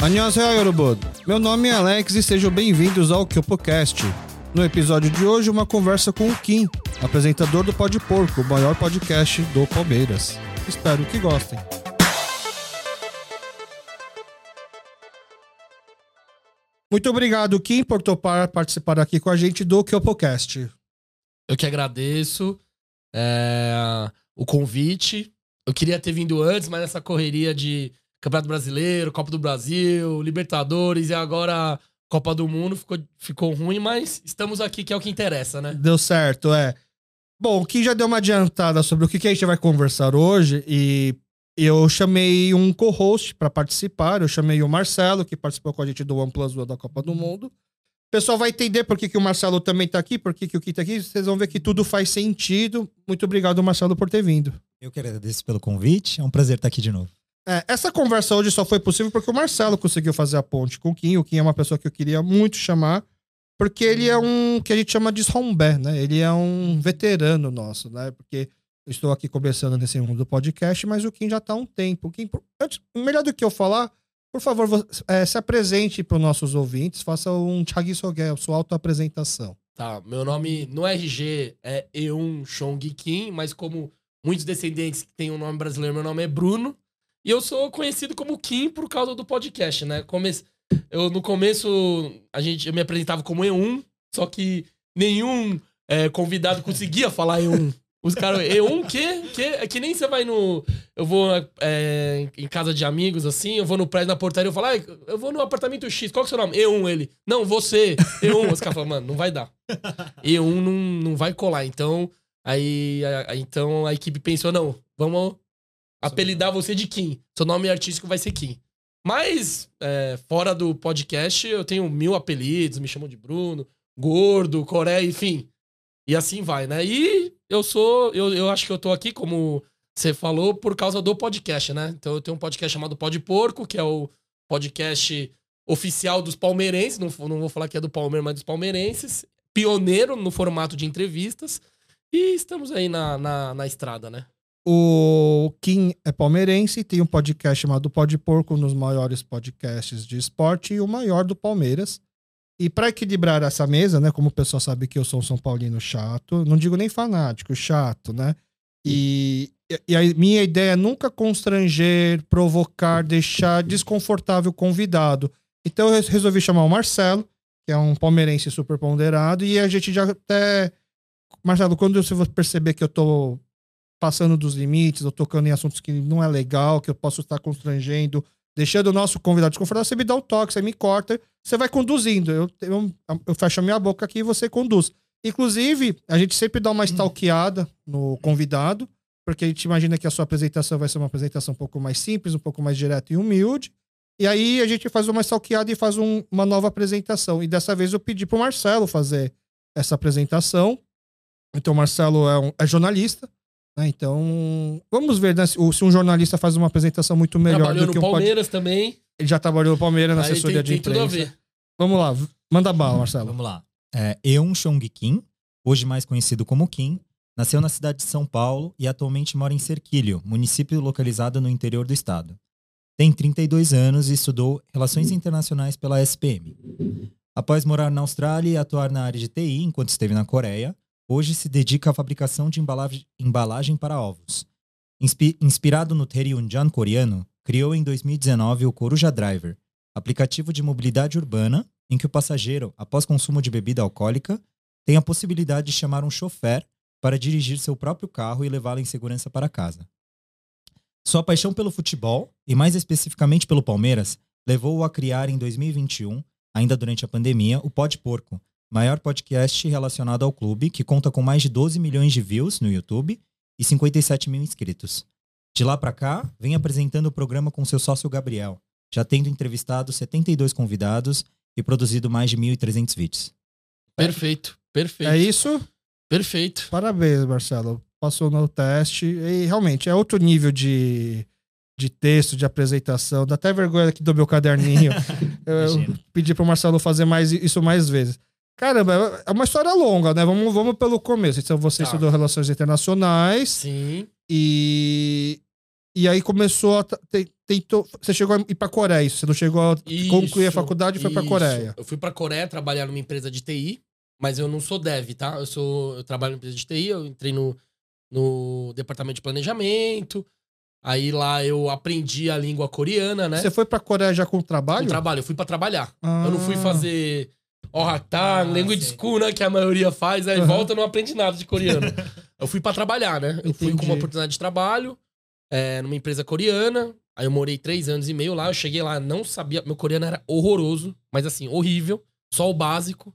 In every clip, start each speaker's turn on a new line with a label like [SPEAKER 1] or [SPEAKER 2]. [SPEAKER 1] Annyeonghaseyo, Yorobod. Meu nome é Alex e sejam bem-vindos ao KyopoCast. No episódio de hoje, uma conversa com o Kim, apresentador do Pod Porco, o maior podcast do Palmeiras. Espero que gostem. Muito obrigado, Kim, por topar participar aqui com a gente do KyopoCast.
[SPEAKER 2] Eu que agradeço é, o convite. Eu queria ter vindo antes, mas nessa correria de Campeonato Brasileiro, Copa do Brasil, Libertadores e agora Copa do Mundo ficou, ficou ruim, mas estamos aqui, que é o que interessa, né?
[SPEAKER 1] Deu certo, é. Bom, o Kim já deu uma adiantada sobre o que, que a gente vai conversar hoje e eu chamei um co-host para participar. Eu chamei o Marcelo, que participou com a gente do One Plus One da Copa do Mundo. O pessoal vai entender por que, que o Marcelo também tá aqui, por que, que o Kim tá aqui. Vocês vão ver que tudo faz sentido. Muito obrigado, Marcelo, por ter vindo.
[SPEAKER 3] Eu que agradeço pelo convite. É um prazer estar aqui de novo.
[SPEAKER 1] É, essa conversa hoje só foi possível porque o Marcelo conseguiu fazer a ponte com o Kim. O Kim é uma pessoa que eu queria muito chamar, porque ele é um que a gente chama de sombé, né? Ele é um veterano nosso, né? Porque eu estou aqui começando nesse mundo do podcast, mas o Kim já está há um tempo. O Kim, por- antes- melhor do que eu falar, por favor, vo- é, se apresente para os nossos ouvintes, faça um Thiago Soguel, sua autoapresentação.
[SPEAKER 2] Tá, meu nome no RG é Eun Chong Kim, mas como muitos descendentes que têm um nome brasileiro, meu nome é Bruno. E eu sou conhecido como Kim por causa do podcast, né? Come- Eu, no começo, a gente, eu me apresentava como Eun, só que nenhum é, convidado conseguia falar Eun. Os caras, Eun, que? que? É que nem você vai no. Eu vou é, em casa de amigos, assim, eu vou no prédio, na portaria, eu falo, ah, eu vou no apartamento X, qual que é o seu nome? Eun, ele. Não, você, Eun. Os caras falam, mano, não vai dar. E um não, não vai colar. Então, aí, a, a- então a equipe pensou, não, vamos apelidar você de Kim. Seu nome artístico vai ser Kim. Mas, é, fora do podcast, eu tenho mil apelidos, me chamam de Bruno, Gordo, Coreia, enfim. E assim vai, né? E eu sou, eu, eu acho que eu tô aqui, como você falou, por causa do podcast, né? Então eu tenho um podcast chamado Pode Porco, que é o podcast oficial dos palmeirenses, não, f- não vou falar que é do Palmeiras, mas dos palmeirenses pioneiro no formato de entrevistas. E estamos aí na, na, na estrada, né?
[SPEAKER 1] O Kim é palmeirense, tem um podcast chamado Pode Porco, um dos maiores podcasts de esporte e o maior do Palmeiras. E para equilibrar essa mesa, né, como o pessoal sabe que eu sou um São Paulino chato, não digo nem fanático, chato, né? E, e a minha ideia é nunca constranger, provocar, deixar desconfortável o convidado. Então eu res- resolvi chamar o Marcelo, que é um palmeirense super ponderado, e a gente já até. Marcelo, quando você perceber que eu tô passando dos limites, ou tocando em assuntos que não é legal, que eu posso estar constrangendo, deixando o nosso convidado desconfortável, você me dá um toque, você me corta, você vai conduzindo. Eu, eu, eu fecho a minha boca aqui e você conduz. Inclusive, a gente sempre
[SPEAKER 2] Hum.
[SPEAKER 1] dá uma stalkeada no convidado, porque a gente imagina que a sua apresentação vai ser uma apresentação um pouco mais simples, um pouco mais direta e humilde. E aí a gente faz uma stalkeada e faz um- uma nova apresentação. E dessa vez eu pedi pro Marcelo fazer essa apresentação. Então o Marcelo é, um- é jornalista, né? Então, vamos ver né, se, o- se um jornalista faz uma apresentação muito melhor
[SPEAKER 2] Trabalhou
[SPEAKER 1] do
[SPEAKER 2] no
[SPEAKER 1] que um pod-
[SPEAKER 2] Palmeiras também.
[SPEAKER 1] Ele já trabalhou no Palmeiras na
[SPEAKER 2] Aí
[SPEAKER 1] assessoria
[SPEAKER 2] tem,
[SPEAKER 1] de
[SPEAKER 2] tem tudo a
[SPEAKER 1] imprensa.
[SPEAKER 2] ver.
[SPEAKER 1] Vamos lá, v- manda bala, Marcelo.
[SPEAKER 3] Vamos lá. É, Eun Chong Kim, hoje mais conhecido como Kim, nasceu na cidade de São Paulo e atualmente mora em Serquilho, município localizado no interior do estado. Tem 32 anos e estudou Relações Internacionais pela SPM. Após morar na Austrália e atuar na área de TI enquanto esteve na Coreia, hoje se dedica à fabricação de embalagem, embalagem para ovos. Inspi- inspirado no Teriunjan coreano, criou em 2019 o Coruja Driver, aplicativo de mobilidade urbana em que o passageiro, após consumo de bebida alcoólica, tem a possibilidade de chamar um chofer para dirigir seu próprio carro e levá-lo em segurança para casa. Sua paixão pelo futebol, e mais especificamente pelo Palmeiras, levou-o a criar em 2021, ainda durante a pandemia, o Pod Porco, maior podcast relacionado ao clube, que conta com mais de 12 milhões de views no YouTube e 57 mil inscritos. De lá para cá, vem apresentando o programa com seu sócio Gabriel, já tendo entrevistado 72 convidados e produzido mais de 1.300 vídeos.
[SPEAKER 2] Perfeito, perfeito.
[SPEAKER 1] É isso?
[SPEAKER 2] Perfeito.
[SPEAKER 1] Parabéns, Marcelo. Passou no teste. E realmente é outro nível de, de texto, de apresentação. Dá até vergonha aqui do meu caderninho.
[SPEAKER 2] É,
[SPEAKER 1] Eu
[SPEAKER 3] Imagino.
[SPEAKER 1] pedi pro Marcelo fazer mais, isso mais vezes. Caramba, é uma história longa, né? Vamos, vamos pelo começo. Então você
[SPEAKER 2] Tá.
[SPEAKER 1] estudou Relações Internacionais.
[SPEAKER 2] Sim.
[SPEAKER 1] E, e aí começou a. t- ter- tentou. Você chegou a ir pra Coreia, isso. Você não chegou a concluir a
[SPEAKER 2] Isso,
[SPEAKER 1] faculdade e foi pra
[SPEAKER 2] isso.
[SPEAKER 1] Coreia.
[SPEAKER 2] Eu fui pra Coreia trabalhar numa empresa de TI, mas eu não sou dev, tá? Eu sou, eu trabalho numa empresa de TI, eu entrei no, no departamento de planejamento. Aí lá eu aprendi a língua coreana, né?
[SPEAKER 1] Você foi pra Coreia já com
[SPEAKER 2] Com
[SPEAKER 1] trabalho?
[SPEAKER 2] trabalho, eu fui pra trabalhar.
[SPEAKER 1] Ah,
[SPEAKER 2] Eu não fui fazer Orhatan,
[SPEAKER 3] Ah,
[SPEAKER 2] language
[SPEAKER 3] sei.
[SPEAKER 2] school, né? Que a maioria faz, aí
[SPEAKER 1] Aham.
[SPEAKER 2] volta e não aprende nada de coreano. eu fui pra trabalhar, né? Eu fui com
[SPEAKER 1] Entendi.
[SPEAKER 2] uma oportunidade de trabalho é, numa empresa coreana. Aí eu morei três anos e meio lá. Eu cheguei lá, não sabia. Meu coreano era horroroso, mas assim, horrível. Só o básico.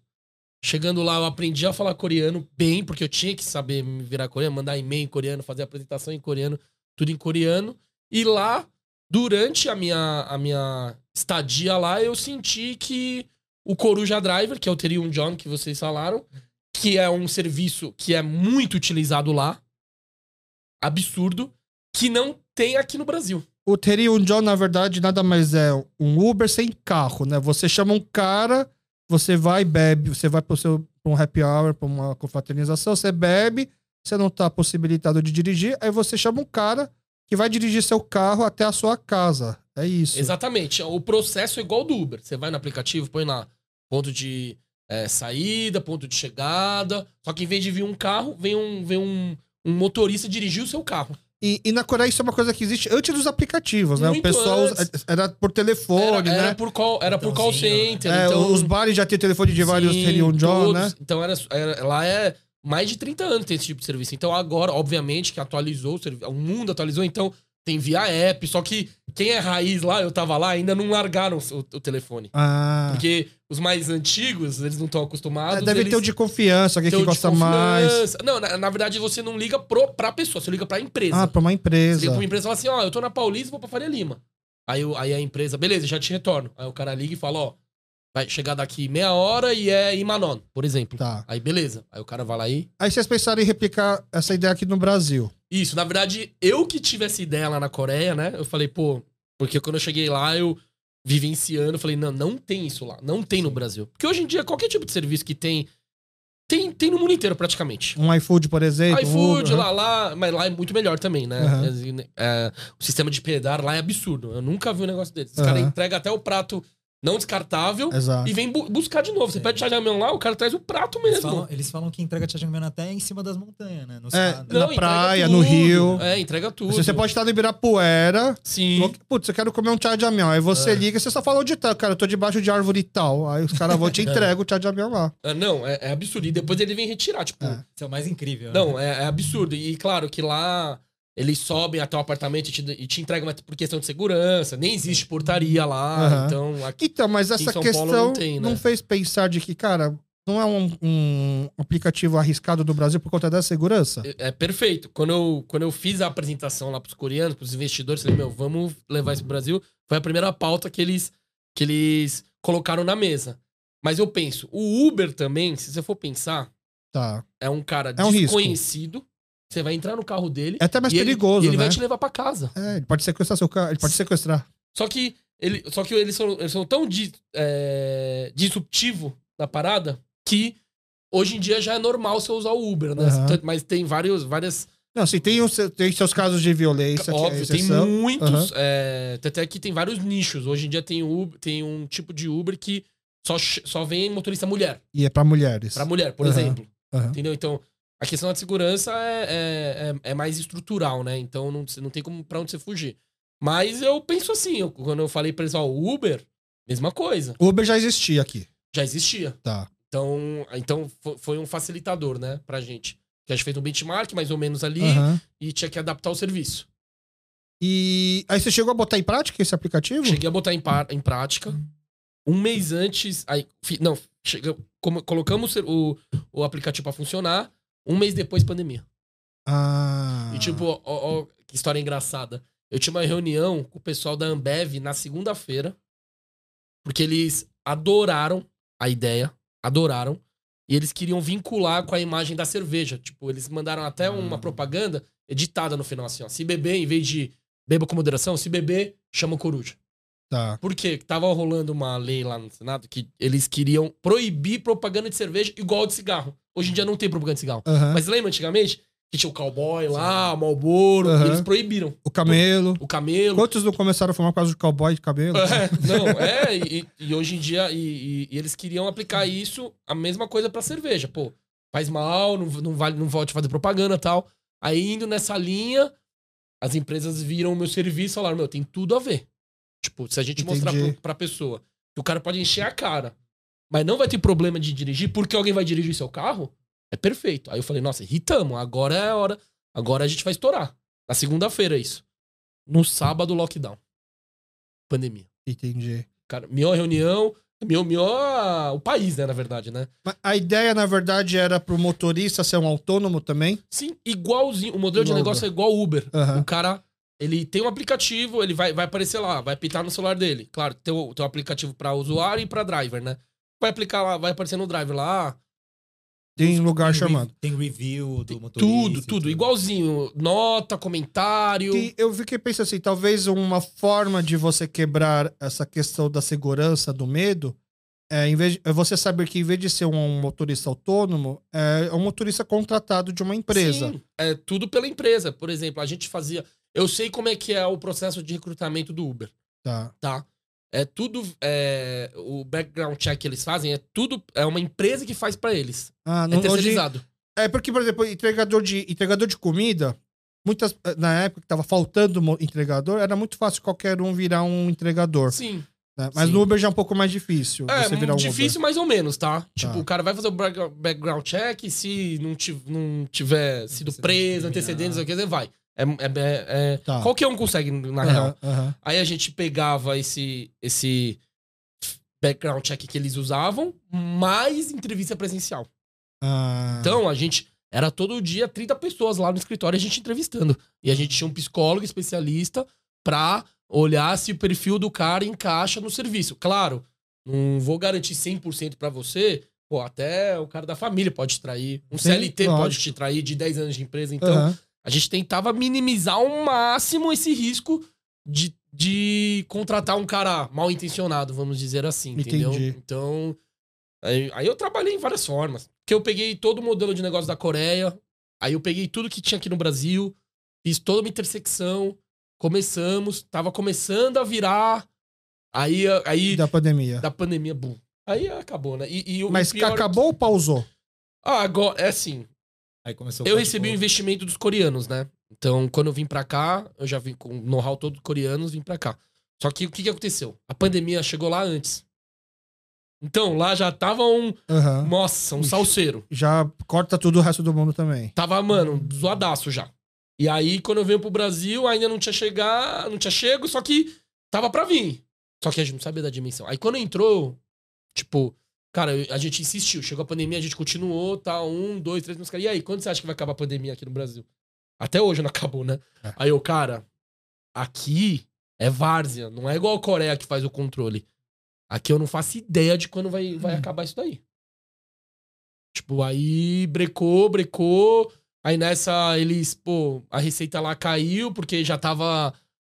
[SPEAKER 2] Chegando lá, eu aprendi a falar coreano bem, porque eu tinha que saber me virar coreano, mandar e-mail em coreano, fazer apresentação em coreano, tudo em coreano. E lá, durante a minha, a minha estadia lá, eu senti que o Coruja Driver, que é o Terium John que vocês falaram, que é um serviço que é muito utilizado lá, absurdo, que não tem aqui no Brasil.
[SPEAKER 1] O Terry um John, na verdade, nada mais é um Uber sem carro, né? Você chama um cara, você vai, bebe, você vai pro seu pra um happy hour, pra uma confraternização, você bebe, você não tá possibilitado de dirigir, aí você chama um cara que vai dirigir seu carro até a sua casa. É isso.
[SPEAKER 2] Exatamente. O processo é igual ao do Uber. Você vai no aplicativo, põe lá ponto de eh, saída, ponto de chegada. Só que em vez de vir um carro, vem um, vem um, um motorista dirigir o seu carro.
[SPEAKER 1] E, e na Coreia isso é uma coisa que existe antes dos aplicativos, né? O
[SPEAKER 2] Muito
[SPEAKER 1] pessoal usa-
[SPEAKER 2] antes.
[SPEAKER 1] era por telefone,
[SPEAKER 2] era, era
[SPEAKER 1] né?
[SPEAKER 2] por call, era por call
[SPEAKER 3] Botãozinho,
[SPEAKER 2] center.
[SPEAKER 1] É,
[SPEAKER 2] então,
[SPEAKER 1] os bares já têm telefone de vários
[SPEAKER 2] Sim,
[SPEAKER 1] Terry um John,
[SPEAKER 2] todos.
[SPEAKER 1] né?
[SPEAKER 2] Então era, era- lá é mais de 30 anos tem esse tipo de serviço. Então agora, obviamente, que atualizou, o servi- o mundo atualizou, então tem via app. Só que quem é raiz lá, eu tava lá, ainda não largaram o, o telefone.
[SPEAKER 1] Ah.
[SPEAKER 2] Porque os mais antigos, eles não estão
[SPEAKER 1] É,
[SPEAKER 2] acostumados.
[SPEAKER 1] deve
[SPEAKER 2] eles
[SPEAKER 1] ter o de confiança, alguém
[SPEAKER 2] têm o
[SPEAKER 1] que
[SPEAKER 2] de
[SPEAKER 1] gosta mais.
[SPEAKER 2] confiança. Não, na, na verdade, você não liga pro, pra pessoa, você liga pra empresa.
[SPEAKER 1] Ah, pra uma
[SPEAKER 2] você liga
[SPEAKER 1] empresa.
[SPEAKER 2] pra uma empresa e fala assim, ó, eu tô na Paulista, vou pra Faria Lima. Aí, o- aí a empresa, beleza, já te retorno. Aí o cara liga e fala, ó, vai chegar daqui meia hora e é em Manon, por exemplo.
[SPEAKER 1] Tá.
[SPEAKER 2] Aí beleza. Aí o cara vai lá e.
[SPEAKER 1] Aí vocês pensaram em replicar essa ideia aqui no Brasil.
[SPEAKER 2] Isso, na verdade, eu que tive essa ideia lá na Coreia, né? Eu falei, pô, porque quando eu cheguei lá, eu vivenciando, eu falei, não, não tem isso lá, não tem no Brasil. Porque hoje em dia, qualquer tipo de serviço que tem, tem, tem no mundo inteiro praticamente.
[SPEAKER 1] Um iFood, por exemplo. um
[SPEAKER 2] iFood,
[SPEAKER 1] Uber.
[SPEAKER 2] lá, lá, mas lá é muito melhor também, né?
[SPEAKER 1] Aham.
[SPEAKER 2] Assim, é, o sistema de pedar lá é absurdo. Eu nunca vi um negócio desse. Os
[SPEAKER 1] Aham. É.
[SPEAKER 2] caras entregam até o prato não descartável
[SPEAKER 1] Exato.
[SPEAKER 2] e vem bu- buscar de novo. Você
[SPEAKER 3] Sim.
[SPEAKER 2] pede chajamian lá, o cara traz o prato
[SPEAKER 3] É. Eles
[SPEAKER 2] mesmo.
[SPEAKER 3] falam, eles falam que entrega Tchajangmian até em cima das montanhas, né? No
[SPEAKER 1] É,
[SPEAKER 3] estado.
[SPEAKER 1] na
[SPEAKER 2] entrega
[SPEAKER 1] praia, no rio.
[SPEAKER 2] É, entrega tudo.
[SPEAKER 1] Assim, Você pode estar no Ibirapuera.
[SPEAKER 2] Sim. É.
[SPEAKER 1] falou que, Putz, eu quero comer um chá de amião. Aí você liga e você só fala onde tá. Cara, eu tô debaixo de árvore e tal. Aí os caras vão te
[SPEAKER 2] É.
[SPEAKER 1] entregar o chá de amião lá.
[SPEAKER 2] Ah, Não, é, é absurdo. E depois ele vem retirar, tipo.
[SPEAKER 1] É.
[SPEAKER 3] Isso é o mais incrível. né?
[SPEAKER 2] Não, é, é absurdo. E claro que lá eles sobem até o apartamento e te, e te entregam mas por questão de segurança. Nem existe portaria lá.
[SPEAKER 1] Aham.
[SPEAKER 2] Então, aqui.
[SPEAKER 1] Então, mas essa
[SPEAKER 2] São
[SPEAKER 1] questão
[SPEAKER 2] Paulo
[SPEAKER 1] não,
[SPEAKER 2] não tem, né?
[SPEAKER 1] fez pensar de que, cara, não é um, um aplicativo arriscado do Brasil por conta da segurança?
[SPEAKER 2] É é perfeito. Quando eu, quando eu fiz a apresentação lá pros coreanos, pros investidores, falei, meu, vamos levar isso pro Brasil. Foi a primeira pauta que eles, que eles colocaram na mesa. Mas eu penso, o Uber também, se você for pensar,
[SPEAKER 1] Tá.
[SPEAKER 2] é um cara
[SPEAKER 1] É um risco.
[SPEAKER 2] desconhecido. Você vai entrar no carro dele.
[SPEAKER 1] É até mais
[SPEAKER 2] e ele-
[SPEAKER 1] perigoso,
[SPEAKER 2] e ele
[SPEAKER 1] né?
[SPEAKER 2] vai te levar pra casa.
[SPEAKER 1] É, ele pode sequestrar seu carro. Ele pode sequestrar.
[SPEAKER 2] Só que, ele, só que eles, são, eles são tão di, é, disruptivo na parada que hoje em dia já é normal você usar o Uber, né?
[SPEAKER 1] Aham.
[SPEAKER 2] Tanto- Mas tem vários, várias.
[SPEAKER 1] Não, assim, tem, os- tem seus casos de violência, que é
[SPEAKER 2] óbvio, tem
[SPEAKER 1] exceção.
[SPEAKER 2] muitos. é, tem até que tem vários nichos. Hoje em dia tem, Uber, tem um tipo de Uber que só, che- só vem motorista mulher.
[SPEAKER 1] E é pra mulheres.
[SPEAKER 2] Pra mulher, por
[SPEAKER 1] Aham.
[SPEAKER 2] exemplo.
[SPEAKER 1] Aham.
[SPEAKER 2] Entendeu? Então, a questão da segurança é, é, é- é mais estrutural, né? Então, não, você não tem como pra onde você fugir. Mas eu penso assim, eu- quando eu falei pra eles, ó, Uber, mesma coisa.
[SPEAKER 1] Uber já existia aqui.
[SPEAKER 2] Já existia.
[SPEAKER 1] Tá.
[SPEAKER 2] Então, então fo- foi um facilitador, né, pra gente. Que a gente fez um benchmark mais ou menos ali
[SPEAKER 1] Aham.
[SPEAKER 2] e tinha que adaptar o serviço.
[SPEAKER 1] E aí você chegou a botar em prática esse aplicativo?
[SPEAKER 2] Cheguei a botar em, par- em prática. Um mês antes. Aí, fi- não, chega, como- colocamos o ser- o, o aplicativo pra funcionar. Um mês depois, pandemia.
[SPEAKER 1] Ah.
[SPEAKER 2] E tipo, ó, ó, que história engraçada. Eu tinha uma reunião com o pessoal da Ambev na segunda-feira, porque eles adoraram a ideia, adoraram, e eles queriam vincular com a imagem da cerveja. Tipo, eles mandaram até uma
[SPEAKER 3] Ah.
[SPEAKER 2] propaganda editada no final, assim, ó. Se beber, em vez de beba com moderação, se beber, chama o coruja.
[SPEAKER 1] Tá.
[SPEAKER 2] Por quê? Que tava rolando uma lei lá no Senado que eles queriam proibir propaganda de cerveja igual de cigarro. Hoje em dia não tem propaganda de cigarro.
[SPEAKER 1] Aham.
[SPEAKER 2] Mas lembra antigamente Que tinha o cowboy lá, o Malboro.
[SPEAKER 1] Aham.
[SPEAKER 2] Eles proibiram.
[SPEAKER 1] O camelo.
[SPEAKER 2] O camelo.
[SPEAKER 1] Quantos não começaram a fumar por causa de cowboy de cabelo?
[SPEAKER 2] É, não, é, e, e hoje em dia, e, e- e eles queriam aplicar isso, a mesma coisa pra cerveja. Pô, faz mal, não, não, vale, não volte a fazer propaganda e tal. Aí indo nessa linha, as empresas viram o meu serviço e falaram, meu, tem tudo a ver. Tipo, se a gente mostrar
[SPEAKER 1] Entendi.
[SPEAKER 2] pro, pra pessoa que o cara pode encher a cara, mas não vai ter problema de dirigir, porque alguém vai dirigir seu carro, é perfeito. Aí eu falei, nossa, irritamos, agora é a hora, agora a gente vai estourar. Na segunda-feira isso. No sábado, lockdown. Pandemia.
[SPEAKER 1] Entendi.
[SPEAKER 2] Cara, melhor reunião, melhor, melhor o país, né, na verdade, né?
[SPEAKER 1] Mas a ideia, na verdade, era pro motorista ser um autônomo também.
[SPEAKER 2] Sim, igualzinho. O modelo de
[SPEAKER 1] Igual
[SPEAKER 2] negócio é igual o Uber.
[SPEAKER 1] Aham.
[SPEAKER 2] O cara, ele tem um aplicativo, ele vai, vai aparecer lá, vai pitar no celular dele. Claro, tem o, tem o aplicativo pra usuário e pra driver, né? Vai aplicar lá, vai aparecer no driver lá. ah,
[SPEAKER 1] Tem um lugar
[SPEAKER 3] re-
[SPEAKER 1] chamado.
[SPEAKER 3] Tem review do motorista.
[SPEAKER 2] tudo,
[SPEAKER 3] e
[SPEAKER 2] tudo, igualzinho. Nota, comentário.
[SPEAKER 1] E eu fiquei pensando assim, talvez uma forma de você quebrar essa questão da segurança, do medo, é, em vez de- é você saber que em vez de ser um motorista autônomo, é um motorista contratado de uma empresa.
[SPEAKER 2] Sim, é tudo pela empresa. Por exemplo, a gente fazia. Eu sei como é que é o processo de recrutamento do Uber.
[SPEAKER 1] Tá.
[SPEAKER 2] tá? É tudo. é, o background check que eles fazem é tudo. É uma empresa que faz pra eles.
[SPEAKER 1] Ah,
[SPEAKER 2] É
[SPEAKER 1] não, hoje,
[SPEAKER 2] terceirizado.
[SPEAKER 1] é porque, por exemplo, entregador de, entregador de comida, muitas eh, na época que tava faltando mo- entregador, era muito fácil qualquer um virar um entregador.
[SPEAKER 2] Sim.
[SPEAKER 1] né? Mas
[SPEAKER 2] sim.
[SPEAKER 1] no Uber já é um pouco mais difícil
[SPEAKER 2] É
[SPEAKER 1] você virar um
[SPEAKER 2] difícil, mais ou menos, tá? Tipo,
[SPEAKER 1] Tá.
[SPEAKER 2] o cara vai fazer o bra- background check. Se não, ti- não tiver sido
[SPEAKER 3] Antecedentes
[SPEAKER 2] preso,
[SPEAKER 3] criminais.
[SPEAKER 2] antecedentes, o que você vai. É, é- é- é-
[SPEAKER 1] Tá.
[SPEAKER 2] Qualquer um consegue, na
[SPEAKER 1] Uber.
[SPEAKER 2] real.
[SPEAKER 1] Aham, aham.
[SPEAKER 2] Aí a gente pegava esse, esse background check que eles usavam, mais entrevista presencial.
[SPEAKER 1] Ah,
[SPEAKER 2] Então, a gente era todo dia 30 pessoas lá no escritório a gente entrevistando. E a gente tinha um psicólogo especialista pra olhar se o perfil do cara encaixa no serviço. Claro, não vou garantir 100% pra você, pô, até o cara da família pode te trair, um
[SPEAKER 1] Sim,
[SPEAKER 2] CLT pode
[SPEAKER 1] lógico.
[SPEAKER 2] te trair de 10 anos de empresa, então
[SPEAKER 1] aham.
[SPEAKER 2] a gente tentava minimizar ao máximo esse risco de, de contratar um cara mal intencionado, vamos dizer assim, entendeu?
[SPEAKER 1] Entendi.
[SPEAKER 2] Então, aí, aí eu trabalhei em várias formas. Porque eu peguei todo o modelo de negócio da Coreia, aí eu peguei tudo que tinha aqui no Brasil, fiz toda uma intersecção, começamos, tava começando a virar, aí, aí da,
[SPEAKER 1] da pandemia.
[SPEAKER 2] pandemia, boom. Aí acabou, né? E, e o
[SPEAKER 1] Mas
[SPEAKER 2] pior-
[SPEAKER 1] acabou ou pausou?
[SPEAKER 2] Ah, agora, é assim,
[SPEAKER 3] Aí começou o
[SPEAKER 2] eu
[SPEAKER 3] bate-boca.
[SPEAKER 2] recebi o investimento dos coreanos, né? Então, quando eu vim pra cá, eu já vim com o know-how todo coreanos, vim pra cá. Só que o que, que aconteceu? A pandemia chegou lá antes. Então, lá já tava um.
[SPEAKER 1] Aham.
[SPEAKER 2] Nossa, um
[SPEAKER 1] Ah, Ixi.
[SPEAKER 2] salseiro.
[SPEAKER 1] Já corta tudo o resto do mundo também.
[SPEAKER 2] Tava, mano, zoadaço já. E aí, quando eu venho pro Brasil, ainda não tinha chegar, não tinha chego, só que tava pra vir. Só que a gente não sabia da dimensão. Aí quando entrou, tipo, cara, eu- a gente insistiu. Chegou a pandemia, a gente continuou, tá? Um, dois, três, mas cara, e aí, quando você acha que vai acabar a pandemia aqui no Brasil? Até hoje não acabou, né?
[SPEAKER 1] É.
[SPEAKER 2] Aí eu, cara, aqui é várzea, não é igual a Coreia que faz o controle. Aqui eu não faço ideia de quando vai, vai acabar isso daí. Tipo, aí brecou, brecou. Aí nessa eles, pô, a receita lá caiu porque já tava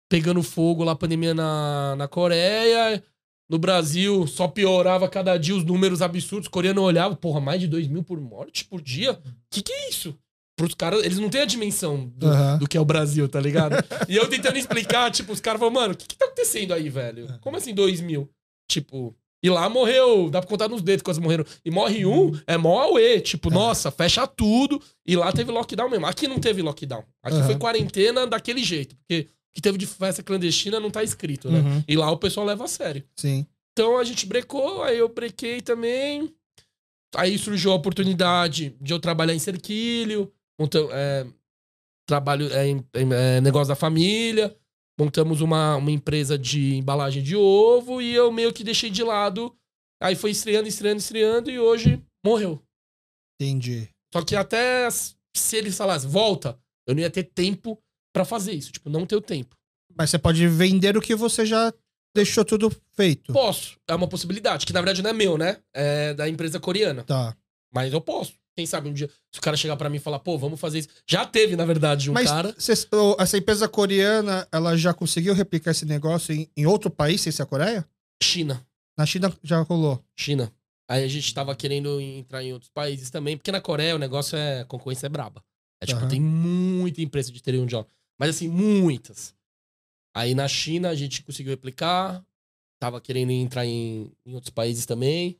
[SPEAKER 2] pegando fogo lá a pandemia na, na Coreia. No Brasil só piorava cada dia os números absurdos. O coreano olhava, porra, mais de 2 mil por morte por dia? Que que é isso? Pros caras, eles não têm a dimensão do,
[SPEAKER 1] Aham.
[SPEAKER 2] do que é o Brasil, tá ligado? e eu tentando explicar, tipo, os caras falam, mano, o que, que tá acontecendo aí, velho? Como assim 2 mil? Tipo, e lá morreu, dá pra contar nos dedos quantos morreram. E morre um, é mó auê. Tipo, nossa, fecha tudo. E lá teve lockdown mesmo. Aqui não teve lockdown. Aqui
[SPEAKER 1] Aham.
[SPEAKER 2] foi quarentena daquele jeito. Porque o que teve de festa clandestina não tá escrito, né?
[SPEAKER 1] Uhum,
[SPEAKER 2] E lá o pessoal leva a sério.
[SPEAKER 1] Sim.
[SPEAKER 2] Então a gente brecou, aí eu brequei também. Aí surgiu a oportunidade de eu trabalhar em Cerquilho, monta- é, trabalho é, em- em- é, negócio da família, montamos uma, uma empresa de embalagem de ovo e eu meio que deixei de lado. Aí foi estreando, estreando, estreando e hoje morreu.
[SPEAKER 1] Entendi.
[SPEAKER 2] Só que até s- se ele falasse, volta, eu não ia ter tempo pra fazer isso. Tipo, não ter o tempo.
[SPEAKER 1] Mas você pode vender o que você já deixou tudo feito.
[SPEAKER 2] Posso, é uma possibilidade, que na verdade não é meu, né? É da empresa coreana.
[SPEAKER 1] Tá.
[SPEAKER 2] Mas eu posso. Quem sabe um dia, se o cara chegar pra mim e falar, pô, vamos fazer isso. Já teve, na verdade, um
[SPEAKER 1] Mas
[SPEAKER 2] cara.
[SPEAKER 1] cês- o- essa empresa coreana, ela já conseguiu replicar esse negócio em, em outro país, sem ser a Coreia?
[SPEAKER 2] China.
[SPEAKER 1] Na China já rolou.
[SPEAKER 2] China. Aí a gente tava querendo entrar em outros países também, porque na Coreia o negócio é. A concorrência é braba. É, tipo,
[SPEAKER 1] Aham.
[SPEAKER 2] tem muita empresa de Ethereum Job. Mas assim, muitas. Aí na China a gente conseguiu replicar. Tava querendo entrar em, em outros países também.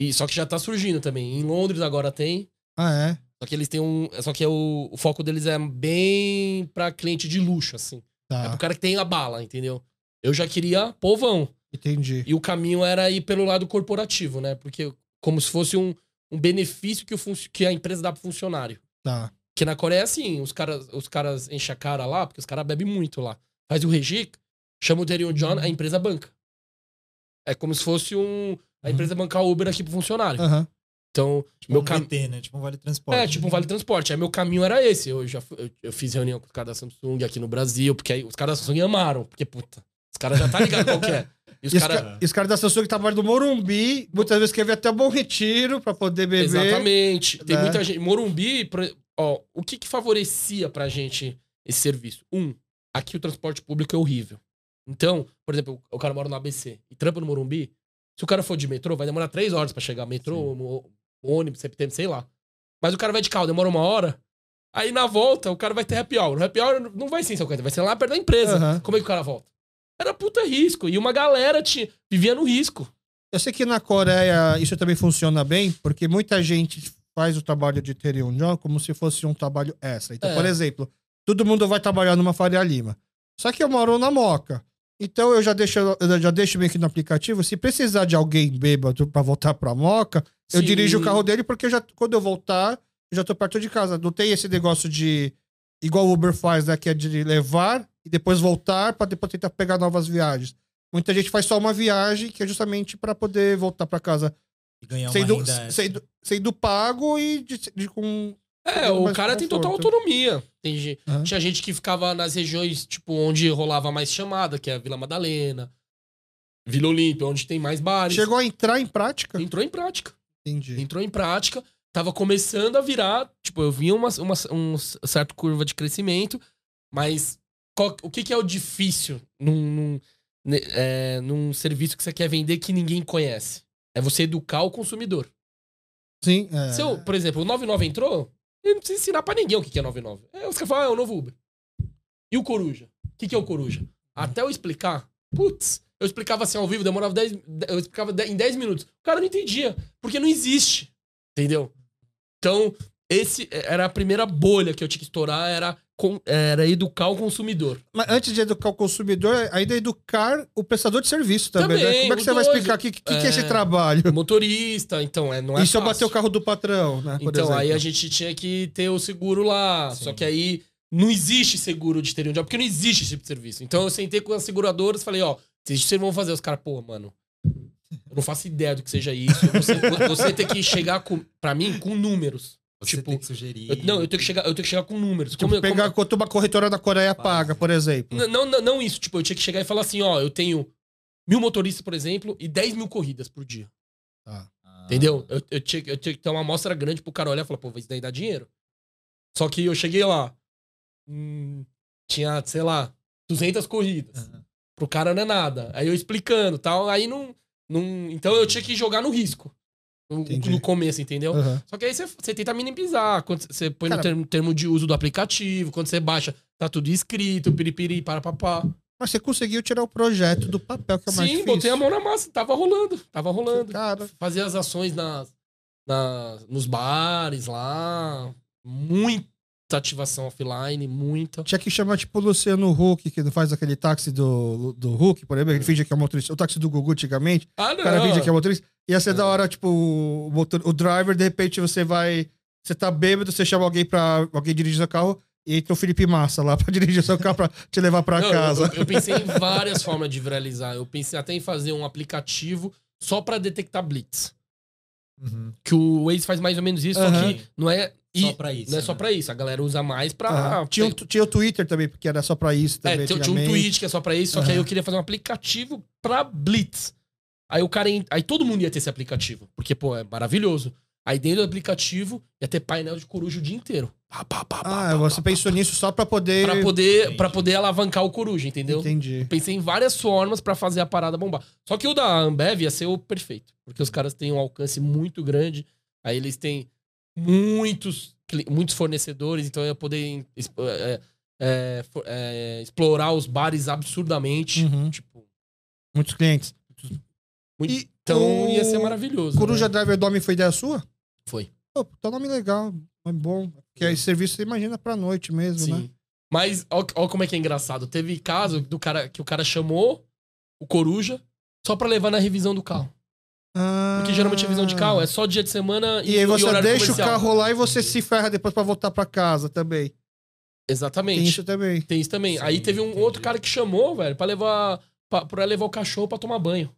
[SPEAKER 2] E, só que já tá surgindo também. Em Londres agora tem.
[SPEAKER 1] Ah, é?
[SPEAKER 2] Só que eles têm um. Só que é o, o foco deles é bem pra cliente de luxo, assim. É
[SPEAKER 3] Ah.
[SPEAKER 1] Tá,
[SPEAKER 2] pro cara que tem a bala, entendeu? Eu já queria povão.
[SPEAKER 1] entendi.
[SPEAKER 2] E o caminho era ir pelo lado corporativo, né? Porque como se fosse um, um benefício que, o funcio- que a empresa dá pro funcionário.
[SPEAKER 1] Tá.
[SPEAKER 2] Que na Coreia é assim, os caras, os caras enchem a cara lá, porque os caras bebem muito lá. Faz o regi, chama o Derion
[SPEAKER 3] Uhum.
[SPEAKER 2] John, a empresa banca. É como se fosse um. A empresa bancar o Uber aqui pro funcionário.
[SPEAKER 1] Aham.
[SPEAKER 2] Então,
[SPEAKER 3] Uhum. Ah. Tipo
[SPEAKER 2] meu
[SPEAKER 3] um
[SPEAKER 2] cam-
[SPEAKER 3] VT, né? Tipo um vale transporte.
[SPEAKER 2] é, tipo um vale transporte. Aí meu caminho era esse. Eu já fu- eu, eu fiz reunião com os caras da Samsung aqui no Brasil, porque aí os caras da Samsung amaram, porque puta, os caras já tá ligado qual que é. E os
[SPEAKER 1] Esse,
[SPEAKER 2] caras.
[SPEAKER 1] ca- esse cara da Samsung que tava do Morumbi, muitas vezes quer vir até Bom Retiro pra poder beber.
[SPEAKER 2] Exatamente. Tem
[SPEAKER 1] né?
[SPEAKER 2] muita gente. Morumbi, por- ó, o que, que favorecia pra gente esse serviço? Um, aqui o transporte público é horrível. Então, por exemplo, o cara mora no ABC e trampa no Morumbi. Se o cara for de metrô, vai demorar três horas pra chegar. Metrô, mo- ônibus, CPTM, sei lá. Mas o cara vai de carro, demora uma hora. Aí na volta, o cara vai ter happy hour. O happy hour não vai ser em São Caetano, vai ser lá perto da empresa.
[SPEAKER 1] Aham.
[SPEAKER 2] Como é que o cara volta? Era puta risco. E uma galera te, vivia no risco.
[SPEAKER 1] Eu sei que na Coreia isso também funciona bem, porque muita gente faz o trabalho de Ethereum John como se fosse um trabalho extra. Então,
[SPEAKER 2] É.
[SPEAKER 1] por exemplo, todo mundo vai trabalhar numa Faria Lima. Só que eu moro na Moca. Então eu já deixo, eu já deixo bem aqui no aplicativo. Se precisar de alguém bêbado pra voltar pra Moca, eu
[SPEAKER 2] Sim.
[SPEAKER 1] dirijo o carro dele porque eu já, quando eu voltar, eu já tô perto de casa. Não tem esse negócio de. Igual o Uber faz, né? Que é de levar e depois voltar pra depois tentar pegar novas viagens. Muita gente faz só uma viagem que é justamente pra poder voltar pra casa
[SPEAKER 3] E
[SPEAKER 2] É
[SPEAKER 3] ganhar uma
[SPEAKER 1] sendo,
[SPEAKER 3] renda extra.
[SPEAKER 1] sendo, sendo pago e de, de- com.
[SPEAKER 2] É,
[SPEAKER 1] Deu
[SPEAKER 2] o
[SPEAKER 1] mais
[SPEAKER 2] cara tem total
[SPEAKER 1] conforto.
[SPEAKER 2] autonomia. Tem gente.
[SPEAKER 1] Aham.
[SPEAKER 2] Tinha gente que ficava nas regiões, tipo, onde rolava mais chamada, que é a Vila Madalena, Vila Olímpia, onde tem mais bares.
[SPEAKER 1] Chegou a entrar em prática?
[SPEAKER 2] Entrou em prática.
[SPEAKER 1] Entendi.
[SPEAKER 2] Entrou em prática, tava começando a virar, tipo, eu vinha uma, uma, um certo curva de crescimento, mas qual- o que, que é o difícil num, num, ne- é, num serviço que você quer vender que ninguém conhece? É você educar o consumidor.
[SPEAKER 1] Sim. é.
[SPEAKER 2] Se eu, por exemplo, o 99 entrou, ele não precisa ensinar pra ninguém o que que é 99. É, os caras falam, ah, é o novo Uber. E o Coruja? O que, que é o Coruja? Até eu explicar, putz, eu explicava assim ao vivo, demorava 10, eu explicava de- em 10 minutos. O cara não entendia, porque não existe, entendeu? Então, esse era a primeira bolha que eu tinha que estourar, era, con- era educar o consumidor.
[SPEAKER 1] Mas antes de educar o consumidor, é ainda educar o prestador de serviço também, né?
[SPEAKER 2] Também,
[SPEAKER 1] Como é que
[SPEAKER 2] os
[SPEAKER 1] você vai
[SPEAKER 2] dois.
[SPEAKER 1] explicar o que, que, que é esse
[SPEAKER 2] É.
[SPEAKER 1] trabalho?
[SPEAKER 2] O motorista, então, é, não é
[SPEAKER 1] e se eu
[SPEAKER 2] fácil.
[SPEAKER 1] bater o carro do patrão, né? por
[SPEAKER 2] Então, aí
[SPEAKER 1] exemplo?
[SPEAKER 2] a gente tinha que ter o seguro lá.
[SPEAKER 3] Sim.
[SPEAKER 2] Só que aí não existe seguro de Ethereum Job, porque não existe esse tipo de serviço. Então eu sentei com as seguradoras e falei, ó, vocês vocês vão fazer? Os caras, pô, mano, eu não faço ideia do que seja isso. Você, você tem que chegar com, pra mim com números.
[SPEAKER 3] Você
[SPEAKER 2] tipo,
[SPEAKER 3] tem que sugerir.
[SPEAKER 2] Eu- não, eu tenho que chegar, eu tenho que chegar com números.
[SPEAKER 1] Tipo,
[SPEAKER 2] Como eu- como-
[SPEAKER 1] pegar quanto uma corretora da Coreia paga, por exemplo.
[SPEAKER 2] N- não, não, não isso. Tipo, eu tinha que chegar e falar assim, ó, eu tenho mil motoristas, por exemplo, e 10 mil corridas por dia.
[SPEAKER 3] Ah.
[SPEAKER 2] Entendeu? Eu, eu, tinha, que- eu tinha que ter uma amostra grande pro cara olhar e falar, pô, isso daí dá dinheiro. Só que eu cheguei lá, hum, tinha, sei lá, 200 corridas.
[SPEAKER 3] Aham.
[SPEAKER 2] Pro cara não é nada. Aí eu explicando e tal, aí não, não... Então eu tinha que jogar no risco. No,
[SPEAKER 1] Entendi.
[SPEAKER 2] no começo, entendeu?
[SPEAKER 1] Aham.
[SPEAKER 2] Só que aí você, você tenta minimizar. Quando você põe
[SPEAKER 1] Cara-
[SPEAKER 2] no termo, termo de uso do aplicativo, quando você baixa, tá tudo escrito, piripiri, para papá.
[SPEAKER 1] Mas você conseguiu tirar o projeto do papel, que é o mais
[SPEAKER 2] Sim,
[SPEAKER 1] difícil.
[SPEAKER 2] botei a mão na massa. Tava rolando, tava rolando
[SPEAKER 1] Cara,
[SPEAKER 2] fazer as ações nas, nas- nos bares lá. Muita ativação offline, muita.
[SPEAKER 1] tinha que chamar, tipo, o Luciano Huck, que faz aquele táxi do, do Huck, por exemplo, ele finge que é motorista. O táxi do Gugu, antigamente,
[SPEAKER 2] Ah, Hum. não.
[SPEAKER 1] O cara finge que é motorista. Ia ser
[SPEAKER 2] Não.
[SPEAKER 1] da hora, tipo, o, motor- o driver, de repente você vai. Você tá bêbado, você chama alguém pra. Alguém dirigir seu carro e entra o Felipe Massa lá pra dirigir seu carro pra te levar pra
[SPEAKER 2] Não, eu-
[SPEAKER 1] casa.
[SPEAKER 2] Eu, eu pensei em várias formas de viralizar. Eu pensei até em fazer um aplicativo só pra detectar blitz.
[SPEAKER 3] Uhum.
[SPEAKER 2] Que o Waze faz mais ou menos isso, só
[SPEAKER 1] Aham.
[SPEAKER 2] que não é. E
[SPEAKER 3] Só pra isso.
[SPEAKER 2] não é só
[SPEAKER 3] né?
[SPEAKER 2] pra isso. A galera usa mais pra.
[SPEAKER 1] Aham. tinha, um, tinha o Twitter também, porque era só pra isso também.
[SPEAKER 2] Ah, É, tinha, tinha um
[SPEAKER 1] antigamente.
[SPEAKER 2] tweet que é só pra isso, só que aí eu queria fazer um aplicativo pra Blitz. Aí o cara. en- Aí todo mundo ia ter esse aplicativo. Porque, pô, é maravilhoso. Aí dentro do aplicativo ia ter painel de coruja o dia inteiro. Pá, pá, pá, pá,
[SPEAKER 1] Ah,
[SPEAKER 2] pá,
[SPEAKER 1] você
[SPEAKER 2] pá,
[SPEAKER 1] pensou nisso só pra poder.
[SPEAKER 2] Pra poder,
[SPEAKER 3] Entendi.
[SPEAKER 2] pra poder alavancar o coruja, entendeu?
[SPEAKER 1] Entendi.
[SPEAKER 2] Pensei em várias formas pra fazer a parada bombar. Só que o da Ambev ia ser o perfeito. Porque os caras têm um alcance muito grande. Aí eles têm muitos cli- muitos fornecedores, então eu ia poder expo- é, é, for- é, explorar os bares absurdamente.
[SPEAKER 1] Uhum.
[SPEAKER 2] Tipo,
[SPEAKER 1] Muitos clientes.
[SPEAKER 2] muito-
[SPEAKER 1] E
[SPEAKER 2] então
[SPEAKER 1] o-
[SPEAKER 2] ia ser maravilhoso.
[SPEAKER 1] Coruja
[SPEAKER 2] né?
[SPEAKER 1] Driver Dome foi ideia sua?
[SPEAKER 2] Foi.
[SPEAKER 1] Pô, tá nome legal, é bom. Que aí serviço você imagina pra noite mesmo,
[SPEAKER 2] Sim.
[SPEAKER 1] né?
[SPEAKER 2] Mas ó, ó como é que é engraçado. Teve caso do cara que o cara chamou o Coruja só pra levar na revisão do carro.
[SPEAKER 1] Ah,
[SPEAKER 2] Porque geralmente a revisão de carro é só dia de semana
[SPEAKER 1] E aí você
[SPEAKER 2] horário
[SPEAKER 1] deixa
[SPEAKER 2] comercial.
[SPEAKER 1] o carro lá e você se ferra depois pra voltar pra casa também. Tem
[SPEAKER 2] Exatamente.
[SPEAKER 1] isso também.
[SPEAKER 2] Tem isso também.
[SPEAKER 3] Sim,
[SPEAKER 2] Aí teve um
[SPEAKER 3] entendi.
[SPEAKER 2] outro cara que chamou, velho, pra levar, pra, pra levar o cachorro pra tomar banho.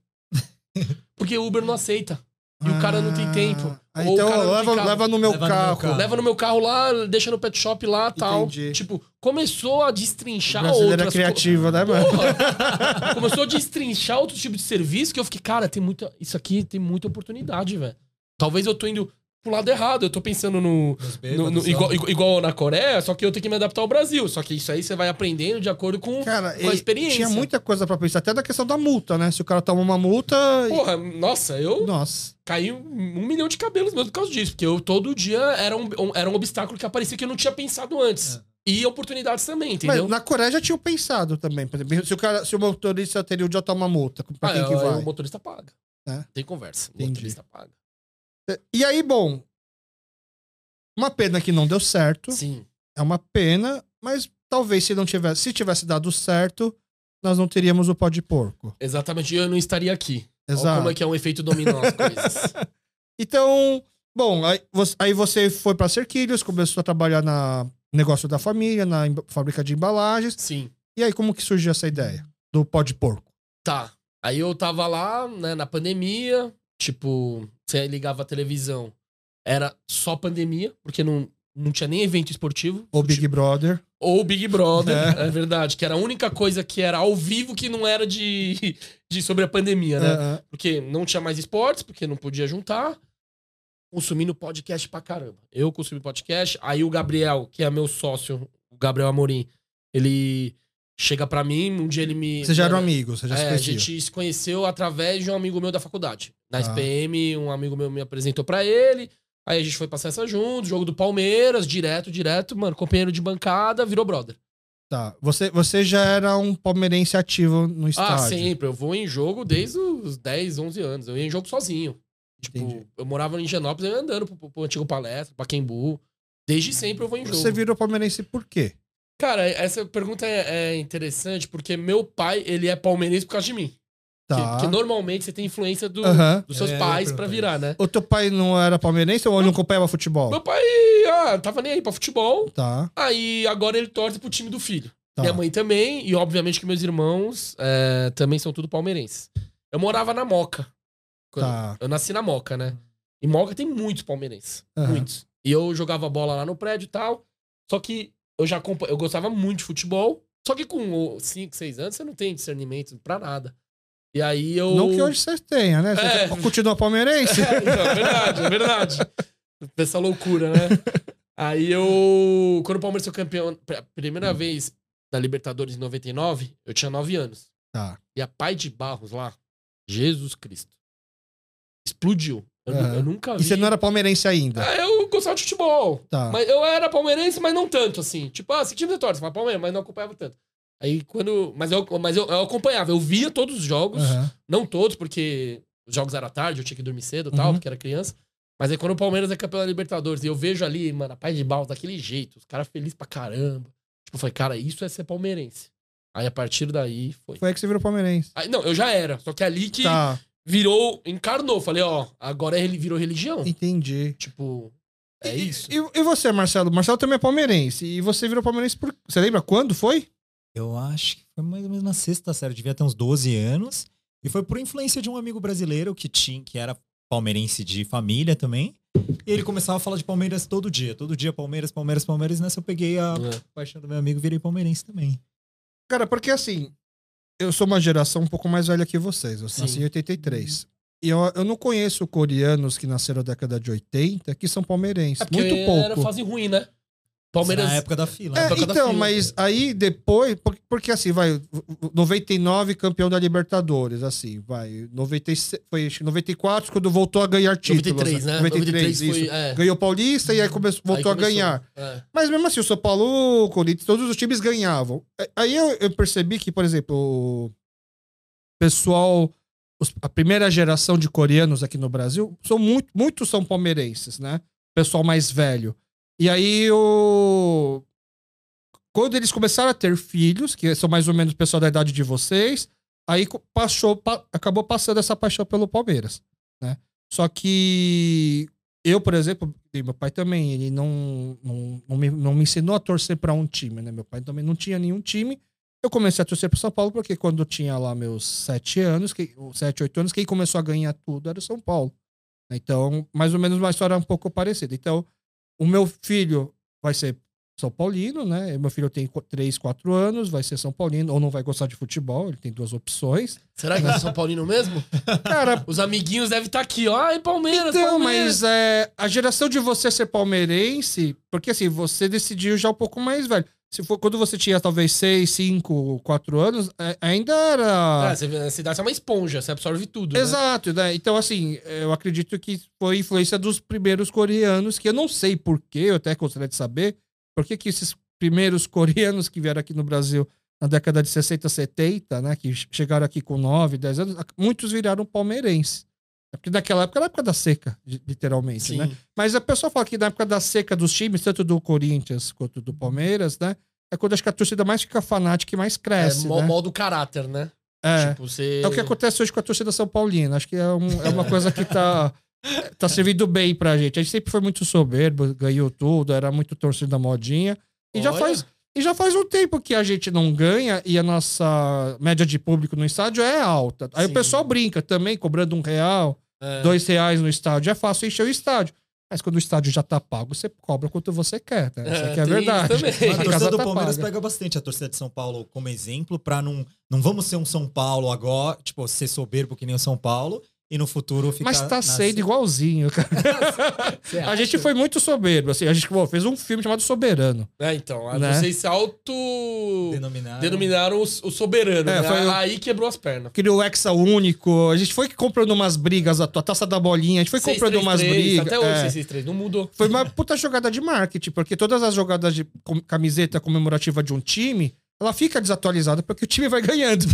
[SPEAKER 2] Porque o Uber não aceita. E o cara não tem tempo.
[SPEAKER 1] Ah,
[SPEAKER 2] Ou o
[SPEAKER 1] então
[SPEAKER 2] cara não tem
[SPEAKER 1] leva,
[SPEAKER 2] carro.
[SPEAKER 1] leva no meu
[SPEAKER 3] Leva no meu
[SPEAKER 1] carro.
[SPEAKER 3] carro. Ah.
[SPEAKER 2] Leva no meu carro lá, deixa no pet shop lá, tal.
[SPEAKER 1] Entendi.
[SPEAKER 2] Tipo, começou a destrinchar
[SPEAKER 1] Brasileira
[SPEAKER 2] outras co-
[SPEAKER 1] criativa, né, mano?
[SPEAKER 2] Porra! Começou a destrinchar outro tipo de serviço que eu fiquei, cara, tem muita. Isso aqui tem muita oportunidade, velho. Talvez eu tô indo pro lado errado. Eu tô pensando no.
[SPEAKER 3] Nos
[SPEAKER 2] no-
[SPEAKER 3] bêbados,
[SPEAKER 2] no-
[SPEAKER 3] ó.
[SPEAKER 1] é
[SPEAKER 2] igual, igu- igual na Coreia, só que eu tenho que me adaptar ao Brasil. Só que isso aí você vai aprendendo de acordo com.
[SPEAKER 1] Cara,
[SPEAKER 2] Com a
[SPEAKER 1] e
[SPEAKER 2] experiência.
[SPEAKER 1] tinha muita coisa pra pensar. Até da questão da multa, né? Se o cara toma uma multa. e-
[SPEAKER 2] Porra, nossa, eu
[SPEAKER 1] Nossa.
[SPEAKER 2] caí um um milhão de cabelos mesmo por causa disso. Porque eu todo dia era um, um- era um obstáculo que aparecia que eu não tinha pensado antes.
[SPEAKER 3] É.
[SPEAKER 2] E oportunidades também, entendeu?
[SPEAKER 1] Mas na Coreia já tinham pensado também. Por exemplo, se o, cara, se o motorista teria o dia toma multa, pra
[SPEAKER 2] Ah,
[SPEAKER 1] quem
[SPEAKER 2] é,
[SPEAKER 1] que
[SPEAKER 2] aí
[SPEAKER 1] vai?
[SPEAKER 2] O motorista paga.
[SPEAKER 1] É.
[SPEAKER 2] Tem conversa. O
[SPEAKER 1] Entendi.
[SPEAKER 2] motorista paga.
[SPEAKER 1] E aí, bom. Uma pena que não deu certo.
[SPEAKER 2] Sim.
[SPEAKER 1] É uma pena, mas talvez se não tivesse, se tivesse dado certo, nós não teríamos o pó de porco.
[SPEAKER 2] Exatamente, eu não estaria aqui. Olha
[SPEAKER 1] Exato.
[SPEAKER 2] como é que é um efeito dominó as coisas.
[SPEAKER 1] Então, bom, aí você, aí você foi para Cerquilhos, começou a trabalhar na negócio da família, na em- fábrica de embalagens.
[SPEAKER 2] Sim.
[SPEAKER 1] E aí, como que surgiu essa ideia do pó de porco?
[SPEAKER 2] Tá. Aí eu tava lá, né, na pandemia, tipo, você ligava a televisão, era só pandemia, porque não, não tinha nem evento esportivo.
[SPEAKER 1] Ou Big
[SPEAKER 2] Tipo,
[SPEAKER 1] Brother.
[SPEAKER 2] ou Big Brother,
[SPEAKER 1] É.
[SPEAKER 2] é. verdade, que era a única coisa que era ao vivo que não era de, de sobre a pandemia, né?
[SPEAKER 1] É, é.
[SPEAKER 2] Porque não tinha mais esportes, porque não podia juntar. Consumindo podcast pra caramba. Eu consumi podcast. Aí o Gabriel, que é meu sócio, o Gabriel Amorim, ele chega pra mim. Um dia ele me.
[SPEAKER 1] Vocês já eram
[SPEAKER 2] né,
[SPEAKER 1] amigos, vocês já se
[SPEAKER 2] é, a
[SPEAKER 1] conheciam.
[SPEAKER 2] gente se conheceu através de um amigo meu da faculdade. Na
[SPEAKER 1] Ah.
[SPEAKER 2] SPM, um amigo meu me apresentou pra ele. Aí a gente foi passar essa junto, jogo do Palmeiras, direto, direto, mano, companheiro de bancada, virou brother.
[SPEAKER 1] Tá. Você, você já era um palmeirense ativo no estádio.
[SPEAKER 2] Ah, sempre. Eu vou em jogo desde os 10, 11 anos. Eu ia em jogo sozinho. Tipo,
[SPEAKER 1] Entendi.
[SPEAKER 2] eu morava em Genópolis, eu ia andando pro, pro, pro antigo palestra, pra Quembu. Desde sempre eu vou em jogo.
[SPEAKER 1] Uhum. Você virou palmeirense por quê?
[SPEAKER 2] Cara, essa pergunta é, é interessante porque meu pai, ele é palmeirense por causa de mim.
[SPEAKER 1] Tá.
[SPEAKER 2] Que, que normalmente você tem influência do-
[SPEAKER 1] Aham.
[SPEAKER 2] dos seus
[SPEAKER 3] É, eu ia
[SPEAKER 2] pais pra
[SPEAKER 3] perguntar
[SPEAKER 2] virar, né?
[SPEAKER 1] O teu pai não era palmeirense ou ele não acompanhava futebol?
[SPEAKER 2] Meu pai, ah, tava nem aí pra futebol.
[SPEAKER 1] Tá,
[SPEAKER 2] Aí agora ele torce pro time do filho.
[SPEAKER 1] tá.
[SPEAKER 2] Minha mãe também, e obviamente que meus irmãos é, também são tudo palmeirenses. Eu morava na Moca. Quando-
[SPEAKER 1] Tá.
[SPEAKER 2] Eu nasci na Moca, né? E Moca tem muitos palmeirenses.
[SPEAKER 1] Aham.
[SPEAKER 2] Muitos. E eu jogava bola lá no prédio e tal. Só que eu já acompa- eu gostava muito de futebol. Só que com 5, 6 anos você não tem discernimento pra nada. E aí eu.
[SPEAKER 1] Não que hoje vocês tenham, né? Você
[SPEAKER 2] É.
[SPEAKER 1] continua palmeirense?
[SPEAKER 2] É, então, é verdade, é verdade. Essa loucura, né? Aí eu. Quando o Palmeiras foi campeão, a
[SPEAKER 1] Hum.
[SPEAKER 2] primeira vez da Libertadores em 99, eu tinha 9 anos.
[SPEAKER 1] Tá.
[SPEAKER 2] E a Pai de Barros lá, Jesus Cristo, explodiu. Eu, nu-
[SPEAKER 1] Aham.
[SPEAKER 2] eu nunca vi.
[SPEAKER 1] E você não era palmeirense ainda?
[SPEAKER 2] Ah, eu gostava de futebol.
[SPEAKER 1] Tá.
[SPEAKER 2] Mas eu era palmeirense, mas não tanto, assim. Tipo, ah, esse time de torce, mas Palmeiras, mas não acompanhava tanto. Aí quando. Mas eu, mas eu, eu acompanhava, eu via todos os jogos.
[SPEAKER 1] Aham.
[SPEAKER 2] Não todos, porque os jogos eram à tarde, eu tinha que dormir cedo e tal,
[SPEAKER 1] Uhum.
[SPEAKER 2] porque era criança. Mas aí quando o Palmeiras é campeão da Libertadores, e eu vejo ali, mano, a paz de balas daquele jeito, os caras felizes pra caramba. Tipo, eu falei, cara, isso é ser palmeirense. Aí a partir daí foi.
[SPEAKER 1] Foi aí que você virou palmeirense.
[SPEAKER 2] Aí, não, eu já era, só que é ali que
[SPEAKER 1] Tá,
[SPEAKER 2] virou, encarnou. Falei, ó, agora ele virou religião.
[SPEAKER 1] entendi.
[SPEAKER 2] Tipo, é
[SPEAKER 1] E-
[SPEAKER 2] isso.
[SPEAKER 1] E, e você, Marcelo? Marcelo também é palmeirense. E você virou palmeirense por. Você lembra quando foi?
[SPEAKER 3] Eu acho que foi mais ou menos na sexta série, devia ter uns 12 anos. E foi por influência de um amigo brasileiro que tinha, que era palmeirense de família também. E ele começava a falar de Palmeiras todo dia. Todo dia Palmeiras, Palmeiras, Palmeiras. E Nessa eu peguei a
[SPEAKER 2] É.
[SPEAKER 3] paixão do meu amigo e virei palmeirense também.
[SPEAKER 1] Cara, porque assim. Eu sou uma geração um pouco mais velha que vocês. Eu
[SPEAKER 2] Sim.
[SPEAKER 1] nasci em 83. Uhum. E eu, eu não conheço coreanos que nasceram na década de 80 que são palmeirenses.
[SPEAKER 2] É porque
[SPEAKER 1] Muito pouco.
[SPEAKER 2] Era fase ruim, né? Palmeiras.
[SPEAKER 3] Na época da fila.
[SPEAKER 1] É,
[SPEAKER 3] né?
[SPEAKER 2] época da
[SPEAKER 1] então,
[SPEAKER 2] fila.
[SPEAKER 1] mas aí depois, por- porque assim, vai, 99 campeão da Libertadores, assim, vai, 96, foi acho que 94 quando voltou a ganhar títulos.
[SPEAKER 2] 93, né?
[SPEAKER 1] 93, isso.
[SPEAKER 2] foi. É,
[SPEAKER 1] Ganhou Paulista e Uhum. aí começou,
[SPEAKER 2] aí
[SPEAKER 1] voltou a
[SPEAKER 2] começou.
[SPEAKER 1] ganhar.
[SPEAKER 2] É.
[SPEAKER 1] Mas mesmo assim, o São Paulo, o Corinthians, todos os times ganhavam. É, Aí eu, eu percebi que, por exemplo, o pessoal, os- a primeira geração de coreanos aqui no Brasil, são muito, muitos são palmeirenses, né? Pessoal mais velho. E aí o. Quando eles começaram a ter filhos, que são mais ou menos o pessoal da idade de vocês, aí co- passou, pa- acabou passando essa paixão pelo Palmeiras, né? Só que eu, por exemplo, e meu pai também, ele não, não, não, me, não me ensinou a torcer pra um time, né? Meu pai também não tinha nenhum time. Eu comecei a torcer pro São Paulo porque quando eu tinha lá meus sete anos, que, ou sete, oito anos, quem começou a ganhar tudo era o São Paulo. Então, mais ou menos uma história um pouco parecida. Então, o meu filho vai ser São Paulino, né? Meu filho tem qu- três, quatro anos, vai ser São Paulino, ou não vai gostar de futebol, ele tem duas opções.
[SPEAKER 2] Será que é São Paulino mesmo?
[SPEAKER 1] Cara,
[SPEAKER 2] Os amiguinhos devem estar aqui, ó. Ai, Palmeiras,
[SPEAKER 1] Então,
[SPEAKER 2] Palmeiras.
[SPEAKER 1] mas é, a geração de você ser palmeirense, porque assim, você decidiu já um pouco mais velho. Se for quando você tinha talvez 6, 5, 4 anos, é, ainda
[SPEAKER 2] Ah,
[SPEAKER 1] era.
[SPEAKER 2] você vê, a cidade é uma esponja, você absorve tudo. né?
[SPEAKER 1] Exato, né? Então, assim, eu acredito que foi influência dos primeiros coreanos, que eu não sei porquê, eu até gostaria de saber, por que que esses primeiros coreanos que vieram aqui no Brasil na década de 60, 70, né, que chegaram aqui com 9, 10 anos, muitos viraram palmeirenses. É Porque naquela época era a época da seca, literalmente,
[SPEAKER 2] Sim.
[SPEAKER 1] né? Mas a pessoa fala que na época da seca dos times, tanto do Corinthians quanto do Palmeiras, né? É quando acho que a torcida mais fica fanática e mais
[SPEAKER 2] É,
[SPEAKER 1] cresce,
[SPEAKER 2] mó,
[SPEAKER 1] né?
[SPEAKER 2] mó do caráter, né?
[SPEAKER 1] é.
[SPEAKER 2] Tipo, você.
[SPEAKER 1] é o que acontece hoje com a torcida São Paulina. Acho que é, um- é uma coisa que tá, tá servindo bem pra gente. A gente sempre foi muito soberbo, ganhou tudo, era muito torcida modinha. E já,
[SPEAKER 2] Olha.
[SPEAKER 1] faz, e já faz um tempo que a gente não ganha e a nossa média de público no estádio é alta. Aí
[SPEAKER 2] Sim.
[SPEAKER 1] o pessoal brinca também, cobrando um real,
[SPEAKER 2] É.
[SPEAKER 1] dois reais no estádio é fácil encher o estádio. Mas quando o estádio já tá pago, você cobra quanto você quer, né? Isso
[SPEAKER 2] É,
[SPEAKER 1] aqui é
[SPEAKER 2] tem isso
[SPEAKER 1] verdade.
[SPEAKER 2] também.
[SPEAKER 1] A
[SPEAKER 3] Mas a
[SPEAKER 1] casa
[SPEAKER 3] torcida do
[SPEAKER 1] tá
[SPEAKER 3] Palmeiras
[SPEAKER 1] paga.
[SPEAKER 3] pega bastante a torcida de São Paulo como exemplo pra não não vamos ser um São Paulo agora, tipo, ser soberbo que nem o São Paulo e no futuro ficar
[SPEAKER 1] Mas tá
[SPEAKER 3] na-
[SPEAKER 1] sendo igualzinho, cara.
[SPEAKER 2] Você
[SPEAKER 1] A
[SPEAKER 2] acha?
[SPEAKER 1] gente foi muito soberbo, assim. A gente pô, fez um filme chamado Soberano.
[SPEAKER 2] É, então. aí
[SPEAKER 1] Né?
[SPEAKER 2] Vocês se auto.
[SPEAKER 3] denominado.
[SPEAKER 2] Denominaram o, o soberano.
[SPEAKER 1] É,
[SPEAKER 2] né?
[SPEAKER 1] foi o-
[SPEAKER 2] Aí quebrou as pernas.
[SPEAKER 1] Criou o Hexa Único. A gente foi comprando umas brigas, a tua taça da bolinha. A gente foi comprando umas
[SPEAKER 2] 6-3-3,
[SPEAKER 1] brigas.
[SPEAKER 2] Até hoje,
[SPEAKER 1] é.
[SPEAKER 2] 663. Não mudou.
[SPEAKER 1] Foi uma puta jogada de marketing, porque todas as jogadas de com- camiseta comemorativa de um time, ela fica desatualizada porque o time vai ganhando.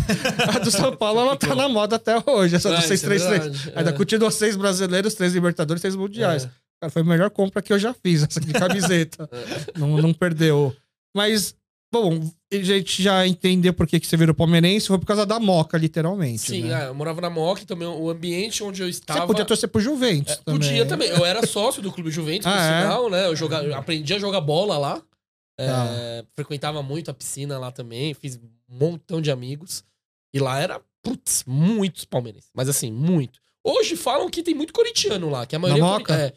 [SPEAKER 1] A do São Paulo, ela tá na moda até hoje, essa
[SPEAKER 2] É,
[SPEAKER 1] do
[SPEAKER 2] isso é
[SPEAKER 1] 633.
[SPEAKER 2] verdade, é.
[SPEAKER 1] Ainda continua seis brasileiros, três libertadores, três mundiais.
[SPEAKER 2] É.
[SPEAKER 1] Cara, foi a melhor compra que eu já fiz, essa de camiseta.
[SPEAKER 2] É.
[SPEAKER 1] não, não perdeu. Mas, bom, a gente já entendeu por que, que você virou palmeirense, foi por causa da moca, literalmente.
[SPEAKER 2] Sim,
[SPEAKER 1] né?
[SPEAKER 2] é, eu morava na MOC também. O ambiente onde eu estava.
[SPEAKER 1] Você podia torcer pro Juventus também.
[SPEAKER 2] É, Podia também. Eu era sócio do Clube Juventus, por
[SPEAKER 1] Ah, é?
[SPEAKER 2] sinal, né? Eu, joga... eu aprendi a jogar bola lá. É,
[SPEAKER 1] Tá.
[SPEAKER 2] Frequentava muito a piscina lá também. Fiz um montão de amigos. E lá era, putz, muitos palmeirenses. Mas assim, muito. Hoje falam que tem muito corintiano lá, que a maioria é
[SPEAKER 1] Moca?
[SPEAKER 2] corin- é.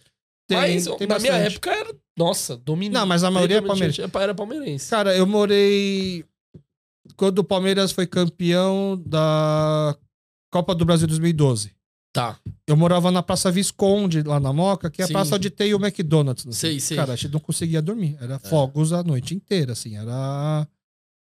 [SPEAKER 1] Tem-
[SPEAKER 2] mas
[SPEAKER 1] tem
[SPEAKER 2] na minha
[SPEAKER 1] bastante.
[SPEAKER 2] época era, nossa, dominante.
[SPEAKER 1] Não, mas a maioria é
[SPEAKER 2] predominante- Era palmeirense.
[SPEAKER 1] Cara, eu morei. Quando o Palmeiras foi campeão da Copa do Brasil 2012.
[SPEAKER 2] Tá.
[SPEAKER 1] Eu morava na Praça Visconde, lá na Moca, que é a
[SPEAKER 2] Sim.
[SPEAKER 1] praça onde tem o McDonald's. né?
[SPEAKER 2] Sei, É. sei.
[SPEAKER 1] Cara, a gente não conseguia dormir. Era fogos a noite inteira, assim. Era.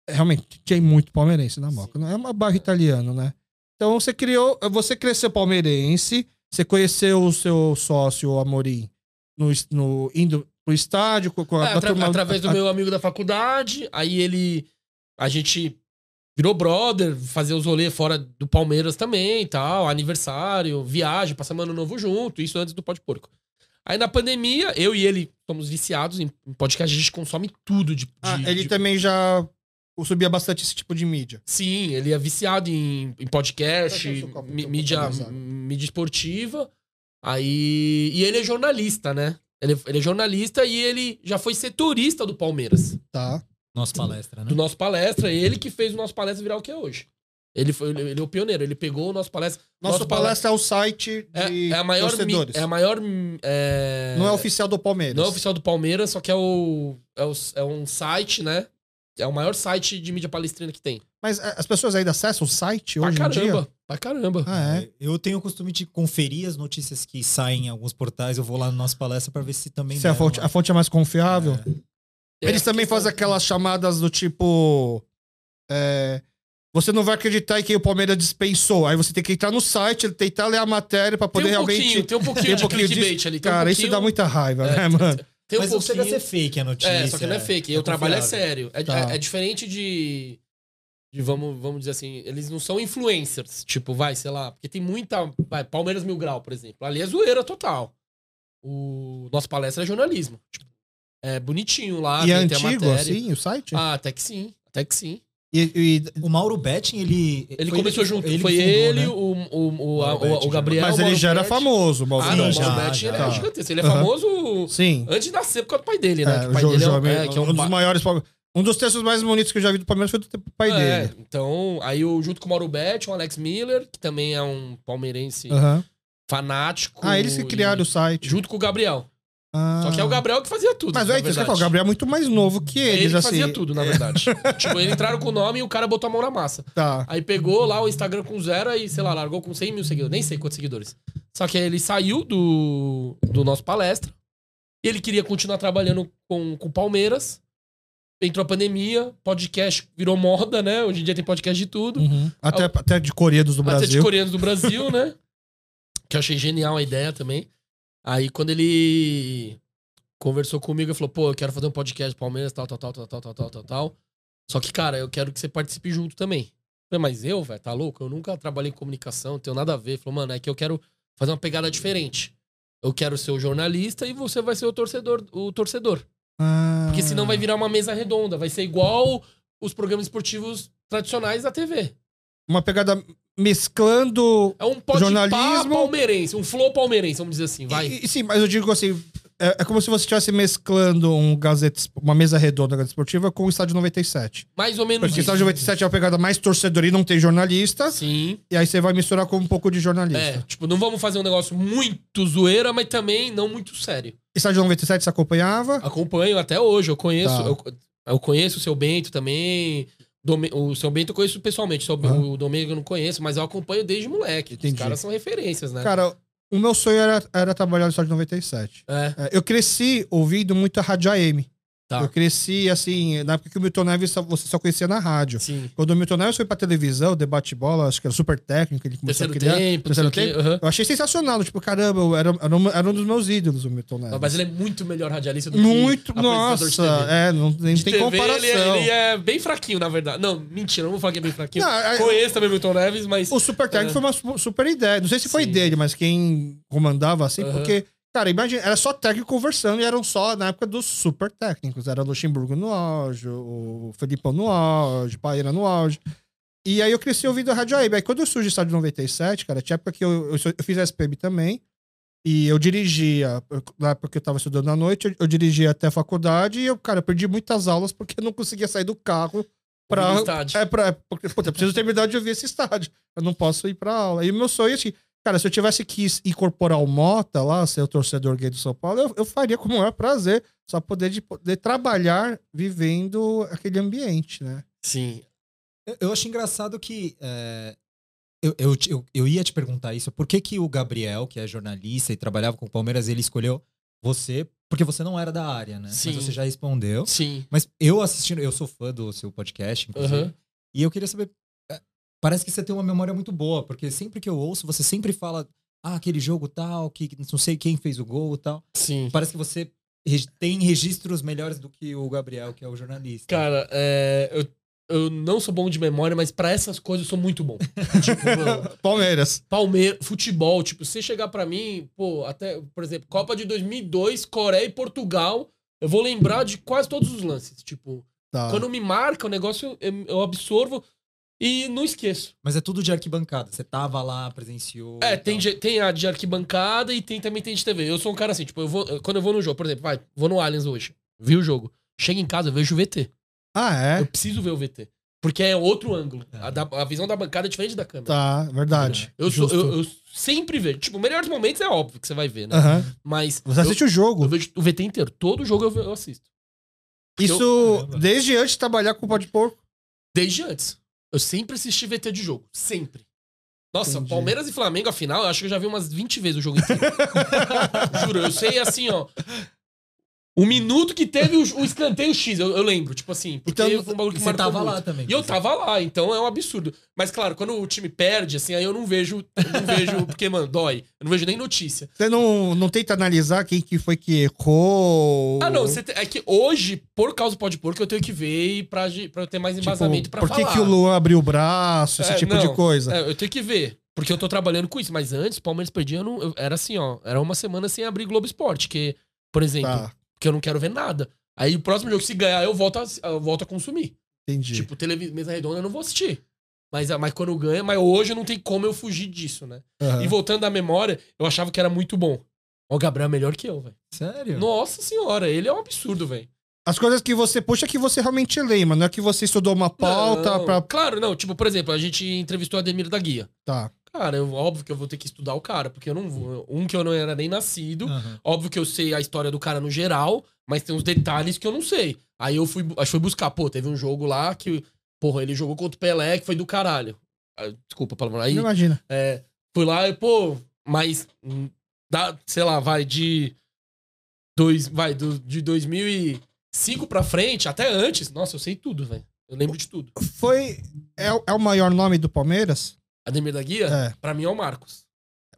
[SPEAKER 1] Realmente, tinha muito palmeirense na Moca. Não é uma barra italiano, né? Então você criou. Você cresceu palmeirense, você conheceu o seu sócio, o Amorim, no, es- no, indo pro estádio, com com a,
[SPEAKER 2] É,
[SPEAKER 1] da
[SPEAKER 2] atra-
[SPEAKER 1] turma-
[SPEAKER 2] através do
[SPEAKER 1] a-
[SPEAKER 2] meu amigo da faculdade, aí ele. A gente virou brother, fazia os rolês fora do Palmeiras também e tal, aniversário, viagem, passamos ano novo junto, isso antes do pó de porco. Aí na pandemia, eu e ele somos viciados em em podcast, a gente consome tudo de. de-
[SPEAKER 1] Ah, ele
[SPEAKER 2] de-
[SPEAKER 1] também já subia bastante esse tipo de mídia.
[SPEAKER 2] Sim, ele é viciado em, em
[SPEAKER 1] Tá achando
[SPEAKER 2] podcast,
[SPEAKER 1] seu copo,
[SPEAKER 2] mí-
[SPEAKER 1] tô
[SPEAKER 2] mídia,
[SPEAKER 1] contabilizado.
[SPEAKER 2] mídia esportiva. Aí. E ele é jornalista, né? Ele, ele é jornalista e ele já foi setorista do Palmeiras.
[SPEAKER 1] Tá.
[SPEAKER 3] Nossa palestra, né?
[SPEAKER 2] do nosso palestra, ele que fez o nosso palestra virar o que é hoje. Ele foi, ele, ele é o pioneiro, ele pegou o nosso palestra.
[SPEAKER 1] Nosso,
[SPEAKER 2] Nosso
[SPEAKER 1] palestra é o site
[SPEAKER 2] É,
[SPEAKER 1] de
[SPEAKER 2] é a maior. mi-
[SPEAKER 1] torcedores.
[SPEAKER 2] É a maior. hum, é-
[SPEAKER 1] Não é oficial do Palmeiras.
[SPEAKER 2] não é oficial do Palmeiras, só que é o, é o. É um site, né? É o maior site de mídia palestrina que tem.
[SPEAKER 1] Mas é, as pessoas ainda acessam o site hoje
[SPEAKER 2] pra
[SPEAKER 1] em dia?
[SPEAKER 2] caramba. Pra caramba.
[SPEAKER 1] Ah, é.
[SPEAKER 3] Eu tenho o costume de conferir as notícias que saem em alguns portais. Eu vou lá no nosso palestra pra ver se também.
[SPEAKER 1] Se a,
[SPEAKER 3] deram
[SPEAKER 1] fonte,
[SPEAKER 3] lá.
[SPEAKER 1] a fonte é mais confiável.
[SPEAKER 3] É.
[SPEAKER 1] Eles também fazem aquelas chamadas do tipo. é, você não vai acreditar em quem o Palmeiras dispensou. Aí você tem que entrar no site, tentar ler a matéria pra poder
[SPEAKER 2] tem um
[SPEAKER 1] realmente.
[SPEAKER 2] pouquinho, tem um pouquinho
[SPEAKER 1] Tem um
[SPEAKER 2] de
[SPEAKER 1] pouquinho
[SPEAKER 2] clickbait ali. Tem um
[SPEAKER 1] Cara, isso
[SPEAKER 2] pouquinho-
[SPEAKER 1] dá muita raiva,
[SPEAKER 2] É,
[SPEAKER 1] né, mano?
[SPEAKER 2] Tem um
[SPEAKER 3] Mas não chega a
[SPEAKER 2] pouquinho.
[SPEAKER 3] ser fake a notícia.
[SPEAKER 2] É, só que não é fake. e o trabalho é
[SPEAKER 3] confiável.
[SPEAKER 2] sério. É,
[SPEAKER 1] Tá.
[SPEAKER 2] é- é diferente de. de vamos, vamos dizer assim, eles não são influencers. Tipo, vai, sei lá. Porque tem muita. Vai, Palmeiras Mil Grau, por exemplo. Ali é zoeira total. O nosso palestra é jornalismo. Tipo, é bonitinho lá.
[SPEAKER 1] e é
[SPEAKER 2] tem- tem a
[SPEAKER 1] antigo,
[SPEAKER 2] matéria.
[SPEAKER 1] assim, o site?
[SPEAKER 2] Ah, até que sim. Até que sim.
[SPEAKER 1] E- e-
[SPEAKER 3] O Mauro Betting, ele.
[SPEAKER 2] Ele
[SPEAKER 3] foi
[SPEAKER 2] começou
[SPEAKER 3] que-
[SPEAKER 2] junto.
[SPEAKER 3] que
[SPEAKER 2] foi
[SPEAKER 3] fundou,
[SPEAKER 2] ele,
[SPEAKER 3] né?
[SPEAKER 2] o, o, o, a-
[SPEAKER 3] Mauro Betti,
[SPEAKER 2] o Gabriel.
[SPEAKER 1] mas
[SPEAKER 2] é o
[SPEAKER 1] ele
[SPEAKER 2] Mauro
[SPEAKER 1] já era
[SPEAKER 2] Betti.
[SPEAKER 1] famoso, o Mauro
[SPEAKER 2] Ah, não, o
[SPEAKER 1] Betti.
[SPEAKER 3] já,
[SPEAKER 2] Mauro Betti ele
[SPEAKER 1] já. Tá.
[SPEAKER 2] é gigantesco. Ele é
[SPEAKER 1] Aham.
[SPEAKER 2] famoso
[SPEAKER 1] Sim.
[SPEAKER 2] antes de nascer por causa do pai dele, né?
[SPEAKER 1] É,
[SPEAKER 2] Que
[SPEAKER 1] o
[SPEAKER 2] pai
[SPEAKER 1] Jorge
[SPEAKER 2] dele é um-
[SPEAKER 1] Amel-
[SPEAKER 2] é, que é
[SPEAKER 1] um, dos
[SPEAKER 2] ba-
[SPEAKER 1] maiores. palme- Um dos textos mais bonitos que eu já vi do Palmeiras foi do tempo do pai
[SPEAKER 2] É,
[SPEAKER 1] dele.
[SPEAKER 2] Então, aí eu, junto com o Mauro Betti, o Alex Miller, que também é um palmeirense
[SPEAKER 1] Aham.
[SPEAKER 2] fanático.
[SPEAKER 1] Ah, eles que criaram o
[SPEAKER 2] e-
[SPEAKER 1] site.
[SPEAKER 2] Junto com o Gabriel.
[SPEAKER 1] Ah.
[SPEAKER 2] Só que é o Gabriel que fazia tudo.
[SPEAKER 1] Mas
[SPEAKER 2] na
[SPEAKER 1] é isso que eu
[SPEAKER 2] verdade.
[SPEAKER 1] falo, o Gabriel é muito mais novo que
[SPEAKER 2] Ele
[SPEAKER 1] eles,
[SPEAKER 2] que
[SPEAKER 1] assim.
[SPEAKER 2] fazia tudo, na verdade. tipo, eles entraram com o nome e o cara botou a mão na massa.
[SPEAKER 1] Tá.
[SPEAKER 2] Aí pegou lá o Instagram com zero e, sei lá, largou com 100 mil seguidores. Nem sei quantos seguidores. Só que aí ele saiu do, do nosso palestra. E ele queria continuar trabalhando com com o Palmeiras. Entrou a pandemia, podcast virou moda, né? Hoje em dia tem podcast de tudo.
[SPEAKER 1] Até, até de coreanos do
[SPEAKER 2] É Até de
[SPEAKER 1] Brasil.
[SPEAKER 2] coreanos do Brasil, né? que eu achei genial a ideia também. Aí quando ele conversou comigo, ele falou, pô, eu quero fazer um podcast do Palmeiras, tal, tal, tal, tal, tal, tal, tal, tal, tal. Só que, cara, eu quero que você participe junto também. Eu falei, mas eu, velho, tá louco? Eu nunca trabalhei em comunicação, não tenho nada a ver. Ele Falou, mano, é que eu quero fazer uma pegada diferente. Eu quero ser o jornalista e você vai ser o torcedor, o torcedor.
[SPEAKER 1] Ah.
[SPEAKER 2] Porque senão vai virar uma mesa redonda, vai ser igual os programas esportivos tradicionais da TV.
[SPEAKER 1] Uma pegada mesclando.
[SPEAKER 2] É um pode
[SPEAKER 1] Jornalismo-
[SPEAKER 2] palmeirense, um flow palmeirense, vamos dizer assim, vai.
[SPEAKER 1] E- e- sim, mas eu digo assim. É, é como se você estivesse mesclando um gazeta, uma mesa redonda Gazeta esportiva com o Estádio 97.
[SPEAKER 2] Mais ou menos
[SPEAKER 1] Porque o
[SPEAKER 2] isso.
[SPEAKER 1] Estádio 97 é uma pegada mais torcedora e não tem jornalista.
[SPEAKER 2] Sim.
[SPEAKER 1] E aí você vai misturar com um pouco de
[SPEAKER 2] É,
[SPEAKER 1] jornalista.
[SPEAKER 2] tipo, não vamos fazer um negócio muito zoeira, mas também não muito sério.
[SPEAKER 1] Estádio 97 você acompanhava.
[SPEAKER 2] Ah, Acompanho até hoje, eu conheço,
[SPEAKER 1] Tá.
[SPEAKER 2] eu, eu conheço o seu Bento também. Dome- o seu Bento eu conheço pessoalmente, o seu-
[SPEAKER 1] Aham.
[SPEAKER 2] o Domingo eu não conheço, mas eu acompanho desde moleque.
[SPEAKER 1] Entendi.
[SPEAKER 2] Os caras são referências, né?
[SPEAKER 1] Cara, o meu sonho era, era trabalhar no Estádio 97.
[SPEAKER 2] é,
[SPEAKER 1] É, eu cresci ouvindo muito a Rádio AM.
[SPEAKER 2] Tá.
[SPEAKER 1] Eu cresci, assim, na época que o Milton Neves só- você só conhecia na rádio.
[SPEAKER 2] sim.
[SPEAKER 1] Quando o Milton Neves foi pra televisão, debate bola, acho que era super técnico, ele começou
[SPEAKER 2] Terceiro
[SPEAKER 1] a criar.
[SPEAKER 2] tempo,
[SPEAKER 1] terceiro
[SPEAKER 2] terceiro tempo. aham.
[SPEAKER 1] Eu achei sensacional, tipo, caramba, eu era, era, um, era um dos meus ídolos o Milton Neves.
[SPEAKER 2] Mas ele é muito melhor radialista do
[SPEAKER 1] Muito,
[SPEAKER 2] que apresentador de
[SPEAKER 1] nossa,
[SPEAKER 2] TV.
[SPEAKER 1] é, não, nem
[SPEAKER 2] De
[SPEAKER 1] tem
[SPEAKER 2] TV,
[SPEAKER 1] comparação.
[SPEAKER 2] Ele, é- ele é bem fraquinho, na verdade. Não, mentira, não vou falar que é bem fraquinho.
[SPEAKER 1] Não, é-
[SPEAKER 2] Conheço também o Milton Neves, mas.
[SPEAKER 1] O Super Tag
[SPEAKER 2] É.
[SPEAKER 1] foi uma su- super ideia. Não sei se foi
[SPEAKER 2] Sim.
[SPEAKER 1] dele, mas quem comandava assim,
[SPEAKER 2] Aham.
[SPEAKER 1] porque, cara, imagina, era só técnico conversando e eram só na época dos super técnicos. Era Luxemburgo no auge, o Felipão no auge, Paeira no auge. E aí eu cresci ouvindo a Rádio Aib. Aí quando eu surgi o Estádio 97, cara, tinha época que eu, eu, sou- eu fiz SPM também. E eu dirigia, eu- na época que eu tava estudando à noite, eu, eu dirigia até a faculdade e eu, cara, eu perdi muitas aulas porque eu não conseguia sair do carro pra,
[SPEAKER 2] Ouvindo estádio.
[SPEAKER 1] é pra, porque, puta, eu preciso terminar de ouvir esse estádio. Eu não posso ir pra aula. E o meu sonho, assim, cara, se eu tivesse que is- incorporar o Mota lá, ser o torcedor gay do São Paulo, eu, eu faria com o maior prazer. Só poder, de, poder trabalhar vivendo aquele ambiente, né?
[SPEAKER 2] Sim.
[SPEAKER 3] Eu- Eu acho engraçado que. é, eu, eu, te- eu, eu ia te perguntar isso. Por que, que o Gabriel, que é jornalista e trabalhava com o Palmeiras, ele escolheu você? Porque você não era da área, né?
[SPEAKER 2] Sim.
[SPEAKER 3] Mas você já respondeu.
[SPEAKER 2] Sim.
[SPEAKER 3] Mas eu assistindo, eu sou fã do seu podcast, inclusive.
[SPEAKER 2] Aham.
[SPEAKER 3] E eu queria saber. é, Parece que você tem uma memória muito boa, porque sempre que eu ouço, você sempre fala. Ah, aquele jogo tal, que não sei quem fez o gol tal.
[SPEAKER 2] Sim.
[SPEAKER 3] Parece que você reg- tem registros melhores do que o Gabriel, que é o jornalista.
[SPEAKER 2] Cara, é, eu, eu não sou bom de memória, mas pra essas coisas eu sou muito bom. tipo, mano,
[SPEAKER 1] Palmeiras.
[SPEAKER 2] Palmeiras, futebol, tipo, se chegar pra mim, pô, até, por exemplo, Copa de 2002, Coreia e Portugal, eu vou lembrar de quase todos os lances. Tipo,
[SPEAKER 1] Tá.
[SPEAKER 2] quando me marca o negócio, eu, eu absorvo e não esqueço.
[SPEAKER 3] Mas é tudo de arquibancada. Você tava lá, presenciou.
[SPEAKER 2] É,
[SPEAKER 3] e
[SPEAKER 2] tem,
[SPEAKER 1] Então.
[SPEAKER 3] tal.
[SPEAKER 2] de- tem a de arquibancada e tem também tem de TV. Eu sou um cara assim, tipo, eu vou, eu- quando eu vou no jogo, por exemplo, vai, vou no Allianz hoje, vi o jogo. Chego em casa, eu vejo o VT.
[SPEAKER 1] Ah, é?
[SPEAKER 2] Eu preciso ver o VT. Porque é outro ângulo.
[SPEAKER 3] É.
[SPEAKER 2] A, da- a visão da bancada é diferente da câmera.
[SPEAKER 1] Tá, verdade.
[SPEAKER 2] Eu, sou,
[SPEAKER 1] Justo.
[SPEAKER 2] eu, eu sempre vejo. Tipo, melhores momentos é óbvio que você vai ver, né?
[SPEAKER 1] Aham.
[SPEAKER 2] Mas
[SPEAKER 1] Você
[SPEAKER 2] eu,
[SPEAKER 1] assiste o jogo.
[SPEAKER 2] eu vejo o VT inteiro. Todo jogo eu, ve- eu assisto.
[SPEAKER 1] Isso
[SPEAKER 3] Caramba.
[SPEAKER 1] desde antes de trabalhar com o Pode Porco.
[SPEAKER 2] Desde antes. Eu sempre assisti VT de jogo. Sempre. Nossa,
[SPEAKER 1] Entendi.
[SPEAKER 2] Palmeiras e Flamengo, afinal, eu acho que eu já vi umas 20 vezes o jogo inteiro. Juro, eu sei assim, ó. O minuto que teve o, o escanteio X, eu, eu lembro, tipo assim. Porque
[SPEAKER 3] Então,
[SPEAKER 2] foi um bagulho que
[SPEAKER 3] você
[SPEAKER 2] marcou
[SPEAKER 3] tava
[SPEAKER 2] muito.
[SPEAKER 3] lá também.
[SPEAKER 2] E
[SPEAKER 1] né?
[SPEAKER 2] eu tava lá, então é um absurdo. Mas claro, quando o time perde, assim, aí eu não vejo. eu Não vejo. Porque, mano, dói. Eu não vejo nem notícia.
[SPEAKER 1] Você não, não tenta analisar quem que foi que errou.
[SPEAKER 2] Ah, não. você te- é que hoje, por causa do pode porco, eu tenho que ver e pra, ge- pra eu ter mais
[SPEAKER 1] Tipo,
[SPEAKER 2] embasamento pra
[SPEAKER 1] por que
[SPEAKER 2] falar.
[SPEAKER 1] que o Luan abriu o braço, esse
[SPEAKER 2] É,
[SPEAKER 1] tipo
[SPEAKER 2] não.
[SPEAKER 1] de coisa.
[SPEAKER 2] É, eu tenho que ver. Porque eu tô trabalhando com isso. Mas antes, o Palmeiras perdia, eu não, eu- era assim, ó. Era uma semana sem abrir Globo Esporte. Que, por exemplo,
[SPEAKER 1] Tá,
[SPEAKER 2] porque eu não quero ver nada. Aí o próximo jogo, se ganhar, eu volto a, eu volto a consumir.
[SPEAKER 1] entendi.
[SPEAKER 2] Tipo, televis... mesa redonda eu não vou assistir. Mas, ah, mas quando ganha, mas hoje não tem como eu fugir disso, né?
[SPEAKER 1] Aham.
[SPEAKER 2] E voltando à memória, eu achava que era muito bom. Ó, O Gabriel é melhor que eu, velho.
[SPEAKER 3] Sério?
[SPEAKER 2] Nossa senhora, ele é um absurdo, velho.
[SPEAKER 1] As coisas que você puxa é que você realmente lembra, não é que você estudou uma pauta
[SPEAKER 2] Não,
[SPEAKER 1] pra.
[SPEAKER 2] Claro, não. Tipo, por exemplo, a gente entrevistou o Ademir da Guia.
[SPEAKER 1] Tá.
[SPEAKER 2] Cara, eu- óbvio que eu vou ter que estudar o cara, porque eu não vou. Um que eu não era nem nascido.
[SPEAKER 3] Aham.
[SPEAKER 2] Óbvio que eu sei a história do cara no geral, mas tem uns detalhes que eu não sei. Aí eu fui, acho que fui buscar, pô, teve um jogo lá que, porra, ele jogou contra o Pelé, que foi do caralho. Ah, Desculpa, palavrão. Aí
[SPEAKER 1] Não imagina.
[SPEAKER 2] é, fui lá e, pô, mas hum, dá, sei lá, vai de dois, vai do, de 2005 pra frente, até antes. Nossa, eu sei tudo, velho. Eu lembro de tudo.
[SPEAKER 1] Foi. É, o- é o maior nome do Palmeiras?
[SPEAKER 2] Ademir da Guia,
[SPEAKER 1] É.
[SPEAKER 2] pra mim é o Marcos.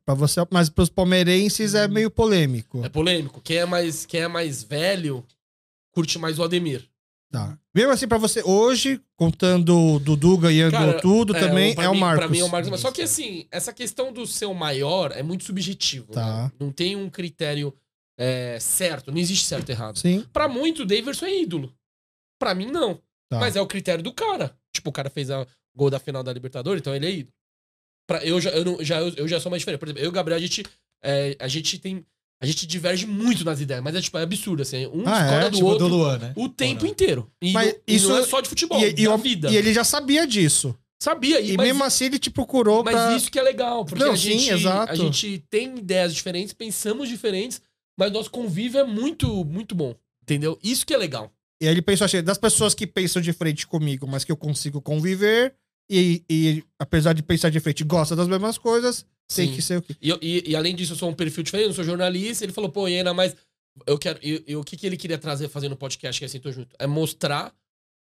[SPEAKER 1] Pra você, mas pros palmeirenses é meio polêmico.
[SPEAKER 2] É polêmico. Quem é mais, quem é mais velho, curte mais o Ademir.
[SPEAKER 1] Tá. Mesmo assim, pra você, hoje, contando o Duga e
[SPEAKER 2] Cara,
[SPEAKER 1] Angol tudo, também
[SPEAKER 2] pra
[SPEAKER 1] é o
[SPEAKER 2] mim-
[SPEAKER 1] Marcos.
[SPEAKER 2] Pra mim é o Marcos. Mas só que assim, essa questão do seu maior é muito subjetivo.
[SPEAKER 1] Tá.
[SPEAKER 2] né? Não tem um critério é, certo. Não existe certo e errado.
[SPEAKER 1] Sim,
[SPEAKER 2] Pra muito, o Daverson é ídolo. Pra mim, não.
[SPEAKER 1] tá.
[SPEAKER 2] Mas é o critério do cara. Tipo, o cara fez a- o gol da final da Libertadores, então ele é ídolo. Pra, eu, já, eu, não- já, eu, eu já sou mais diferente. Por exemplo, eu e o Gabriel, a gente, é, a gente tem. A gente diverge muito nas ideias, mas é tipo, é absurdo, assim. Um
[SPEAKER 1] Ah,
[SPEAKER 2] discorda
[SPEAKER 1] é?
[SPEAKER 2] do
[SPEAKER 3] Tipo
[SPEAKER 2] outro
[SPEAKER 3] do Luan, né?
[SPEAKER 2] o tempo
[SPEAKER 3] Ou não?
[SPEAKER 2] inteiro. E,
[SPEAKER 1] Mas
[SPEAKER 2] não, e não
[SPEAKER 1] isso-
[SPEAKER 2] é só de futebol,
[SPEAKER 1] e, e,
[SPEAKER 2] da
[SPEAKER 1] o-
[SPEAKER 2] vida.
[SPEAKER 1] e ele já sabia disso.
[SPEAKER 2] Sabia,
[SPEAKER 1] E,
[SPEAKER 2] mas-
[SPEAKER 1] mesmo assim ele te procurou
[SPEAKER 2] mas
[SPEAKER 1] pra.
[SPEAKER 2] isso que é legal, porque
[SPEAKER 1] Não,
[SPEAKER 2] a,
[SPEAKER 1] sim,
[SPEAKER 2] gente,
[SPEAKER 1] exato.
[SPEAKER 2] a gente tem ideias diferentes, pensamos diferentes, mas nosso convívio é muito, muito bom. Entendeu? Isso que é legal.
[SPEAKER 1] E aí ele pensou assim: das pessoas que pensam de frente comigo, mas que eu consigo conviver, e, e apesar de pensar de frente, gosta das mesmas coisas, sei
[SPEAKER 2] Sim.
[SPEAKER 1] que sei o que.
[SPEAKER 2] E, eu- e- e além disso, eu sou um perfil diferente, eu sou jornalista. Ele falou, pô, e ainda mais. Eu quero. E, e o que, que ele queria trazer fazendo o podcast que é assim, tô junto? É mostrar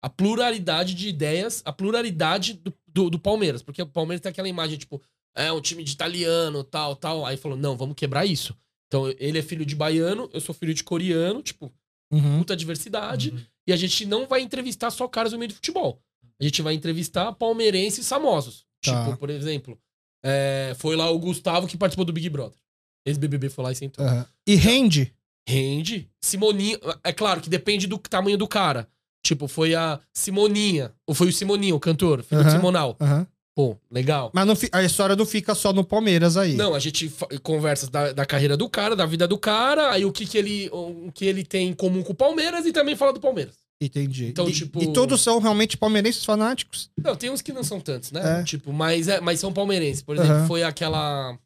[SPEAKER 2] a pluralidade de ideias, a pluralidade do, do, do Palmeiras. Porque o Palmeiras tem aquela imagem, tipo, é um time de italiano, tal, tal. Aí falou, não, vamos quebrar isso. Então, ele é filho de baiano, eu sou filho de coreano, tipo,
[SPEAKER 1] Uhum.
[SPEAKER 2] puta diversidade. E a gente não vai entrevistar só caras do meio do futebol. A gente vai entrevistar palmeirenses famosos.
[SPEAKER 1] Tá.
[SPEAKER 2] Tipo, por exemplo, é, foi lá o Gustavo que participou do Big Brother. Esse BBB foi lá e sentou.
[SPEAKER 1] Aham. E rende.
[SPEAKER 2] Rende. Simoninha. É claro que depende do tamanho do cara. Tipo, foi a Simoninha. Ou foi o Simoninho, o cantor. Filho do
[SPEAKER 1] Aham.
[SPEAKER 2] Simonal.
[SPEAKER 1] Aham.
[SPEAKER 2] Pô, legal.
[SPEAKER 1] Mas não fi- a história não fica só no Palmeiras aí.
[SPEAKER 2] Não, a gente fa- conversa da, da carreira do cara, da vida do cara, aí o que, que ele, o que ele tem em comum com o Palmeiras e também fala do Palmeiras.
[SPEAKER 1] Entendi.
[SPEAKER 2] Então,
[SPEAKER 1] e,
[SPEAKER 2] tipo-
[SPEAKER 1] e todos são realmente palmeirenses fanáticos?
[SPEAKER 2] Não, tem uns que não são tantos, né?
[SPEAKER 1] É.
[SPEAKER 2] Tipo, mas, é, mas são palmeirenses. Por exemplo,
[SPEAKER 1] Aham.
[SPEAKER 2] foi aquela.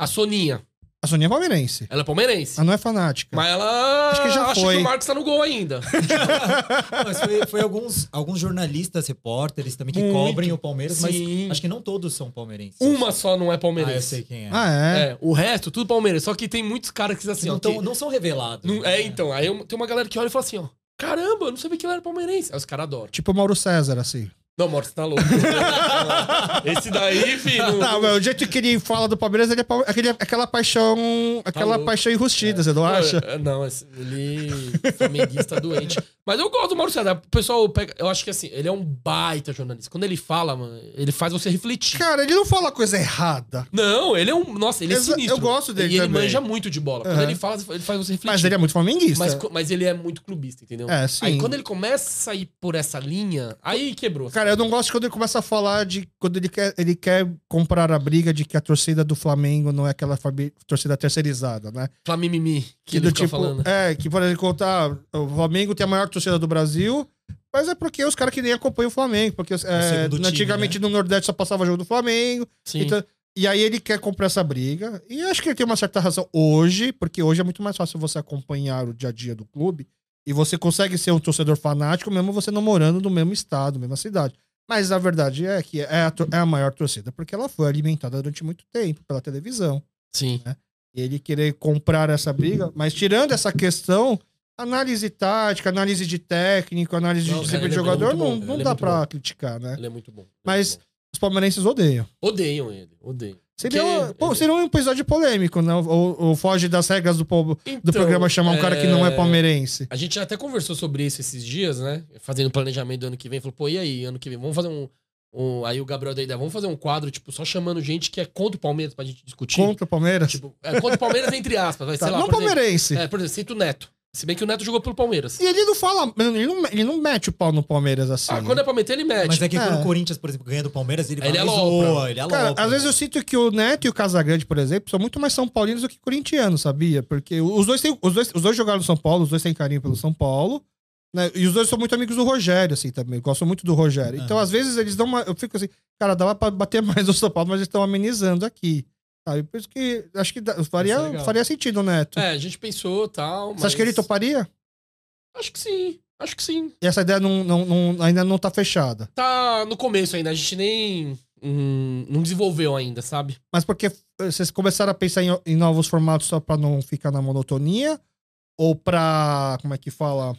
[SPEAKER 2] A Soninha.
[SPEAKER 1] A Soninha é palmeirense.
[SPEAKER 2] Ela é palmeirense.
[SPEAKER 1] Ela não é fanática.
[SPEAKER 2] Mas ela.
[SPEAKER 1] Acho que já
[SPEAKER 2] acha
[SPEAKER 1] foi.
[SPEAKER 2] que o Marcos tá no gol ainda.
[SPEAKER 3] Mas foi, foi alguns, alguns jornalistas, repórteres também que
[SPEAKER 2] Muito.
[SPEAKER 3] cobrem o Palmeiras,
[SPEAKER 2] Sim.
[SPEAKER 3] mas acho que não todos são palmeirenses.
[SPEAKER 2] Uma só não é
[SPEAKER 3] Ah, eu
[SPEAKER 2] palmeirense.
[SPEAKER 3] sei quem é.
[SPEAKER 1] Ah, é?
[SPEAKER 2] é. o resto, tudo palmeirense. Só que tem muitos caras que assim,
[SPEAKER 3] não,
[SPEAKER 2] ó.
[SPEAKER 3] tão-
[SPEAKER 2] que-
[SPEAKER 3] não são revelados. né?
[SPEAKER 2] não- é, então. Aí eu- tem uma galera que olha e fala assim, ó. Caramba, eu não sabia que ele era palmeirense. Aí os caras adoram.
[SPEAKER 1] Tipo o Mauro César, assim.
[SPEAKER 2] Não, Morto, você tá louco. Esse daí, filho.
[SPEAKER 1] Não, mas o jeito que ele fala do Palmeiras, ele é pal- aquele- aquela paixão. Aquela
[SPEAKER 2] Tá louco.
[SPEAKER 1] paixão enrustida, você não
[SPEAKER 2] Pô,
[SPEAKER 1] acha?
[SPEAKER 2] é- Não, esse- ele. Flamenguista doente. Mas eu gosto do Mauro César. O pessoal pega. Eu acho que assim, ele é um baita jornalista. Quando ele fala, mano, ele faz você refletir.
[SPEAKER 1] Cara, ele não fala coisa errada.
[SPEAKER 2] Não, ele é um. Nossa, ele é
[SPEAKER 1] Exa-
[SPEAKER 2] sinistro.
[SPEAKER 1] eu gosto dele
[SPEAKER 2] E ele
[SPEAKER 1] também.
[SPEAKER 2] manja muito de bola. Quando
[SPEAKER 1] Aham.
[SPEAKER 2] ele fala, ele faz você refletir.
[SPEAKER 1] Mas ele é muito flamenguista.
[SPEAKER 2] tipo? Mas co- mas ele é muito clubista, entendeu?
[SPEAKER 1] É, sim.
[SPEAKER 2] Aí quando ele começa a ir por essa linha, aí quebrou.
[SPEAKER 1] Cara, eu não gosto quando ele começa a falar de. Quando ele quer, ele quer comprar a briga de que a torcida do Flamengo não é aquela fabi- torcida terceirizada, né?
[SPEAKER 2] Flamimimi, que, ele
[SPEAKER 1] do
[SPEAKER 2] fica falando.
[SPEAKER 1] É, que por exemplo, tá, o Flamengo tem a maior torcida do Brasil, mas é porque os caras que nem acompanham o Flamengo. Porque é,
[SPEAKER 3] segundo time,
[SPEAKER 1] antigamente
[SPEAKER 2] né?
[SPEAKER 1] no Nordeste só passava jogo do Flamengo.
[SPEAKER 2] Sim.
[SPEAKER 1] Então, e aí ele quer comprar essa briga. E acho que ele tem uma certa razão hoje, porque hoje é muito mais fácil você acompanhar o dia a dia do clube. E você consegue ser um torcedor fanático, mesmo você não morando no mesmo estado, mesma cidade. Mas a verdade é que é a, tor- é a maior torcida, porque ela foi alimentada durante muito tempo pela televisão.
[SPEAKER 2] Sim.
[SPEAKER 1] E ele querer comprar essa briga, mas tirando essa questão, análise tática, análise de técnico, análise
[SPEAKER 2] Não,
[SPEAKER 1] de
[SPEAKER 2] cara,
[SPEAKER 1] desempenho de
[SPEAKER 2] ele é
[SPEAKER 1] jogador,
[SPEAKER 2] muito bom,
[SPEAKER 1] não,
[SPEAKER 2] cara,
[SPEAKER 1] não
[SPEAKER 2] ele é
[SPEAKER 1] dá
[SPEAKER 2] muito
[SPEAKER 1] pra
[SPEAKER 2] bom.
[SPEAKER 1] criticar, né?
[SPEAKER 2] Ele é muito bom. ele é
[SPEAKER 1] Mas-
[SPEAKER 2] muito
[SPEAKER 1] Os palmeirenses odeiam.
[SPEAKER 2] bom. Odeiam ele, odeiam.
[SPEAKER 1] Seria,
[SPEAKER 2] Porque-
[SPEAKER 1] pô, seria um episódio polêmico, né? Ou, ou foge das regras do, povo- do
[SPEAKER 2] Então,
[SPEAKER 1] programa chamar um cara que não é palmeirense.
[SPEAKER 2] A gente até conversou sobre isso esses dias, né? Fazendo planejamento do ano que vem. Falou, pô, e aí, ano que vem? Vamos fazer um. um- Aí o Gabriel da ideia, vamos fazer um quadro, tipo, só chamando gente que é contra o Palmeiras pra gente discutir.
[SPEAKER 1] Contra o Palmeiras?
[SPEAKER 2] Tipo, é contra o Palmeiras, entre aspas. Vai,
[SPEAKER 1] Tá,
[SPEAKER 2] sei lá,
[SPEAKER 1] não
[SPEAKER 2] por exemplo,
[SPEAKER 1] palmeirense.
[SPEAKER 2] É, por exemplo, cita o Neto. Se bem que o Neto jogou pelo Palmeiras.
[SPEAKER 1] E ele não fala, ele não, ele não mete o pau no Palmeiras assim.
[SPEAKER 2] Ah, quando é pra meter, ele mete.
[SPEAKER 3] Mas é que quando
[SPEAKER 1] É.
[SPEAKER 3] o Corinthians, por exemplo, ganha do Palmeiras, ele,
[SPEAKER 2] Aí ele
[SPEAKER 3] vai lá e
[SPEAKER 2] alopra.
[SPEAKER 3] zoa, ele é né?
[SPEAKER 1] Cara,
[SPEAKER 3] alopra.
[SPEAKER 2] né?
[SPEAKER 1] às vezes eu sinto que o Neto e o Casagrande, por exemplo, são muito mais São Paulinos do que corintianos, sabia? Porque os dois, têm, os dois, os dois jogaram no São Paulo, os dois têm carinho pelo São Paulo. né? E os dois são muito amigos do Rogério, assim, também. Gostam muito do
[SPEAKER 2] É.
[SPEAKER 1] Rogério. Então,
[SPEAKER 3] Aham.
[SPEAKER 1] às vezes, eles dão uma. Eu fico assim, cara, dava pra bater mais no São Paulo, mas eles estão amenizando aqui. Sabe? Por isso que acho que dá-
[SPEAKER 2] Isso é
[SPEAKER 1] faria,
[SPEAKER 2] legal.
[SPEAKER 1] faria sentido, Neto.
[SPEAKER 2] É, a gente pensou tal.
[SPEAKER 1] Você acha que ele toparia?
[SPEAKER 2] Acho que sim. Acho que sim.
[SPEAKER 1] E essa ideia não, não- não- ainda não tá fechada.
[SPEAKER 2] Tá no começo ainda. A gente nem. hum, não desenvolveu ainda, sabe?
[SPEAKER 1] Mas porque eh, vocês começaram a pensar em, em novos formatos só pra não ficar na monotonia? Ou pra. Como é que fala?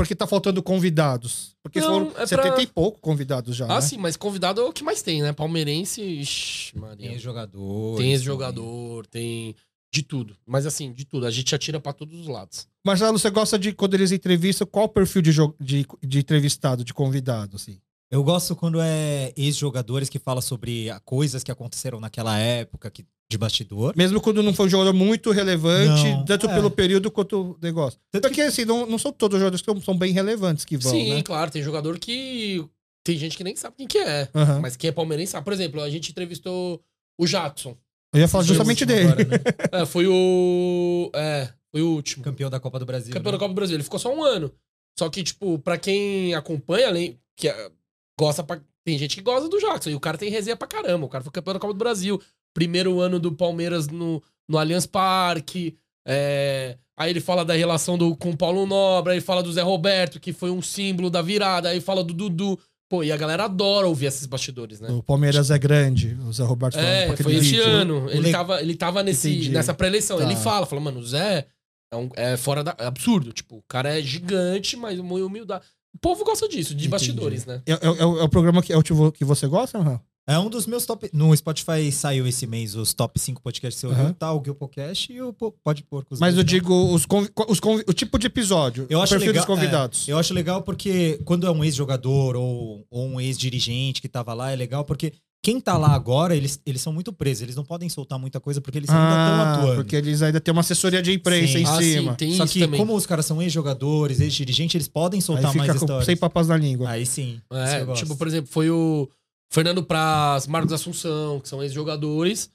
[SPEAKER 1] Porque tá faltando convidados. Porque
[SPEAKER 2] Não,
[SPEAKER 1] foram
[SPEAKER 2] é pra-
[SPEAKER 1] 70 e pouco convidados já.
[SPEAKER 2] Ah,
[SPEAKER 1] né?
[SPEAKER 2] sim, mas convidado é o que mais tem, né? Palmeirense. Ixi, Maria.
[SPEAKER 3] Tem jogador.
[SPEAKER 2] Tem
[SPEAKER 1] é.
[SPEAKER 2] esse jogador, tem de tudo. Mas assim, de tudo. A gente atira pra todos os lados.
[SPEAKER 1] Marcelo, você gosta de quando eles entrevistam, qual o perfil de, jo- de, de entrevistado, de convidado, assim?
[SPEAKER 3] Eu gosto quando é ex-jogadores que fala sobre ah, coisas que aconteceram naquela época que, de bastidor.
[SPEAKER 1] Mesmo quando não foi um jogador muito relevante,
[SPEAKER 3] Não,
[SPEAKER 1] tanto
[SPEAKER 3] é.
[SPEAKER 1] pelo período quanto o negócio.
[SPEAKER 3] Tanto que-
[SPEAKER 1] Porque, assim, não, não são todos os jogadores que são, são bem relevantes que vão,
[SPEAKER 2] sim,
[SPEAKER 1] né?
[SPEAKER 2] claro, tem jogador que. Tem gente que nem sabe quem que é.
[SPEAKER 1] Aham.
[SPEAKER 2] Mas quem é palmeirense sabe. Por exemplo, a gente entrevistou o Jadson.
[SPEAKER 1] Eu ia falar justamente
[SPEAKER 3] Foi o
[SPEAKER 1] dele.
[SPEAKER 3] último agora, né?
[SPEAKER 2] É, foi o. É, foi o último.
[SPEAKER 3] Campeão da Copa do Brasil.
[SPEAKER 2] Campeão da
[SPEAKER 3] né?
[SPEAKER 2] Copa do Brasil. Ele ficou só um ano. Só que, tipo, pra quem acompanha, além. Que ah, gosta pra- Tem gente que gosta do Jackson. E o cara tem resenha pra caramba. O cara foi campeão da Copa do Brasil. Primeiro ano do Palmeiras no, no Allianz Parque. é, Aí ele fala da relação do, com o Paulo Nobre, aí fala do Zé Roberto, que foi um símbolo da virada, aí fala do Dudu. Pô, e a galera adora ouvir esses
[SPEAKER 3] Uhum.
[SPEAKER 2] bastidores, né?
[SPEAKER 1] O Palmeiras é grande, o Zé Roberto tá
[SPEAKER 3] Tipo,
[SPEAKER 1] falando pra
[SPEAKER 2] É,
[SPEAKER 1] aquele
[SPEAKER 2] foi este
[SPEAKER 1] vídeo.
[SPEAKER 2] ano. Ele
[SPEAKER 3] le-
[SPEAKER 2] tava, ele tava nesse,
[SPEAKER 1] Entendi.
[SPEAKER 2] nessa pré-eleição.
[SPEAKER 1] Tá.
[SPEAKER 2] Ele fala, fala, mano, o Zé é, um- é fora da. É absurdo. Tipo, o cara é gigante, mas uma humildade. O povo gosta disso, de
[SPEAKER 1] Entendi.
[SPEAKER 2] bastidores, né?
[SPEAKER 1] É, é- é o- é o programa que, é o que vo- que você gosta, Rafael?
[SPEAKER 3] É um dos meus top. No Spotify saiu esse mês os top 5 podcasts que eu
[SPEAKER 1] Aham.
[SPEAKER 3] ouvi, tá? O Gil Podcast e o Po- Pode Porcos.
[SPEAKER 1] Mas
[SPEAKER 3] né?
[SPEAKER 1] eu digo os convi- os convi- o tipo de episódio,
[SPEAKER 3] Eu
[SPEAKER 1] o
[SPEAKER 3] acho
[SPEAKER 1] perfil
[SPEAKER 3] legal- é,
[SPEAKER 1] dos convidados.
[SPEAKER 3] Eu acho legal porque quando é um ex-jogador ou, ou um ex-dirigente que tava lá, é legal porque quem tá lá agora, eles, eles são muito presos. Eles não podem soltar muita coisa porque eles ainda estão
[SPEAKER 1] Ah,
[SPEAKER 3] atuando.
[SPEAKER 1] porque eles ainda têm uma assessoria de imprensa
[SPEAKER 3] Sim.
[SPEAKER 1] em
[SPEAKER 2] Ah, sim,
[SPEAKER 1] cima.
[SPEAKER 2] tem
[SPEAKER 3] Só
[SPEAKER 2] isso
[SPEAKER 3] que
[SPEAKER 2] também.
[SPEAKER 3] como os caras são ex-jogadores, ex-dirigentes, eles podem
[SPEAKER 1] Aí
[SPEAKER 3] soltar mais Ah,
[SPEAKER 1] fica com,
[SPEAKER 3] histórias.
[SPEAKER 1] sem papas na língua.
[SPEAKER 3] Aí sim. isso eu
[SPEAKER 2] É,
[SPEAKER 3] gosto.
[SPEAKER 2] tipo, por exemplo, foi o Fernando Praz, Marcos Assunção, que são ex-jogadores.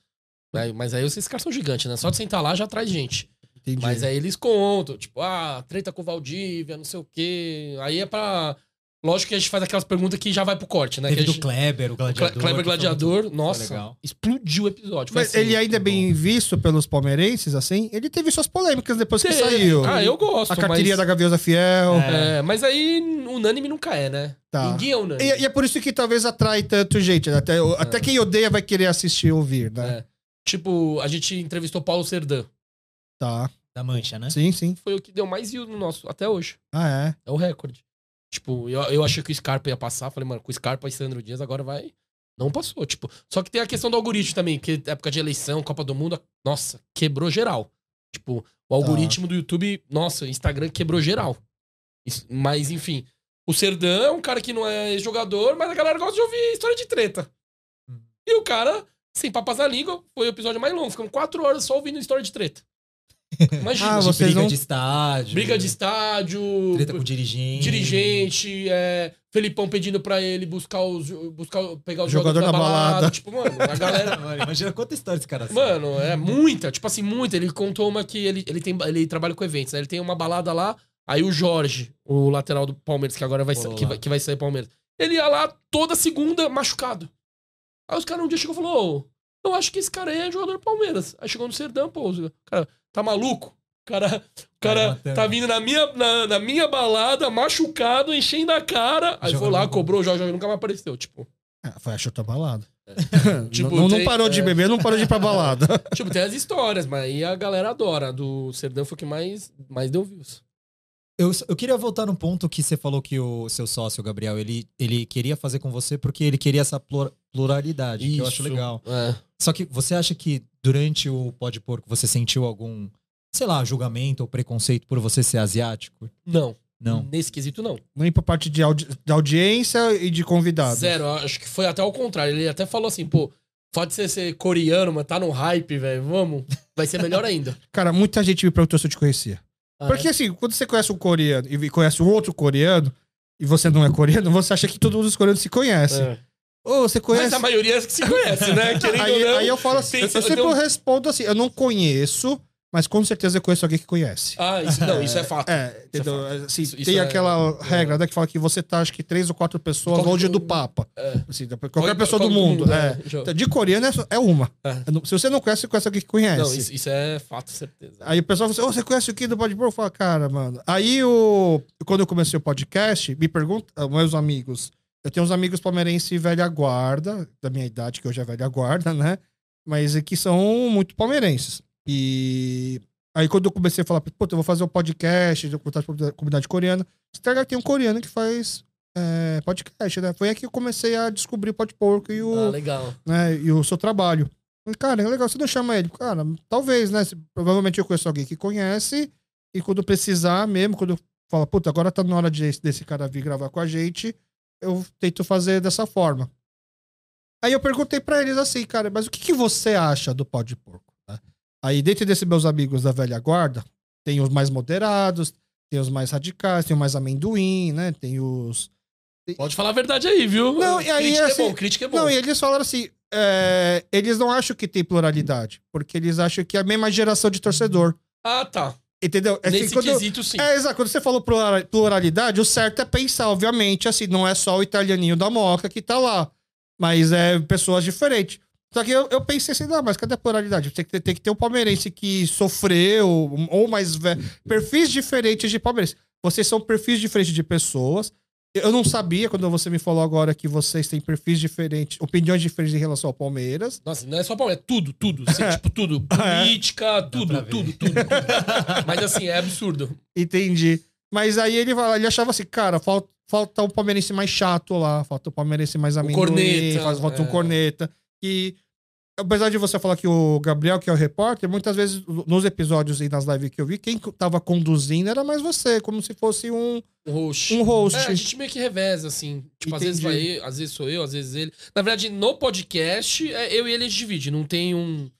[SPEAKER 2] Aí- Mas aí esses caras são gigantes, né? Só de sentar lá já traz gente.
[SPEAKER 1] Entendi.
[SPEAKER 2] Mas aí eles contam, tipo, ah, treta com o Valdívia, não sei o quê. Aí é pra. Lógico que a gente faz aquelas perguntas que já vai pro corte, né? que
[SPEAKER 3] Teve
[SPEAKER 2] a
[SPEAKER 3] do
[SPEAKER 2] gente-
[SPEAKER 3] Kleber, o
[SPEAKER 2] Cla-
[SPEAKER 3] Gladiador.
[SPEAKER 2] Kleber
[SPEAKER 3] que foi muito-
[SPEAKER 2] Gladiador, nossa,
[SPEAKER 3] legal.
[SPEAKER 2] explodiu o episódio. Foi
[SPEAKER 1] Mas
[SPEAKER 2] assim,
[SPEAKER 1] ele ainda é
[SPEAKER 3] bom.
[SPEAKER 1] bem visto pelos palmeirenses, assim. Ele teve suas polêmicas depois que
[SPEAKER 2] tem-
[SPEAKER 1] saiu.
[SPEAKER 2] Ah, eu gosto.
[SPEAKER 1] a carteirinha da
[SPEAKER 2] mas...
[SPEAKER 1] Gaviosa Fiel.
[SPEAKER 3] É.
[SPEAKER 2] É, mas aí unânime nunca é, né?
[SPEAKER 1] Tá.
[SPEAKER 2] Ninguém é unânime.
[SPEAKER 1] E, e é por isso que talvez atrai tanto gente. né? Até,
[SPEAKER 3] É.
[SPEAKER 1] até quem odeia vai querer assistir e ouvir, né?
[SPEAKER 2] É. Tipo, a gente entrevistou Paulo Serdã.
[SPEAKER 1] Tá.
[SPEAKER 3] Da Mancha, né?
[SPEAKER 1] Sim, sim.
[SPEAKER 2] Foi o que deu mais view no nosso, até hoje.
[SPEAKER 1] Ah, é.
[SPEAKER 2] É o recorde. Tipo, eu, eu achei que o Scarpa ia passar. Falei, mano, com o Scarpa e Sandro Dias agora vai. Não passou, tipo. Só que tem a questão do algoritmo também, que época de eleição, Copa do Mundo, nossa, quebrou geral. Tipo, o
[SPEAKER 3] Tá.
[SPEAKER 2] algoritmo do YouTube, nossa, Instagram quebrou geral. Isso- mas, enfim. O Serdã é um cara que não é jogador, mas a galera gosta de ouvir história de treta.
[SPEAKER 3] Uhum.
[SPEAKER 2] E o cara, sem papas na língua, foi o episódio mais longo. Ficamos quatro horas só ouvindo história de treta. Imagina.
[SPEAKER 1] Ah,
[SPEAKER 3] De
[SPEAKER 1] vocês
[SPEAKER 3] briga
[SPEAKER 1] não-
[SPEAKER 3] de estádio.
[SPEAKER 2] Briga de estádio.
[SPEAKER 3] Treta com dirigente.
[SPEAKER 2] dirigente, é, Felipão pedindo pra ele buscar os, buscar, pegar os
[SPEAKER 1] Jogador
[SPEAKER 2] jogadores da
[SPEAKER 1] na
[SPEAKER 2] balada.
[SPEAKER 1] balada.
[SPEAKER 2] Tipo, mano, a galera.
[SPEAKER 3] Mano, imagina quanta história esse cara sabe.
[SPEAKER 2] mano, é muita, tipo assim, muita. Ele contou uma que ele, ele, tem, ele trabalha com eventos, né? Ele tem uma balada lá, aí o Jorge, o lateral do Palmeiras, que agora vai, sa-
[SPEAKER 3] Olá.
[SPEAKER 2] que vai, que vai sair Palmeiras, ele ia lá toda segunda machucado. Aí os caras um dia chegou e falou: Ô, eu acho que esse cara aí é jogador do Palmeiras. Aí chegou no Serdão, pô, o cara, tá maluco? O cara, o
[SPEAKER 3] Vai
[SPEAKER 2] cara
[SPEAKER 1] né?"
[SPEAKER 3] matando.
[SPEAKER 2] tá vindo na minha, na, na minha balada, machucado, enchendo a cara. Aí
[SPEAKER 3] Jogador
[SPEAKER 2] foi lá,
[SPEAKER 3] do-
[SPEAKER 2] cobrou o Jorge, Jorge nunca mais apareceu. Tipo,
[SPEAKER 1] Ah, É, Foi a chuta balada.
[SPEAKER 2] Tipo,
[SPEAKER 1] não, não
[SPEAKER 2] tem-
[SPEAKER 1] parou de
[SPEAKER 2] é.
[SPEAKER 1] beber, não parou de ir pra balada.
[SPEAKER 2] Tipo, tem as histórias, mas aí a galera adora. A Do Serdão foi o que mais, mais deu views.
[SPEAKER 3] Eu, eu queria voltar num ponto que você falou que o seu sócio, Gabriel, ele, ele queria fazer com você porque ele queria essa plura- pluralidade, que eu acho
[SPEAKER 2] Isso.
[SPEAKER 3] legal.
[SPEAKER 2] É.
[SPEAKER 3] Só que você acha que durante o Pode Porco você sentiu algum, sei lá, julgamento ou preconceito por você ser asiático?
[SPEAKER 2] Não,
[SPEAKER 3] Não.
[SPEAKER 2] Nesse quesito, não.
[SPEAKER 1] Nem pra parte de, audi- de audiência e de convidados.
[SPEAKER 2] Zero. Acho que foi até ao contrário. Ele até falou assim, pô, pode ser ser coreano, mas tá no hype, velho. Vamos. Vai ser melhor ainda.
[SPEAKER 1] Cara, muita gente me perguntou se eu te conhecia.
[SPEAKER 2] Ah,
[SPEAKER 1] Porque assim, quando você conhece um coreano e conhece um outro coreano, e você não é coreano, você acha que todo mundo dos coreanos se conhece.
[SPEAKER 2] é? É.
[SPEAKER 1] Ô, você Assim, conhece.
[SPEAKER 2] Mas a maioria é que se conhece, né? Querendo
[SPEAKER 1] aí,
[SPEAKER 2] ou não.
[SPEAKER 1] aí eu falo assim,
[SPEAKER 2] tem-
[SPEAKER 1] eu,
[SPEAKER 2] tem
[SPEAKER 1] sempre
[SPEAKER 2] um-
[SPEAKER 1] respondo assim, eu não conheço, mas com certeza eu conheço alguém que conhece.
[SPEAKER 2] Ah, isso, não, isso é fato.
[SPEAKER 1] É, entendeu? Assim,
[SPEAKER 2] Isso- isso
[SPEAKER 1] tem
[SPEAKER 2] é-
[SPEAKER 1] aquela
[SPEAKER 2] é.
[SPEAKER 1] regra né, que fala que você tá, acho que três ou quatro pessoas
[SPEAKER 2] Qualquer-
[SPEAKER 1] longe do Papa.
[SPEAKER 2] É.
[SPEAKER 1] Assim, da- qualquer pessoa do
[SPEAKER 2] qualquer
[SPEAKER 1] mundo. é.
[SPEAKER 2] né? Jo-
[SPEAKER 1] Então, De coreano é, só- é uma.
[SPEAKER 2] É.
[SPEAKER 1] Eu não- Se você não conhece, você conhece alguém que conhece.
[SPEAKER 2] Não, isso, isso é fato, certeza.
[SPEAKER 1] Aí o pessoal fala assim, "Ô, você conhece o Kim do Podpor? Eu falo, cara, mano. Aí, o... quando eu comecei o podcast, me perguntam, meus amigos, eu tenho uns amigos palmeirense velha guarda, da minha idade, que hoje é velha guarda, né? Mas é que são muito palmeirenses. E aí quando eu comecei a falar, puta, eu vou fazer um podcast, eu vou contar pra comunidade coreana, Instagram tem um coreano que faz é, podcast, né? Foi aí que eu comecei a descobrir o Pode Porco e o
[SPEAKER 2] Ah, legal.
[SPEAKER 1] né, e o seu trabalho. Falei, Cara, é legal, você não chama ele. Cara, talvez, né? se- Provavelmente eu conheço alguém que conhece e quando precisar mesmo, quando fala, puta, agora tá na hora de, desse cara vir gravar com a gente, eu tento fazer dessa forma. Aí eu perguntei pra eles assim, cara, mas o que, que você acha do pau de porco? né? Aí dentro desses meus amigos da velha guarda, tem os mais moderados, tem os mais radicais, tem os mais amendoim, né? Tem os...
[SPEAKER 2] Pode falar a verdade aí, viu?
[SPEAKER 1] Não, e aí,
[SPEAKER 2] crítica
[SPEAKER 1] assim,
[SPEAKER 2] é bom, crítica é bom.
[SPEAKER 1] Não, e eles falaram assim: é, eles não acham que tem pluralidade, porque eles acham que é a mesma geração de torcedor.
[SPEAKER 2] Ah, tá.
[SPEAKER 1] Entendeu? É,
[SPEAKER 2] Nesse
[SPEAKER 1] assim, quando,
[SPEAKER 2] quesito, sim.
[SPEAKER 1] é exato. Quando você falou plura- pluralidade, o certo é pensar, obviamente, assim, não é só o italianinho da Moca que tá lá, mas é pessoas diferentes. Só que eu, eu pensei assim, não, mas cadê a pluralidade? Tem que, ter, tem que ter um palmeirense que sofreu, um, ou mais velho. Perfis diferentes de palmeirense. Vocês são perfis diferentes de pessoas. Eu não sabia, quando você me falou agora, que vocês têm perfis diferentes, opiniões diferentes em relação ao Palmeiras.
[SPEAKER 2] Nossa, não é só Palmeiras, é tudo, tudo. assim, tipo, tudo.
[SPEAKER 1] É.
[SPEAKER 2] Política,
[SPEAKER 3] pra
[SPEAKER 2] tudo,
[SPEAKER 3] ver.
[SPEAKER 2] tudo, tudo, tudo. Mas assim, é absurdo.
[SPEAKER 1] Entendi. Mas aí ele, vai lá, ele achava assim, cara, falta, falta um palmeirense mais chato lá, falta um palmeirense mais amendoim,
[SPEAKER 2] corneta,
[SPEAKER 1] faz, falta um
[SPEAKER 2] é.
[SPEAKER 1] corneta. E apesar de você falar que o Gabriel, que é o repórter, muitas vezes nos episódios e nas lives que eu vi, quem co- tava conduzindo era mais você, como se fosse um,
[SPEAKER 2] Roxo.
[SPEAKER 1] um host.
[SPEAKER 2] É, a gente meio que reveza, assim. Tipo, às vezes vai
[SPEAKER 1] Entendi.
[SPEAKER 2] ele, às vezes sou eu, às vezes ele. Na verdade, no podcast, é, eu e ele a gente divide, não tem um,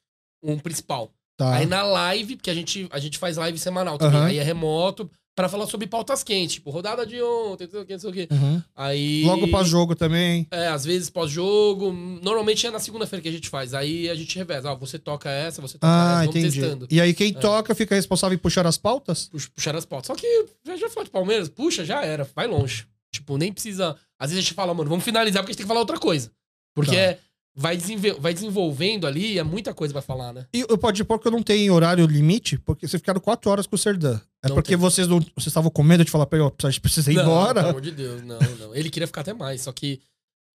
[SPEAKER 2] um principal.
[SPEAKER 1] Tá.
[SPEAKER 2] Aí na live, porque a gente, a gente faz live semanal também,
[SPEAKER 1] Aham.
[SPEAKER 2] aí é remoto, pra falar sobre pautas quentes, tipo, rodada de ontem, não sei o que, não sei o que.
[SPEAKER 1] Uhum.
[SPEAKER 2] Aí.
[SPEAKER 1] Logo pra jogo também.
[SPEAKER 2] É, às vezes pós-jogo. Normalmente é na segunda-feira que a gente faz. Aí a gente reveza. Ó, você toca essa, você toca
[SPEAKER 1] Ah,
[SPEAKER 2] essa, vamos
[SPEAKER 1] entendi.
[SPEAKER 2] testando. É.
[SPEAKER 1] E aí quem toca fica responsável em puxar as pautas?
[SPEAKER 2] Pux- Puxar as pautas. Só que já, já falou de Palmeiras, puxa, já era, vai longe. Tipo, nem precisa. Às vezes a gente fala, mano, vamos finalizar porque a gente tem que falar outra coisa. Porque
[SPEAKER 1] Tá.
[SPEAKER 2] é- vai, desenve- vai desenvolvendo ali, é muita coisa pra falar, né?
[SPEAKER 1] E o Pode Porco não tem horário limite, porque vocês ficaram quatro horas com o Serdan. É
[SPEAKER 2] Não
[SPEAKER 1] porque
[SPEAKER 2] tem.
[SPEAKER 1] vocês não. Vocês estavam com medo de falar pra ele, ó, a gente precisa ir
[SPEAKER 2] não,
[SPEAKER 1] embora.
[SPEAKER 2] Pelo amor de Deus, não, não. Ele queria ficar até mais, só que.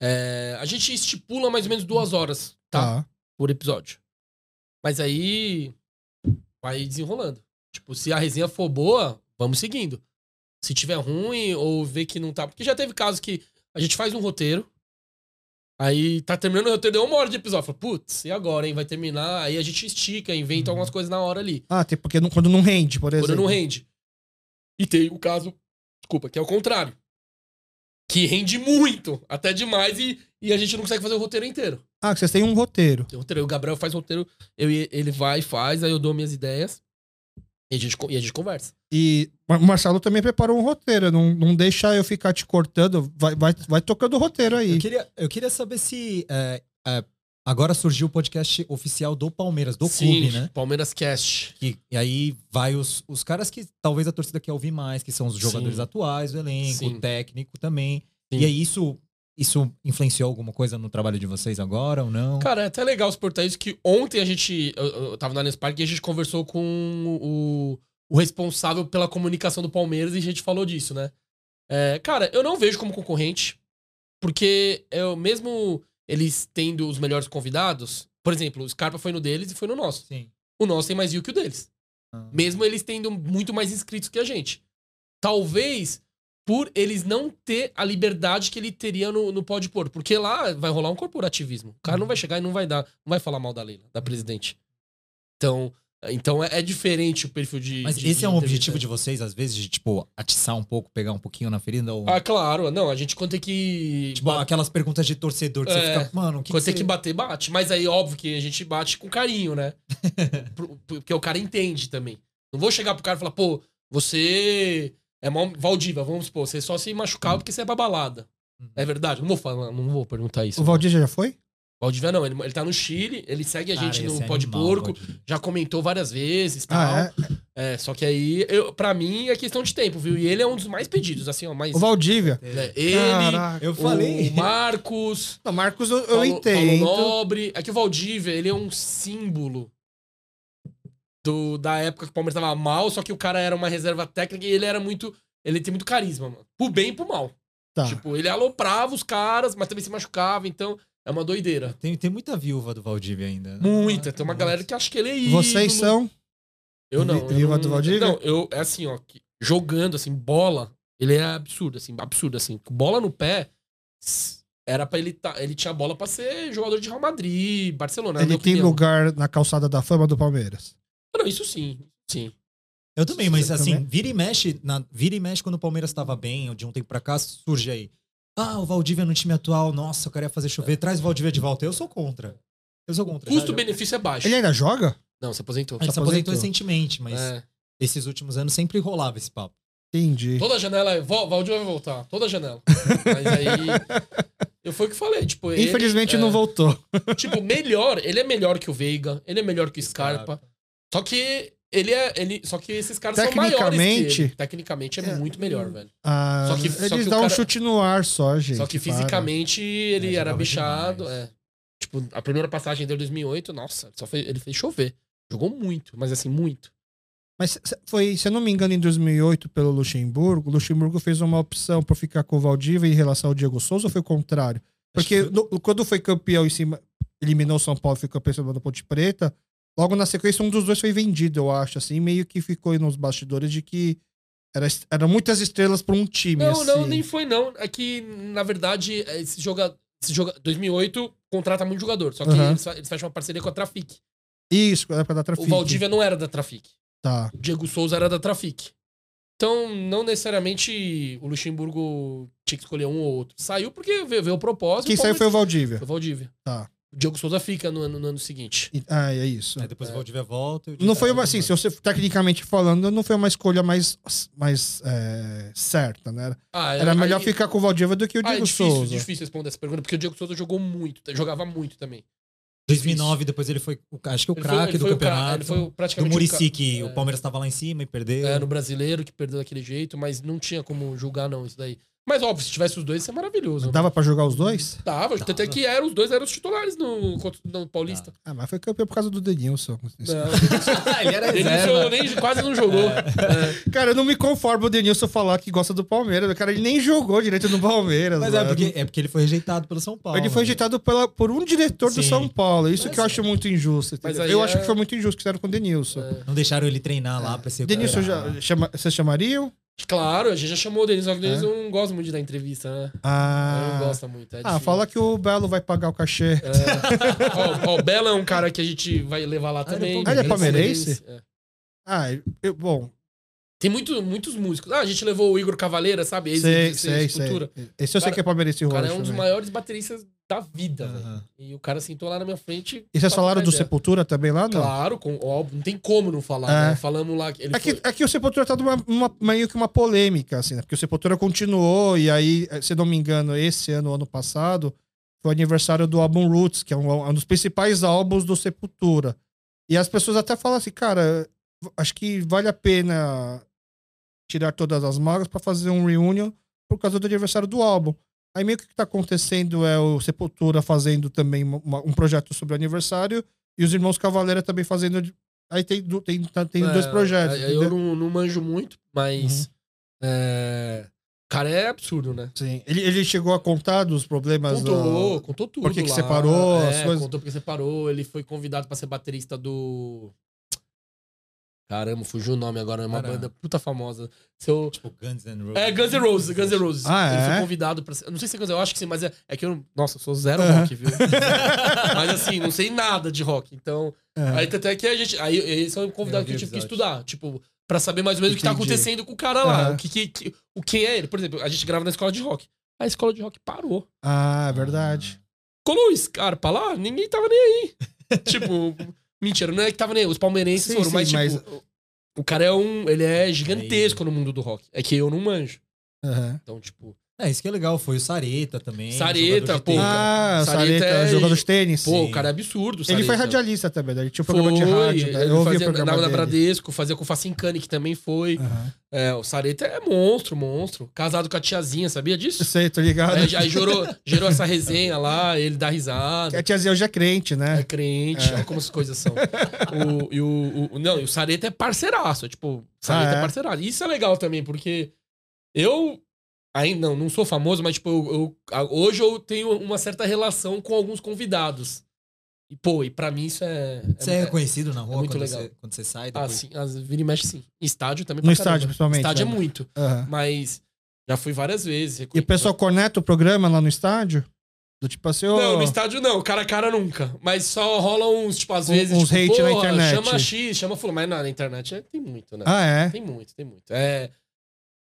[SPEAKER 2] é, a gente estipula mais ou menos duas horas, tá?
[SPEAKER 1] Tá.
[SPEAKER 2] Por episódio. Mas aí. Vai desenrolando. Tipo, se a resenha for boa, vamos seguindo. Se tiver ruim ou ver que não tá. Porque já teve casos que a gente faz um roteiro. Aí tá terminando o roteiro, deu uma hora de episódio. Fala, putz, e agora, hein? Vai terminar. Aí a gente estica, inventa algumas coisas na hora ali.
[SPEAKER 1] Ah, tem porque não- quando não rende, por exemplo.
[SPEAKER 2] Quando não rende. E tem o caso, desculpa, que é o contrário. Que rende muito, até demais, e, e a gente não consegue fazer o roteiro inteiro.
[SPEAKER 1] Ah, que vocês têm um roteiro.
[SPEAKER 2] Tem roteiro, o Gabriel faz roteiro, eu, e- ele vai e faz, aí eu dou minhas ideias e a gente, con- e a gente conversa.
[SPEAKER 1] E o Marcelo também preparou um roteiro. Não, não deixa eu ficar te cortando. Vai, vai, vai tocando o roteiro
[SPEAKER 3] Eu
[SPEAKER 1] aí.
[SPEAKER 3] queria, eu queria saber se é, é, agora surgiu o podcast oficial do Palmeiras, do clube, né?
[SPEAKER 2] Palmeiras Cast.
[SPEAKER 3] Que, e aí vai os, os caras que talvez a torcida quer ouvir mais, que são os jogadores
[SPEAKER 2] Sim.
[SPEAKER 3] atuais, o elenco,
[SPEAKER 2] Sim.
[SPEAKER 3] o técnico também.
[SPEAKER 2] Sim.
[SPEAKER 3] E aí isso, isso influenciou alguma coisa no trabalho de vocês agora ou não?
[SPEAKER 2] Cara, é até legal você portar isso, que ontem a gente, eu, eu tava na Allianz Parque e a gente conversou com o, o responsável pela comunicação do Palmeiras e a gente falou disso, né? É, cara, eu não vejo como concorrente, porque é o mesmo eles tendo os melhores convidados, por exemplo, o Scarpa foi no deles e foi no nosso.
[SPEAKER 3] Sim.
[SPEAKER 2] O nosso tem mais view que o deles.
[SPEAKER 3] Ah.
[SPEAKER 2] Mesmo eles tendo muito mais inscritos que a gente. Talvez por eles não ter a liberdade que ele teria no, no Pode Pôr. Porque lá vai rolar um corporativismo. O cara não vai
[SPEAKER 3] Uhum.
[SPEAKER 2] chegar e não vai dar, não vai falar mal da Leila, da presidente. Então, então é, é diferente o perfil de.
[SPEAKER 3] Mas
[SPEAKER 2] de-
[SPEAKER 3] esse
[SPEAKER 2] de
[SPEAKER 3] é um objetivo
[SPEAKER 2] entrevistante.
[SPEAKER 3] de vocês, às vezes, de, tipo, atiçar um pouco, pegar um pouquinho na ferida? Ou,
[SPEAKER 2] Ah, claro. Não, a gente quando tem que.
[SPEAKER 3] tipo, aquelas perguntas de torcedor que
[SPEAKER 2] É.
[SPEAKER 3] você fica, mano, o que,
[SPEAKER 2] Quando
[SPEAKER 3] que
[SPEAKER 2] tem
[SPEAKER 3] você-
[SPEAKER 2] que bater, bate. Mas aí, óbvio que a gente bate com carinho, né? Pro- pro- Porque o cara entende também. Não vou chegar pro cara e falar, pô, você é mó Valdiva, vamos supor, você só se machucava porque você é pra balada.
[SPEAKER 3] Uhum.
[SPEAKER 2] É verdade? Não vou falar, não vou perguntar isso.
[SPEAKER 1] O Valdir já foi?
[SPEAKER 2] Valdiva não, ele, ele tá no Chile, ele segue a
[SPEAKER 3] Cara,
[SPEAKER 2] gente
[SPEAKER 3] esse
[SPEAKER 2] no
[SPEAKER 3] é
[SPEAKER 2] Pó de
[SPEAKER 3] animal,
[SPEAKER 2] Porco,
[SPEAKER 3] Valdir.
[SPEAKER 2] já comentou várias vezes tal.
[SPEAKER 1] Ah, é?
[SPEAKER 2] é? só que aí, eu, pra mim, é questão de tempo, viu? E ele é um dos mais pedidos, assim, ó, mais...
[SPEAKER 1] O Valdívia.
[SPEAKER 2] né? Ele,
[SPEAKER 1] Caraca.
[SPEAKER 3] Eu
[SPEAKER 2] o
[SPEAKER 3] falei.
[SPEAKER 2] Marcos...
[SPEAKER 1] Não, Marcos, eu, eu
[SPEAKER 2] Paulo-
[SPEAKER 1] entendo.
[SPEAKER 2] Paulo Nobre. É que o Valdívia, ele é um símbolo do, da época que o Palmeiras tava mal, só que o cara era uma reserva técnica e ele era muito. Ele tem muito carisma, mano. Pro bem e pro mal.
[SPEAKER 1] tá.
[SPEAKER 2] Tipo, ele aloprava os caras, mas também se machucava, então é uma doideira.
[SPEAKER 3] Tem, tem muita viúva do Valdívia ainda. né?
[SPEAKER 2] Muita. Tem uma
[SPEAKER 3] Nossa.
[SPEAKER 2] galera que acha que ele é ídolo.
[SPEAKER 1] Vocês são.
[SPEAKER 2] Eu não.
[SPEAKER 1] Vi-
[SPEAKER 2] eu
[SPEAKER 1] viúva
[SPEAKER 2] não-
[SPEAKER 1] do Valdívia?
[SPEAKER 2] Não, eu. É assim, ó. que- jogando, assim, bola, ele é absurdo, assim. Absurdo, assim. Com Bola no pé. s- Era pra ele tá, Ele tinha bola pra ser jogador de Real Madrid, Barcelona. na
[SPEAKER 1] Ele
[SPEAKER 2] minha
[SPEAKER 1] tem
[SPEAKER 2] opinião.
[SPEAKER 1] lugar na calçada da fama do Palmeiras.
[SPEAKER 2] Ah, Não, isso sim, sim.
[SPEAKER 3] Eu também, mas
[SPEAKER 1] Eu
[SPEAKER 3] assim,
[SPEAKER 1] também.
[SPEAKER 3] vira e mexe, na, vira e mexe quando o Palmeiras estava bem, ou de um tempo pra cá, surge aí. Ah, o Valdívia no time atual, nossa, eu queria fazer chover, traz o Valdívia de volta. Eu sou contra. Eu sou contra. sabe?
[SPEAKER 2] Custo-benefício é baixo.
[SPEAKER 1] Ele ainda joga?
[SPEAKER 2] Não, se aposentou.
[SPEAKER 3] Ele se
[SPEAKER 1] se
[SPEAKER 3] aposentou
[SPEAKER 1] aposentou.
[SPEAKER 3] recentemente, mas
[SPEAKER 2] É.
[SPEAKER 3] esses últimos anos sempre rolava esse papo.
[SPEAKER 1] Entendi.
[SPEAKER 2] Toda janela é. Val- Valdir vai voltar. Toda janela. Mas aí. Eu foi o que falei. Tipo, ele-
[SPEAKER 1] Infelizmente
[SPEAKER 2] é,
[SPEAKER 1] não voltou.
[SPEAKER 2] Tipo, melhor. Ele é melhor que o Veiga. Ele é melhor que o Scarpa. Só que. Ele é. Ele, só que esses caras são maiores. Que
[SPEAKER 1] Tecnicamente-
[SPEAKER 2] ele. Tecnicamente é,
[SPEAKER 1] É.
[SPEAKER 2] muito melhor, velho.
[SPEAKER 1] Ah,
[SPEAKER 2] Só que-
[SPEAKER 1] eles
[SPEAKER 2] só que o
[SPEAKER 1] dão um
[SPEAKER 2] cara-
[SPEAKER 1] chute no ar só, gente.
[SPEAKER 2] só que
[SPEAKER 1] para.
[SPEAKER 2] fisicamente ele
[SPEAKER 3] É,
[SPEAKER 2] era
[SPEAKER 3] jogava
[SPEAKER 2] bichado. É.
[SPEAKER 3] demais.
[SPEAKER 2] Tipo, a primeira passagem dele em 2008, nossa, só fez- ele fez chover. Jogou muito, mas assim, muito.
[SPEAKER 1] Mas c- foi, se eu não me engano, em 2008, pelo Luxemburgo, o Luxemburgo fez uma opção por ficar com o Valdívia em relação ao Diego Souza ou foi o contrário? Porque
[SPEAKER 3] que
[SPEAKER 1] no- quando foi campeão em cima, eliminou o São Paulo, ficou campeão em cima da Ponte Preta, logo na sequência um dos dois foi vendido, eu acho, assim, meio que ficou aí nos bastidores de que era est- eram muitas estrelas para um time,
[SPEAKER 2] Não,
[SPEAKER 1] assim.
[SPEAKER 2] não, nem foi não. É que, na verdade, é, esse joga, esse joga 2008 contrata muito jogador. Só que
[SPEAKER 1] Aham.
[SPEAKER 2] eles, fa- eles fecham uma parceria com a Trafic.
[SPEAKER 1] Isso, na época da
[SPEAKER 2] O
[SPEAKER 1] Trafic.
[SPEAKER 2] Valdívia não era da Trafic.
[SPEAKER 1] Tá.
[SPEAKER 2] O Diego Souza era da Trafic. Então, não necessariamente o Luxemburgo tinha que escolher um ou outro. Saiu porque veio, veio o propósito.
[SPEAKER 1] Quem
[SPEAKER 2] o
[SPEAKER 1] saiu foi o
[SPEAKER 2] Palmeiras-
[SPEAKER 1] Valdívia.
[SPEAKER 2] foi o Valdívia.
[SPEAKER 1] Tá.
[SPEAKER 2] O Diego Souza fica no, ano- no ano seguinte.
[SPEAKER 1] E- Ah, é isso.
[SPEAKER 3] Aí depois o Valdívia volta. e o
[SPEAKER 1] Não
[SPEAKER 3] Diego
[SPEAKER 1] foi uma,
[SPEAKER 3] volta.
[SPEAKER 1] assim, se você, tecnicamente falando, não foi uma escolha mais, mais é, certa, né?
[SPEAKER 2] Ah,
[SPEAKER 1] Era melhor
[SPEAKER 2] aí-
[SPEAKER 1] ficar com o Valdívia do que o
[SPEAKER 2] Ah, é
[SPEAKER 1] Diego
[SPEAKER 2] difícil,
[SPEAKER 1] Souza.
[SPEAKER 2] difícil responder essa pergunta, porque o Diego Souza jogou muito, jogava muito também.
[SPEAKER 3] 2009, depois ele foi, o- acho que o
[SPEAKER 2] Ele foi- ele
[SPEAKER 3] craque do
[SPEAKER 2] foi o cara-
[SPEAKER 3] campeonato.
[SPEAKER 2] ele foi o-
[SPEAKER 3] do
[SPEAKER 2] praticamente o ca-
[SPEAKER 3] Murici, que
[SPEAKER 2] é.
[SPEAKER 3] o Palmeiras tava lá em cima e perdeu.
[SPEAKER 2] É, no brasileiro que perdeu daquele jeito, mas não tinha como julgar, não, isso daí. Mas óbvio, se tivesse os dois, isso é maravilhoso.
[SPEAKER 1] Dava pra jogar os dois?
[SPEAKER 2] Dava, tanto é que eram os dois eram os titulares no, contra- no Paulista.
[SPEAKER 1] Ah, mas foi campeão por causa do Denilson.
[SPEAKER 2] Não,
[SPEAKER 3] Ah, ele era né?
[SPEAKER 2] ele não jogou, nem, quase não jogou. É.
[SPEAKER 1] Cara, eu não me conformo o Denilson falar que gosta do Palmeiras. Cara, ele nem jogou direito no Palmeiras.
[SPEAKER 3] Mas é
[SPEAKER 1] mano.
[SPEAKER 3] porque, é porque ele foi rejeitado pelo São Paulo.
[SPEAKER 1] Ele É foi
[SPEAKER 3] né?
[SPEAKER 1] rejeitado pela, por um diretor do
[SPEAKER 3] Sim.
[SPEAKER 1] São Paulo. Isso
[SPEAKER 3] Mas
[SPEAKER 1] que eu
[SPEAKER 3] é.
[SPEAKER 1] acho muito injusto. entendeu?
[SPEAKER 2] Mas aí
[SPEAKER 1] eu
[SPEAKER 2] é-
[SPEAKER 1] acho que foi muito injusto que fizeram com o Denilson.
[SPEAKER 3] Não deixaram ele treinar lá pra ser.
[SPEAKER 1] Denilson,
[SPEAKER 2] É.
[SPEAKER 1] já, chama, vocês chamariam?
[SPEAKER 2] Claro, a gente já chamou o Denis, só que o Denis não gosta muito de dar entrevista, né? Ele
[SPEAKER 1] Ah,
[SPEAKER 2] não gosta muito. é
[SPEAKER 1] ah
[SPEAKER 2] difícil.
[SPEAKER 1] fala que o Belo vai pagar o
[SPEAKER 2] É.
[SPEAKER 1] cachê.
[SPEAKER 2] Ó, ó, o Bela é um cara que a gente vai levar lá
[SPEAKER 3] ele é
[SPEAKER 2] também.
[SPEAKER 3] palmeirense? Ele é
[SPEAKER 1] palmeirense?
[SPEAKER 2] É.
[SPEAKER 1] Ah, eu- bom,
[SPEAKER 2] Tem muito, muitos músicos. Ah, a gente levou o Igor Cavaleira, sabe? Ex-
[SPEAKER 1] sei,
[SPEAKER 2] ex-
[SPEAKER 1] sei, sei.
[SPEAKER 2] ex-cultura.
[SPEAKER 1] Esse eu sei
[SPEAKER 2] Cara-
[SPEAKER 1] que é palmeirense
[SPEAKER 2] O
[SPEAKER 1] roxo.
[SPEAKER 2] cara é um dos
[SPEAKER 1] né?
[SPEAKER 2] maiores bateristas da vida, velho.
[SPEAKER 3] Aham.
[SPEAKER 2] E o cara sentou lá na minha frente.
[SPEAKER 1] E vocês
[SPEAKER 2] pra
[SPEAKER 1] falaram é do
[SPEAKER 2] trocar ideia.
[SPEAKER 1] Sepultura também lá? Não.
[SPEAKER 2] Claro, com, óbvio, não tem como não falar,
[SPEAKER 1] É.
[SPEAKER 2] né? Falamos lá. que Ele
[SPEAKER 1] É que,
[SPEAKER 2] foi-
[SPEAKER 1] é que o Sepultura tá numa, uma- meio que uma polêmica, assim, né? Porque o Sepultura continuou, e aí, eh, se não me engano, esse ano, ano passado, foi o aniversário do álbum Roots, que é um, um dos principais álbuns do Sepultura. E as pessoas até falam assim, cara, acho que vale a pena tirar todas as mágoas pra fazer um reunion por causa do aniversário do álbum. Aí meio que o que tá acontecendo é o Sepultura fazendo também uma- um projeto sobre o aniversário e os Irmãos Cavaleira também fazendo... de- Aí tem, du- tem, tá- tem
[SPEAKER 2] é,
[SPEAKER 1] dois projetos. Uhum.
[SPEAKER 2] é,
[SPEAKER 1] entendeu?
[SPEAKER 2] Eu não, não manjo muito, mas. é, cara é absurdo, né?
[SPEAKER 1] Sim. Ele, ele chegou a contar dos problemas.
[SPEAKER 2] contou,
[SPEAKER 1] do-
[SPEAKER 2] contou tudo.
[SPEAKER 1] por que que
[SPEAKER 2] lá.
[SPEAKER 1] separou
[SPEAKER 2] é,
[SPEAKER 1] as coisas?
[SPEAKER 2] Contou porque separou. Ele foi convidado pra ser baterista do. Caramba, fugiu o nome agora. É uma
[SPEAKER 3] Caramba.
[SPEAKER 2] banda puta famosa. Seu.
[SPEAKER 3] Tipo, Guns N' Roses.
[SPEAKER 2] É, Guns N' Roses, Guns N' Roses.
[SPEAKER 1] Ah,
[SPEAKER 2] Ele
[SPEAKER 1] é?
[SPEAKER 2] foi convidado pra. ser- eu Não sei se é Guns N' Roses, eu acho que sim, mas é, é que eu. Nossa, eu sou zero
[SPEAKER 1] Aham.
[SPEAKER 2] rock, viu? mas assim, não sei nada de rock. Então.
[SPEAKER 1] É.
[SPEAKER 2] Aí até que a gente. Aí esse é um convidado que eu tive que
[SPEAKER 3] episódio.
[SPEAKER 2] estudar. Tipo, pra saber mais ou menos o que tá
[SPEAKER 1] Entendi.
[SPEAKER 2] acontecendo com o cara lá.
[SPEAKER 1] Aham.
[SPEAKER 2] O que, que- que- o quem é ele. Por exemplo, a gente grava na escola de rock. A escola de rock parou.
[SPEAKER 1] Ah, é verdade.
[SPEAKER 2] Colou o Scarpa lá, ninguém tava nem aí. tipo, mentira, não é que tava nem aí. Os palmeirenses
[SPEAKER 1] Sim,
[SPEAKER 2] foram,
[SPEAKER 1] sim,
[SPEAKER 2] mas, tipo,
[SPEAKER 1] mas-
[SPEAKER 2] o cara é um. Ele é gigantesco no mundo do rock. É que eu não manjo.
[SPEAKER 1] Aham.
[SPEAKER 2] Então, tipo,
[SPEAKER 3] É, isso que é legal. Foi o Sareta também. um
[SPEAKER 2] Sareta,
[SPEAKER 3] jogador de
[SPEAKER 2] pô.
[SPEAKER 3] tênis.
[SPEAKER 1] Ah,
[SPEAKER 2] Sarita
[SPEAKER 1] Sareta,
[SPEAKER 2] é-
[SPEAKER 1] jogador de tênis.
[SPEAKER 2] pô,
[SPEAKER 3] Sim.
[SPEAKER 2] o cara é absurdo.
[SPEAKER 1] Ele foi
[SPEAKER 2] Sarita.
[SPEAKER 1] radialista também, né? ele tinha um
[SPEAKER 2] Foi,
[SPEAKER 1] programa de rádio. né?
[SPEAKER 2] ele
[SPEAKER 1] Eu ouvi o
[SPEAKER 2] fazia,
[SPEAKER 1] programa
[SPEAKER 2] andava na
[SPEAKER 1] dele.
[SPEAKER 2] Bradesco, fazia com o Facincani, que também foi.
[SPEAKER 1] Aham.
[SPEAKER 2] É, o Sareta é monstro, monstro. Casado com a tiazinha, sabia disso?
[SPEAKER 1] Sei, tô ligado.
[SPEAKER 2] Aí, aí gerou, gerou essa resenha lá, ele dá risada.
[SPEAKER 1] A tiazinha hoje é crente,
[SPEAKER 2] É
[SPEAKER 1] né?
[SPEAKER 2] crente, olha como as coisas são. O, e o, o- não, e o Sareta é parceiraço. É, tipo, Sareta
[SPEAKER 1] Ah, é?
[SPEAKER 2] é parceiraço. Isso é legal também, porque eu ainda não, não sou famoso, mas tipo, eu, eu- a- hoje eu tenho uma certa relação com alguns convidados. E, pô, e pra mim isso é.
[SPEAKER 3] Você
[SPEAKER 2] é-
[SPEAKER 3] é reconhecido na rua
[SPEAKER 2] muito
[SPEAKER 3] quando,
[SPEAKER 2] legal.
[SPEAKER 3] você, quando você sai?
[SPEAKER 2] ah,
[SPEAKER 3] Depois...
[SPEAKER 2] sim, as, vira e mexe sim. Em Estádio também
[SPEAKER 1] No
[SPEAKER 2] pra caramba.
[SPEAKER 1] estádio, principalmente.
[SPEAKER 2] Estádio é
[SPEAKER 1] né?
[SPEAKER 2] muito.
[SPEAKER 1] Aham.
[SPEAKER 2] Mas já fui várias vezes.
[SPEAKER 1] E o pessoal conecta o programa lá no estádio? Do tipo assim, ô.
[SPEAKER 2] Não, no estádio não, cara a cara nunca. Mas só rola uns, tipo, às
[SPEAKER 1] Um-
[SPEAKER 2] vezes.
[SPEAKER 1] uns
[SPEAKER 2] tipo,
[SPEAKER 1] hate na
[SPEAKER 2] "Porra,
[SPEAKER 1] internet."
[SPEAKER 2] Chama X, chama Fulano. Mas não, na internet é- tem muito, né?
[SPEAKER 1] Ah, é?
[SPEAKER 2] Tem muito, tem muito. É.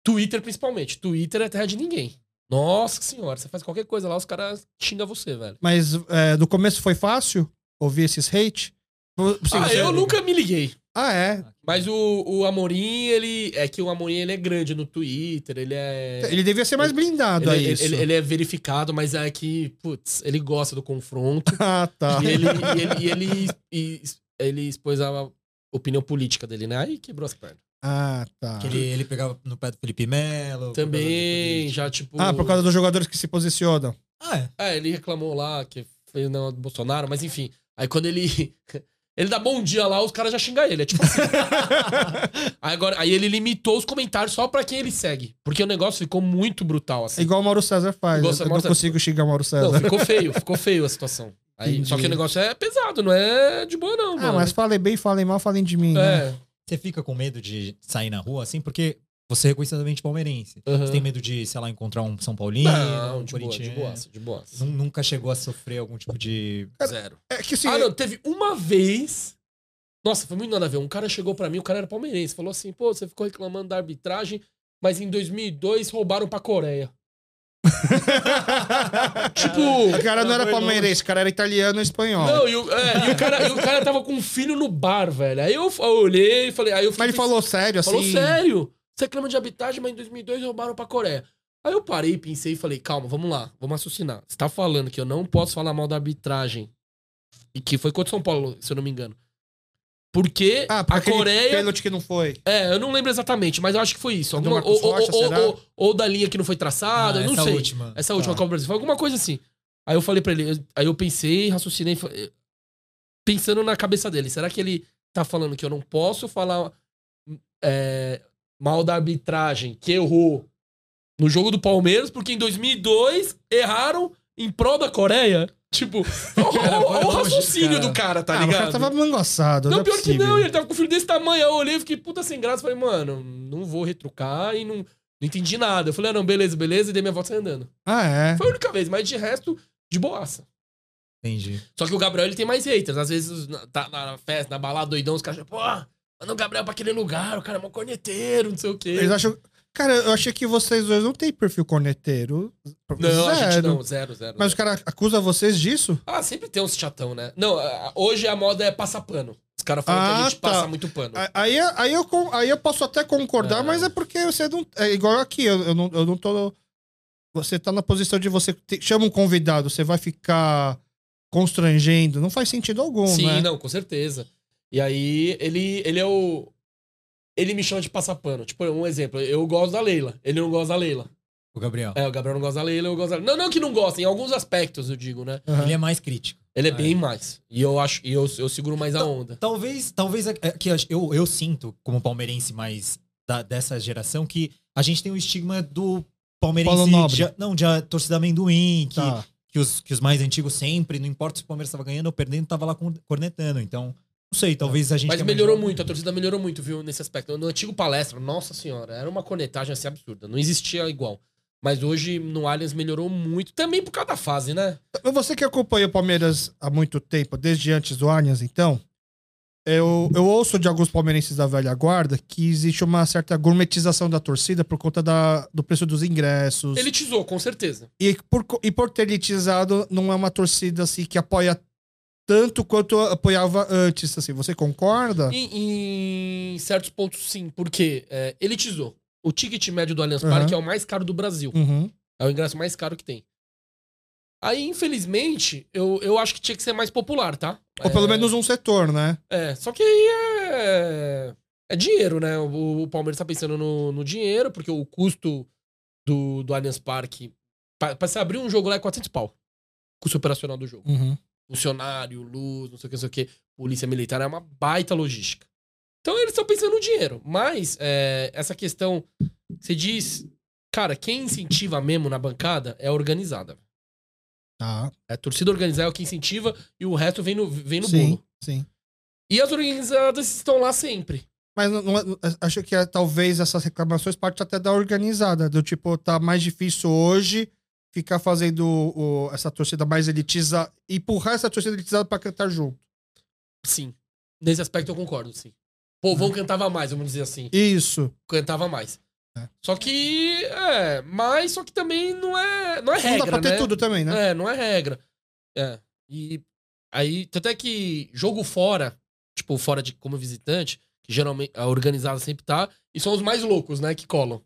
[SPEAKER 2] Twitter, principalmente. Twitter é terra de ninguém. Nossa senhora, você faz qualquer coisa lá, os caras xingam você, velho.
[SPEAKER 1] Mas é, no começo foi fácil ouvir esses hate? Por- por- sim,
[SPEAKER 2] ah,
[SPEAKER 1] você- é
[SPEAKER 2] eu nunca me liguei.
[SPEAKER 1] Ah, é?
[SPEAKER 2] Mas o, o Amorim, ele. É que o Amorim ele é grande no Twitter, ele é.
[SPEAKER 1] Ele devia ser mais blindado
[SPEAKER 2] Ele,
[SPEAKER 1] a
[SPEAKER 2] ele-
[SPEAKER 1] isso.
[SPEAKER 2] ele- ele é verificado, mas é que, putz, ele gosta do confronto.
[SPEAKER 1] Ah, tá.
[SPEAKER 2] E ele, e ele, e ele, e ele expôs a opinião política dele, né? Aí quebrou as pernas.
[SPEAKER 1] Ah, tá.
[SPEAKER 3] Que ele, ele pegava no pé do Felipe Melo. por
[SPEAKER 2] Também,
[SPEAKER 3] causa
[SPEAKER 2] já tipo.
[SPEAKER 1] Ah, por causa dos jogadores que se posicionam.
[SPEAKER 3] de política. Ah,
[SPEAKER 2] É, ele reclamou lá que fez não do Bolsonaro, mas enfim. Aí quando ele. Ele dá bom dia lá, os caras já xingam ele. É tipo assim. aí, agora, aí ele limitou os comentários só pra quem ele segue. Porque o negócio ficou muito brutal,
[SPEAKER 1] É
[SPEAKER 2] assim.
[SPEAKER 1] Igual o Mauro César faz. né?
[SPEAKER 2] Igual o
[SPEAKER 1] eu
[SPEAKER 2] Mauro
[SPEAKER 1] não
[SPEAKER 2] César.
[SPEAKER 1] consigo xingar o Mauro César.
[SPEAKER 2] Não, ficou feio, ficou feio a situação. Aí, só
[SPEAKER 1] Entendi.
[SPEAKER 2] que o negócio é pesado, não é de boa, não.
[SPEAKER 1] ah,
[SPEAKER 2] mano.
[SPEAKER 1] mas falem bem, falem mal, falem de mim. né?
[SPEAKER 2] É.
[SPEAKER 3] Você fica com medo de sair na rua assim? Porque você é reconhecidamente palmeirense.
[SPEAKER 2] aham.
[SPEAKER 3] Você tem medo de, sei lá, encontrar um São Paulino,
[SPEAKER 2] Não,
[SPEAKER 3] um
[SPEAKER 2] de boa, de
[SPEAKER 3] corintiano?
[SPEAKER 1] é.
[SPEAKER 2] boa, de boa.
[SPEAKER 3] Nu- Nunca chegou a sofrer algum tipo de.
[SPEAKER 2] Zero.
[SPEAKER 1] É que assim,
[SPEAKER 2] Ah, não, teve uma vez. Nossa, foi muito nada a ver. Um cara chegou pra mim, o cara era palmeirense, falou assim: pô, você ficou reclamando da arbitragem, mas em 2002 roubaram pra Coreia. tipo.
[SPEAKER 1] o cara não era palmeirense, o cara era italiano e espanhol.
[SPEAKER 2] Não, e o, é, e o cara, e o cara tava com um filho no bar, velho. Aí eu, f- eu olhei e falei. Aí eu
[SPEAKER 1] Mas
[SPEAKER 2] fiquei
[SPEAKER 1] ele falou sério, assim.
[SPEAKER 2] Falou sério? Você reclama de arbitragem, mas em 2002 roubaram pra Coreia. Aí eu parei, pensei e falei, calma, vamos lá, vamos raciocinar. Você tá falando que eu não posso falar mal da arbitragem. E que foi contra o São Paulo, se eu não me engano. Porque
[SPEAKER 1] Ah,
[SPEAKER 2] a
[SPEAKER 1] porque a
[SPEAKER 2] Coreia...
[SPEAKER 1] pênalti que não foi.
[SPEAKER 2] É, eu não lembro exatamente, mas eu acho que foi isso.
[SPEAKER 1] A do
[SPEAKER 2] Alguma,
[SPEAKER 1] Marcos
[SPEAKER 2] ou, ou-
[SPEAKER 1] Rocha,
[SPEAKER 2] ou-
[SPEAKER 1] será? Ah,
[SPEAKER 2] ou- ou da linha que não foi traçada, eu Ah, não
[SPEAKER 3] Ah, essa
[SPEAKER 2] sei.
[SPEAKER 3] última.
[SPEAKER 2] Essa última
[SPEAKER 1] Tá.
[SPEAKER 2] Copa do Brasil, foi alguma coisa assim. Aí eu falei pra ele, eu- aí eu pensei, raciocinei, fa- eh, pensando na cabeça dele, será que ele tá falando que eu não posso falar eh, mal da arbitragem, que errou no jogo do Palmeiras, porque em 2002 erraram em prol da Coreia? Tipo, olha o, olha o
[SPEAKER 3] longe,
[SPEAKER 2] raciocínio
[SPEAKER 3] cara.
[SPEAKER 2] do cara, tá
[SPEAKER 1] Ah, mas o
[SPEAKER 2] ligado?
[SPEAKER 1] cara tava mangoçado.
[SPEAKER 2] Não,
[SPEAKER 1] é
[SPEAKER 2] pior que
[SPEAKER 1] possível.
[SPEAKER 2] não, ele tava com o filho desse tamanho. Aí eu olhei e fiquei puta sem graça. Falei, mano, não vou retrucar e não, não entendi nada. Eu falei, ah, não, beleza, beleza, e dei minha volta e saí andando.
[SPEAKER 1] Ah, é.
[SPEAKER 2] Foi a única vez, mas de resto, de boaça.
[SPEAKER 3] Entendi.
[SPEAKER 2] Só que o Gabriel, ele tem mais haters. Às vezes, os- na- tá na festa, na balada, doidão, os caras acham, pô, manda o Gabriel pra aquele lugar, o cara é mó corneteiro, não sei o quê.
[SPEAKER 1] Eles acham. Cara, eu achei que vocês dois não têm perfil corneteiro.
[SPEAKER 2] Não, a gente
[SPEAKER 1] Zero.
[SPEAKER 2] não, zero, zero.
[SPEAKER 1] Mas os
[SPEAKER 2] zero.
[SPEAKER 1] caras acusam vocês disso?
[SPEAKER 2] Ah, sempre tem uns chatão, né? Não, ah, hoje a moda é passar pano. Os caras falam que
[SPEAKER 1] Ah,
[SPEAKER 2] a gente
[SPEAKER 1] tá.
[SPEAKER 2] passa muito pano.
[SPEAKER 1] A- Aí, é, aí, eu, con- aí eu posso até concordar,
[SPEAKER 2] É.
[SPEAKER 1] mas é porque você não. É igual aqui, eu, eu não, eu não tô. Você tá na posição de você. te- chama um convidado, você vai ficar constrangendo. Não faz sentido algum,
[SPEAKER 2] Sim,
[SPEAKER 1] né?
[SPEAKER 2] não, com certeza. E aí, ele, ele é o. Ele me chama de passapano. Tipo, um exemplo, eu gosto da Leila. Ele não gosta da Leila.
[SPEAKER 3] O Gabriel.
[SPEAKER 2] É, o Gabriel não gosta da Leila, eu gosto da Não, não que não gosta, em alguns aspectos, eu digo, né?
[SPEAKER 1] Aham.
[SPEAKER 3] Ele é mais crítico.
[SPEAKER 2] Ele é
[SPEAKER 3] Ah,
[SPEAKER 2] bem mais. E eu acho. E eu, eu seguro mais a
[SPEAKER 3] Então-
[SPEAKER 2] onda.
[SPEAKER 3] Talvez, talvez é- é que eu, eu sinto, como palmeirense mais da- dessa geração, que a gente tem o estigma do
[SPEAKER 1] Paulo Nobre.
[SPEAKER 3] palmeirense. de- não, de a- torcida amendoim, que,
[SPEAKER 1] Tá.
[SPEAKER 3] que, os, que os mais antigos sempre, não importa se o Palmeiras estava ganhando ou perdendo, tava lá con- cornetando. Então, não sei, talvez a gente.
[SPEAKER 2] Mas
[SPEAKER 3] que é mais
[SPEAKER 2] melhorou
[SPEAKER 3] jovem-
[SPEAKER 2] muito, a torcida melhorou muito, viu, nesse aspecto. No antigo palestra, nossa senhora, era uma conetagem assim absurda. Não existia igual. Mas hoje no Allianz melhorou muito. Também por causa da fase, né?
[SPEAKER 1] Você que acompanha o Palmeiras há muito tempo, desde antes do Allianz, então, eu, eu ouço de alguns palmeirenses da velha guarda que existe uma certa gourmetização da torcida por conta da, do preço dos ingressos.
[SPEAKER 2] Elitizou, com certeza.
[SPEAKER 1] E, por, co- e por ter elitizado, não é uma torcida assim que apoia tanto quanto apoiava antes. Assim. Você concorda?
[SPEAKER 2] Em, em certos pontos, sim, porque é, elitizou. O ticket médio do Allianz
[SPEAKER 1] Uhum.
[SPEAKER 2] Parque é o mais caro do Brasil.
[SPEAKER 1] Uhum.
[SPEAKER 2] É o ingresso mais caro que tem. Aí, infelizmente, eu, eu acho que tinha que ser mais popular, tá?
[SPEAKER 1] Ou pelo
[SPEAKER 2] É,
[SPEAKER 1] menos um setor, né?
[SPEAKER 2] É, só que aí é. É dinheiro, né? O, o Palmeiras tá pensando no, no dinheiro, porque o custo do, do Allianz Parque. Pra, pra você abrir um jogo lá é 400 pau. Custo operacional do jogo.
[SPEAKER 1] Uhum.
[SPEAKER 2] Funcionário, luz, não sei o que, não sei o que. Polícia militar é uma baita logística. Então eles estão pensando no dinheiro. Mas é, essa questão. Você diz. Cara, quem incentiva mesmo na bancada é a organizada.
[SPEAKER 1] Tá.
[SPEAKER 2] É a torcida organizada é o que incentiva e o resto vem no, vem no
[SPEAKER 1] sim,
[SPEAKER 2] bolo.
[SPEAKER 1] sim.
[SPEAKER 2] E as organizadas estão lá sempre.
[SPEAKER 1] Mas não- não- acho que é, talvez essas reclamações partem até da organizada, do tipo, tá mais difícil hoje ficar fazendo o- essa torcida mais elitiza, empurrar essa torcida elitizada pra cantar junto.
[SPEAKER 2] Sim. Nesse aspecto eu concordo, sim. Povão
[SPEAKER 1] Uhum.
[SPEAKER 2] cantava mais, vamos dizer assim.
[SPEAKER 1] Isso.
[SPEAKER 2] Cantava mais.
[SPEAKER 1] É.
[SPEAKER 2] Só que. É, mas só que também não é. Não é regra.
[SPEAKER 1] não dá pra ter
[SPEAKER 2] né?
[SPEAKER 1] tudo também, né?
[SPEAKER 2] É, não é regra. É. E aí, tanto é que jogo fora, tipo, fora de como visitante, que geralmente a organizada sempre tá, e são os mais loucos, né, que colam.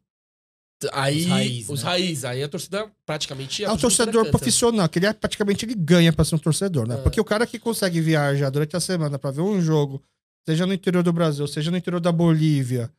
[SPEAKER 2] T- Aí, os
[SPEAKER 3] Os raiz,
[SPEAKER 2] raiz,
[SPEAKER 3] né?
[SPEAKER 2] aí a torcida praticamente...
[SPEAKER 1] É
[SPEAKER 2] a
[SPEAKER 1] o
[SPEAKER 2] torcida
[SPEAKER 1] torcedor
[SPEAKER 2] canta.
[SPEAKER 1] profissional, que ele é, praticamente ele ganha pra ser um torcedor, né?
[SPEAKER 2] É.
[SPEAKER 1] Porque o cara que consegue viajar durante a semana pra ver um jogo, seja no interior do Brasil, seja no interior da Bolívia,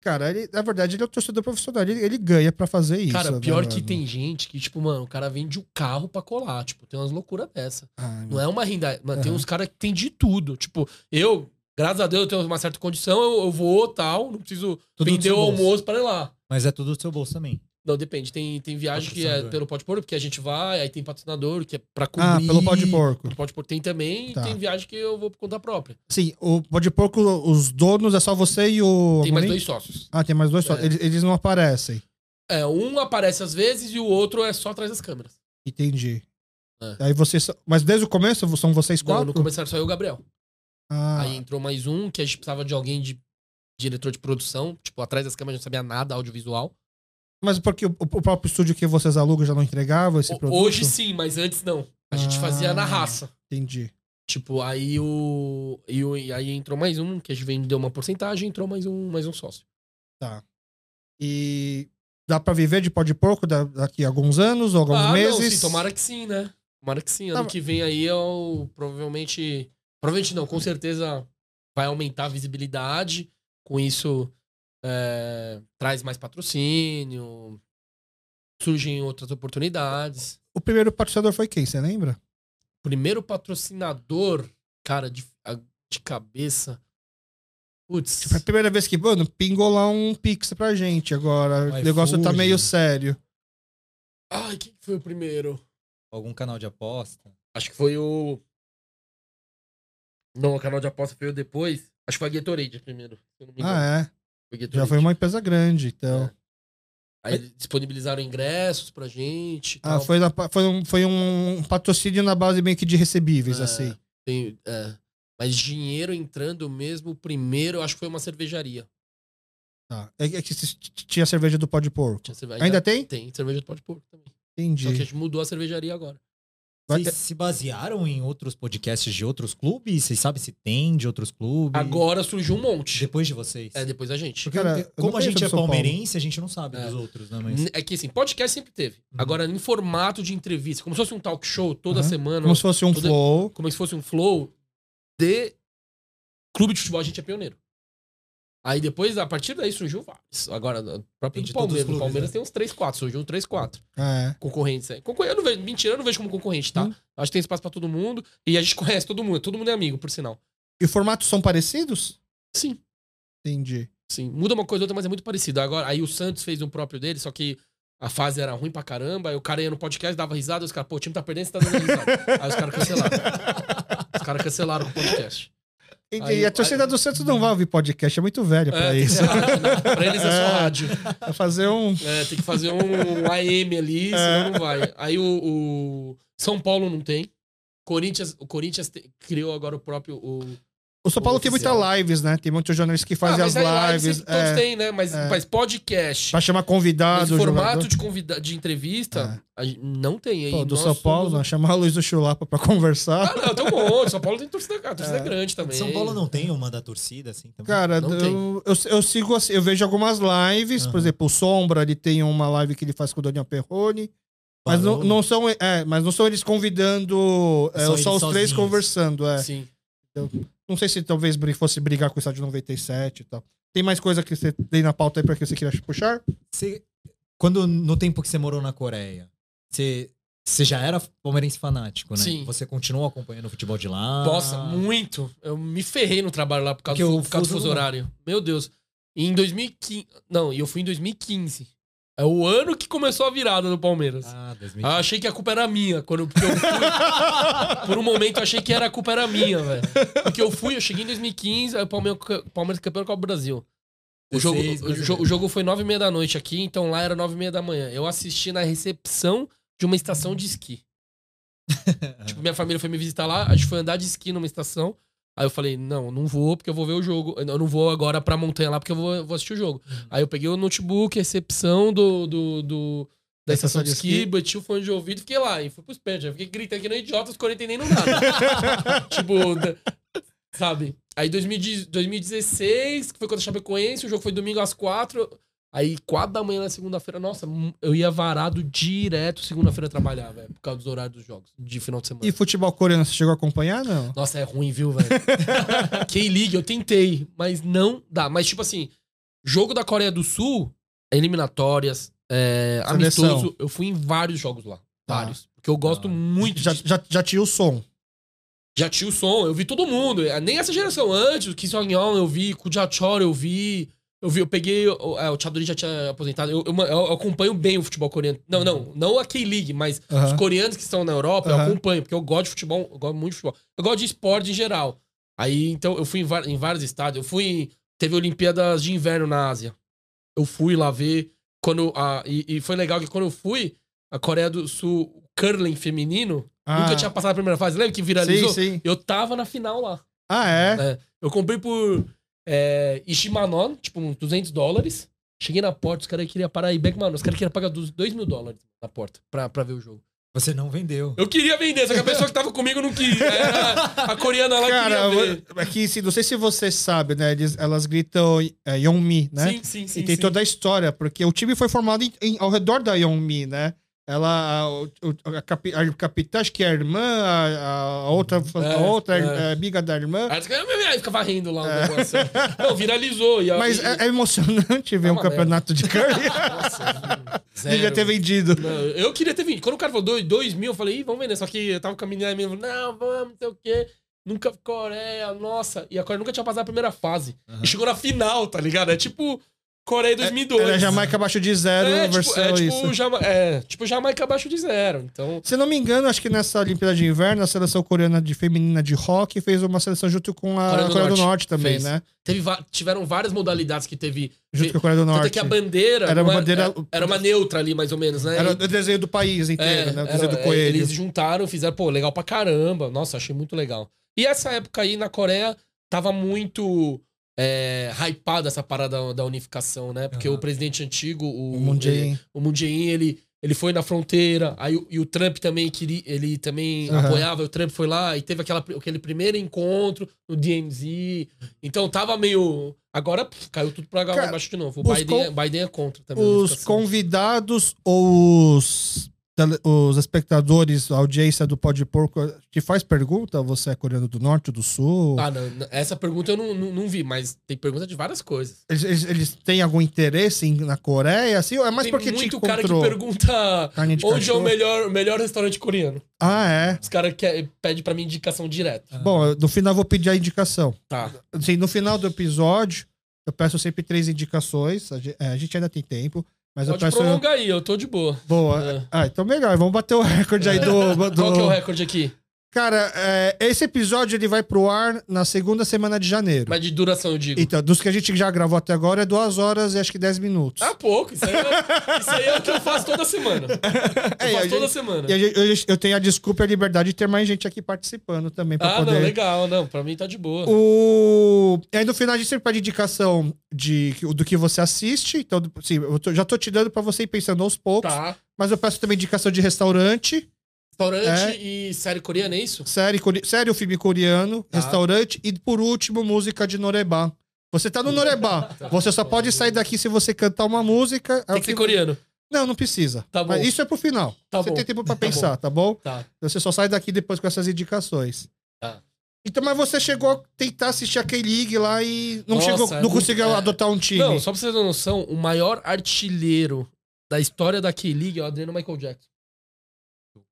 [SPEAKER 1] cara, ele, na verdade, ele é um torcedor profissional, ele, ele ganha pra fazer isso.
[SPEAKER 2] Cara,
[SPEAKER 1] né,
[SPEAKER 2] pior que
[SPEAKER 1] mano?
[SPEAKER 2] tem gente que, tipo, mano, o cara vende o carro pra colar, tipo, tem umas loucuras dessa.
[SPEAKER 1] Ai,
[SPEAKER 2] Não é uma renda. Mano, tem
[SPEAKER 1] Aham.
[SPEAKER 2] uns caras que tem de tudo. Tipo, eu, graças a Deus, eu tenho uma certa condição, eu, eu vou tal, não preciso
[SPEAKER 3] Tudo do
[SPEAKER 2] vender
[SPEAKER 3] seu
[SPEAKER 2] o
[SPEAKER 3] bolso.
[SPEAKER 2] almoço pra ir lá.
[SPEAKER 3] Mas é tudo do seu bolso também.
[SPEAKER 2] Não, depende. Tem, tem viagem que é
[SPEAKER 3] Patrocinador.
[SPEAKER 2] pelo pode porco, porque a gente vai, aí tem patrocinador, que é pra cobrir.
[SPEAKER 1] Ah, pelo pau de porco.
[SPEAKER 2] Pelo pode porco tem também, e
[SPEAKER 1] Tá.
[SPEAKER 2] tem viagem que eu vou por conta própria.
[SPEAKER 1] Sim, o Pode Porco, os donos é só você e o.
[SPEAKER 2] Tem mais
[SPEAKER 1] Amorim?
[SPEAKER 2] dois sócios.
[SPEAKER 1] Ah, tem mais dois só.
[SPEAKER 2] É.
[SPEAKER 1] Eles, eles não aparecem.
[SPEAKER 2] É, um aparece às vezes e o outro é só atrás das câmeras.
[SPEAKER 1] Entendi.
[SPEAKER 2] É.
[SPEAKER 1] Aí vocês. só- Mas desde o começo são vocês
[SPEAKER 2] Não,
[SPEAKER 1] quatro?
[SPEAKER 2] no começo era só eu e o Gabriel.
[SPEAKER 1] Ah,
[SPEAKER 2] Aí entrou mais um, que a gente precisava de alguém de diretor de produção, tipo, atrás das câmeras a gente não sabia nada, audiovisual.
[SPEAKER 1] Mas porque o, o próprio estúdio que vocês alugam já não entregava esse
[SPEAKER 2] O-
[SPEAKER 1] produto?
[SPEAKER 2] Hoje sim, mas antes não. A gente
[SPEAKER 1] Ah.
[SPEAKER 2] fazia na raça.
[SPEAKER 1] Entendi.
[SPEAKER 2] Tipo, aí o. E o- e aí entrou mais um, que a gente vendeu uma porcentagem, entrou mais um, mais um sócio.
[SPEAKER 1] E dá pra viver de pó de porco da- daqui a alguns anos ou alguns
[SPEAKER 2] ah,
[SPEAKER 1] meses?
[SPEAKER 2] não, sim, tomara que sim, né? Tomara que sim. Ano
[SPEAKER 1] Tá,
[SPEAKER 2] que vem aí eu provavelmente. Provavelmente não, com certeza vai aumentar a visibilidade. Com isso, é, traz mais patrocínio. Surgem outras oportunidades.
[SPEAKER 1] O primeiro patrocinador foi quem? Você lembra?
[SPEAKER 2] primeiro patrocinador, cara, de, a- de cabeça. Putz.
[SPEAKER 1] Foi a primeira vez que, mano, pingou lá um pix pra gente agora.
[SPEAKER 3] Um
[SPEAKER 1] o negócio tá
[SPEAKER 3] iFood.
[SPEAKER 1] meio sério.
[SPEAKER 2] Ai, quem que foi o primeiro?
[SPEAKER 3] Algum canal de aposta.
[SPEAKER 2] Acho que foi o. Não, o canal de aposta foi o depois. Acho que foi a Gatorade primeiro. Se eu não me engano.
[SPEAKER 1] Ah, é.
[SPEAKER 2] Foi a
[SPEAKER 1] Já
[SPEAKER 2] Gatorade.
[SPEAKER 1] foi uma empresa grande, então.
[SPEAKER 2] É. Aí eles disponibilizaram ingressos pra gente. e
[SPEAKER 1] Ah,
[SPEAKER 2] tal.
[SPEAKER 1] foi, na pa- foi, um, foi um patrocínio na base meio que de recebíveis,
[SPEAKER 2] É.
[SPEAKER 1] assim.
[SPEAKER 2] Tem- é. Mas dinheiro entrando mesmo, o primeiro, acho que foi uma cervejaria.
[SPEAKER 1] Tá. É, que- é que se- t- tinha cerveja do pó de porco.
[SPEAKER 2] Tinha cerve-
[SPEAKER 1] Ainda tem?
[SPEAKER 2] Tem, cerveja do Pode Porco também. Só que a
[SPEAKER 1] Entendi.
[SPEAKER 2] gente mudou a cervejaria agora.
[SPEAKER 1] Vai
[SPEAKER 3] Vocês se basearam em outros podcasts de outros clubes? Vocês sabem se tem de outros clubes?
[SPEAKER 2] Agora surgiu um monte.
[SPEAKER 3] Depois de vocês?
[SPEAKER 2] É, depois a gente.
[SPEAKER 1] Porque, cara, eu não
[SPEAKER 3] como a
[SPEAKER 1] conheço
[SPEAKER 3] gente
[SPEAKER 1] de
[SPEAKER 3] é
[SPEAKER 1] São Paulo.
[SPEAKER 3] palmeirense, a gente não sabe
[SPEAKER 2] É.
[SPEAKER 3] dos outros, né? Mas... Uhum.
[SPEAKER 2] É que assim, podcast sempre teve. Agora, em formato de entrevista, como se fosse um talk show toda
[SPEAKER 1] Uhum.
[SPEAKER 2] semana,
[SPEAKER 1] Como se fosse um
[SPEAKER 2] Tudo-
[SPEAKER 1] flow.
[SPEAKER 2] como se fosse um flow de clube de futebol, a gente é pioneiro. Aí depois, a partir daí, surgiu vários. Agora, o próprio
[SPEAKER 3] Tem de todos
[SPEAKER 2] Palmeiras.
[SPEAKER 3] os clubes,
[SPEAKER 2] o Palmeiras
[SPEAKER 3] né?
[SPEAKER 2] tem uns 3, 4. Surgiu um 3, 4
[SPEAKER 1] É.
[SPEAKER 2] concorrentes aí. Concor- eu não vejo, mentira, eu não vejo como concorrente, tá?
[SPEAKER 3] Uhum.
[SPEAKER 1] Hum.
[SPEAKER 2] Acho que tem espaço pra todo mundo. E a gente conhece todo mundo. Todo mundo é amigo, por sinal.
[SPEAKER 1] E os formatos são parecidos?
[SPEAKER 2] Sim.
[SPEAKER 1] Entendi.
[SPEAKER 2] Sim, muda uma coisa ou outra, mas é muito parecido. Agora, aí o Santos fez um próprio dele, só que a fase era ruim pra caramba, aí o cara ia no podcast, dava risada, os caras, pô, o time tá perdendo, você tá dando risada. aí os caras cancelaram. Os caras cancelaram o podcast.
[SPEAKER 1] E, e
[SPEAKER 2] Aí-
[SPEAKER 1] a torcida
[SPEAKER 2] aí-
[SPEAKER 1] do Santos não vai ouvir podcast, é muito velha pra isso.
[SPEAKER 2] É, pra eles é só
[SPEAKER 1] É.
[SPEAKER 2] rádio.
[SPEAKER 1] Vai fazer um.
[SPEAKER 2] É, tem que fazer um AM ali,
[SPEAKER 1] É.
[SPEAKER 2] senão não vai. Aí o, o São Paulo não tem. Corinthians, o Corinthians te- criou agora o próprio. O...
[SPEAKER 1] O São Paulo tem muitas
[SPEAKER 2] Oficial.
[SPEAKER 1] lives, né? Tem muitos jornalistas que fazem
[SPEAKER 2] Ah, mas aí lá
[SPEAKER 1] as
[SPEAKER 2] eles
[SPEAKER 1] lives.
[SPEAKER 2] sempre- todos
[SPEAKER 1] é,
[SPEAKER 2] têm, né? Mas,
[SPEAKER 1] é.
[SPEAKER 2] mas podcast,
[SPEAKER 1] Pra chamar convidados.
[SPEAKER 2] esse
[SPEAKER 1] jogador. É.
[SPEAKER 2] formato de, convida... de entrevista, a gente não tem. Aí
[SPEAKER 1] Pô, do
[SPEAKER 2] nós
[SPEAKER 1] São Paulo,
[SPEAKER 2] somos-
[SPEAKER 1] né? chamar a Luiz do Chulapa pra conversar.
[SPEAKER 2] Ah, não, tem um monte. São Paulo tem torcida, a torcida é. grande também.
[SPEAKER 3] São Paulo não tem uma da torcida, assim, também.
[SPEAKER 1] Cara,
[SPEAKER 2] Não
[SPEAKER 1] eu, eu, eu sigo assim, eu vejo algumas lives, por
[SPEAKER 3] Aham.
[SPEAKER 1] exemplo, o Sombra, ele tem uma live que ele faz com o Daniel Perrone, mas não,
[SPEAKER 3] Parou.
[SPEAKER 1] não são, é, mas não são eles convidando, é,
[SPEAKER 3] São
[SPEAKER 1] só,
[SPEAKER 3] eles
[SPEAKER 1] os três
[SPEAKER 3] sozinhos.
[SPEAKER 1] conversando, é.
[SPEAKER 2] Sim.
[SPEAKER 1] Não sei se talvez bri- fosse brigar com o estádio 97 e tal. Tem mais coisa que você tem na pauta aí pra que você queira puxar?
[SPEAKER 3] Você- quando no tempo que você morou na Coreia, você, você já era palmeirense fanático, né?
[SPEAKER 2] Sim.
[SPEAKER 3] Você continuou acompanhando o futebol de
[SPEAKER 1] Ah.
[SPEAKER 3] lá? Ah,
[SPEAKER 2] Nossa, muito. Eu me ferrei no trabalho lá por causa,
[SPEAKER 3] Porque
[SPEAKER 2] do,
[SPEAKER 3] o
[SPEAKER 2] por causa do
[SPEAKER 3] fuso
[SPEAKER 2] fuso
[SPEAKER 3] não dá.
[SPEAKER 2] horário. Meu Deus. E em 2015. Não, e eu fui em 2015. É o ano que começou a virada do Palmeiras.
[SPEAKER 3] Ah,
[SPEAKER 2] Ah,
[SPEAKER 3] 2015.
[SPEAKER 2] achei que a culpa era minha. Quando eu, porque eu fui, por um momento eu achei que era, a culpa era minha, velho. Porque eu fui, eu cheguei em 2015, aí o Palmeiras, Palmeiras campeão da Copa do Brasil. O jogo,
[SPEAKER 3] 16
[SPEAKER 2] o, jo- o jogo foi 9h30 da noite aqui, então lá era 9h30 da manhã. Eu assisti na recepção de uma estação de esqui. tipo, minha família foi me visitar lá, a gente foi andar de esqui numa estação. Aí eu falei, não, não vou, porque eu vou ver o jogo. Eu não vou agora pra montanha lá, porque eu vou, eu vou assistir o jogo. Aí eu peguei o notebook, recepção do, do, do- da estação de esqui, bati o fone de ouvido, fiquei lá e fui pros pés. Fiquei gritando que não idiota, os caras entendendo nada. tipo, da- sabe? Aí 2010 2016, que foi contra a Chapecoense, o jogo foi domingo às quatro. Aí quatro da manhã na segunda-feira, nossa, hum, eu ia varado direto segunda-feira trabalhar, velho, por causa dos horários dos jogos, de final de semana.
[SPEAKER 1] E futebol coreano, você chegou a acompanhar, não?
[SPEAKER 2] Nossa, é ruim, viu, velho? K-League, eu tentei, mas não dá. Mas, tipo assim, jogo da Coreia do Sul, eliminatórias, é,
[SPEAKER 1] Seleção.
[SPEAKER 2] amistoso, eu fui em vários jogos lá.
[SPEAKER 1] Tá.
[SPEAKER 2] Vários. Porque eu gosto
[SPEAKER 3] Da hora.
[SPEAKER 2] muito.
[SPEAKER 1] Já,
[SPEAKER 2] de-
[SPEAKER 1] já, já tinha o som.
[SPEAKER 2] já tinha o som, eu vi todo mundo. eh, Nem essa geração antes, o Kim Song-yeon eu vi, o Jachor eu vi. Eu vi, eu peguei. O, é, o Chaduri já tinha aposentado. Eu, eu- eu acompanho bem o futebol coreano. Não, não, não a K-League, mas os
[SPEAKER 1] Aham.
[SPEAKER 2] coreanos que estão na Europa, eu
[SPEAKER 1] Aham.
[SPEAKER 2] acompanho, porque eu gosto de futebol, eu gosto muito de futebol. Eu gosto de esporte em geral. Aí, então, eu fui em, va- em vários estádios. Eu fui. em- Teve Olimpíadas de Inverno na Ásia. Eu fui lá ver. Quando a, e, e foi legal que quando eu fui, a Coreia do Sul, o curling feminino, nunca
[SPEAKER 1] Ah,
[SPEAKER 2] tinha passado a primeira fase. Lembra que viralizou?
[SPEAKER 1] Sim, sim.
[SPEAKER 2] Eu tava na final lá.
[SPEAKER 1] Ah, é?
[SPEAKER 2] É, eu comprei por é, Ishimanon, tipo, uns 200 dólares. Cheguei na porta, os caras queriam parar aí. Beck, mano, os caras queriam pagar dos 2 mil dólares na porta pra, pra ver o jogo.
[SPEAKER 3] Você não vendeu.
[SPEAKER 2] Eu queria vender, só que a pessoa que tava comigo não queria. Era a coreana lá
[SPEAKER 1] Cara,
[SPEAKER 2] queria ver.
[SPEAKER 1] eu- aqui, se- não sei se você sabe, né? Eles, elas gritam é, Yongmi, né?
[SPEAKER 2] Sim, sim, sim.
[SPEAKER 1] e tem
[SPEAKER 2] sim.
[SPEAKER 1] toda a história, porque o time foi formado em- em- ao redor da Yongmi, né? Ela, a, o- a capi- a capitã, acho que é a irmã, a, a outra, a
[SPEAKER 2] É,
[SPEAKER 1] outra
[SPEAKER 2] é.
[SPEAKER 1] é, amiga da irmã.
[SPEAKER 2] Aí os caras, "Meu, meu", aí ficava rindo lá o negócio. Não, viralizou. E, a-
[SPEAKER 1] É. Mas
[SPEAKER 2] e-
[SPEAKER 1] é, é emocionante ver
[SPEAKER 2] É
[SPEAKER 1] um
[SPEAKER 2] uma
[SPEAKER 1] campeonato de curry.
[SPEAKER 2] Nossa, zero.
[SPEAKER 1] Devia ter vendido.
[SPEAKER 2] Não, eu queria ter vindo. Quando o cara falou 2 mil, eu falei, Ih, vamos vender. Só que eu tava com a menina e a menina falou, não, vamos, não sei o quê. Nunca Coreia, nossa. E a Coreia nunca tinha passado a primeira fase. E chegou na final, tá ligado? É tipo Coreia 2002.
[SPEAKER 1] É, Era Jamaica abaixo de zero,
[SPEAKER 2] é, tipo,
[SPEAKER 1] versão
[SPEAKER 2] é,
[SPEAKER 1] isso.
[SPEAKER 2] tipo, Jama- é, tipo Jamaica abaixo de zero. Então,
[SPEAKER 1] Se não me engano, acho que nessa Olimpíada de Inverno, a seleção coreana de feminina de rock fez uma seleção junto com a Coreia do, Norte, também,
[SPEAKER 2] fez.
[SPEAKER 1] né?
[SPEAKER 2] Teve, va- tiveram várias modalidades que teve.
[SPEAKER 1] Junto com a Coreia do
[SPEAKER 2] Tanto é
[SPEAKER 1] Norte.
[SPEAKER 2] que a bandeira.
[SPEAKER 1] Era
[SPEAKER 2] não
[SPEAKER 1] uma bandeira-
[SPEAKER 2] Era, era uma neutra ali, mais ou menos, né?
[SPEAKER 1] Era o
[SPEAKER 2] E-
[SPEAKER 1] desenho do país inteiro,
[SPEAKER 2] é,
[SPEAKER 1] né? O
[SPEAKER 2] era-
[SPEAKER 1] desenho do
[SPEAKER 2] é,
[SPEAKER 1] coelho.
[SPEAKER 2] Eles juntaram, fizeram, pô, legal pra caramba. Nossa, achei muito legal. E essa época aí na Coreia tava muito é, hypada essa parada da unificação, né? Porque
[SPEAKER 3] Aham.
[SPEAKER 2] o presidente antigo, o,
[SPEAKER 1] O Moon
[SPEAKER 2] ele-
[SPEAKER 1] Jae-in.
[SPEAKER 2] o Moon Jae-in, ele, ele foi na fronteira, aí o, e o Trump também queria, ele também
[SPEAKER 1] Aham.
[SPEAKER 2] apoiava, o Trump foi lá e teve aquela, aquele primeiro encontro no DMZ. Então tava meio. Agora pff, caiu tudo pra
[SPEAKER 1] Cara,
[SPEAKER 2] baixo de novo. O
[SPEAKER 1] os
[SPEAKER 2] Biden, é-
[SPEAKER 1] con-
[SPEAKER 2] Biden é contra também. a
[SPEAKER 1] Os
[SPEAKER 2] unificação.
[SPEAKER 1] convidados ou os, tele- os espectadores, a audiência do Pode Porco, te faz pergunta? Você é coreano do norte ou do sul?
[SPEAKER 2] Ah, não, não, essa pergunta eu não, não, não vi, mas tem pergunta de várias coisas.
[SPEAKER 1] Eles, eles, eles têm algum interesse em- na Coreia? Assim, ou é mais
[SPEAKER 2] tem
[SPEAKER 1] porque te
[SPEAKER 2] muito
[SPEAKER 1] encontrou
[SPEAKER 2] cara que pergunta
[SPEAKER 1] carne de
[SPEAKER 2] onde é o
[SPEAKER 1] cachorro?
[SPEAKER 2] melhor, melhor restaurante coreano.
[SPEAKER 1] Ah, é.
[SPEAKER 2] Os caras pedem pra mim indicação direto.
[SPEAKER 1] Bom, eu- no final eu vou pedir a indicação.
[SPEAKER 2] Tá.
[SPEAKER 1] Assim, no final do episódio, eu peço sempre três indicações. A ge- é, a gente, ainda tem tempo. Mas eu
[SPEAKER 2] Pode
[SPEAKER 1] peço.
[SPEAKER 2] prolongar aí, eu tô de boa.
[SPEAKER 1] Boa.
[SPEAKER 2] É.
[SPEAKER 1] Ah, então melhor. Vamos bater o recorde aí do. do...
[SPEAKER 2] Qual que é o recorde aqui?
[SPEAKER 1] Cara, é, esse episódio ele vai pro ar na segunda semana de janeiro.
[SPEAKER 2] Mas de duração, eu digo.
[SPEAKER 1] Então, dos que a gente já gravou até agora é duas horas e acho que 10 minutos.
[SPEAKER 2] Ah, pouco. Isso aí, é, isso aí é o que eu faço toda semana. Eu
[SPEAKER 1] É, e a
[SPEAKER 2] faço toda
[SPEAKER 1] gente-
[SPEAKER 2] semana.
[SPEAKER 1] E a gente- eu, eu tenho a desculpa e a liberdade de ter mais gente aqui participando também pra
[SPEAKER 2] Ah,
[SPEAKER 1] poder.
[SPEAKER 2] não, legal. Não, pra mim tá de boa.
[SPEAKER 1] O... E aí no final a gente sempre pede indicação de, do que você assiste. Então, assim, eu tô- já tô te dando pra você ir pensando aos poucos.
[SPEAKER 2] Tá.
[SPEAKER 1] Mas eu peço também indicação de restaurante,
[SPEAKER 2] Restaurante e série coreana, é isso?
[SPEAKER 1] série, core- série ou filme coreano,
[SPEAKER 2] Tá.
[SPEAKER 1] restaurante e, por último, música de Norebá. Você tá no Norebá. Você só pode sair daqui se você cantar uma música. É
[SPEAKER 2] Tem
[SPEAKER 1] o
[SPEAKER 2] que ser
[SPEAKER 1] que-
[SPEAKER 2] coreano.
[SPEAKER 1] Não, não precisa.
[SPEAKER 2] Tá
[SPEAKER 1] Mas
[SPEAKER 2] bom.
[SPEAKER 1] isso é pro final.
[SPEAKER 2] Tá
[SPEAKER 1] você
[SPEAKER 2] bom.
[SPEAKER 1] tem tempo pra
[SPEAKER 2] Tá bom.
[SPEAKER 1] pensar, tá bom?
[SPEAKER 2] Tá.
[SPEAKER 1] Você só sai daqui depois com essas indicações.
[SPEAKER 2] Tá.
[SPEAKER 1] Então, mas você chegou a tentar assistir a K-League lá e não
[SPEAKER 2] Nossa,
[SPEAKER 1] chegou,
[SPEAKER 2] é
[SPEAKER 1] não
[SPEAKER 2] muito-
[SPEAKER 1] conseguiu
[SPEAKER 2] é.
[SPEAKER 1] adotar um time.
[SPEAKER 2] Não, só pra vocês terem noção, o maior artilheiro da história da K-League é o Adriano Michael Jackson.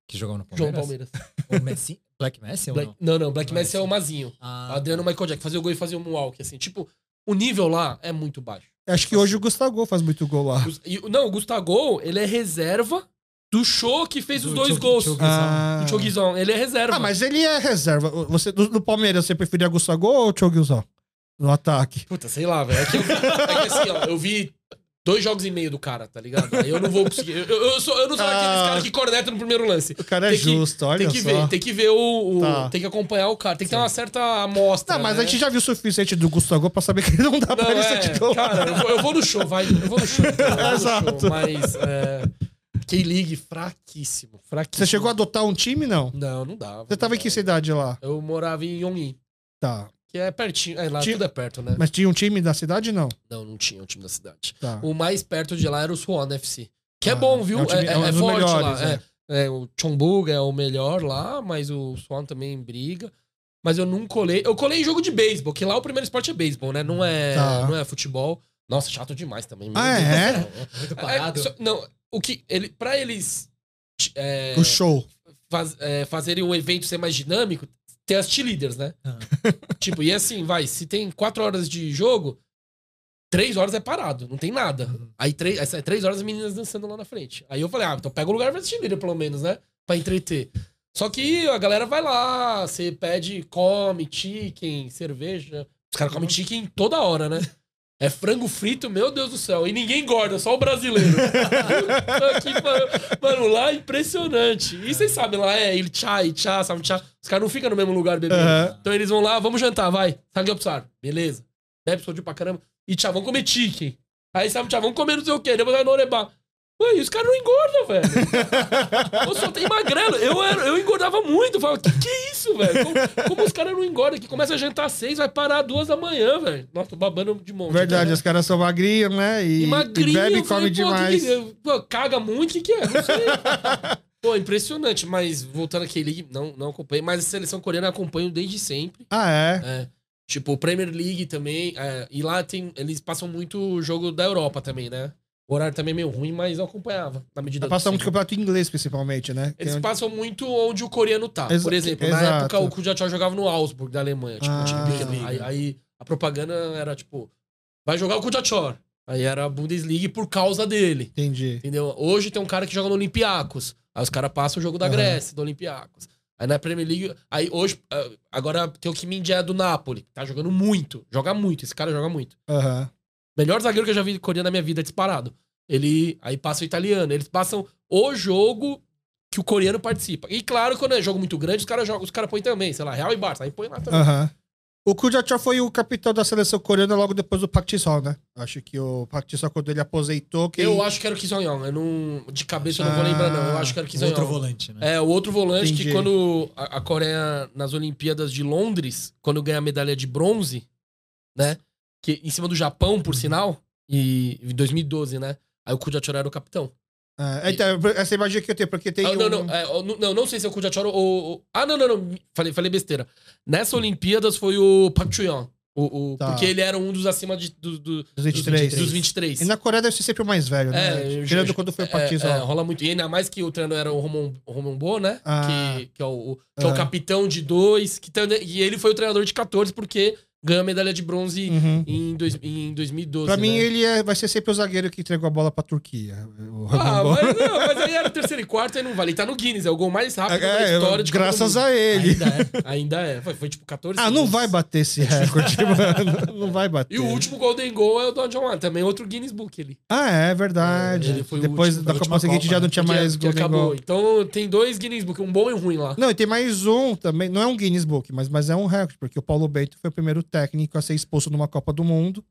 [SPEAKER 3] Que jogou no
[SPEAKER 2] João
[SPEAKER 3] Palmeiras?
[SPEAKER 2] Palmeiras.
[SPEAKER 3] O Messi? Black Messi ou
[SPEAKER 2] Black-
[SPEAKER 3] não?
[SPEAKER 2] Não, não, Black Messi é o
[SPEAKER 3] Mas-
[SPEAKER 2] Mazinho.
[SPEAKER 3] Ah,
[SPEAKER 2] Adriano Michael Jackson. Fazia o gol e fazia o moonwalk, assim. Tipo, o nível lá é muito baixo.
[SPEAKER 1] Acho que hoje o Gustavo faz muito gol lá.
[SPEAKER 2] Gus- e- não, o Gustavo, ele é reserva do show que fez os
[SPEAKER 3] Do
[SPEAKER 2] dois
[SPEAKER 3] Chog-
[SPEAKER 2] gols.
[SPEAKER 3] Chog-
[SPEAKER 1] Ah.
[SPEAKER 2] O Chogizão, ele é reserva.
[SPEAKER 1] Ah, mas ele é reserva. Você, do, do Palmeiras, você preferia Gustavo ou o Choguilzão? No ataque.
[SPEAKER 2] Puta, sei lá, velho. É que, eu vi, é que assim, ó, eu vi dois jogos e meio do cara, tá ligado? Aí eu não vou conseguir. Eu, eu- eu sou, eu não sou daqueles
[SPEAKER 1] Ah.
[SPEAKER 2] caras que corneta no primeiro lance.
[SPEAKER 1] O cara é
[SPEAKER 2] Tem que-
[SPEAKER 1] justo, olha
[SPEAKER 2] Tem que
[SPEAKER 1] só.
[SPEAKER 2] ver, tem que ver o. o-
[SPEAKER 1] Tá.
[SPEAKER 2] Tem que acompanhar o cara. Tem que ter uma certa amostra.
[SPEAKER 1] Não, mas
[SPEAKER 2] né?
[SPEAKER 1] a gente já viu o suficiente do Gustavo pra saber que ele não dá
[SPEAKER 2] Não,
[SPEAKER 1] pra ele
[SPEAKER 2] é,
[SPEAKER 1] ser titular.
[SPEAKER 2] Cara, eu vou, eu vou no show, vai. Eu vou no show. então, eu vou
[SPEAKER 1] então.
[SPEAKER 2] no
[SPEAKER 1] Exato.
[SPEAKER 2] show, mas. É, K-League, fraquíssimo. Fraquíssimo.
[SPEAKER 1] Você chegou a adotar um time, não?
[SPEAKER 2] Não, não dava.
[SPEAKER 1] Você tava em que
[SPEAKER 2] aqui
[SPEAKER 1] cidade lá?
[SPEAKER 2] Eu morava em Yongin,
[SPEAKER 1] Tá.
[SPEAKER 2] que é pertinho. É, lá
[SPEAKER 1] Tinha-
[SPEAKER 2] tudo é perto, né?
[SPEAKER 1] Mas tinha um time da cidade, não?
[SPEAKER 2] Não, não tinha o time da cidade.
[SPEAKER 1] Tá.
[SPEAKER 2] O mais perto de lá era o Swan FC. Que é
[SPEAKER 1] Ah,
[SPEAKER 2] bom, viu?
[SPEAKER 1] é um time-
[SPEAKER 2] É,
[SPEAKER 1] é um
[SPEAKER 2] é
[SPEAKER 1] dos
[SPEAKER 2] forte
[SPEAKER 1] melhores,
[SPEAKER 2] lá.
[SPEAKER 1] é.
[SPEAKER 2] É. É, o Chonbuga é o melhor lá, mas o Swan também briga. Mas eu não colei. Eu colei em jogo de beisebol, que lá o primeiro esporte é beisebol, né? Não é,
[SPEAKER 1] Tá.
[SPEAKER 2] não é futebol. Nossa, chato demais também. meu
[SPEAKER 1] Ah,
[SPEAKER 2] Deus
[SPEAKER 1] é?
[SPEAKER 2] do céu.
[SPEAKER 3] Muito
[SPEAKER 2] É,
[SPEAKER 3] parado.
[SPEAKER 2] só- não, o que. Ele, pra eles t- é,
[SPEAKER 1] O show.
[SPEAKER 2] faz- é, fazerem o evento ser mais dinâmico, tem as cheerleaders, né?
[SPEAKER 3] Ah.
[SPEAKER 2] tipo, e assim, vai, se tem quatro horas de jogo, três horas é parado, não tem nada.
[SPEAKER 3] Uhum.
[SPEAKER 2] Aí três, aí sai três horas as meninas dançando lá na frente. Aí eu falei, ah, então pega o lugar pra cheerleader, pelo menos, né? Pra entreter. Só que a galera vai lá, você pede, come, chicken, cerveja. Os caras comem chicken toda hora, né? É frango frito, meu Deus do céu. E ninguém engorda, só o brasileiro. Puta que pariu. mano, lá é impressionante. E vocês sabem, lá é ele chá, e chá, sabe, chá. Os caras não ficam no mesmo lugar bebendo.
[SPEAKER 1] Aham.
[SPEAKER 2] Então eles vão lá, vamos jantar, vai. Samgyeopsal, beleza. Bebe soju pra caramba. E tchau, vamos comer chicken. Aí sabe, tchau, vamos comer não sei o quê. Depois vai no oreba. Ué, e os caras não engordam, velho. eu só tenho magrelo. Eu, era- eu engordava muito. Eu falava, que que é isso, velho? Como, como os caras não engordam? Que começa a jantar às seis, vai parar às duas da manhã, velho. Nossa, tô babando de monte.
[SPEAKER 1] Verdade,
[SPEAKER 2] Né?
[SPEAKER 1] os caras são magrinhos, né? E,
[SPEAKER 2] E
[SPEAKER 1] e
[SPEAKER 2] magrinho,
[SPEAKER 1] bebe e
[SPEAKER 2] eu falei,
[SPEAKER 1] come
[SPEAKER 2] pô, que
[SPEAKER 1] demais.
[SPEAKER 2] que- pô, caga muito, o que, que é? Não sei. pô, impressionante. Mas voltando aqui, League, não, não acompanhei. Mas a seleção coreana eu acompanho desde sempre.
[SPEAKER 1] Ah, é?
[SPEAKER 2] É. Tipo, Premier League também. é, e lá tem, eles passam muito o jogo da Europa também, né? O horário também é meio ruim, mas eu acompanhava, na medida
[SPEAKER 1] Vai passar É,
[SPEAKER 2] do
[SPEAKER 1] muito
[SPEAKER 2] possível.
[SPEAKER 1] campeonato inglês, principalmente, né?
[SPEAKER 2] Eles
[SPEAKER 1] Tem-
[SPEAKER 2] passam muito onde o coreano tá.
[SPEAKER 1] Exa-
[SPEAKER 2] Por exemplo, na
[SPEAKER 1] exato.
[SPEAKER 2] época o Kujatchal jogava no Augsburg, da Alemanha. Tipo, um time
[SPEAKER 1] Ah.
[SPEAKER 2] pequeno. Aí, aí a propaganda era tipo, vai jogar o Kujatchal. Aí era a Bundesliga por causa dele.
[SPEAKER 1] Entendi.
[SPEAKER 2] Entendeu? Hoje tem um cara que joga no Olympiacos. Aí os caras passam o jogo da
[SPEAKER 1] Aham.
[SPEAKER 2] Grécia, do Olympiacos. Aí na Premier League. Aí hoje. ah, Agora tem o Kim Jae do Napoli. que Tá jogando muito. Joga muito. Esse cara joga muito.
[SPEAKER 1] Aham.
[SPEAKER 2] Melhor zagueiro que eu já vi coreano na minha vida, disparado. Ele. Aí passa o italiano. Eles passam o jogo que o coreano participa. E claro, quando é jogo muito grande, os caras jogam, os caras põem também, sei lá, Real e Barça. Aí põe lá também.
[SPEAKER 1] Aham. O Kujatchov foi o capitão da seleção coreana logo depois do Park Ji-sung, né? Acho que o Park Ji-sung, quando ele aposentou, que...
[SPEAKER 2] Eu acho que era o Kim Song-yeon. Eu não. De cabeça eu não vou
[SPEAKER 1] Ah,
[SPEAKER 2] lembrar, não. Eu acho que era o Kim
[SPEAKER 3] Um outro
[SPEAKER 2] Song-yeon.
[SPEAKER 3] volante, né?
[SPEAKER 2] É, o outro volante
[SPEAKER 1] Entendi.
[SPEAKER 2] que quando a, a Coreia, nas Olimpíadas de Londres, quando ganha a medalha de bronze, né? Que, em cima do Japão,
[SPEAKER 1] Uhum.
[SPEAKER 2] por sinal, e em 2012, né? Aí o Kujachoro era o capitão.
[SPEAKER 1] É, então, essa imagem que eu tenho, porque tem
[SPEAKER 2] Ah,
[SPEAKER 1] um...
[SPEAKER 2] não, não, é, ó, não, não, não sei se é o Kujachoro ou... ou- Ah, não, não, não. Falei, falei besteira. Nessa Olimpíadas foi o Park Chuyon. O, o-
[SPEAKER 1] Tá.
[SPEAKER 2] Porque ele era um dos acima de, do- do-
[SPEAKER 1] Dos
[SPEAKER 2] dos
[SPEAKER 1] 23.
[SPEAKER 2] 23. Dos 23.
[SPEAKER 1] E na Coreia deve ser sempre o mais velho,
[SPEAKER 2] É,
[SPEAKER 1] né?
[SPEAKER 2] eu-
[SPEAKER 1] Tirando
[SPEAKER 2] eu-
[SPEAKER 1] quando foi o Park
[SPEAKER 2] É,
[SPEAKER 1] Ji-sung.
[SPEAKER 2] é, rola muito. E ainda mais que o treino era o Romon, o Romon Bo, né?
[SPEAKER 1] Ah.
[SPEAKER 2] que que é, o, o- que é
[SPEAKER 1] Ah.
[SPEAKER 2] tá, né? o capitão de dois. Que tam- e ele foi o treinador de 14, porque ganhou a medalha de bronze
[SPEAKER 1] Uhum.
[SPEAKER 2] em, dois, em 2012.
[SPEAKER 1] Pra mim,
[SPEAKER 2] né?
[SPEAKER 1] ele é- vai ser sempre o zagueiro que entregou a bola pra Turquia. é O
[SPEAKER 2] Ah,
[SPEAKER 1] Ramon Bom.
[SPEAKER 2] mas, não, mas aí era terceiro e quarto, aí não vale. Ele tá no Guinness, é o gol mais rápido da
[SPEAKER 1] É,
[SPEAKER 2] história de Copa do
[SPEAKER 1] graças
[SPEAKER 2] Mundo.
[SPEAKER 1] a ele.
[SPEAKER 2] Ainda é, ainda é. Foi, foi tipo 14
[SPEAKER 1] Ah, não
[SPEAKER 2] segundos.
[SPEAKER 1] vai bater esse recorde, mano. Não vai bater.
[SPEAKER 2] E o último Golden Goal é o do John Wall, também outro Guinness Book ali.
[SPEAKER 1] Ah, é verdade.
[SPEAKER 2] Ele foi o
[SPEAKER 1] Depois
[SPEAKER 2] último,
[SPEAKER 1] da
[SPEAKER 3] foi a
[SPEAKER 1] Copa
[SPEAKER 3] última
[SPEAKER 1] seguinte
[SPEAKER 3] Copa,
[SPEAKER 1] já
[SPEAKER 3] né?
[SPEAKER 1] não tinha
[SPEAKER 2] Que-
[SPEAKER 1] é
[SPEAKER 2] é,
[SPEAKER 1] mais Né?
[SPEAKER 2] que
[SPEAKER 1] gol nem
[SPEAKER 2] acabou.
[SPEAKER 1] gol.
[SPEAKER 2] Então tem dois Guinness Book, um bom e um ruim lá.
[SPEAKER 1] Não, e tem mais um também. Não é um Guinness Book, mas, mas é um recorde, porque o Paulo Bento foi o primeiro técnico a ser expulso numa Copa do Mundo.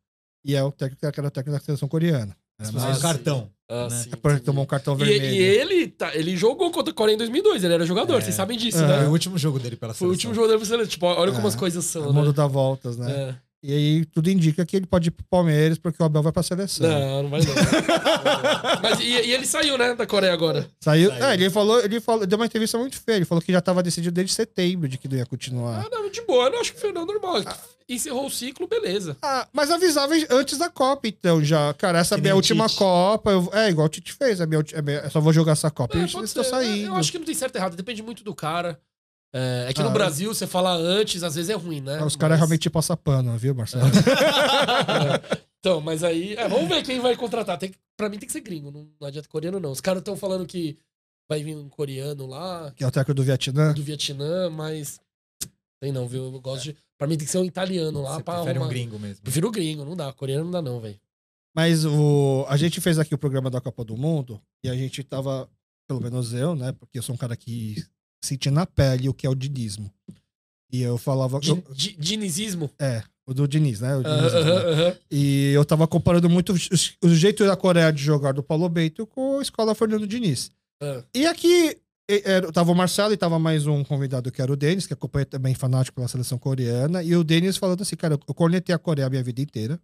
[SPEAKER 1] E é o técnico que era o técnico da seleção coreana. É,
[SPEAKER 3] Se
[SPEAKER 1] mas-
[SPEAKER 3] fosse o cartão.
[SPEAKER 2] Ah,
[SPEAKER 3] né?
[SPEAKER 2] sim,
[SPEAKER 1] é porque
[SPEAKER 2] entendi.
[SPEAKER 1] tomou um cartão
[SPEAKER 2] E,
[SPEAKER 1] vermelho.
[SPEAKER 2] e ele, tá- ele jogou contra a Coreia em 2002, ele era jogador,
[SPEAKER 3] É.
[SPEAKER 2] vocês sabem disso,
[SPEAKER 1] É.
[SPEAKER 3] Foi
[SPEAKER 2] né?
[SPEAKER 3] o último jogo dele pela
[SPEAKER 2] Foi o último
[SPEAKER 3] seleção.
[SPEAKER 2] jogo dele pra seleção. Tipo, olha como
[SPEAKER 1] É.
[SPEAKER 2] as coisas são,
[SPEAKER 1] o mundo
[SPEAKER 2] né?
[SPEAKER 1] dá voltas, né?
[SPEAKER 2] É.
[SPEAKER 1] E aí tudo indica que ele pode ir pro Palmeiras, porque o Abel vai pra seleção.
[SPEAKER 2] Não, não vai não. Mas e, e ele saiu, né, da Coreia agora.
[SPEAKER 1] Saiu.
[SPEAKER 3] Saiu.
[SPEAKER 1] É, ele falou, ele falou, deu uma entrevista muito feia. Ele falou que já tava decidido desde setembro de que não ia continuar.
[SPEAKER 2] Ah, não, de boa, eu não acho que foi não normal. Encerrou o ciclo, beleza.
[SPEAKER 1] Ah, mas avisava antes da Copa, então, já. Cara, essa é a
[SPEAKER 3] Que
[SPEAKER 1] minha
[SPEAKER 3] nem
[SPEAKER 1] última
[SPEAKER 3] Tite.
[SPEAKER 1] Copa. eu- é, igual o Tite fez. É minha, ulti- é minha- eu só vou jogar essa Copa.
[SPEAKER 2] É,
[SPEAKER 1] É,
[SPEAKER 2] pode
[SPEAKER 1] eu estou
[SPEAKER 2] ser.
[SPEAKER 1] saindo.
[SPEAKER 2] Eu acho que não tem certo e errado, depende muito do cara. É, é que no
[SPEAKER 1] Ah.
[SPEAKER 2] Brasil você fala antes, às vezes é ruim, né?
[SPEAKER 1] Os caras
[SPEAKER 2] Mas- É.
[SPEAKER 1] realmente passam pano, viu, Marcelo?
[SPEAKER 2] Então, mas aí. é, vamos ver quem vai contratar. Tem que, pra mim tem que ser gringo, não, não adianta coreano, não. Os caras estão falando que vai vir um coreano lá,
[SPEAKER 1] Que é o técnico do Vietnã.
[SPEAKER 2] do Vietnã, mas. Tem não, viu? Eu gosto de. Pra mim tem que ser um italiano lá
[SPEAKER 3] Você
[SPEAKER 2] pra
[SPEAKER 3] prefere
[SPEAKER 2] arrumar.
[SPEAKER 3] um gringo mesmo.
[SPEAKER 2] Prefiro o gringo, não dá. Coreano não dá, não, velho.
[SPEAKER 1] Mas o, a gente fez aqui o programa da Copa do Mundo e a gente tava, pelo menos eu, né? Porque eu sou um cara que senti na pele o que é o dinismo. E eu falava. eu-
[SPEAKER 2] Di- Dinizismo?
[SPEAKER 1] é, o do Diniz, né? O
[SPEAKER 2] Aham,
[SPEAKER 1] dinismo, né?
[SPEAKER 2] aham, aham.
[SPEAKER 1] E eu tava comparando muito os- o jeito da Coreia de jogar do Paulo Bento com a escola Fernando Diniz.
[SPEAKER 2] Ah.
[SPEAKER 1] E aqui e- era- tava o Marcelo e tava mais um convidado que era o Denis, que acompanha também fanático pela seleção coreana. E o Denis falando assim, cara, eu cornetei a Coreia a minha vida inteira.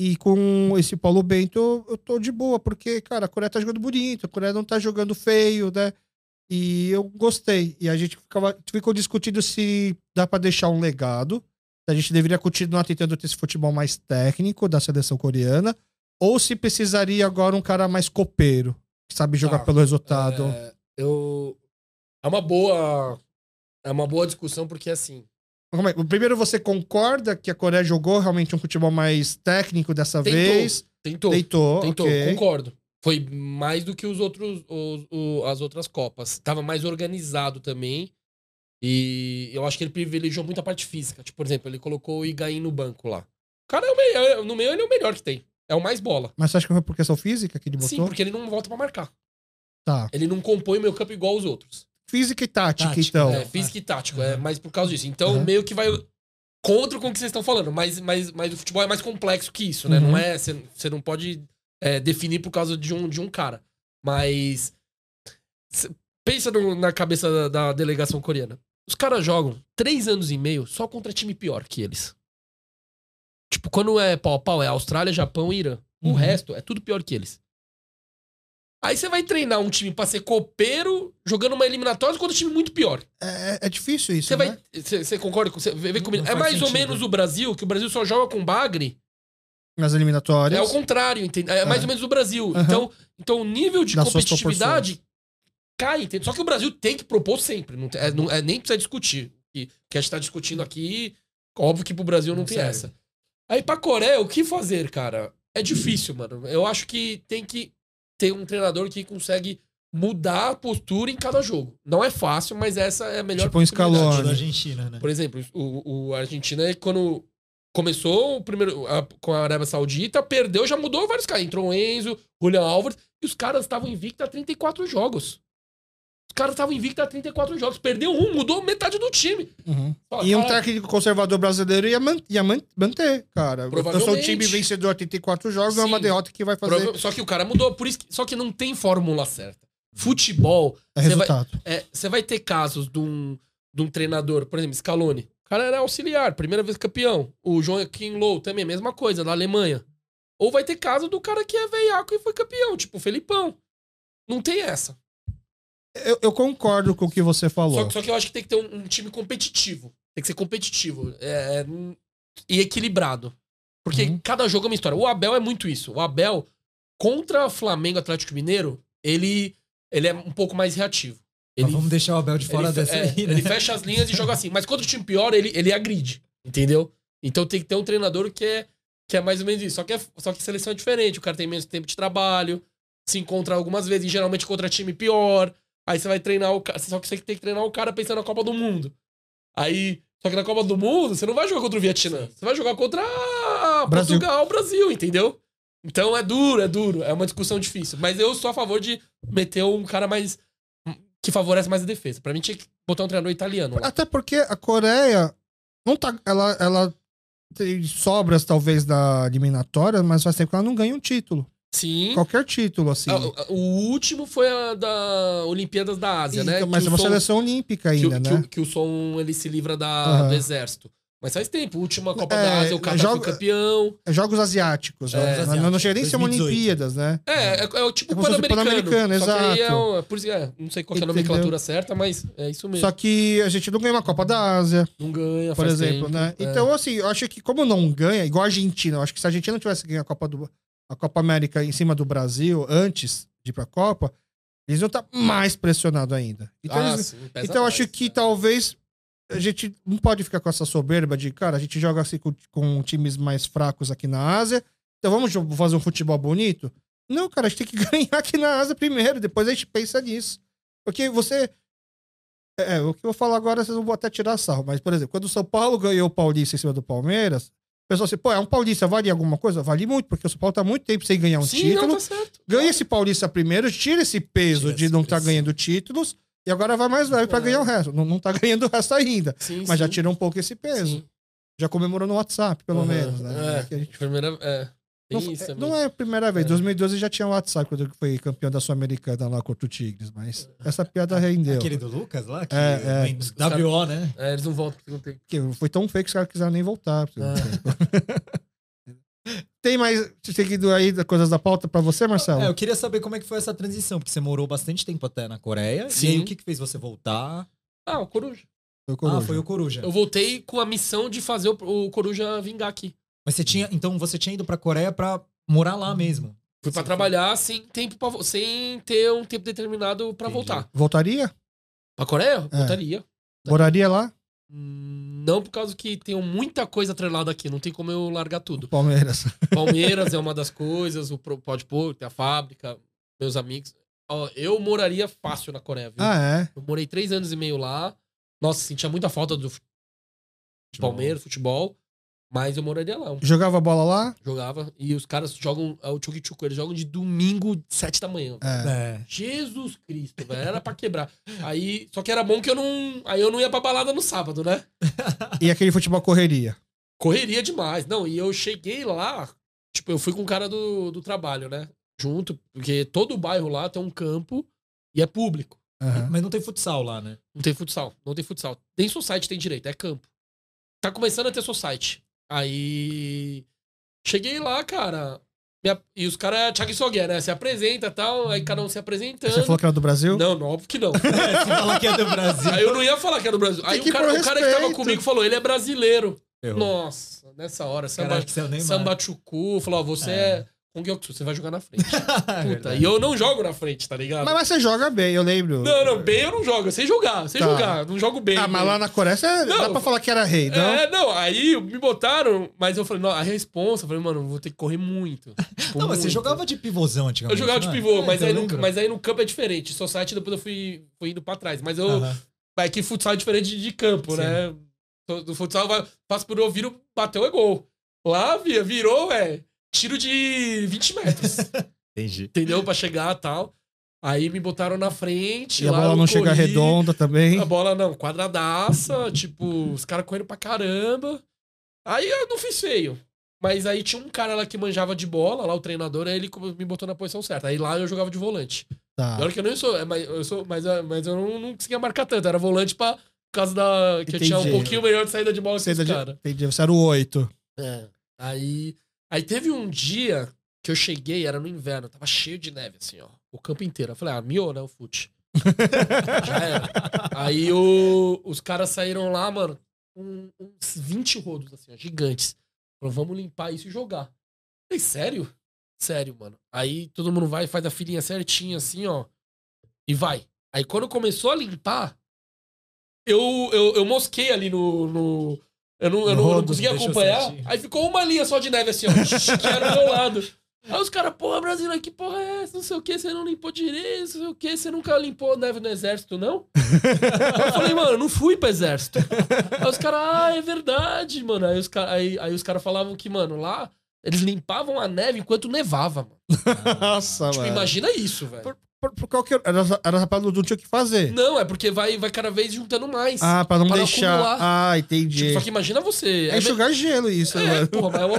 [SPEAKER 1] E com esse Paulo Bento, eu- eu tô de boa, porque, cara, a Coreia tá jogando bonito, a Coreia não tá jogando feio, né? E eu gostei. E a gente ficava, ficou discutindo se dá pra deixar um legado se a gente deveria continuar tentando ter esse futebol mais técnico da seleção coreana, ou se precisaria agora um cara mais copeiro, que sabe jogar
[SPEAKER 3] Tá.
[SPEAKER 1] pelo resultado.
[SPEAKER 2] É, eu. É uma boa. É uma boa discussão, porque assim.
[SPEAKER 1] Calma aí, Primeiro, você concorda que a Coreia jogou realmente um futebol mais técnico dessa
[SPEAKER 2] Tentou.
[SPEAKER 1] vez?
[SPEAKER 2] Tentou.
[SPEAKER 1] Deitou,
[SPEAKER 2] Tentou,
[SPEAKER 1] ok.
[SPEAKER 2] concordo. Foi mais do que os outros, os- o- as outras Copas. Tava mais organizado também. E eu acho que ele privilegiou muito a parte física. Tipo, por exemplo, ele colocou o Higuaín no banco lá. O cara é o melhor, no meio ele é o melhor que tem. É o mais bola.
[SPEAKER 1] Mas você acha que foi por questão física que ele botou?
[SPEAKER 2] Sim, porque ele não volta pra marcar.
[SPEAKER 1] Tá.
[SPEAKER 2] Ele não compõe o meio campo igual os outros.
[SPEAKER 1] Física e tática,
[SPEAKER 3] Tática,
[SPEAKER 1] então.
[SPEAKER 2] É, físico e tático, é mais por causa disso. Então,
[SPEAKER 1] Uhum.
[SPEAKER 2] meio que vai contra com o que vocês estão falando, mas, mas, mas o futebol é mais complexo que isso, né?
[SPEAKER 1] Uhum.
[SPEAKER 2] Não é. Você você não pode é, definir por causa de um, de um cara. Mas. cê Pensa no- na cabeça da, da delegação coreana. Os caras jogam três anos e meio só contra time pior que eles. Tipo, quando é pau a pau, é Austrália, Japão e Irã. O
[SPEAKER 1] Uhum.
[SPEAKER 2] resto é tudo pior que eles. Aí você vai treinar um time pra ser copeiro, jogando uma eliminatória contra um time muito pior.
[SPEAKER 1] É, é difícil isso,
[SPEAKER 2] Você
[SPEAKER 1] né?
[SPEAKER 2] vai. Você você concorda com. Você vê vê
[SPEAKER 3] Não
[SPEAKER 2] comigo. É
[SPEAKER 3] faz
[SPEAKER 2] mais ou
[SPEAKER 3] sentido.
[SPEAKER 2] menos o Brasil, que o Brasil só joga com bagre.
[SPEAKER 1] Nas eliminatórias.
[SPEAKER 2] É o contrário, entende? É mais
[SPEAKER 1] É.
[SPEAKER 2] ou menos o Brasil.
[SPEAKER 1] Aham.
[SPEAKER 2] Então, então o nível de
[SPEAKER 1] Nas suas
[SPEAKER 2] competitividade cai, entende? Só que o Brasil tem que propor sempre. Não, tem- é, não- é- nem precisa discutir. E, o que a gente tá discutindo aqui, óbvio que pro Brasil não,
[SPEAKER 3] Não
[SPEAKER 2] tem
[SPEAKER 3] serve.
[SPEAKER 2] essa. Aí pra Coreia, o que fazer, cara? É difícil, mano. Eu acho que tem que ter um treinador que consegue mudar a postura em cada jogo. Não é fácil, mas essa é a melhor
[SPEAKER 1] Tipo um
[SPEAKER 2] possibilidade.
[SPEAKER 1] Scaloni.
[SPEAKER 3] Ajudou a Argentina, né?
[SPEAKER 2] Por exemplo, o, o a Argentina, quando começou o primeiro a- com a Arábia Saudita, perdeu, já mudou vários caras. Entrou o Enzo, Julian Álvares, e os caras estavam invictos a 34 jogos. Os caras estavam invictos a 34 jogos. Perdeu um, mudou metade do time.
[SPEAKER 1] Uhum.
[SPEAKER 2] Fala,
[SPEAKER 1] E um
[SPEAKER 2] Ah, cara,
[SPEAKER 1] técnico conservador brasileiro ia, man- ia man- manter, cara. Eu sou o
[SPEAKER 2] Provavelmente.
[SPEAKER 1] time vencedor 84 jogos, é uma
[SPEAKER 2] Sim.
[SPEAKER 1] derrota que vai fazer.
[SPEAKER 2] prova- Só que o cara mudou, por isso que- só que não tem fórmula certa. Futebol,
[SPEAKER 1] É
[SPEAKER 2] Você vai-
[SPEAKER 1] resultado.
[SPEAKER 2] é, você vai ter casos de um, de um treinador, por exemplo, Scaloni. O cara era auxiliar, primeira vez campeão. O Joaquim Low também, mesma coisa, da Alemanha. Ou vai ter caso do cara que é veiaco e foi campeão, tipo o Felipão. Não tem essa.
[SPEAKER 1] Eu, eu concordo com o que você
[SPEAKER 2] Só,
[SPEAKER 1] falou.
[SPEAKER 2] só que eu acho que tem que ter um, um time competitivo. Tem que ser competitivo é, é, hum, e equilibrado. Porque
[SPEAKER 1] Uhum.
[SPEAKER 2] cada jogo é uma história. O Abel é muito isso. O Abel, contra Flamengo e Atlético Mineiro, ele, ele é um pouco mais reativo.
[SPEAKER 3] Mas
[SPEAKER 2] Ele
[SPEAKER 3] vamos deixar o Abel de fora
[SPEAKER 2] ele, fe-
[SPEAKER 3] dessa
[SPEAKER 2] é,
[SPEAKER 3] aí, né?
[SPEAKER 2] ele fecha as linhas e joga assim. Mas quando o time pior, ele, ele agride. Entendeu? Então tem que ter um treinador que é, que é mais ou menos isso. Só que, é- só que seleção é diferente. O cara tem menos tempo de trabalho, se encontra algumas vezes, e geralmente contra time pior. Aí você vai treinar o cara. Só que você tem que treinar o cara pensando na Copa do Mundo. Aí. Só que na Copa do Mundo, você não vai jogar contra o Vietnã. Você vai jogar contra
[SPEAKER 1] Brasil.
[SPEAKER 2] Portugal, Brasil, entendeu? Então é duro, é duro. É uma discussão difícil. Mas eu sou a favor de meter um cara mais. que favorece mais a defesa. Pra mim tinha que botar um treinador italiano. lá.
[SPEAKER 1] Até porque a Coreia não tá. Ela, ela tem sobras, talvez, da eliminatória, mas faz tempo que ela não ganha um título.
[SPEAKER 2] Sim.
[SPEAKER 1] Qualquer título, assim.
[SPEAKER 2] Ah, o- o último foi a da Olimpíadas da Ásia, né?
[SPEAKER 1] Então, mas
[SPEAKER 2] que
[SPEAKER 1] é
[SPEAKER 2] o
[SPEAKER 1] uma
[SPEAKER 2] som-
[SPEAKER 1] seleção olímpica
[SPEAKER 2] que, o-
[SPEAKER 1] ainda,
[SPEAKER 2] que
[SPEAKER 1] né?
[SPEAKER 2] o- que o som ele se livra da,
[SPEAKER 1] Aham.
[SPEAKER 2] do exército. Mas faz tempo, última Copa
[SPEAKER 1] É,
[SPEAKER 2] da Ásia, o Qatar
[SPEAKER 1] joga-
[SPEAKER 2] foi campeão.
[SPEAKER 1] É Jogos asiáticos. né?
[SPEAKER 3] Jogos
[SPEAKER 1] Não, não
[SPEAKER 3] asiáticos,
[SPEAKER 1] chega nem a ser uma
[SPEAKER 3] 2018.
[SPEAKER 1] Olimpíadas, né?
[SPEAKER 2] É, é, é o tipo
[SPEAKER 1] É como se fosse
[SPEAKER 2] pan-americano.
[SPEAKER 1] Pan-Americano,
[SPEAKER 2] só que aí é
[SPEAKER 1] exato.
[SPEAKER 2] um- é por isso que é, não sei qual que é a
[SPEAKER 1] Entendeu?
[SPEAKER 2] nomenclatura certa, mas é isso mesmo.
[SPEAKER 1] Só que a gente não ganha uma Copa da Ásia,
[SPEAKER 2] não ganha,
[SPEAKER 1] por
[SPEAKER 2] faz
[SPEAKER 1] exemplo,
[SPEAKER 2] tempo.
[SPEAKER 1] né?
[SPEAKER 2] é.
[SPEAKER 1] Então, assim, eu acho que como não ganha, igual a Argentina, eu acho que se a Argentina não tivesse ganho a Copa, do, a Copa América em cima do Brasil antes de ir pra Copa, eles iam estar mais pressionados ainda. Então,
[SPEAKER 2] Ah,
[SPEAKER 1] eles-
[SPEAKER 2] sim, pesa
[SPEAKER 1] então eu acho
[SPEAKER 2] mais,
[SPEAKER 1] que
[SPEAKER 2] né?
[SPEAKER 1] talvez a gente não pode ficar com essa soberba de, cara, a gente joga assim com, com times mais fracos aqui na Ásia, então vamos jo- fazer um futebol bonito? Não, cara, a gente tem que ganhar aqui na Ásia primeiro, depois a gente pensa nisso. Porque você. É, o que eu vou falar agora, vocês vão até tirar sarro, mas, por exemplo, quando o São Paulo ganhou o Paulista em cima do Palmeiras, o pessoal assim, pô, é um Paulista, vale alguma coisa? Vale muito, porque o São Paulo tá muito tempo sem ganhar um
[SPEAKER 2] sim,
[SPEAKER 1] título.
[SPEAKER 2] não, tá certo.
[SPEAKER 1] Ganha esse Paulista primeiro, tira esse peso
[SPEAKER 3] Tira
[SPEAKER 1] de
[SPEAKER 3] essa
[SPEAKER 1] não estar
[SPEAKER 3] pressão.
[SPEAKER 1] ganhando títulos e agora vai mais leve pra
[SPEAKER 2] É.
[SPEAKER 1] ganhar o resto. Não, não tá ganhando o resto ainda,
[SPEAKER 2] Sim,
[SPEAKER 1] mas já
[SPEAKER 2] sim,
[SPEAKER 1] tirou um pouco esse peso.
[SPEAKER 2] sim.
[SPEAKER 1] Já comemorou no WhatsApp, pelo
[SPEAKER 2] Aham,
[SPEAKER 1] menos, né?
[SPEAKER 2] é.
[SPEAKER 1] É que a gente-
[SPEAKER 2] Primeira, é, tem
[SPEAKER 1] Não,
[SPEAKER 2] isso
[SPEAKER 1] é,
[SPEAKER 2] também.
[SPEAKER 1] não é a primeira vez.
[SPEAKER 2] É.
[SPEAKER 1] 2012 já tinha o WhatsApp quando foi campeão da Sul-Americana lá contra o Tigres, mas
[SPEAKER 2] É.
[SPEAKER 1] essa piada rendeu.
[SPEAKER 3] Aquele do Lucas lá? Que
[SPEAKER 1] É, é.
[SPEAKER 3] WO, né?
[SPEAKER 2] É, eles não voltam porque não tem.
[SPEAKER 1] Porque foi tão feio que os caras quiseram nem voltar.
[SPEAKER 2] É.
[SPEAKER 1] Tem mais seguido aí das coisas da pauta pra você, Marcelo?
[SPEAKER 3] É, eu queria saber como é que foi essa transição, porque você morou bastante tempo até na Coreia.
[SPEAKER 2] Sim.
[SPEAKER 3] E aí, o que, que fez você voltar?
[SPEAKER 2] Ah, o Coruja.
[SPEAKER 1] Foi o Coruja.
[SPEAKER 3] Ah, foi o Coruja.
[SPEAKER 2] Eu voltei com a missão de fazer o, o Coruja vingar aqui.
[SPEAKER 3] Mas você tinha. Então você tinha ido pra Coreia pra morar lá mesmo.
[SPEAKER 2] Fui pra
[SPEAKER 3] Sim.
[SPEAKER 2] trabalhar sem tempo pra, vo- sem ter um tempo determinado pra
[SPEAKER 3] Entendi.
[SPEAKER 2] voltar.
[SPEAKER 1] Voltaria?
[SPEAKER 2] Pra Coreia?
[SPEAKER 1] É.
[SPEAKER 2] Voltaria.
[SPEAKER 1] Moraria lá?
[SPEAKER 2] Hum, Não por causa que tenho muita coisa atrelada aqui, não tem como eu largar tudo.
[SPEAKER 1] Palmeiras.
[SPEAKER 2] Palmeiras é uma das coisas, o Pro- Pode Pôr, tem a fábrica, meus amigos. Ó, eu moraria fácil na Coreia, viu?
[SPEAKER 1] Ah, é?
[SPEAKER 2] Eu morei três anos e meio lá. Nossa, sentia muita falta do fut-
[SPEAKER 3] Futebol.
[SPEAKER 2] Palmeiras, futebol, mas eu moraria lá.
[SPEAKER 1] Jogava bola lá?
[SPEAKER 2] Jogava. E os caras jogam, é o Tchuk Tchuk, eles jogam de domingo, sete da manhã.
[SPEAKER 1] É.
[SPEAKER 3] É.
[SPEAKER 2] Jesus Cristo, velho. Era pra quebrar. Aí, só que era bom que eu não. Aí eu não ia pra balada no sábado, né?
[SPEAKER 1] E aquele futebol correria.
[SPEAKER 2] Correria demais. Não, e eu cheguei lá. Tipo, eu fui com o cara do, do trabalho, né? Junto, porque todo bairro lá tem um campo e é público.
[SPEAKER 1] Aham.
[SPEAKER 3] Mas não tem futsal lá, né?
[SPEAKER 2] Não tem futsal, não tem futsal. Tem society, tem direito, é campo. Tá começando a ter society. Aí. Cheguei lá, cara. me ap- E os caras, Thiago Soguer, né? Se apresenta e tal, aí cada um se apresentando.
[SPEAKER 1] Você falou que era do Brasil?
[SPEAKER 2] Não, não, óbvio que não.
[SPEAKER 3] Se falar que é do Brasil.
[SPEAKER 2] Aí eu não ia falar que era do Brasil. Aí
[SPEAKER 1] Tem que
[SPEAKER 2] o cara,
[SPEAKER 1] pôr
[SPEAKER 2] o cara que tava
[SPEAKER 1] respeito.
[SPEAKER 2] comigo falou, ele é brasileiro.
[SPEAKER 3] Ferrou.
[SPEAKER 2] Nossa, nessa hora, samba,
[SPEAKER 3] Caraca, você é o Neymar.
[SPEAKER 2] samba chucu, falou, ó, você
[SPEAKER 3] É.
[SPEAKER 2] é Kong Yoksu, você vai jogar na frente.
[SPEAKER 3] É
[SPEAKER 2] Puta,
[SPEAKER 3] verdade.
[SPEAKER 2] e eu não jogo na frente, tá ligado?
[SPEAKER 1] Mas, mas você joga bem, eu lembro.
[SPEAKER 2] Não, não, bem eu não jogo, eu sei jogar, eu sei
[SPEAKER 1] Tá.
[SPEAKER 2] jogar, não jogo bem.
[SPEAKER 1] Ah, mas lá na Coreia você
[SPEAKER 2] Não.
[SPEAKER 1] dá pra falar que era rei, não?
[SPEAKER 2] É, não, aí me botaram, mas eu falei, não, a responsa, eu falei, mano, vou ter que correr muito. Tipo,
[SPEAKER 3] Não, mas você
[SPEAKER 2] muito.
[SPEAKER 3] jogava de pivôzão
[SPEAKER 2] Eu
[SPEAKER 3] antigamente.
[SPEAKER 2] jogava de
[SPEAKER 3] não é?
[SPEAKER 2] pivô,
[SPEAKER 3] É,
[SPEAKER 2] mas,
[SPEAKER 3] então
[SPEAKER 2] aí
[SPEAKER 3] eu
[SPEAKER 2] no,
[SPEAKER 3] lembro.
[SPEAKER 2] mas aí no campo é diferente. Society depois eu fui, fui indo pra trás. Mas eu.
[SPEAKER 3] Aham.
[SPEAKER 2] É que futsal é diferente de- de campo,
[SPEAKER 3] Sim.
[SPEAKER 2] né? Do- Do futsal vai, passa por eu, viro, bateu, é gol. Lá, via, virou, é tiro de 20 metros,
[SPEAKER 3] Entendi.
[SPEAKER 2] entendeu? Pra chegar e tal. Aí me botaram na frente.
[SPEAKER 1] E a
[SPEAKER 2] lá
[SPEAKER 1] bola
[SPEAKER 2] eu
[SPEAKER 1] não chega
[SPEAKER 2] corri, Tá
[SPEAKER 1] redonda também.
[SPEAKER 2] A bola não, quadradaça, tipo, os caras correndo pra caramba. Aí eu não fiz feio. Mas aí tinha um cara lá que manjava de bola, lá o treinador, aí ele me botou na posição certa. Aí lá eu jogava de volante.
[SPEAKER 1] Tá.
[SPEAKER 2] Pior que eu nem sou, é, mas eu, sou, mas, é, mas eu não, não conseguia marcar tanto. Era volante pra, por causa da. Que eu tinha um
[SPEAKER 1] Entendi.
[SPEAKER 2] pouquinho melhor de saída de bola que
[SPEAKER 1] Você
[SPEAKER 2] os
[SPEAKER 1] era de-
[SPEAKER 2] caras.
[SPEAKER 1] Entendi, você era o oito.
[SPEAKER 2] É. Aí, aí teve um dia que eu cheguei, era no inverno, tava cheio de neve, assim, ó. O campo inteiro. Eu falei, ah, miou, né, o fute. Já era. Aí o- os caras saíram lá, mano, um- uns 20 rodos, assim, ó, gigantes. Falou, vamos limpar isso e jogar. Eu falei, sério? Sério, mano. Aí todo mundo vai, faz a filinha certinha, assim, ó. E vai. Aí quando começou a limpar, eu, eu, eu mosquei ali no, no- Eu não, eu não, eu não
[SPEAKER 4] Rodo,
[SPEAKER 2] conseguia
[SPEAKER 4] deixa
[SPEAKER 2] acompanhar.
[SPEAKER 4] certinho.
[SPEAKER 2] Aí ficou uma linha só de neve assim, ó, que era do meu lado. Aí os caras, porra, Brasil, que porra é essa? Não sei o que, você não limpou direito, não sei o que, você nunca limpou neve no exército, não? Aí eu falei, mano, eu não fui pro exército. Aí os caras, ah, é verdade, mano. Aí os, ca- aí, aí os caras falavam que, mano, lá eles limpavam a neve enquanto nevava, mano.
[SPEAKER 1] Nossa,
[SPEAKER 2] Tipo,
[SPEAKER 1] mano.
[SPEAKER 2] imagina isso, velho.
[SPEAKER 1] Por, por qualquer... Era, era rapaz, não tinha o que fazer.
[SPEAKER 2] Não, é porque vai, vai cada vez juntando mais.
[SPEAKER 1] Ah, pra não
[SPEAKER 2] Pra não
[SPEAKER 1] deixar...
[SPEAKER 2] acumular.
[SPEAKER 1] Ah, entendi.
[SPEAKER 2] Tipo, só que imagina você.
[SPEAKER 1] É
[SPEAKER 2] me-
[SPEAKER 1] enxugar gelo isso,
[SPEAKER 2] É,
[SPEAKER 1] mano.
[SPEAKER 2] porra, mas é uma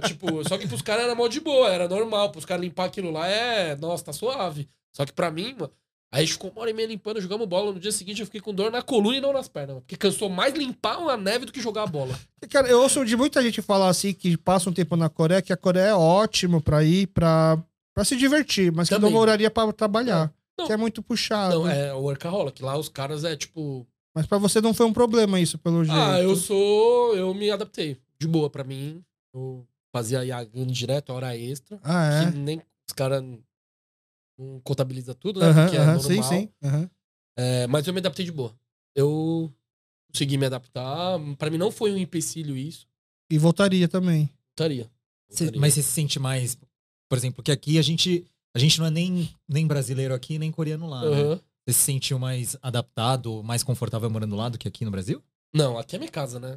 [SPEAKER 2] tipo, só que pros caras era mó de boa, era normal. Pros caras limpar aquilo lá é. Nossa, tá suave. Só que pra mim, mano. Aí a gente ficou uma hora e meia limpando, jogamos bola. No dia seguinte eu fiquei com dor na coluna e não nas pernas. mano, Porque cansou mais limpar uma neve do que jogar a bola.
[SPEAKER 1] Cara, eu ouço de muita gente falar assim que passa um tempo na Coreia, que a Coreia é ótimo pra ir pra, pra se divertir, mas que
[SPEAKER 2] Também.
[SPEAKER 1] não moraria pra trabalhar.
[SPEAKER 2] Não.
[SPEAKER 1] Que é muito puxado.
[SPEAKER 2] Não, é o workaholic. Lá os caras é tipo.
[SPEAKER 1] Mas pra você não foi um problema isso, pelo jeito.
[SPEAKER 2] Ah, eu sou. Eu me adaptei. De boa pra mim. Eu fazia Yagan direto, hora extra.
[SPEAKER 1] Ah, é?
[SPEAKER 2] Que nem os caras não contabiliza tudo, né?
[SPEAKER 1] Aham,
[SPEAKER 2] porque é
[SPEAKER 1] aham,
[SPEAKER 2] normal.
[SPEAKER 1] sim, sim. aham.
[SPEAKER 2] É, mas eu me adaptei de boa. Eu consegui me adaptar. Pra mim não foi um empecilho isso.
[SPEAKER 1] E voltaria também.
[SPEAKER 2] Estaria.
[SPEAKER 3] Cê- mas você se sente mais. Por exemplo, que aqui a gente. A gente não é nem, nem brasileiro aqui, nem coreano lá. né? Você se sentiu mais adaptado, mais confortável morando lá do que aqui no Brasil?
[SPEAKER 2] Não, aqui é minha casa, né?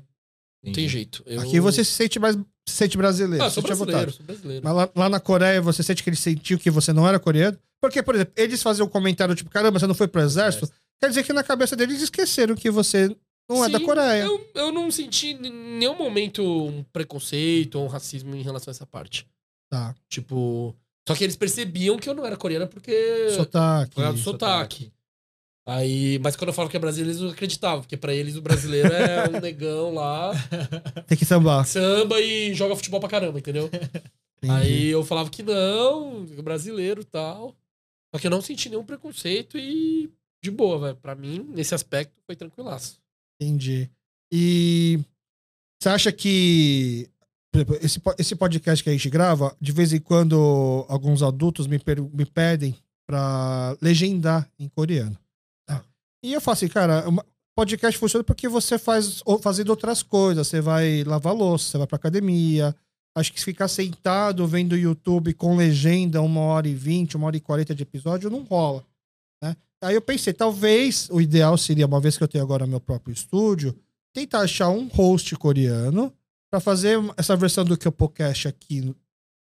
[SPEAKER 2] Não tem
[SPEAKER 3] Entendi.
[SPEAKER 2] jeito. Eu-
[SPEAKER 1] Aqui você se sente mais. Se sente brasileiro.
[SPEAKER 2] Ah,
[SPEAKER 1] se
[SPEAKER 2] sou
[SPEAKER 1] sente à
[SPEAKER 2] brasileiro,
[SPEAKER 1] vontade.
[SPEAKER 2] sou brasileiro.
[SPEAKER 1] Mas lá, lá na Coreia, você sente que ele sentiu que você não era coreano? Porque, por exemplo, eles faziam um comentário tipo, caramba, você não foi pro exército? Quer dizer que na cabeça deles esqueceram que você não é
[SPEAKER 2] Sim,
[SPEAKER 1] da Coreia.
[SPEAKER 2] Eu, eu não senti em nenhum momento um preconceito ou um racismo em relação a essa parte.
[SPEAKER 1] Tá.
[SPEAKER 2] Tipo. Só que eles percebiam que eu não era coreana porque.
[SPEAKER 1] Sotaque.
[SPEAKER 2] Foi a É. do sotaque. Aí, mas quando eu falo que é brasileiro, eles não acreditavam, porque pra eles o brasileiro é um negão lá,
[SPEAKER 1] Tem que sambar.
[SPEAKER 2] samba e joga futebol pra caramba, entendeu? Aí eu falava que não, brasileiro e tal. Só que eu não senti nenhum preconceito e de boa, velho. Pra mim, nesse aspecto, foi tranquilaço.
[SPEAKER 1] Entendi. E você acha que por exemplo, esse, po- esse podcast que a gente grava, de vez em quando alguns adultos me, per- me pedem pra legendar em coreano. tá? E eu falo assim, cara, uma- podcast funciona porque você faz ou- fazendo outras coisas. Você vai lavar louça, você vai pra academia. Acho que se ficar sentado vendo YouTube com legenda uma hora e vinte, uma hora e quarenta de episódio, não rola. Aí eu pensei, talvez o ideal seria, uma vez que eu tenho agora meu próprio estúdio, tentar achar um host coreano para fazer essa versão do que podcast aqui, no-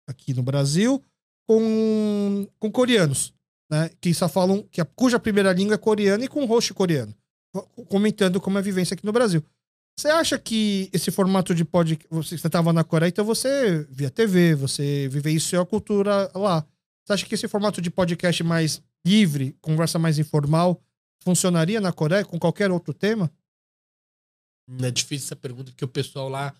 [SPEAKER 1] aqui no Brasil com, com coreanos, né? Que só falam que a, cuja primeira língua é coreana e com host coreano, co- comentando como é a vivência aqui no Brasil. Você acha que esse formato de podcast, você estava na Coreia, então você via TV, você vivenciou a cultura lá. Você acha que esse formato de podcast mais livre, conversa mais informal, funcionaria na Coreia com qualquer outro tema?
[SPEAKER 2] É difícil essa pergunta, porque o pessoal lá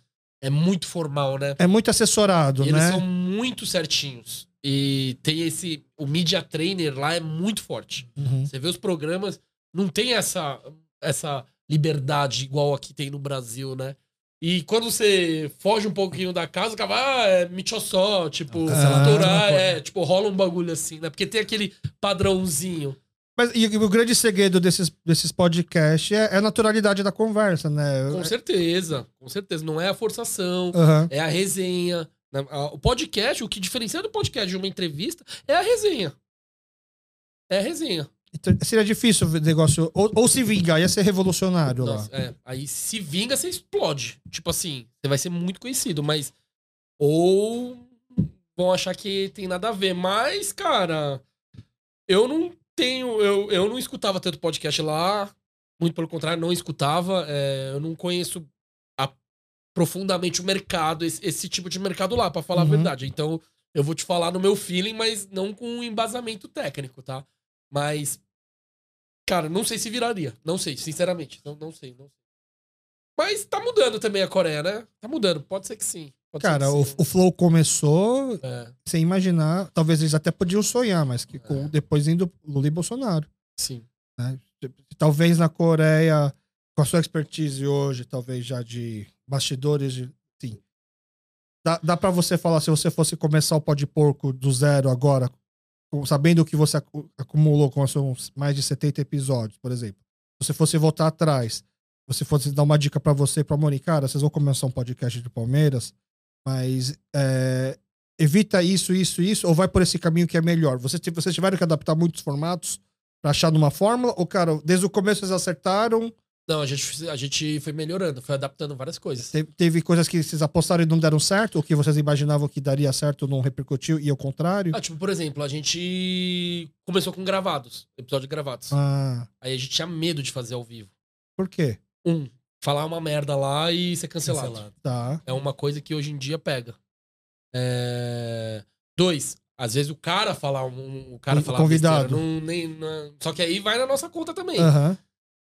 [SPEAKER 2] é muito formal, né?
[SPEAKER 1] É muito assessorado,
[SPEAKER 2] Eles
[SPEAKER 1] né?
[SPEAKER 2] são muito certinhos. E tem esse. O media trainer lá é muito forte.
[SPEAKER 1] Uhum.
[SPEAKER 2] Você vê os programas, não tem essa, essa liberdade igual aqui tem no Brasil, né? E quando você foge um pouquinho da casa, acaba, ah, é michossó, tipo,
[SPEAKER 1] cancelamento,
[SPEAKER 2] cultural,
[SPEAKER 3] né,
[SPEAKER 2] é, tipo, rola um bagulho assim, né? Porque tem aquele padrãozinho.
[SPEAKER 1] Mas e, e o grande segredo desses, desses podcasts é, é a naturalidade da conversa, né?
[SPEAKER 2] Com certeza, com certeza. Não é a forçação,
[SPEAKER 1] Aham.
[SPEAKER 2] é a resenha. né? A- O podcast, o que diferencia do podcast de uma entrevista é a resenha. É a resenha.
[SPEAKER 1] Então, seria difícil o negócio. Ou, ou se vingar, ia ser revolucionário
[SPEAKER 2] Nossa,
[SPEAKER 1] lá.
[SPEAKER 2] é. Aí se vinga, você explode. Tipo assim, você vai ser muito conhecido, mas. Ou vão achar que tem nada a ver. Mas, cara, eu não tenho. Eu, eu não escutava tanto podcast lá. Muito pelo contrário, não escutava. É, eu não conheço a- profundamente o mercado, esse, esse tipo de mercado lá, pra falar
[SPEAKER 1] Uhum.
[SPEAKER 2] a verdade. Então, eu vou te falar no meu feeling, mas não com embasamento técnico, tá? Mas Cara, não sei se viraria. Não sei, sinceramente. Não, não sei, não sei. Mas tá mudando também a Coreia, né? Tá mudando. Pode ser que sim. Pode ser
[SPEAKER 1] Cara,
[SPEAKER 2] que
[SPEAKER 1] o,
[SPEAKER 2] sim.
[SPEAKER 1] o Flow começou
[SPEAKER 2] É,
[SPEAKER 1] sem imaginar. Talvez eles até podiam sonhar, mas que com, depois indo Lula e Bolsonaro.
[SPEAKER 2] sim.
[SPEAKER 1] talvez na Coreia, com a sua expertise hoje, talvez já de bastidores, de, sim. Dá, dá para você falar se você fosse começar o pó de porco do zero agora, com- sabendo o que você acu- acumulou com os seus mais de 70 episódios, por exemplo. Se você fosse voltar atrás, você fosse dar uma dica pra você, e pra Moni, cara, vocês vão começar um podcast de Palmeiras, mas é, evita isso, isso, isso, ou vai por esse caminho que é melhor? Vocês, ti- vocês tiveram que adaptar muitos formatos pra achar numa fórmula? Ou, cara, desde o começo vocês acertaram?
[SPEAKER 2] Não, a gente, a gente foi melhorando, foi adaptando várias coisas.
[SPEAKER 1] Te- Teve coisas que vocês apostaram e não deram certo? Ou que vocês imaginavam que daria certo não repercutiu e ao contrário?
[SPEAKER 2] Ah, tipo, por exemplo, a gente começou com gravados, episódio de gravados.
[SPEAKER 1] Ah,
[SPEAKER 2] Aí a gente tinha medo de fazer ao vivo.
[SPEAKER 1] por quê?
[SPEAKER 2] Um, falar uma merda lá e ser cancelado.
[SPEAKER 3] Cancelado.
[SPEAKER 1] Tá.
[SPEAKER 2] É uma coisa que hoje em dia pega. É, Dois, às vezes o cara falar um, o cara
[SPEAKER 1] Um
[SPEAKER 2] falar
[SPEAKER 1] convidado. Ah.
[SPEAKER 2] besteira, não, nem, não- Só que aí vai na nossa conta também.
[SPEAKER 1] Aham.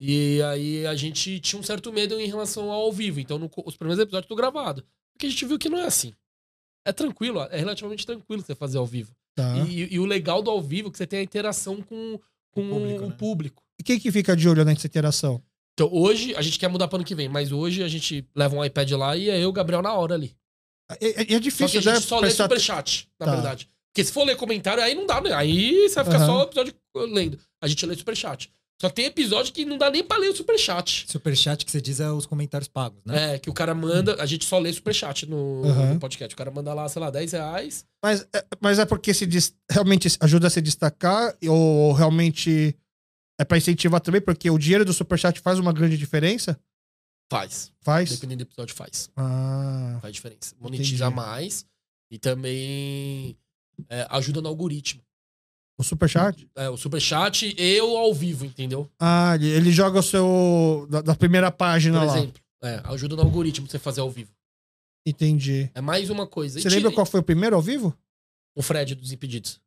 [SPEAKER 2] E aí a gente tinha um certo medo em relação ao ao vivo. Então, no co- os primeiros episódios do gravado. Porque a gente viu que não é assim. É tranquilo, é relativamente tranquilo você fazer ao vivo.
[SPEAKER 1] Tá.
[SPEAKER 2] E, e o legal do ao vivo é que você tem a interação com, com o
[SPEAKER 3] público,
[SPEAKER 2] público.
[SPEAKER 3] né?
[SPEAKER 1] E quem que fica de olho nessa interação?
[SPEAKER 2] Então, hoje, a gente quer mudar para ano que vem, mas hoje a gente leva um iPad lá e é eu e o Gabriel na hora ali.
[SPEAKER 1] É, é- é
[SPEAKER 2] Só que
[SPEAKER 1] difícil,
[SPEAKER 2] a gente
[SPEAKER 1] né?
[SPEAKER 2] só lê
[SPEAKER 1] prestar-
[SPEAKER 2] superchat, na
[SPEAKER 1] Tá.
[SPEAKER 2] verdade. Porque se for ler comentário, aí não dá, né? Aí você vai ficar
[SPEAKER 1] Aham.
[SPEAKER 2] só o episódio lendo. A gente lê superchat. Só tem episódio que não dá nem pra ler o superchat.
[SPEAKER 3] Superchat que você diz é os comentários pagos, né?
[SPEAKER 2] É, que o cara manda. A gente só lê superchat no,
[SPEAKER 1] Aham.
[SPEAKER 2] no podcast. O cara manda lá, sei lá, 10 reais.
[SPEAKER 1] Mas, é- mas é porque se dis- realmente ajuda a se destacar ou realmente é pra incentivar também? Porque o dinheiro do superchat faz uma grande diferença?
[SPEAKER 2] Faz.
[SPEAKER 1] Faz?
[SPEAKER 2] Dependendo do episódio, faz.
[SPEAKER 1] Ah,
[SPEAKER 2] Faz diferença. Monetiza
[SPEAKER 1] Entendi.
[SPEAKER 2] mais e também é, ajuda no algoritmo.
[SPEAKER 1] o superchat?
[SPEAKER 2] É, o superchat e o ao vivo, entendeu?
[SPEAKER 1] Ah, ele, ele joga o seu. da, da primeira
[SPEAKER 2] Por
[SPEAKER 1] página lá.
[SPEAKER 2] exemplo. É, ajuda no algoritmo pra você fazer ao vivo.
[SPEAKER 1] Entendi.
[SPEAKER 2] É mais uma coisa. E
[SPEAKER 1] Você
[SPEAKER 2] tira-
[SPEAKER 1] lembra qual foi o primeiro ao vivo?
[SPEAKER 2] O Fred dos Impedidos.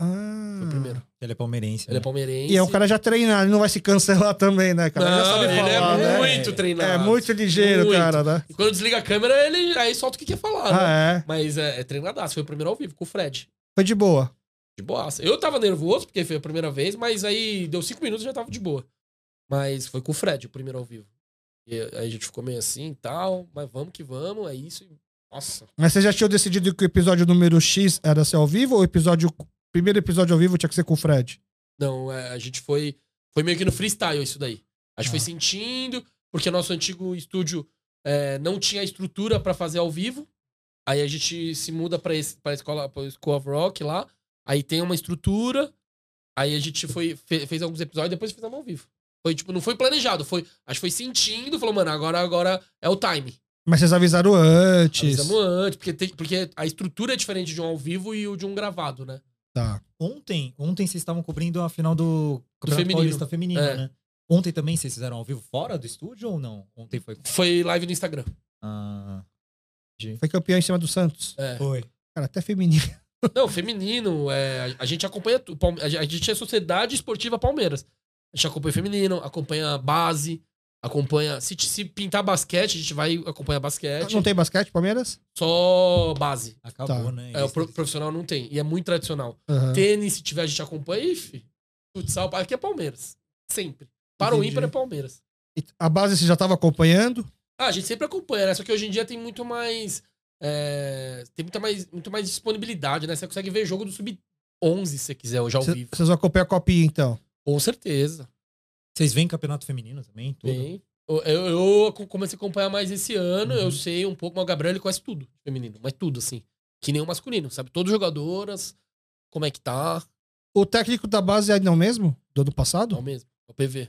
[SPEAKER 1] Ah.
[SPEAKER 2] Foi o primeiro.
[SPEAKER 3] Ele é palmeirense.
[SPEAKER 2] Ele é
[SPEAKER 3] né?
[SPEAKER 2] palmeirense.
[SPEAKER 1] E é um cara já treinado, ele não vai se cancelar também, né, cara? já
[SPEAKER 2] Não,
[SPEAKER 1] sabe
[SPEAKER 2] ele
[SPEAKER 1] falar,
[SPEAKER 2] é
[SPEAKER 1] né?
[SPEAKER 2] muito treinado.
[SPEAKER 1] É muito ligeiro,
[SPEAKER 2] Muito.
[SPEAKER 1] cara, né?
[SPEAKER 2] E quando desliga a câmera, ele aí solta o que quer falar, né?
[SPEAKER 1] Ah, é.
[SPEAKER 2] Mas é, é treinadaço. Foi o primeiro ao vivo com o Fred.
[SPEAKER 1] Foi de boa.
[SPEAKER 2] De boaça. Eu tava nervoso, porque foi a primeira vez, mas aí deu cinco minutos e já tava de boa. Mas foi com o Fred, o primeiro ao vivo. E aí a gente ficou meio assim e tal, mas vamos que vamos, é isso. e- Nossa.
[SPEAKER 1] Mas vocês já tinham decidido que o episódio número X era ser ao vivo ou o episódio. Primeiro episódio ao vivo tinha que ser com o Fred?
[SPEAKER 2] Não, é, a gente foi. Foi meio que no freestyle isso daí. A gente
[SPEAKER 1] Ah.
[SPEAKER 2] foi sentindo, porque nosso antigo estúdio é, não tinha estrutura pra fazer ao vivo. Aí a gente se muda pra, esse, pra escola, pra School of Rock lá. Aí tem uma estrutura. Aí a gente foi, fe- fez alguns episódios e depois fizemos ao vivo. Foi tipo, não foi planejado, foi. Acho que foi sentindo, falou, mano, agora, agora é o time.
[SPEAKER 1] Mas vocês avisaram antes.
[SPEAKER 2] Avisamos antes, porque, tem- porque a estrutura é diferente de um ao vivo e o de um gravado, né?
[SPEAKER 1] Tá.
[SPEAKER 3] Ontem, ontem vocês estavam cobrindo a final do Campeonato
[SPEAKER 2] feminino.
[SPEAKER 3] Paulista Feminino,
[SPEAKER 2] É.
[SPEAKER 3] né? Ontem também vocês fizeram ao vivo fora do estúdio ou não? Ontem foi.
[SPEAKER 2] Foi live no Instagram.
[SPEAKER 3] Ah,
[SPEAKER 1] Foi campeão em cima do Santos.
[SPEAKER 2] É.
[SPEAKER 3] foi.
[SPEAKER 1] Cara, até feminino.
[SPEAKER 2] Não, feminino, é, a, a gente acompanha tudo. Palme- A gente- a gente é Sociedade Esportiva Palmeiras. A gente acompanha feminino, acompanha base, acompanha. Se, te- se pintar basquete, a gente vai acompanhar basquete.
[SPEAKER 1] Não tem basquete, Palmeiras?
[SPEAKER 2] Só base.
[SPEAKER 3] Acabou,
[SPEAKER 1] Tá.
[SPEAKER 3] né?
[SPEAKER 2] É, o pro- profissional não tem. E é muito tradicional.
[SPEAKER 1] Aham.
[SPEAKER 2] Tênis, se tiver, a gente acompanha. E, fi, futsal, aqui é Palmeiras. Sempre. Para o
[SPEAKER 1] Entendi.
[SPEAKER 2] ímpar é Palmeiras.
[SPEAKER 1] E A base você já tava acompanhando?
[SPEAKER 2] Ah, a gente sempre acompanha, né? Só que hoje em dia tem muito mais. é, tem muita mais, muito mais disponibilidade, né? Você consegue ver jogo do Sub-11 se você quiser, hoje ao
[SPEAKER 1] Cê-
[SPEAKER 2] vivo.
[SPEAKER 1] Vocês vão acompanhar a copinha, então.
[SPEAKER 2] Com certeza.
[SPEAKER 3] Vocês veem campeonato feminino também? Tudo?
[SPEAKER 2] Bem, eu, eu- eu comecei a acompanhar mais esse ano,
[SPEAKER 3] Uhum.
[SPEAKER 2] eu sei um pouco, mas o Gabriel ele conhece tudo feminino, mas tudo assim. Que nem o masculino, sabe? Todas as jogadoras, como é que tá,
[SPEAKER 1] O técnico da base é não mesmo? Do ano passado?
[SPEAKER 2] não
[SPEAKER 1] O
[SPEAKER 2] mesmo, o PV.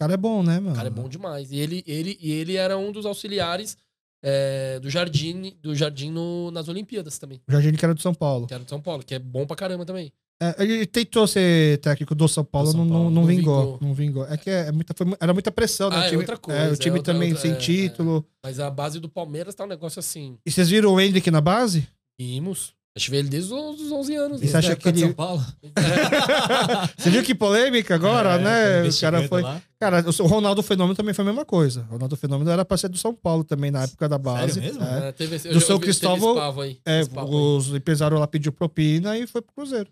[SPEAKER 1] cara é bom, né, mano?
[SPEAKER 2] O cara é bom demais. E ele, ele, e ele era um dos auxiliares é, do Jardim, do jardim no- nas Olimpíadas também,
[SPEAKER 1] O Jardim que era do São Paulo.
[SPEAKER 2] que era de São Paulo, que é bom pra caramba também.
[SPEAKER 1] É, ele tentou ser técnico do São Paulo,
[SPEAKER 3] Do São
[SPEAKER 1] não-
[SPEAKER 3] Paulo.
[SPEAKER 1] Não, não
[SPEAKER 2] Não
[SPEAKER 1] vingou,
[SPEAKER 2] vingou.
[SPEAKER 1] Não vingou. É que é muita, foi mu- era muita pressão, né?
[SPEAKER 2] Ah,
[SPEAKER 1] o
[SPEAKER 2] é
[SPEAKER 1] time,
[SPEAKER 2] outra coisa,
[SPEAKER 1] o
[SPEAKER 2] é
[SPEAKER 1] time
[SPEAKER 2] outra-
[SPEAKER 1] também
[SPEAKER 2] outra-
[SPEAKER 1] sem
[SPEAKER 2] é,
[SPEAKER 1] título.
[SPEAKER 2] Mas a base do Palmeiras tá um negócio assim.
[SPEAKER 1] E vocês viram o Hendrick na base?
[SPEAKER 2] Vimos. A gente vê ele desde os os 11 anos.
[SPEAKER 1] E
[SPEAKER 2] né?
[SPEAKER 1] você acha
[SPEAKER 3] Da época
[SPEAKER 1] que
[SPEAKER 3] de
[SPEAKER 1] ele-
[SPEAKER 3] São Paulo? É,
[SPEAKER 1] Você viu que polêmica
[SPEAKER 2] É,
[SPEAKER 1] agora,
[SPEAKER 2] tá
[SPEAKER 1] né? O cara foi.
[SPEAKER 3] Lá.
[SPEAKER 1] Cara, o Ronaldo Fenômeno também foi a mesma coisa. O Ronaldo Fenômeno era pra ser do São Paulo também, na época da base.
[SPEAKER 3] mesmo?
[SPEAKER 1] É,
[SPEAKER 2] É, teve esse-
[SPEAKER 1] Do
[SPEAKER 2] eu- eu
[SPEAKER 1] São
[SPEAKER 2] vi- teve esse
[SPEAKER 1] Cristóvão,
[SPEAKER 2] papo aí,
[SPEAKER 1] É,
[SPEAKER 2] esse papo aí.
[SPEAKER 1] os empresários lá pediu propina e foi pro Cruzeiro.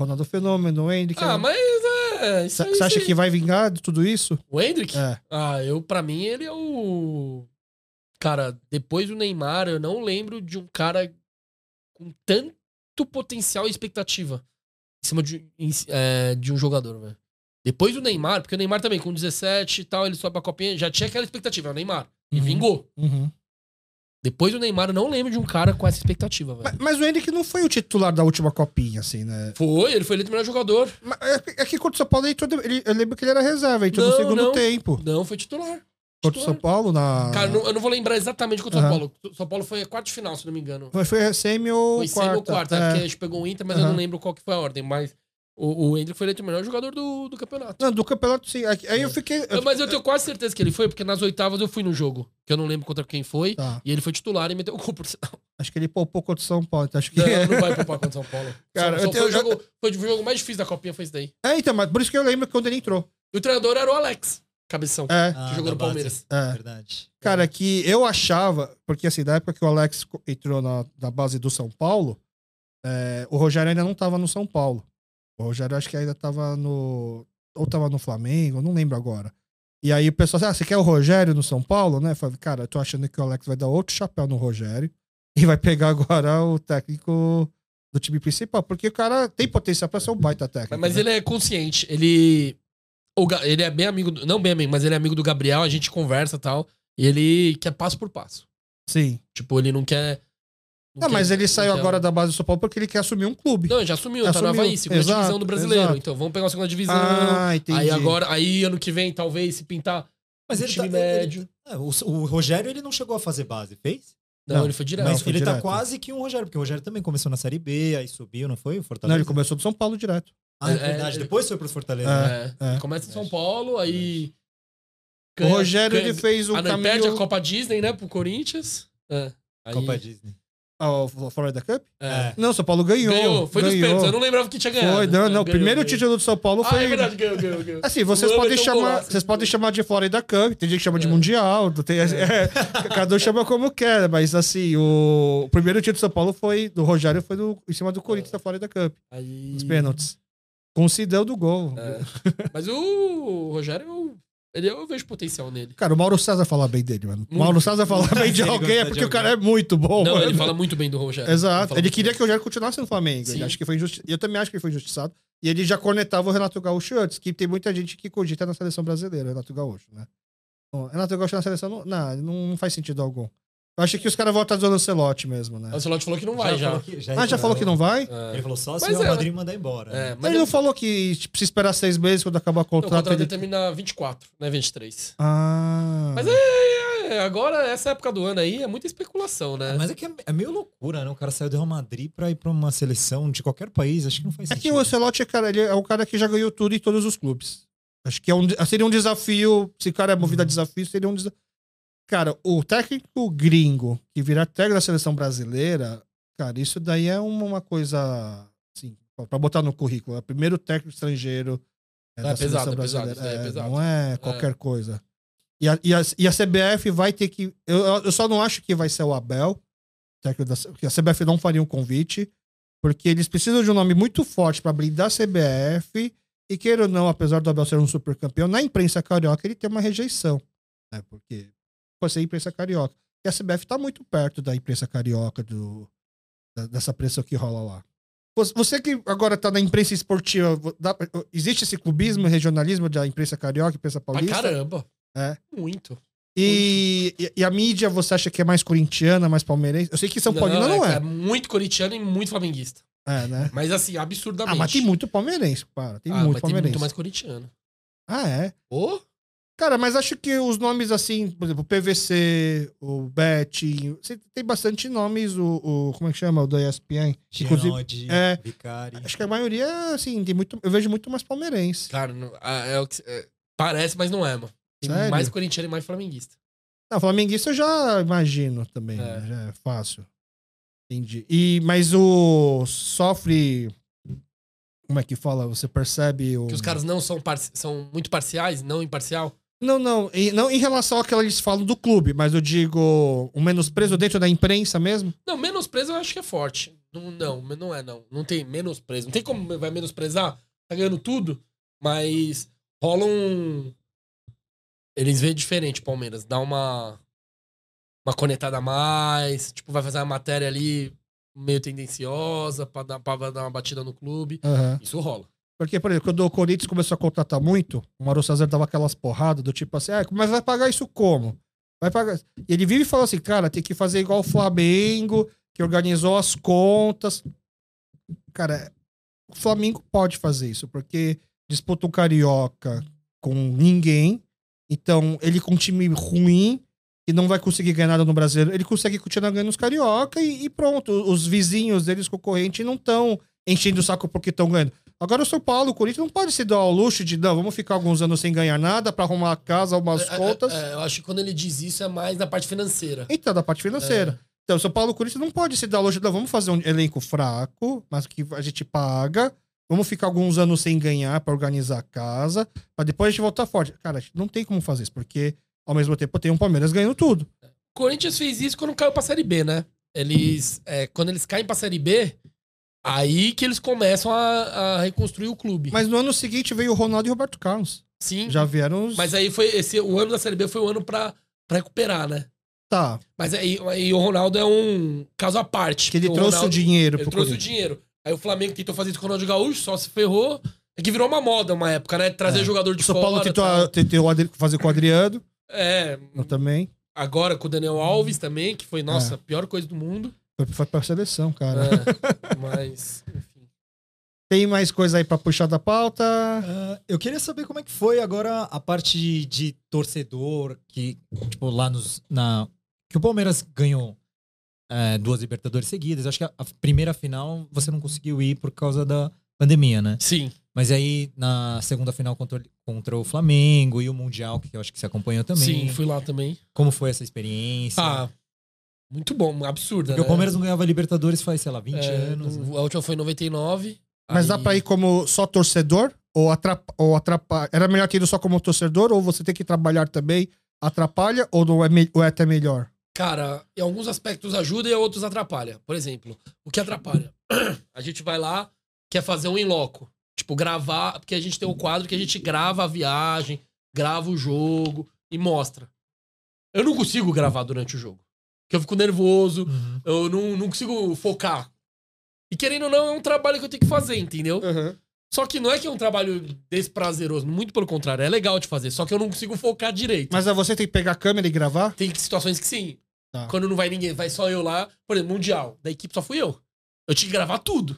[SPEAKER 1] Ronaldo Fenômeno, o Hendrick.
[SPEAKER 2] Ah, mas é. Isso aí,
[SPEAKER 1] Você acha
[SPEAKER 2] sim.
[SPEAKER 1] que vai vingar de tudo isso?
[SPEAKER 2] O Hendrick?
[SPEAKER 1] É.
[SPEAKER 2] Ah, eu, pra mim, ele é o. Cara, depois do Neymar, eu não lembro de um cara com tanto potencial e expectativa em cima de, em- é, de um jogador, velho. Depois do Neymar, porque o Neymar também, com 17 e tal, ele sobe pra copinha, já tinha aquela expectativa, é o Neymar. E
[SPEAKER 1] Uhum.
[SPEAKER 2] vingou.
[SPEAKER 1] Uhum.
[SPEAKER 2] Depois do Neymar, eu não lembro de um cara com essa expectativa, velho.
[SPEAKER 1] Mas, mas o Henrique não foi o titular da última copinha, assim, né?
[SPEAKER 2] Foi, ele foi eleito melhor jogador.
[SPEAKER 1] Mas É é que contra o São Paulo ele, entrou de- ele- eu lembro que ele era reserva, ele entrou no
[SPEAKER 2] Não,
[SPEAKER 1] segundo
[SPEAKER 2] não.
[SPEAKER 1] tempo.
[SPEAKER 2] Não, foi titular.
[SPEAKER 1] Contra o São
[SPEAKER 2] Titular.
[SPEAKER 1] Paulo na.
[SPEAKER 2] Cara, não- eu não vou lembrar exatamente contra o
[SPEAKER 1] Aham.
[SPEAKER 2] São Paulo. O São Paulo foi a quarta de final, se não me engano.
[SPEAKER 1] Foi, foi semi ou
[SPEAKER 2] Foi
[SPEAKER 1] quarta?
[SPEAKER 2] sem ou quarta,
[SPEAKER 1] É.
[SPEAKER 2] porque a gente pegou o um Inter, mas eu
[SPEAKER 1] Aham.
[SPEAKER 2] não lembro qual que foi a ordem. Mas o, o Hendrick foi eleito o melhor jogador do, do campeonato.
[SPEAKER 1] Não, do campeonato sim. Aí aí eu fiquei. eu-
[SPEAKER 2] mas É. eu tenho quase certeza que ele foi, porque nas oitavas eu fui no jogo, que eu não lembro contra quem foi.
[SPEAKER 1] Tá.
[SPEAKER 2] E ele foi titular e meteu o gol. por sinal.
[SPEAKER 1] Acho que ele poupou contra o São Paulo. Então acho que...
[SPEAKER 2] Não, não vai poupar contra o São Paulo.
[SPEAKER 1] Cara,
[SPEAKER 2] São-
[SPEAKER 1] eu
[SPEAKER 2] São- foi,
[SPEAKER 1] tenho-
[SPEAKER 2] o jogo, foi o jogo mais difícil da copinha, foi esse daí.
[SPEAKER 1] É, então, mas por isso que eu lembro quando ele entrou.
[SPEAKER 2] E o treinador era o Alex, cabeção,
[SPEAKER 1] É,
[SPEAKER 2] que jogou
[SPEAKER 3] da
[SPEAKER 2] no
[SPEAKER 3] base.
[SPEAKER 2] Palmeiras.
[SPEAKER 1] é.
[SPEAKER 3] Verdade.
[SPEAKER 1] Cara, que eu achava, porque assim, da época que o Alex co- entrou na, na base do São Paulo, é, o Rogério ainda não tava no São Paulo. O Rogério acho que ainda tava no. Ou tava no Flamengo, eu não lembro agora. E aí o pessoal ah, você quer o Rogério no São Paulo, né? Eu Falei, cara, eu tô achando que o Alex vai dar outro chapéu no Rogério e vai pegar agora o técnico do time principal, porque o cara tem potencial pra ser um baita técnico.
[SPEAKER 2] Mas, mas
[SPEAKER 1] né?
[SPEAKER 2] ele é consciente. Ele. o Ga- ele é bem amigo. do- não bem amigo, mas ele é amigo do Gabriel, a gente conversa e tal. E ele quer passo por passo.
[SPEAKER 1] Sim.
[SPEAKER 2] Tipo, ele não quer.
[SPEAKER 1] Não,
[SPEAKER 2] quer-
[SPEAKER 1] mas ele saiu
[SPEAKER 2] quer-
[SPEAKER 1] agora da base do São Paulo porque ele quer assumir um clube.
[SPEAKER 2] Não, ele já assumiu,
[SPEAKER 1] Já
[SPEAKER 2] tá na
[SPEAKER 1] assumiu.
[SPEAKER 2] Havaí, segunda
[SPEAKER 1] Exato,
[SPEAKER 2] divisão do brasileiro.
[SPEAKER 1] exato.
[SPEAKER 2] Então vamos pegar a segunda divisão.
[SPEAKER 1] Ah, entendi.
[SPEAKER 2] aí agora, aí ano que vem, talvez, se pintar.
[SPEAKER 3] Mas
[SPEAKER 2] Um
[SPEAKER 3] ele tá,
[SPEAKER 2] time
[SPEAKER 3] ele-
[SPEAKER 2] médio.
[SPEAKER 3] é, o, o Rogério ele não chegou a fazer base, fez?
[SPEAKER 2] Não,
[SPEAKER 1] Não,
[SPEAKER 2] ele foi direto.
[SPEAKER 3] Mas
[SPEAKER 1] foi
[SPEAKER 3] ele tá
[SPEAKER 1] direto.
[SPEAKER 3] quase que um Rogério, porque o Rogério também começou na Série B, aí subiu, não foi? O
[SPEAKER 1] Não,
[SPEAKER 2] Tá
[SPEAKER 3] Fortaleza.
[SPEAKER 1] ele começou do São Paulo direto.
[SPEAKER 3] Ah, é
[SPEAKER 2] É,
[SPEAKER 3] verdade.
[SPEAKER 2] ele-
[SPEAKER 3] Depois foi pro Fortaleza. né?
[SPEAKER 2] É,
[SPEAKER 1] é.
[SPEAKER 2] Começa em São Paulo, aí.
[SPEAKER 1] o Rogério
[SPEAKER 2] ganha-
[SPEAKER 1] ele fez o
[SPEAKER 2] Ah, não, ele
[SPEAKER 1] caminho...
[SPEAKER 2] perde a Copa Disney, né? Pro Corinthians. É. Aí,
[SPEAKER 3] Copa Disney.
[SPEAKER 1] Ah, o Florida Cup?
[SPEAKER 2] É.
[SPEAKER 1] Não, São Paulo ganhou.
[SPEAKER 2] Ganhou, foi dos
[SPEAKER 1] ganhou.
[SPEAKER 2] pênaltis. Eu não lembrava que tinha ganhado.
[SPEAKER 1] Foi, não, não.
[SPEAKER 2] Ganhou,
[SPEAKER 1] O primeiro
[SPEAKER 2] ganhou.
[SPEAKER 1] título do São Paulo
[SPEAKER 2] Ah,
[SPEAKER 1] foi...
[SPEAKER 2] é verdade, ganhou, ganhou, ganhou.
[SPEAKER 1] Assim, vocês
[SPEAKER 2] O
[SPEAKER 1] podem
[SPEAKER 2] Everton
[SPEAKER 1] chamar,
[SPEAKER 2] golaço.
[SPEAKER 1] vocês podem chamar de Florida Cup, tem gente que chama de
[SPEAKER 2] É.
[SPEAKER 1] Mundial, tem, é, cada um chama como quer, mas assim, o, o primeiro título do São Paulo foi do Rogério, foi do, em cima do Corinthians da Florida Cup,
[SPEAKER 2] Aí-
[SPEAKER 1] nos pênaltis. Com o Sidão do gol.
[SPEAKER 2] Uhum. É. Mas o Rogério, eu- ele, eu vejo potencial nele.
[SPEAKER 1] Cara, o Mauro César fala bem dele, mano. O
[SPEAKER 2] Muito.
[SPEAKER 1] Mauro César falar bem de
[SPEAKER 3] Ele
[SPEAKER 1] alguém é
[SPEAKER 3] gosta de
[SPEAKER 1] porque o
[SPEAKER 3] alguém.
[SPEAKER 1] cara é muito bom,
[SPEAKER 2] não,
[SPEAKER 1] mano.
[SPEAKER 2] É, ele fala muito bem do Rogério.
[SPEAKER 1] Exato.
[SPEAKER 2] fala
[SPEAKER 1] Ele
[SPEAKER 2] muito
[SPEAKER 1] queria
[SPEAKER 2] bem.
[SPEAKER 1] que o Rogério continuasse no Flamengo. Ele
[SPEAKER 2] Sim.
[SPEAKER 1] acho que foi injusti... Eu também acho que ele foi injustiçado. E ele já cornetava o Renato Gaúcho antes, que tem muita gente que cogita na seleção brasileira, o Renato Gaúcho, né? Bom, Renato Gaúcho na seleção não, não, não faz sentido algum. Eu acho que os caras voltam do Ancelotti mesmo, né?
[SPEAKER 2] O Ancelotti falou que não vai já.
[SPEAKER 3] falou que- já,
[SPEAKER 1] Ah, já falou que não vai?
[SPEAKER 3] Ele
[SPEAKER 2] É.
[SPEAKER 3] falou só
[SPEAKER 2] Mas
[SPEAKER 3] se o
[SPEAKER 2] é,
[SPEAKER 3] Madrid mandar embora.
[SPEAKER 2] É,
[SPEAKER 3] né?
[SPEAKER 2] mas
[SPEAKER 1] ele
[SPEAKER 2] eu-
[SPEAKER 1] não falou que tipo, se esperar seis meses quando acabar o
[SPEAKER 2] não, o
[SPEAKER 1] contrato.
[SPEAKER 2] contrato é
[SPEAKER 1] ele...
[SPEAKER 2] dele termina 24, né? 23.
[SPEAKER 1] Ah.
[SPEAKER 2] Mas é, é, agora, essa época do ano aí, é muita especulação, né?
[SPEAKER 3] Mas é que é, é meio loucura, né? O cara saiu do Real Madrid pra ir pra uma seleção de qualquer país. Acho que não faz
[SPEAKER 1] É que
[SPEAKER 3] sentido.
[SPEAKER 1] o Ancelotti é, cara, ele é o cara que já ganhou tudo em todos os clubes. Acho que é um, seria um desafio. Se o cara é movido a
[SPEAKER 2] Uhum.
[SPEAKER 1] desafio, seria um desafio. Cara, o técnico gringo que virar técnico da seleção brasileira, cara, isso daí é uma, uma coisa. Assim, pra botar no currículo. É o primeiro técnico estrangeiro é,
[SPEAKER 2] É
[SPEAKER 1] da
[SPEAKER 2] pesado,
[SPEAKER 1] seleção
[SPEAKER 2] é pesado,
[SPEAKER 1] brasileira.
[SPEAKER 2] isso daí é
[SPEAKER 1] É,
[SPEAKER 2] pesado.
[SPEAKER 1] Não é qualquer coisa. E a, e, a, e a CBF vai ter que. Eu, eu só não acho que vai ser o Abel, técnico da, porque a CBF não faria um convite. Porque eles precisam de um nome muito forte pra blindar a CBF. E queira ou não, apesar do Abel ser um super campeão, na imprensa carioca ele tem uma rejeição. Né? Porque você é imprensa carioca. E a CBF tá muito perto da imprensa carioca, do, da- dessa pressão que rola lá. Vo- Você que agora tá na imprensa esportiva, vo- dá- existe esse clubismo, regionalismo da imprensa carioca, imprensa
[SPEAKER 2] pra
[SPEAKER 1] paulista?
[SPEAKER 2] caramba.
[SPEAKER 1] É.
[SPEAKER 2] Muito.
[SPEAKER 1] e, e- e a mídia você acha que é mais corintiana, mais palmeirense? Eu sei que São Paulino não,
[SPEAKER 2] é,
[SPEAKER 1] é.
[SPEAKER 2] é muito corintiano e muito flamenguista.
[SPEAKER 1] É, né?
[SPEAKER 2] Mas assim, absurdamente.
[SPEAKER 1] Ah, mas tem muito palmeirense, para. Tem
[SPEAKER 2] Ah,
[SPEAKER 1] muito
[SPEAKER 2] mas tem
[SPEAKER 1] palmeirense.
[SPEAKER 2] muito mais corintiano.
[SPEAKER 1] Ah, é?
[SPEAKER 2] Ô,
[SPEAKER 1] Cara, mas acho que os nomes assim, por exemplo, o PVC, o Betinho, você tem bastante nomes, o, o- como é que chama, o da ESPN. inclusive,
[SPEAKER 3] Ginaldi,
[SPEAKER 1] é,
[SPEAKER 3] Vicari.
[SPEAKER 2] né?
[SPEAKER 1] Acho que a maioria, assim, tem muito, eu vejo muito mais palmeirense.
[SPEAKER 2] cara, não- ah, é o que- é, parece, mas não é, mano. Tem
[SPEAKER 1] Sério?
[SPEAKER 2] mais corintiano e mais flamenguista.
[SPEAKER 1] Não, flamenguista eu já imagino também,
[SPEAKER 2] É.
[SPEAKER 1] né? já é fácil. Entendi. E, mas o sofre, como é que fala, você percebe o...
[SPEAKER 2] Que os caras não são, parci- são muito parciais, não imparcial.
[SPEAKER 1] Não, não, e, não em relação ao que eles falam do clube, mas eu digo, o menosprezo dentro da imprensa mesmo?
[SPEAKER 2] Não, menosprezo eu acho que é forte. Não, não, não é não. Não tem menosprezo. Não tem como vai menosprezar. Tá ganhando tudo, mas rola um... Eles veem diferente o Palmeiras. Dá uma... Uma conectada a mais. Tipo, vai fazer uma matéria ali meio tendenciosa pra dar, pra dar uma batida no clube.
[SPEAKER 1] Aham.
[SPEAKER 2] Isso rola.
[SPEAKER 1] Porque, por exemplo, quando o Corinthians começou a contratar muito, o Mauro César dava aquelas porradas do tipo assim, ah, mas vai pagar isso como? Vai pagar. E ele vive e fala assim, cara, tem que fazer igual o Flamengo, que organizou as contas. Cara, o Flamengo pode fazer isso, porque disputa o Carioca com ninguém. Então, ele com um time ruim, que não vai conseguir ganhar nada no brasileiro, ele consegue continuar ganhando os Carioca e, e pronto. Os vizinhos deles, concorrente, não estão enchendo o saco porque estão ganhando. Agora o São Paulo, o Corinthians não pode se dar ao luxo de, não, vamos ficar alguns anos sem ganhar nada para arrumar a casa, umas
[SPEAKER 2] É, é,
[SPEAKER 1] contas.
[SPEAKER 2] é, eu acho que quando ele diz isso é mais na parte financeira.
[SPEAKER 1] Então, da parte
[SPEAKER 2] É.
[SPEAKER 1] financeira. Então, o São Paulo e o Corinthians não pode se dar ao luxo, não, vamos fazer um elenco fraco, mas que a gente paga, vamos ficar alguns anos sem ganhar para organizar a casa, para depois a gente voltar forte. Cara, a gente não tem como fazer isso, porque ao mesmo tempo tem um Palmeiras ganhando tudo.
[SPEAKER 2] Corinthians fez isso quando caiu pra Série B, né? Eles, é, quando eles caem pra Série B, aí que eles começam a, a reconstruir o clube.
[SPEAKER 1] Mas no ano seguinte veio o Ronaldo e o Roberto Carlos.
[SPEAKER 2] Sim,
[SPEAKER 1] Já vieram os.
[SPEAKER 2] mas aí foi esse, o ano da Série B foi o ano pra, pra recuperar, né?
[SPEAKER 1] Tá.
[SPEAKER 2] Mas aí, aí o Ronaldo é um caso à parte.
[SPEAKER 1] Que ele
[SPEAKER 2] porque
[SPEAKER 1] trouxe o
[SPEAKER 2] Ronaldo-
[SPEAKER 1] dinheiro
[SPEAKER 2] Ele
[SPEAKER 1] pro
[SPEAKER 2] trouxe o
[SPEAKER 1] Corinthians.
[SPEAKER 2] dinheiro. Aí o Flamengo tentou fazer isso com o Ronaldo Gaúcho, só se ferrou. É que virou uma moda uma época, né? Trazer
[SPEAKER 1] É.
[SPEAKER 2] jogador de
[SPEAKER 1] São
[SPEAKER 2] fora. tá?
[SPEAKER 1] Paulo tentou,
[SPEAKER 2] tal.
[SPEAKER 1] a- tentou o Adri- fazer com o Adriano
[SPEAKER 2] É,
[SPEAKER 1] eu também.
[SPEAKER 2] agora com o Daniel Alves também, que foi,
[SPEAKER 1] É.
[SPEAKER 2] nossa, a pior coisa do mundo.
[SPEAKER 1] Foi- Foi pra seleção, cara.
[SPEAKER 2] É, mas, enfim.
[SPEAKER 1] Tem mais coisa aí pra puxar da pauta?
[SPEAKER 3] Ah, eu queria saber como é que foi agora a parte de, de torcedor que, tipo, lá nos. Na, que o Palmeiras ganhou é, duas Libertadores seguidas. Acho que a, a primeira final você não conseguiu ir por causa da pandemia, né?
[SPEAKER 2] Sim.
[SPEAKER 3] Mas aí na segunda final contra, contra o Flamengo e o Mundial, que eu acho que você acompanhou também.
[SPEAKER 2] Sim, fui lá também.
[SPEAKER 3] Como foi essa experiência?
[SPEAKER 2] Ah, muito bom, absurda.
[SPEAKER 3] Porque
[SPEAKER 2] né?
[SPEAKER 3] o Palmeiras não ganhava Libertadores faz, sei lá, 20
[SPEAKER 2] É,
[SPEAKER 3] anos. né?
[SPEAKER 2] não- A última foi em 99.
[SPEAKER 1] Mas
[SPEAKER 2] aí-
[SPEAKER 1] dá pra ir como só torcedor? Ou atrapalha? Ou atrapa... Era melhor ter ido só como torcedor? Ou você tem que trabalhar também? Atrapalha? Ou, não é, me- ou é até melhor?
[SPEAKER 2] Cara, em alguns aspectos ajuda e em outros atrapalha. Por exemplo, o que atrapalha? A gente vai lá, quer fazer um in loco. Tipo, gravar, porque a gente tem um quadro que a gente grava a viagem, grava o jogo e mostra. Eu não consigo gravar durante o jogo. Porque eu fico nervoso,
[SPEAKER 3] Uhum.
[SPEAKER 2] eu não, não consigo focar. E querendo ou não, é um trabalho que eu tenho que fazer, entendeu? Só que não é que é um trabalho desprazeroso, muito pelo contrário, é legal de fazer, só que eu não consigo focar direito.
[SPEAKER 1] Mas aí você tem que pegar a câmera e gravar?
[SPEAKER 2] Tem situações que sim.
[SPEAKER 1] Tá.
[SPEAKER 2] Quando não vai ninguém, vai só eu lá. Por exemplo, Mundial, da equipe só fui eu. Eu tinha que gravar tudo.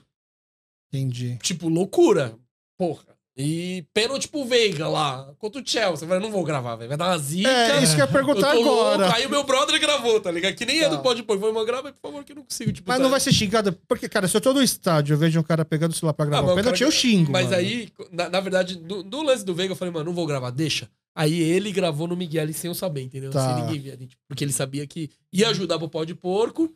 [SPEAKER 1] Entendi.
[SPEAKER 2] Tipo, loucura. Porra. E pênalti pro Veiga lá, contra o Chelsea. Eu falei, não vou gravar, velho. Vai dar uma zica.
[SPEAKER 1] É, isso que eu ia
[SPEAKER 2] eu tô
[SPEAKER 1] perguntar agora.
[SPEAKER 2] louco. Aí o meu brother gravou, tá ligado? Que nem é
[SPEAKER 1] Tá.
[SPEAKER 2] do Pode Pôr. Foi uma grava, por favor, que eu não consigo. Tipo,
[SPEAKER 1] Mas
[SPEAKER 2] tá-
[SPEAKER 1] não vai ser xingado? Porque, cara, se eu tô no estádio eu vejo um cara pegando o celular pra
[SPEAKER 2] Ah,
[SPEAKER 1] gravar
[SPEAKER 2] mas
[SPEAKER 1] o
[SPEAKER 2] o
[SPEAKER 1] pênalti,
[SPEAKER 2] cara-
[SPEAKER 1] eu xingo.
[SPEAKER 2] Mas
[SPEAKER 1] mano.
[SPEAKER 2] aí, na, na verdade, no, no lance do Veiga, eu falei, mano, não vou gravar, deixa. Aí ele gravou no Miguel e sem eu saber, entendeu?
[SPEAKER 1] Tá.
[SPEAKER 2] Sem ninguém ver. gente, Porque ele sabia que ia ajudar pro pau de porco.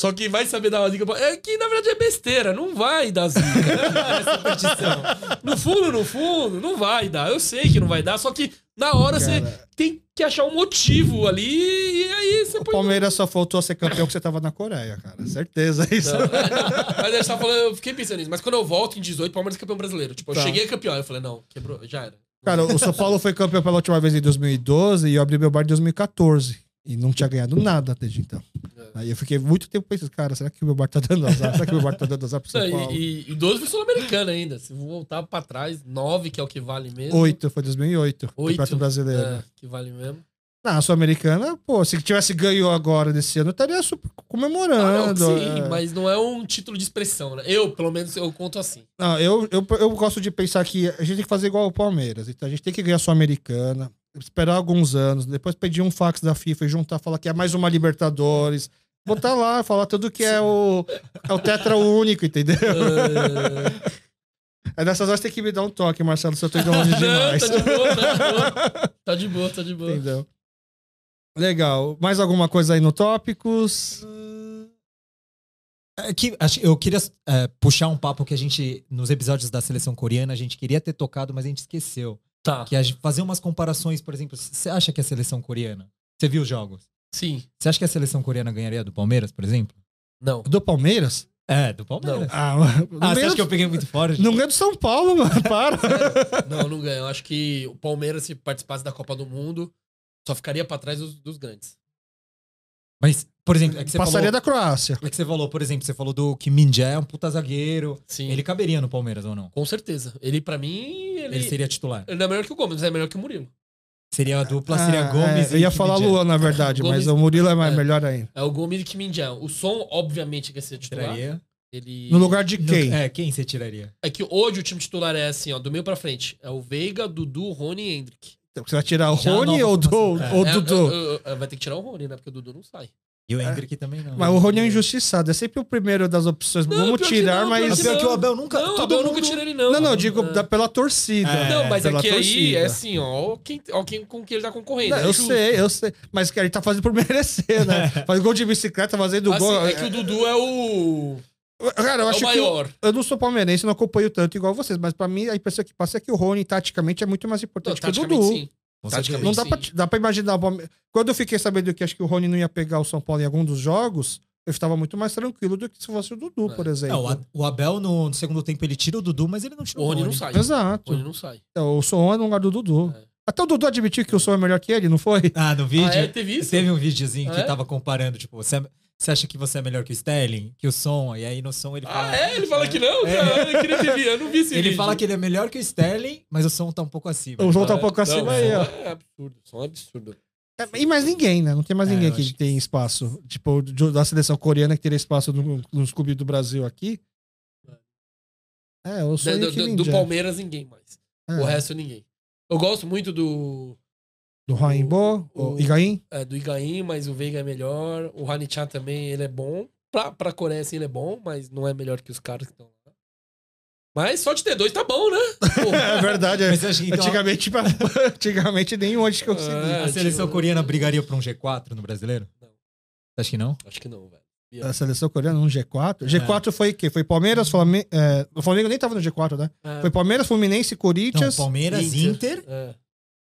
[SPEAKER 2] Só que vai saber dar uma zica. pra- É que na verdade é besteira, não vai dar zica. né? Essa petição. No fundo, no fundo, não vai dar. Eu sei que não vai dar, só que na hora você
[SPEAKER 1] Cara,
[SPEAKER 2] tem que achar um motivo ali e aí você
[SPEAKER 1] o
[SPEAKER 2] põe.
[SPEAKER 1] Palmeiras só faltou ser campeão que você tava na Coreia, cara. Certeza isso.
[SPEAKER 2] Não, é, não. Mas eu, tava falando, eu fiquei pensando nisso. Mas quando eu volto em 18, o Palmeiras é campeão brasileiro. Tipo,
[SPEAKER 1] Tá.
[SPEAKER 2] eu cheguei campeão. Aí eu falei, não, quebrou, já era.
[SPEAKER 1] Cara, o São Paulo foi campeão pela última vez em 2012 e eu abri meu bar em 2014. E não tinha ganhado nada desde então.
[SPEAKER 2] É.
[SPEAKER 1] Aí eu fiquei muito tempo pensando, cara, será que o meu bar tá dando azar? Será que o meu bar tá dando azar pro São
[SPEAKER 2] Não,
[SPEAKER 1] Paulo?
[SPEAKER 2] e, e, e 12 foi Sul-Americana ainda. Se voltar pra trás, 9, que é o que vale mesmo.
[SPEAKER 1] Oito, foi 2008,
[SPEAKER 2] Oito,
[SPEAKER 1] Campeonato um Brasileiro.
[SPEAKER 2] É, que vale mesmo.
[SPEAKER 1] Na Sul-Americana, pô, se tivesse ganho agora desse ano, eu estaria super comemorando.
[SPEAKER 2] Ah, não,
[SPEAKER 1] é.
[SPEAKER 2] sim, mas não é um título de expressão, né? Eu, pelo menos, eu conto assim.
[SPEAKER 1] Não, eu, eu, eu gosto de pensar que a gente tem que fazer igual o Palmeiras. Então a gente tem que ganhar a Sul-Americana, esperar alguns anos, depois pedir um fax da FIFA e juntar, falar que é mais uma Libertadores. Botar lá, falar tudo que é o, é o tetra único, entendeu?
[SPEAKER 2] Ah,
[SPEAKER 1] É nessas horas tem que me dar um toque, Marcelo, se eu tô indo longe
[SPEAKER 2] não,
[SPEAKER 1] demais.
[SPEAKER 2] tá de boa, tá de boa. Tá de boa, tá de boa.
[SPEAKER 1] Entendeu? Legal. Mais alguma coisa aí no tópicos?
[SPEAKER 3] É que, acho- eu queria é, puxar um papo que a gente, nos episódios da seleção coreana, a gente queria ter tocado, mas a gente esqueceu.
[SPEAKER 2] Tá,
[SPEAKER 3] Que é fazer umas comparações, por exemplo, você acha que a seleção coreana. Você viu os jogos?
[SPEAKER 2] sim.
[SPEAKER 3] Você acha que a seleção coreana ganharia do Palmeiras, por exemplo?
[SPEAKER 2] Não.
[SPEAKER 1] Do Palmeiras?
[SPEAKER 3] É, do Palmeiras.
[SPEAKER 1] Ah,
[SPEAKER 3] Ah,
[SPEAKER 1] não
[SPEAKER 3] você
[SPEAKER 1] ganha
[SPEAKER 3] acha que eu peguei muito forte?
[SPEAKER 1] não ganha é do São Paulo, mano. Para.
[SPEAKER 2] Não, não ganho. Eu acho que o Palmeiras, se participasse da Copa do Mundo, só ficaria pra trás dos, dos grandes.
[SPEAKER 3] Mas, por exemplo, é que você
[SPEAKER 1] Passaria
[SPEAKER 3] falou...
[SPEAKER 1] da Croácia.
[SPEAKER 3] É que você falou, por exemplo, você falou do que Minjé é um puta zagueiro.
[SPEAKER 2] Sim.
[SPEAKER 3] Ele caberia no Palmeiras ou não?
[SPEAKER 2] Com certeza. Ele, pra mim, ele.
[SPEAKER 3] Ele, seria titular.
[SPEAKER 2] ele não é melhor que o Gomes, mas é melhor que o Murilo.
[SPEAKER 3] Seria a dupla, seria
[SPEAKER 1] Ah, é,
[SPEAKER 3] Gomes e
[SPEAKER 1] eu ia falar
[SPEAKER 3] Minjé.
[SPEAKER 1] Luan, na verdade,
[SPEAKER 2] Gomes-
[SPEAKER 1] mas o Murilo é mais,
[SPEAKER 2] é.
[SPEAKER 1] melhor ainda.
[SPEAKER 2] É o Gomes e o Kimindian. O som, obviamente, que ia ser titular.
[SPEAKER 3] Tiraria.
[SPEAKER 2] Ele...
[SPEAKER 1] No lugar de quem?
[SPEAKER 3] No- É, quem você tiraria?
[SPEAKER 2] É que hoje o time titular é assim, ó, do meio pra frente. É o Veiga, Dudu, Rony e Hendrick.
[SPEAKER 1] Então, Você vai tirar o
[SPEAKER 3] Já a
[SPEAKER 1] Rony
[SPEAKER 3] nova
[SPEAKER 1] ou, do,
[SPEAKER 3] formação. É.
[SPEAKER 1] ou
[SPEAKER 2] É,
[SPEAKER 1] Dudu?
[SPEAKER 2] é, é, é, vai ter que tirar o Rony, né? Porque o Dudu não sai.
[SPEAKER 3] E o Hendrick também não.
[SPEAKER 1] É.
[SPEAKER 3] né?
[SPEAKER 1] Mas o Rony é injustiçado, é sempre o primeiro das opções.
[SPEAKER 2] Não,
[SPEAKER 1] Vamos
[SPEAKER 2] pior que
[SPEAKER 1] tirar,
[SPEAKER 2] não, pior
[SPEAKER 3] Mas
[SPEAKER 1] mas.
[SPEAKER 2] que
[SPEAKER 3] pior
[SPEAKER 2] não.
[SPEAKER 3] que o Abel nunca.
[SPEAKER 2] Não,
[SPEAKER 3] todo
[SPEAKER 2] Abel
[SPEAKER 3] mundo...
[SPEAKER 2] nunca tira ele, não.
[SPEAKER 1] Não, não, eu digo
[SPEAKER 2] É.
[SPEAKER 1] da- pela torcida.
[SPEAKER 3] É,
[SPEAKER 2] Não, mas
[SPEAKER 1] pela
[SPEAKER 2] aqui aí
[SPEAKER 1] torcida.
[SPEAKER 2] é assim, ó, ó quem, ó quem com quem ele tá concorrendo.
[SPEAKER 1] Não,
[SPEAKER 2] é
[SPEAKER 1] eu
[SPEAKER 2] justo. É.
[SPEAKER 1] sei, eu sei. Mas que ele tá fazendo por merecer, né? Faz gol de bicicleta, fazendo
[SPEAKER 2] Assim,
[SPEAKER 1] gol.
[SPEAKER 2] é que o Dudu é o,
[SPEAKER 1] Cara, eu
[SPEAKER 2] é
[SPEAKER 1] acho
[SPEAKER 2] o
[SPEAKER 1] que.
[SPEAKER 2] maior.
[SPEAKER 1] Eu não sou palmeirense, não acompanho tanto igual vocês, mas pra mim a impressão que passa é que o Rony, taticamente, é muito mais
[SPEAKER 2] Não,
[SPEAKER 1] importante que o
[SPEAKER 2] taticamente,
[SPEAKER 1] Dudu.
[SPEAKER 2] sim.
[SPEAKER 3] Com
[SPEAKER 2] Taticamente.
[SPEAKER 3] certeza.
[SPEAKER 1] Não dá
[SPEAKER 2] Sim.
[SPEAKER 1] pra, dá pra imaginar. o Palme- Quando eu fiquei sabendo que acho que o Rony não ia pegar o São Paulo em algum dos jogos, eu estava muito mais tranquilo do que se fosse o Dudu,
[SPEAKER 2] É.
[SPEAKER 1] por
[SPEAKER 3] Não,
[SPEAKER 1] exemplo.
[SPEAKER 3] o A- o Abel no, no segundo tempo ele tira o Dudu, mas ele não tira
[SPEAKER 2] O Rony não sai. O
[SPEAKER 1] Exato.
[SPEAKER 2] Rony não sai.
[SPEAKER 1] Então, o som é no lugar do Dudu.
[SPEAKER 2] É.
[SPEAKER 1] Até o Dudu admitiu que o som é melhor que ele, não foi?
[SPEAKER 3] Ah, no vídeo?
[SPEAKER 2] Ah, é? Teve isso?
[SPEAKER 3] Teve um videozinho
[SPEAKER 2] Ah,
[SPEAKER 3] que
[SPEAKER 2] é?
[SPEAKER 3] tava comparando, tipo, você, é- você acha que você é melhor que o Sterling? Que o som? E aí no som ele fala.
[SPEAKER 2] Ah, é? Ele fala que não?
[SPEAKER 3] É.
[SPEAKER 2] Cara, eu queria ter visto, eu não vi esse
[SPEAKER 3] Ele
[SPEAKER 2] vídeo.
[SPEAKER 3] fala que ele é melhor que o Sterling, mas o som tá um pouco acima.
[SPEAKER 1] O som tá um
[SPEAKER 2] É,
[SPEAKER 1] pouco
[SPEAKER 2] não,
[SPEAKER 1] acima
[SPEAKER 2] o
[SPEAKER 1] aí,
[SPEAKER 2] som
[SPEAKER 1] ó.
[SPEAKER 2] É absurdo, o som é absurdo.
[SPEAKER 1] É, E mais ninguém, né? Não tem mais
[SPEAKER 3] É,
[SPEAKER 1] ninguém
[SPEAKER 3] eu
[SPEAKER 1] que
[SPEAKER 3] acho
[SPEAKER 1] tem espaço. Tipo, de- da seleção coreana que teria espaço no- nos clubes do Brasil aqui. É, o som
[SPEAKER 2] Da-
[SPEAKER 1] e
[SPEAKER 2] da-
[SPEAKER 1] o
[SPEAKER 2] do,
[SPEAKER 1] Kim
[SPEAKER 2] do
[SPEAKER 1] Min-jae.
[SPEAKER 2] Palmeiras, ninguém mais.
[SPEAKER 1] É,
[SPEAKER 2] O resto, ninguém. Eu gosto muito do,
[SPEAKER 1] Do Raimbo,
[SPEAKER 2] o-
[SPEAKER 1] o Igaim.
[SPEAKER 2] é, do Igaim, mas o Veiga é melhor. O Hanichan também, ele é bom. Pra, pra Coreia, assim, ele é bom, mas não é melhor que os caras que estão lá. Mas só de ter dois tá bom, né?
[SPEAKER 1] É
[SPEAKER 2] Porra.
[SPEAKER 1] verdade. é.
[SPEAKER 3] Mas você acha que então,
[SPEAKER 1] Antigamente, antigamente nenhum onde que eu consegui.
[SPEAKER 2] É.
[SPEAKER 3] a seleção
[SPEAKER 2] tipo-
[SPEAKER 3] coreana brigaria pra um G4 no brasileiro?
[SPEAKER 2] Não.
[SPEAKER 3] Você acha que não?
[SPEAKER 2] Acho que não, velho.
[SPEAKER 1] A É. seleção coreana, um
[SPEAKER 2] É.
[SPEAKER 1] G4. G4 foi o quê? Foi Palmeiras, Flamengo. é, o Flamengo nem tava no G4, né?
[SPEAKER 2] É,
[SPEAKER 1] Foi Palmeiras, Fluminense,
[SPEAKER 3] Não,
[SPEAKER 1] Corinthians.
[SPEAKER 3] Palmeiras,
[SPEAKER 2] Inter.
[SPEAKER 3] Inter,
[SPEAKER 2] é.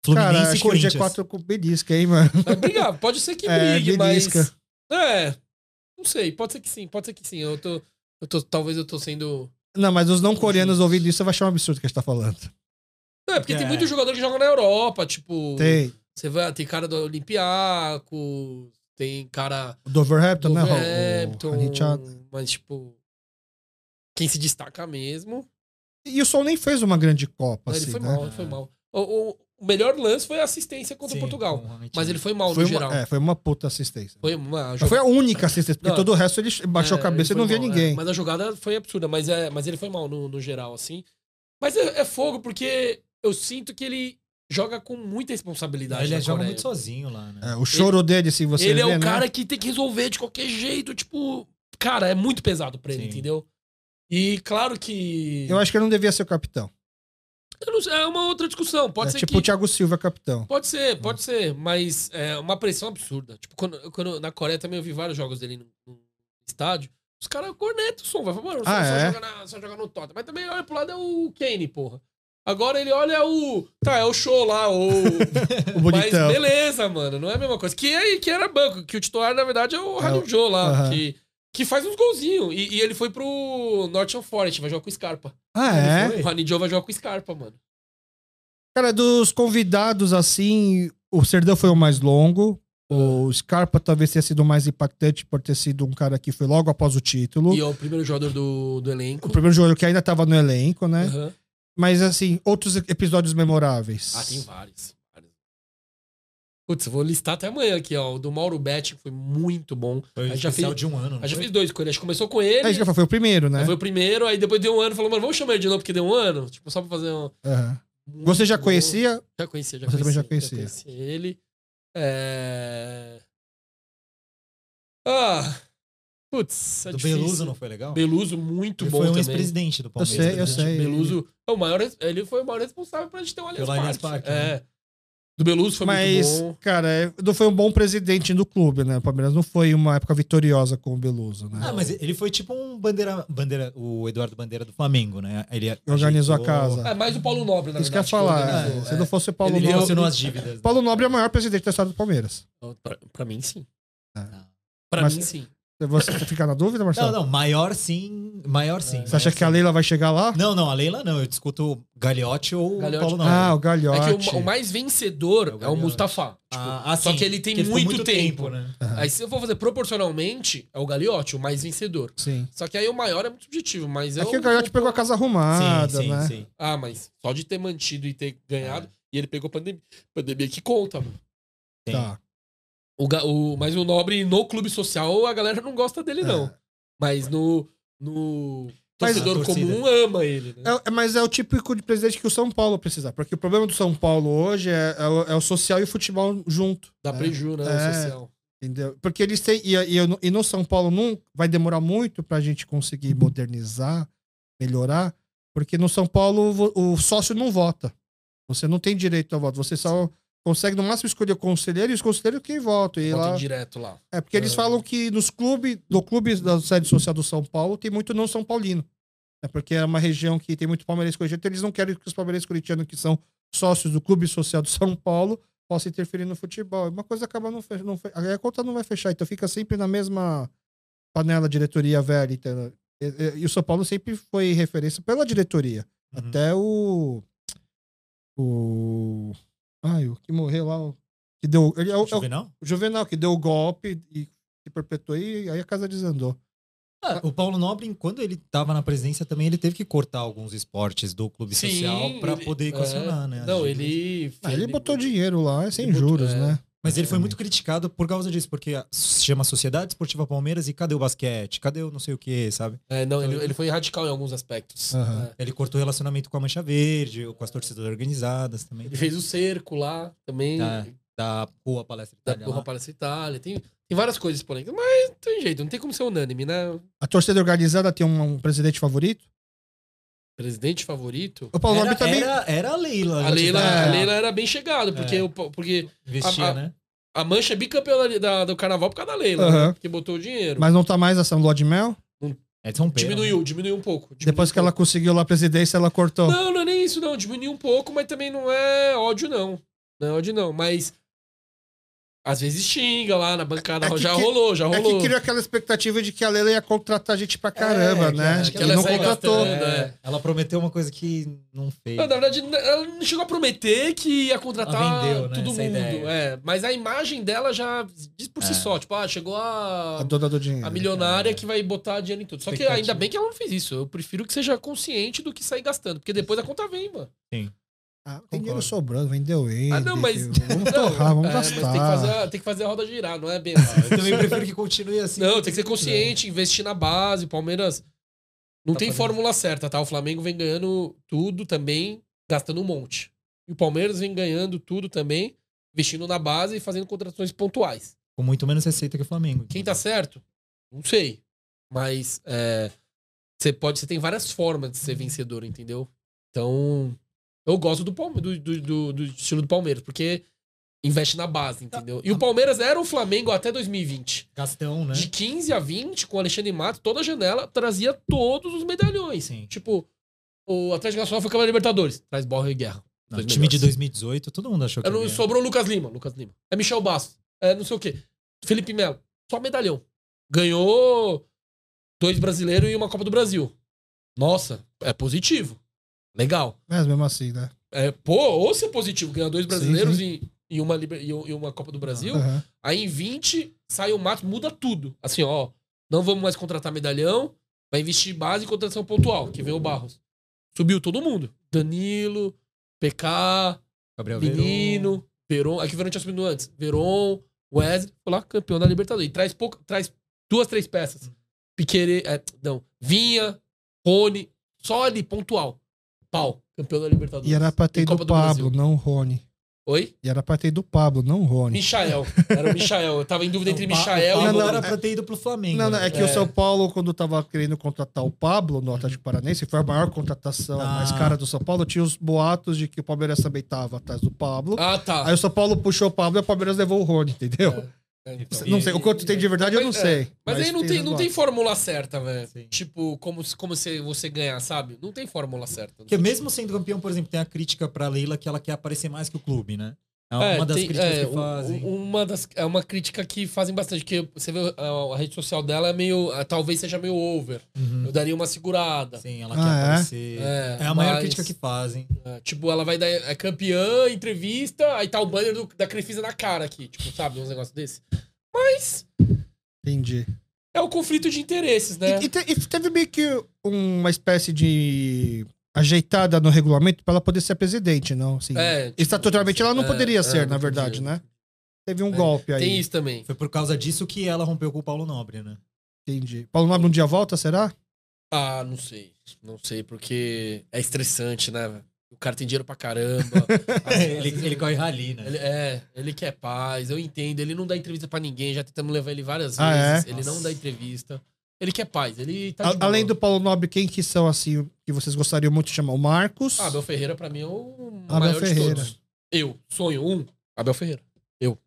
[SPEAKER 3] Fluminense
[SPEAKER 1] Cara,
[SPEAKER 3] e
[SPEAKER 1] acho que o
[SPEAKER 3] Corinthians.
[SPEAKER 1] G4 com belisca, hein, mano?
[SPEAKER 2] Mas brigar, pode ser que
[SPEAKER 1] É,
[SPEAKER 2] brigue, mas.
[SPEAKER 1] belisca.
[SPEAKER 2] É. Não sei, pode ser que sim, pode ser que sim. Eu tô. Eu tô talvez eu tô sendo.
[SPEAKER 1] Não, mas os não coreanos ouvindo isso vai achar um absurdo o que a gente tá falando.
[SPEAKER 2] Não, é porque tem
[SPEAKER 3] É.
[SPEAKER 2] muito jogador que joga na Europa, tipo.
[SPEAKER 1] Tem.
[SPEAKER 2] Você vai, tem cara do Olympiacos, tem cara
[SPEAKER 1] O é um- Doverhampton,
[SPEAKER 2] do
[SPEAKER 1] né? Raul?
[SPEAKER 2] Hampton,
[SPEAKER 1] O Hanichan.
[SPEAKER 2] mas tipo quem se destaca mesmo.
[SPEAKER 1] E o Sol nem fez uma grande Copa,
[SPEAKER 2] Mas
[SPEAKER 1] assim,
[SPEAKER 2] ele foi
[SPEAKER 1] né?
[SPEAKER 2] mal, ele foi mal. O, o- o melhor lance foi a assistência contra
[SPEAKER 3] Sim,
[SPEAKER 2] Portugal,
[SPEAKER 3] com o Hamid.
[SPEAKER 2] mas ele foi mal
[SPEAKER 1] Foi
[SPEAKER 2] no
[SPEAKER 1] uma,
[SPEAKER 2] geral.
[SPEAKER 1] é, foi uma puta assistência.
[SPEAKER 2] Foi uma
[SPEAKER 1] Mas foi
[SPEAKER 2] jogada-
[SPEAKER 1] a única assistência, porque
[SPEAKER 2] Não,
[SPEAKER 1] todo o resto ele baixou
[SPEAKER 2] É,
[SPEAKER 1] a cabeça e
[SPEAKER 2] ele
[SPEAKER 1] não
[SPEAKER 2] foi
[SPEAKER 1] via
[SPEAKER 2] mal,
[SPEAKER 1] ninguém.
[SPEAKER 2] é. mas a jogada foi absurda, mas, é, mas ele foi mal no, no geral, assim. Mas é, é fogo, porque eu sinto que ele joga com muita responsabilidade.
[SPEAKER 3] Ele
[SPEAKER 2] na
[SPEAKER 3] joga
[SPEAKER 2] Coreia.
[SPEAKER 3] muito sozinho lá, né?
[SPEAKER 1] É, o choro dele, se você
[SPEAKER 2] Ele é
[SPEAKER 1] vê, né?
[SPEAKER 2] o cara que tem que resolver de qualquer jeito, tipo. Cara, é muito pesado pra ele,
[SPEAKER 3] Sim.
[SPEAKER 2] entendeu? E claro que.
[SPEAKER 1] Eu acho que ele não devia ser o capitão.
[SPEAKER 2] Eu não sei, é uma outra discussão. Pode
[SPEAKER 1] É
[SPEAKER 2] ser
[SPEAKER 1] tipo Hum.
[SPEAKER 2] que.
[SPEAKER 1] o Thiago Silva, capitão.
[SPEAKER 2] Pode ser, pode ser, mas é uma pressão absurda. Tipo, quando, quando- na Coreia também eu vi vários jogos dele no, no estádio. Os caras cornetam o som, vai, mano, só,
[SPEAKER 1] Ah,
[SPEAKER 2] só,
[SPEAKER 1] é?
[SPEAKER 2] joga na- só joga no Tota. Mas também ele olha pro lado é o Kane, porra. Agora ele olha o. Tá, é o show lá, o.
[SPEAKER 1] O bonitão.
[SPEAKER 2] Mas beleza, mano, não é a mesma coisa. Que aí que era banco, que o titular, na verdade, é o Hanjo lá,
[SPEAKER 1] Aham.
[SPEAKER 2] que, que faz uns golzinhos. E, e ele foi pro Norton Forest, vai jogar com o Scarpa.
[SPEAKER 1] Ah, é?
[SPEAKER 3] Ele
[SPEAKER 2] O
[SPEAKER 3] foi?
[SPEAKER 2] Hanjo vai jogar com o Scarpa, mano.
[SPEAKER 1] Cara, dos convidados, assim, o Serdão foi o mais longo. O Scarpa talvez tenha sido o mais impactante por ter sido um cara que foi logo após o título.
[SPEAKER 2] E é o primeiro jogador do, do elenco.
[SPEAKER 1] O primeiro jogador que ainda tava no elenco, né?
[SPEAKER 2] Aham.
[SPEAKER 1] Mas, assim, outros episódios memoráveis.
[SPEAKER 2] Ah, tem vários. vários. Putz, eu vou listar até amanhã aqui, ó. O do Mauro Betti foi muito bom.
[SPEAKER 3] Foi
[SPEAKER 2] Aí já
[SPEAKER 3] especial
[SPEAKER 2] fez-
[SPEAKER 3] de um ano.
[SPEAKER 2] É. A
[SPEAKER 3] não
[SPEAKER 2] gente
[SPEAKER 3] foi?
[SPEAKER 2] fez dois com ele. A gente começou com ele,
[SPEAKER 1] Uhum. É isso que eu falei, foi o primeiro, né?
[SPEAKER 2] aí foi o primeiro, aí depois deu um ano, falou, mano, vamos chamar ele de novo porque deu um ano. Tipo, só pra fazer um.
[SPEAKER 1] Aham. Você já
[SPEAKER 2] Muito bom.
[SPEAKER 1] conhecia?
[SPEAKER 2] Já conhecia, já
[SPEAKER 1] Você também
[SPEAKER 2] conhecia.
[SPEAKER 1] já conhecia.
[SPEAKER 2] ele. É... Ah. Putz, é
[SPEAKER 3] Do
[SPEAKER 2] difícil.
[SPEAKER 3] Beluso não foi legal?
[SPEAKER 2] Beluso, muito
[SPEAKER 3] ele
[SPEAKER 2] bom
[SPEAKER 3] foi um
[SPEAKER 2] também.
[SPEAKER 3] ex-presidente do Palmeiras.
[SPEAKER 1] sei, eu
[SPEAKER 3] né?
[SPEAKER 1] sei.
[SPEAKER 2] Beluso, é o maior, ele foi o maior responsável pra gente ter o Allianz
[SPEAKER 3] Pelo Allianz
[SPEAKER 2] Parque.
[SPEAKER 3] Parque,
[SPEAKER 2] é. Do Beluso foi
[SPEAKER 1] Mas,
[SPEAKER 2] muito bom.
[SPEAKER 1] cara, é- não foi um bom presidente do clube, né? O Palmeiras não foi uma época vitoriosa com o Beluso, né?
[SPEAKER 3] Ah, mas ele foi tipo um bandeira, bandeira, o Eduardo Bandeira do Flamengo, né? Ele
[SPEAKER 1] Organizou
[SPEAKER 3] ajeitou-
[SPEAKER 1] a casa.
[SPEAKER 2] É, mais o Paulo Nobre, na
[SPEAKER 1] isso que eu ia
[SPEAKER 2] verdade.
[SPEAKER 1] falar.
[SPEAKER 2] organizou,
[SPEAKER 1] é, se
[SPEAKER 2] é.
[SPEAKER 1] não fosse o Paulo
[SPEAKER 3] ele
[SPEAKER 2] Nobre-
[SPEAKER 3] relacionou as dívidas. né?
[SPEAKER 1] Paulo Nobre é o maior presidente da história do Palmeiras.
[SPEAKER 2] Pra, pra mim, sim.
[SPEAKER 1] É.
[SPEAKER 2] Pra
[SPEAKER 1] Mas-
[SPEAKER 2] mim, sim.
[SPEAKER 1] Você fica na dúvida,
[SPEAKER 3] Não,
[SPEAKER 1] Marcelo?
[SPEAKER 3] não, maior sim, maior sim.
[SPEAKER 1] Você acha que a Leila vai chegar lá?
[SPEAKER 3] Não, não, a Leila não. Eu discuto Gagliotti ou
[SPEAKER 2] Gagliotti.
[SPEAKER 3] Paulo Nobre.
[SPEAKER 1] Ah, o Galhote.
[SPEAKER 2] É que o, o mais vencedor
[SPEAKER 3] É o
[SPEAKER 2] é o
[SPEAKER 3] Gagliotti.
[SPEAKER 2] Mustafa. Tipo,
[SPEAKER 3] Ah, ah,
[SPEAKER 2] só
[SPEAKER 3] sim,
[SPEAKER 2] que ele tem
[SPEAKER 3] porque ficou
[SPEAKER 2] muito tempo.
[SPEAKER 3] né?
[SPEAKER 1] Ah.
[SPEAKER 2] Aí se eu for fazer proporcionalmente, é o Galiote, o mais vencedor.
[SPEAKER 1] Sim.
[SPEAKER 2] Só que aí o maior é muito subjetivo, mas eu...
[SPEAKER 1] É que o Galhote pegou a casa arrumada,
[SPEAKER 3] sim, sim,
[SPEAKER 1] né?
[SPEAKER 3] sim.
[SPEAKER 2] Ah, mas só de ter mantido e ter
[SPEAKER 1] É.
[SPEAKER 2] ganhado, e ele pegou pandemia. Pandemia que conta, mano.
[SPEAKER 3] Sim.
[SPEAKER 1] Tá.
[SPEAKER 2] O, Ga- o- mas o Nobre no clube social, a galera não gosta dele,
[SPEAKER 1] É.
[SPEAKER 2] não. Mas no, no
[SPEAKER 3] Mas-
[SPEAKER 2] torcedor
[SPEAKER 3] A torcida.
[SPEAKER 2] comum ama ele, né?
[SPEAKER 1] É- é- mas é o típico de presidente que o São Paulo precisa. Porque o problema do São Paulo hoje é, é o, é o social e o futebol junto.
[SPEAKER 2] Dá
[SPEAKER 1] né?
[SPEAKER 2] preju, né?
[SPEAKER 1] É.
[SPEAKER 2] O social.
[SPEAKER 1] Entendeu? Porque eles têm. E, e eu- e no São Paulo não vai demorar muito pra gente conseguir modernizar, melhorar, porque no São Paulo vo- o sócio não vota. Você não tem direito a voto. Você só consegue, no máximo, escolher o conselheiro e os conselheiros quem vota. E
[SPEAKER 2] Botam
[SPEAKER 1] lá,
[SPEAKER 2] direto lá.
[SPEAKER 1] é porque eles
[SPEAKER 2] É.
[SPEAKER 1] falam que nos clubes, no clube da sede social do São Paulo, tem muito não São Paulino. É porque é uma região que tem muito palmeirense corintiano, então eles não querem que os palmeirenses corintianos, que são sócios do clube social do São Paulo, possam interferir no futebol. Uma coisa acaba não fechando. Aí a conta não vai fechar, então fica sempre na mesma panela diretoria velha. entendeu? E, e- e o São Paulo sempre foi referência pela diretoria.
[SPEAKER 3] Uhum.
[SPEAKER 1] Até o. O. Ai, o que morreu lá. o- Que deu, ele é o- é o
[SPEAKER 3] Juvenal?
[SPEAKER 1] o Juvenal, que deu o golpe e se perpetuou e aí a casa desandou.
[SPEAKER 3] Ah, o Paulo Nobre, quando ele estava na presidência também, ele teve que cortar alguns esportes do clube
[SPEAKER 2] Sim,
[SPEAKER 3] social para
[SPEAKER 2] ele-
[SPEAKER 3] poder
[SPEAKER 2] é.
[SPEAKER 3] equacionar, né? as
[SPEAKER 2] Não,
[SPEAKER 3] dívidas.
[SPEAKER 2] ele...
[SPEAKER 1] Ah, ele botou dinheiro lá, sem
[SPEAKER 2] botou-
[SPEAKER 1] juros,
[SPEAKER 2] é.
[SPEAKER 1] né?
[SPEAKER 3] Mas ele foi
[SPEAKER 1] É.
[SPEAKER 3] muito criticado por causa disso, porque a- se chama Sociedade Esportiva Palmeiras e cadê o basquete? Cadê o não sei o que, sabe?
[SPEAKER 2] É, não, ele, ele foi radical em alguns aspectos.
[SPEAKER 1] Aham.
[SPEAKER 2] né?
[SPEAKER 3] Ele cortou o relacionamento com a Mancha Verde, com as torcidas organizadas também.
[SPEAKER 2] Ele fez o cerco lá também,
[SPEAKER 3] Tá. Da Rua Palestra
[SPEAKER 2] da
[SPEAKER 3] Itália.
[SPEAKER 2] Porra
[SPEAKER 3] lá.
[SPEAKER 2] Palestra Itália. Tem, tem várias coisas polêmicas, mas não tem jeito, não tem como ser unânime, né?
[SPEAKER 1] A torcida organizada tem um, um presidente favorito?
[SPEAKER 2] Presidente favorito.
[SPEAKER 1] O Paulo Nobre
[SPEAKER 3] Era,
[SPEAKER 1] também.
[SPEAKER 3] era, era a Leila.
[SPEAKER 2] A
[SPEAKER 3] já te
[SPEAKER 2] Leila,
[SPEAKER 3] dá-
[SPEAKER 2] a Leila era bem chegada, porque,
[SPEAKER 3] É.
[SPEAKER 2] o po- porque
[SPEAKER 3] Vestia,
[SPEAKER 2] a- a-
[SPEAKER 3] né?
[SPEAKER 2] a Mancha é bicampeã da- da- do carnaval por causa da Leila,
[SPEAKER 1] Aham.
[SPEAKER 2] né? porque botou o dinheiro.
[SPEAKER 1] Mas não tá mais essa lua de mel?
[SPEAKER 3] É de São Pedro.
[SPEAKER 2] Diminuiu, diminuiu um pouco. diminuiu
[SPEAKER 1] Depois
[SPEAKER 2] um
[SPEAKER 1] que ela
[SPEAKER 2] pouco.
[SPEAKER 1] conseguiu lá a presidência, ela cortou.
[SPEAKER 2] Não, não é nem isso, não. Diminuiu um pouco, mas também não é ódio, não. Não é ódio, não. Mas. Às vezes xinga lá na bancada.
[SPEAKER 1] É que
[SPEAKER 2] já
[SPEAKER 1] que-
[SPEAKER 2] rolou, já
[SPEAKER 1] É
[SPEAKER 2] rolou.
[SPEAKER 1] que criou aquela expectativa de que a Leila ia contratar gente pra caramba,
[SPEAKER 3] É,
[SPEAKER 1] né?
[SPEAKER 3] acho
[SPEAKER 2] que
[SPEAKER 1] E
[SPEAKER 2] ela
[SPEAKER 1] não
[SPEAKER 2] sai
[SPEAKER 1] contratou.
[SPEAKER 2] gastando. né?
[SPEAKER 3] É, Ela prometeu uma coisa que não fez.
[SPEAKER 2] Não, na verdade, ela não chegou a prometer que ia contratar
[SPEAKER 3] Ela vendeu, né,
[SPEAKER 2] todo
[SPEAKER 3] essa
[SPEAKER 2] mundo.
[SPEAKER 3] ideia.
[SPEAKER 2] É, mas a imagem dela já diz por si
[SPEAKER 3] É.
[SPEAKER 2] só. Tipo, ah, chegou a,
[SPEAKER 1] A né? dona do dinheiro.
[SPEAKER 2] a milionária
[SPEAKER 3] É.
[SPEAKER 2] que vai botar dinheiro em tudo. Só que
[SPEAKER 3] Expectativa.
[SPEAKER 2] ainda bem que ela não fez isso. Eu prefiro que seja consciente do que sair gastando. Porque depois a conta vem, mano.
[SPEAKER 1] Ah, tem dinheiro
[SPEAKER 3] Concordo.
[SPEAKER 1] sobrando, vendeu ele.
[SPEAKER 2] Ah, não, mas-
[SPEAKER 1] Vamos torrar, vamos
[SPEAKER 2] é, mas
[SPEAKER 1] gastar.
[SPEAKER 2] tem que, fazer a, tem que fazer a roda girar, não é bem assim.
[SPEAKER 3] Eu também prefiro que continue assim.
[SPEAKER 2] Não, tem que ser consciente, investir na base. Palmeiras não
[SPEAKER 3] É. Tá
[SPEAKER 2] tem
[SPEAKER 3] fazendo-
[SPEAKER 2] fórmula certa, tá? O Flamengo vem ganhando tudo também, gastando um monte. E o Palmeiras vem ganhando tudo também, investindo na base e fazendo contratações pontuais.
[SPEAKER 3] Com muito menos receita que o Flamengo.
[SPEAKER 2] Quem tá certo? Não sei. Mas é, você pode, você tem várias formas de ser vencedor, entendeu? Então, eu gosto do, Palme- do, do- do- do estilo do Palmeiras, porque investe na base,
[SPEAKER 3] Tá.
[SPEAKER 2] entendeu? E o Palmeiras era o Flamengo até 2020.
[SPEAKER 3] Gastão, né?
[SPEAKER 2] De 15 a 20, com o Alexandre Matos, toda a janela trazia todos os medalhões.
[SPEAKER 3] Sim.
[SPEAKER 2] Tipo, o Atlético Nacional foi campeão da Libertadores. Traz Borra e Guerra.
[SPEAKER 3] Não,
[SPEAKER 2] Dois
[SPEAKER 3] time de
[SPEAKER 2] melhores.
[SPEAKER 3] 2018, todo mundo achou que
[SPEAKER 2] É, não-
[SPEAKER 3] ia ganhar.
[SPEAKER 2] sobrou o Lucas Lima. Lucas Lima. É Michel Bastos. É não sei o quê. Felipe Melo. Só medalhão. Ganhou dois brasileiros e uma Copa do Brasil. Nossa, é positivo. Legal.
[SPEAKER 1] Mas mesmo assim, né?
[SPEAKER 2] É, pô, ou ser positivo, ganhar dois brasileiros
[SPEAKER 1] sim.
[SPEAKER 2] E, e uma, liber- e, e uma Copa do Brasil.
[SPEAKER 1] Aham.
[SPEAKER 2] Aí em 20 sai o Matos, muda tudo. Assim, ó, não vamos mais contratar medalhão, vai investir base e contratação pontual, que vem o Barros. Subiu todo mundo. Danilo, PK,
[SPEAKER 3] Gabriel Veron.
[SPEAKER 2] Menino, Veron. É que o Veron tinha subido antes. Veron, Wesley, foi lá campeão da Libertadores. E traz, pouca, traz duas, três peças.
[SPEAKER 3] Hum.
[SPEAKER 2] Piquere, é, não, Vinha, Rony, só ali, pontual. Pau, campeão da Libertadores.
[SPEAKER 1] E era pra ter
[SPEAKER 2] E
[SPEAKER 1] do
[SPEAKER 2] Copa do
[SPEAKER 1] Pablo,
[SPEAKER 2] Brasil.
[SPEAKER 1] não Rony.
[SPEAKER 2] Oi?
[SPEAKER 1] E era pra ter do Pablo, não o Rony.
[SPEAKER 2] Michael. Era o Michael. Eu tava em dúvida entre
[SPEAKER 3] Não, o Pa-
[SPEAKER 2] Michael
[SPEAKER 3] o
[SPEAKER 2] e
[SPEAKER 3] Pablo
[SPEAKER 2] Rodolfo.
[SPEAKER 3] era pra ter ido pro Flamengo.
[SPEAKER 1] Não, não,
[SPEAKER 3] né?
[SPEAKER 1] é que o São Paulo, quando tava querendo contratar o Pablo no Atlético Paranense, foi a maior contratação, a mais
[SPEAKER 3] Ah.
[SPEAKER 1] cara do São Paulo, tinha os boatos de que o Palmeiras também tava atrás do Pablo.
[SPEAKER 2] Ah, tá.
[SPEAKER 1] Aí o São Paulo puxou o Pablo e o Palmeiras levou o Rony, entendeu?
[SPEAKER 2] É, então.
[SPEAKER 1] Não sei, o quanto tem de verdade eu não
[SPEAKER 2] Mas, é,
[SPEAKER 1] sei. um
[SPEAKER 2] Mas, aí não tem, não tem fórmula certa, velho.
[SPEAKER 3] Sim.
[SPEAKER 2] Tipo, como, se- como se você ganhar, sabe? Não tem fórmula certa.
[SPEAKER 3] Porque mesmo sendo campeão, por exemplo, tem a crítica pra Leila que ela quer aparecer mais que o clube, né? É uma das
[SPEAKER 2] tem-
[SPEAKER 3] críticas
[SPEAKER 2] é,
[SPEAKER 3] que fazem.
[SPEAKER 2] um- Uma das, é uma crítica que fazem bastante, que você vê a, a rede social dela é meio. ah, Talvez seja meio over.
[SPEAKER 3] Uhum.
[SPEAKER 2] Eu daria uma segurada.
[SPEAKER 3] Sim, ela
[SPEAKER 1] Ah,
[SPEAKER 3] quer
[SPEAKER 1] é?
[SPEAKER 3] aparecer.
[SPEAKER 2] É,
[SPEAKER 3] a maior
[SPEAKER 2] mas-
[SPEAKER 3] crítica que fazem.
[SPEAKER 2] É, Tipo, ela vai dar é campeã, entrevista, aí tá o banner do- da Crefisa na cara aqui, tipo, sabe? Uns negócios desse. Mas
[SPEAKER 1] Entendi.
[SPEAKER 2] é o conflito de interesses, né?
[SPEAKER 1] E, e te- e teve meio que uma espécie de ajeitada no regulamento pra ela poder ser presidente, não? Assim,
[SPEAKER 2] É, tipo,
[SPEAKER 1] Estatualmente ela não
[SPEAKER 2] é,
[SPEAKER 1] poderia
[SPEAKER 2] é,
[SPEAKER 1] ser,
[SPEAKER 2] não
[SPEAKER 1] na verdade,
[SPEAKER 2] podia.
[SPEAKER 1] né? Teve um
[SPEAKER 2] É,
[SPEAKER 1] golpe aí.
[SPEAKER 2] Tem isso também.
[SPEAKER 3] Foi por causa disso que ela rompeu com o Paulo Nobre, né?
[SPEAKER 1] Entendi. Paulo Nobre um dia volta, será?
[SPEAKER 2] Ah, não sei. Não sei, porque é estressante, né? velho? O cara tem dinheiro pra caramba. Às vezes- às
[SPEAKER 3] ele,
[SPEAKER 2] vezes
[SPEAKER 3] ele corre rali, né?
[SPEAKER 2] Ele, é, ele quer paz, eu entendo. Ele não dá entrevista pra ninguém, já tentamos levar ele várias
[SPEAKER 1] Ah, é?
[SPEAKER 2] vezes. Ele não
[SPEAKER 3] Nossa.
[SPEAKER 2] dá entrevista. Ele quer paz, ele tá. de
[SPEAKER 1] A- além do
[SPEAKER 2] boa.
[SPEAKER 1] Paulo Nobre, quem que são, assim, que vocês gostariam muito de chamar? O Marcos.
[SPEAKER 2] Ah, Abel Ferreira, pra mim, é o
[SPEAKER 1] Abel
[SPEAKER 2] maior
[SPEAKER 1] Ferreira.
[SPEAKER 2] de todos. Eu, sonho, um, Abel Ferreira. Eu.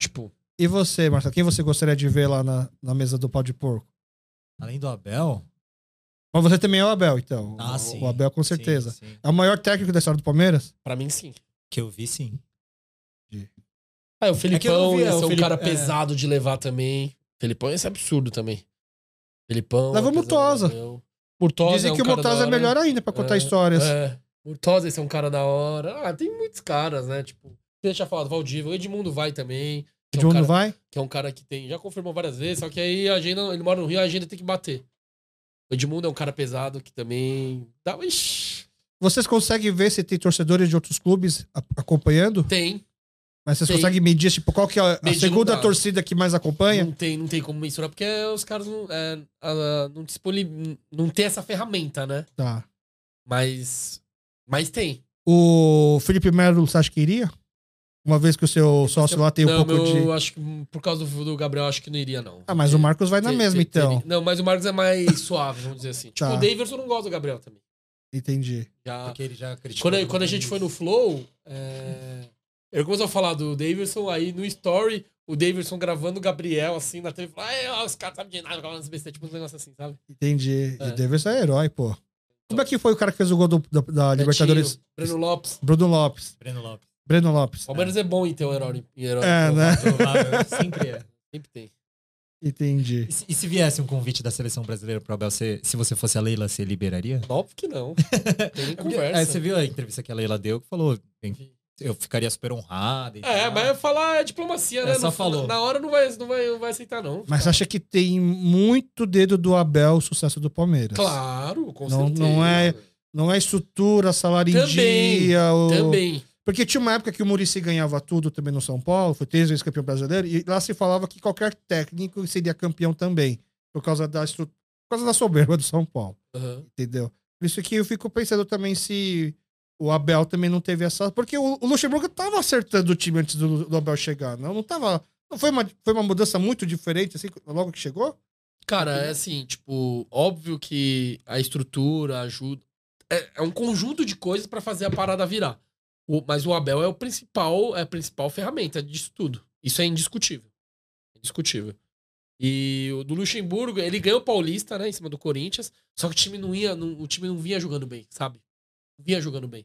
[SPEAKER 2] Tipo,
[SPEAKER 1] E você, Marcelo? Quem você gostaria de ver lá na, na mesa do pau de porco?
[SPEAKER 3] Além do Abel.
[SPEAKER 1] Mas você também é o Abel, então.
[SPEAKER 3] Ah,
[SPEAKER 1] o,
[SPEAKER 3] sim.
[SPEAKER 1] o Abel, com
[SPEAKER 3] Sim,
[SPEAKER 1] certeza.
[SPEAKER 3] sim.
[SPEAKER 1] É o maior técnico da história do Palmeiras?
[SPEAKER 2] pra mim, sim.
[SPEAKER 3] Que eu vi, sim.
[SPEAKER 2] Ah, o
[SPEAKER 3] que eu não
[SPEAKER 2] Felipão
[SPEAKER 3] vi,
[SPEAKER 2] ia
[SPEAKER 3] é,
[SPEAKER 2] ser
[SPEAKER 3] o
[SPEAKER 2] um
[SPEAKER 3] Felipe-
[SPEAKER 2] cara
[SPEAKER 3] é.
[SPEAKER 2] pesado de levar também. Felipão ia ser absurdo também. Felipão.
[SPEAKER 1] Leva o
[SPEAKER 2] apesar do
[SPEAKER 1] Murtosa.
[SPEAKER 2] Abel. Murtosa.
[SPEAKER 1] Dizem
[SPEAKER 2] é um
[SPEAKER 1] que o
[SPEAKER 2] cara da
[SPEAKER 1] Mortaza é
[SPEAKER 2] hora.
[SPEAKER 1] melhor ainda pra contar
[SPEAKER 2] É,
[SPEAKER 1] histórias.
[SPEAKER 2] É. Murtosa, esse é um cara da hora. Ah, tem muitos caras, né? Tipo, deixa eu falar, Valdívia. O Edmundo vai também. que é um
[SPEAKER 1] John
[SPEAKER 2] cara-
[SPEAKER 1] não vai?
[SPEAKER 2] Que é um cara que tem. Já confirmou várias vezes, só que aí a agenda. Ele mora no Rio, a agenda tem que bater. O Edmundo é um cara pesado que também. Dá, ixi,
[SPEAKER 1] Vocês conseguem ver se tem torcedores de outros clubes a- acompanhando?
[SPEAKER 2] tem.
[SPEAKER 1] Mas vocês
[SPEAKER 2] Tem.
[SPEAKER 1] conseguem medir, tipo, qual que é a- a
[SPEAKER 2] Medir Hum. não
[SPEAKER 1] segunda
[SPEAKER 2] dá.
[SPEAKER 1] torcida que mais acompanha?
[SPEAKER 2] Não tem, não tem como mensurar, porque os caras não, é, ah, não disponibilizam. Não tem essa ferramenta, né?
[SPEAKER 1] Tá.
[SPEAKER 2] Mas. Mas tem.
[SPEAKER 1] O Felipe Melo, você acha que iria? Uma vez que o seu sócio lá tem um
[SPEAKER 2] é não,
[SPEAKER 1] pouco
[SPEAKER 2] meu,
[SPEAKER 1] de.
[SPEAKER 2] eu acho que hum, por causa do do Gabriel, eu acho que não iria, não.
[SPEAKER 1] Ah, mas o Marcos vai na
[SPEAKER 2] Te-
[SPEAKER 1] mesma,
[SPEAKER 2] te-
[SPEAKER 1] então.
[SPEAKER 2] teria- Não, mas o Marcos é mais suave, vamos dizer assim. Tipo,
[SPEAKER 1] Tá.
[SPEAKER 2] o Davidson não gosta do Gabriel também.
[SPEAKER 1] Entendi.
[SPEAKER 2] Já-
[SPEAKER 3] Porque ele já criticou.
[SPEAKER 2] Ah, quando, quando a gente foi no Flow, é, ele começou a falar do Davidson, aí no story, o Davidson gravando o Gabriel, assim, na TV, falou, ah, os caras sabem de nada, falando besteira, tipo uns negócios assim, sabe?
[SPEAKER 1] Entendi.
[SPEAKER 2] É.
[SPEAKER 1] E Davis é herói, pô. Como é que foi o cara que fez o gol do- da, da Libertadores?
[SPEAKER 2] Betinho, Breno Lopes.
[SPEAKER 1] Bruno Lopes.
[SPEAKER 3] Breno Lopes.
[SPEAKER 1] Breno Lopes.
[SPEAKER 2] O Palmeiras é. bom em ter um herói. Em herói
[SPEAKER 1] É,
[SPEAKER 2] Pô,
[SPEAKER 1] né?
[SPEAKER 3] Provável, sempre é.
[SPEAKER 2] Sempre tem. é?
[SPEAKER 1] Entendi.
[SPEAKER 3] E se, e se viesse um convite da seleção brasileira pro Abel, você- se você fosse a Leila, você liberaria?
[SPEAKER 2] Óbvio que não. Tem nem
[SPEAKER 3] É, você
[SPEAKER 2] conversa.
[SPEAKER 3] viu a entrevista que a Leila deu que falou, enfim, eu ficaria super honrada. e
[SPEAKER 2] É,
[SPEAKER 3] tal.
[SPEAKER 2] mas falar é diplomacia, né?
[SPEAKER 3] É, só
[SPEAKER 2] No-
[SPEAKER 3] falou.
[SPEAKER 2] Na hora não vai, não vai, não vai aceitar, não.
[SPEAKER 1] Mas acha que tem muito dedo do Abel o sucesso do Palmeiras?
[SPEAKER 2] Claro, com
[SPEAKER 1] Não-
[SPEAKER 2] certeza.
[SPEAKER 1] não é- Não é estrutura, salário em
[SPEAKER 2] Também,
[SPEAKER 1] dia. o-
[SPEAKER 2] Também.
[SPEAKER 1] Porque tinha uma época que o Murici ganhava tudo também no São Paulo, foi três vezes campeão brasileiro, e lá se falava que qualquer técnico seria campeão também, por causa da, estru... por causa da soberba do São Paulo,
[SPEAKER 2] Aham.
[SPEAKER 1] entendeu? Por isso que eu fico pensando também se o Abel também não teve essa. Porque o o Luxemburgo tava acertando o time antes do, do Abel chegar, não? Não tava. Não foi, uma, foi uma mudança muito diferente, assim, logo que chegou?
[SPEAKER 2] Cara, é assim, tipo, óbvio que a estrutura ajuda. É, é um conjunto de coisas pra fazer a parada virar. O- mas o Abel é o principal, é a principal ferramenta disso tudo. Isso é indiscutível. É Indiscutível. E o do Luxemburgo, ele ganhou o Paulista, né, em cima do Corinthians, só que o time não ia, não- o time não vinha jogando bem, sabe? Não vinha jogando bem.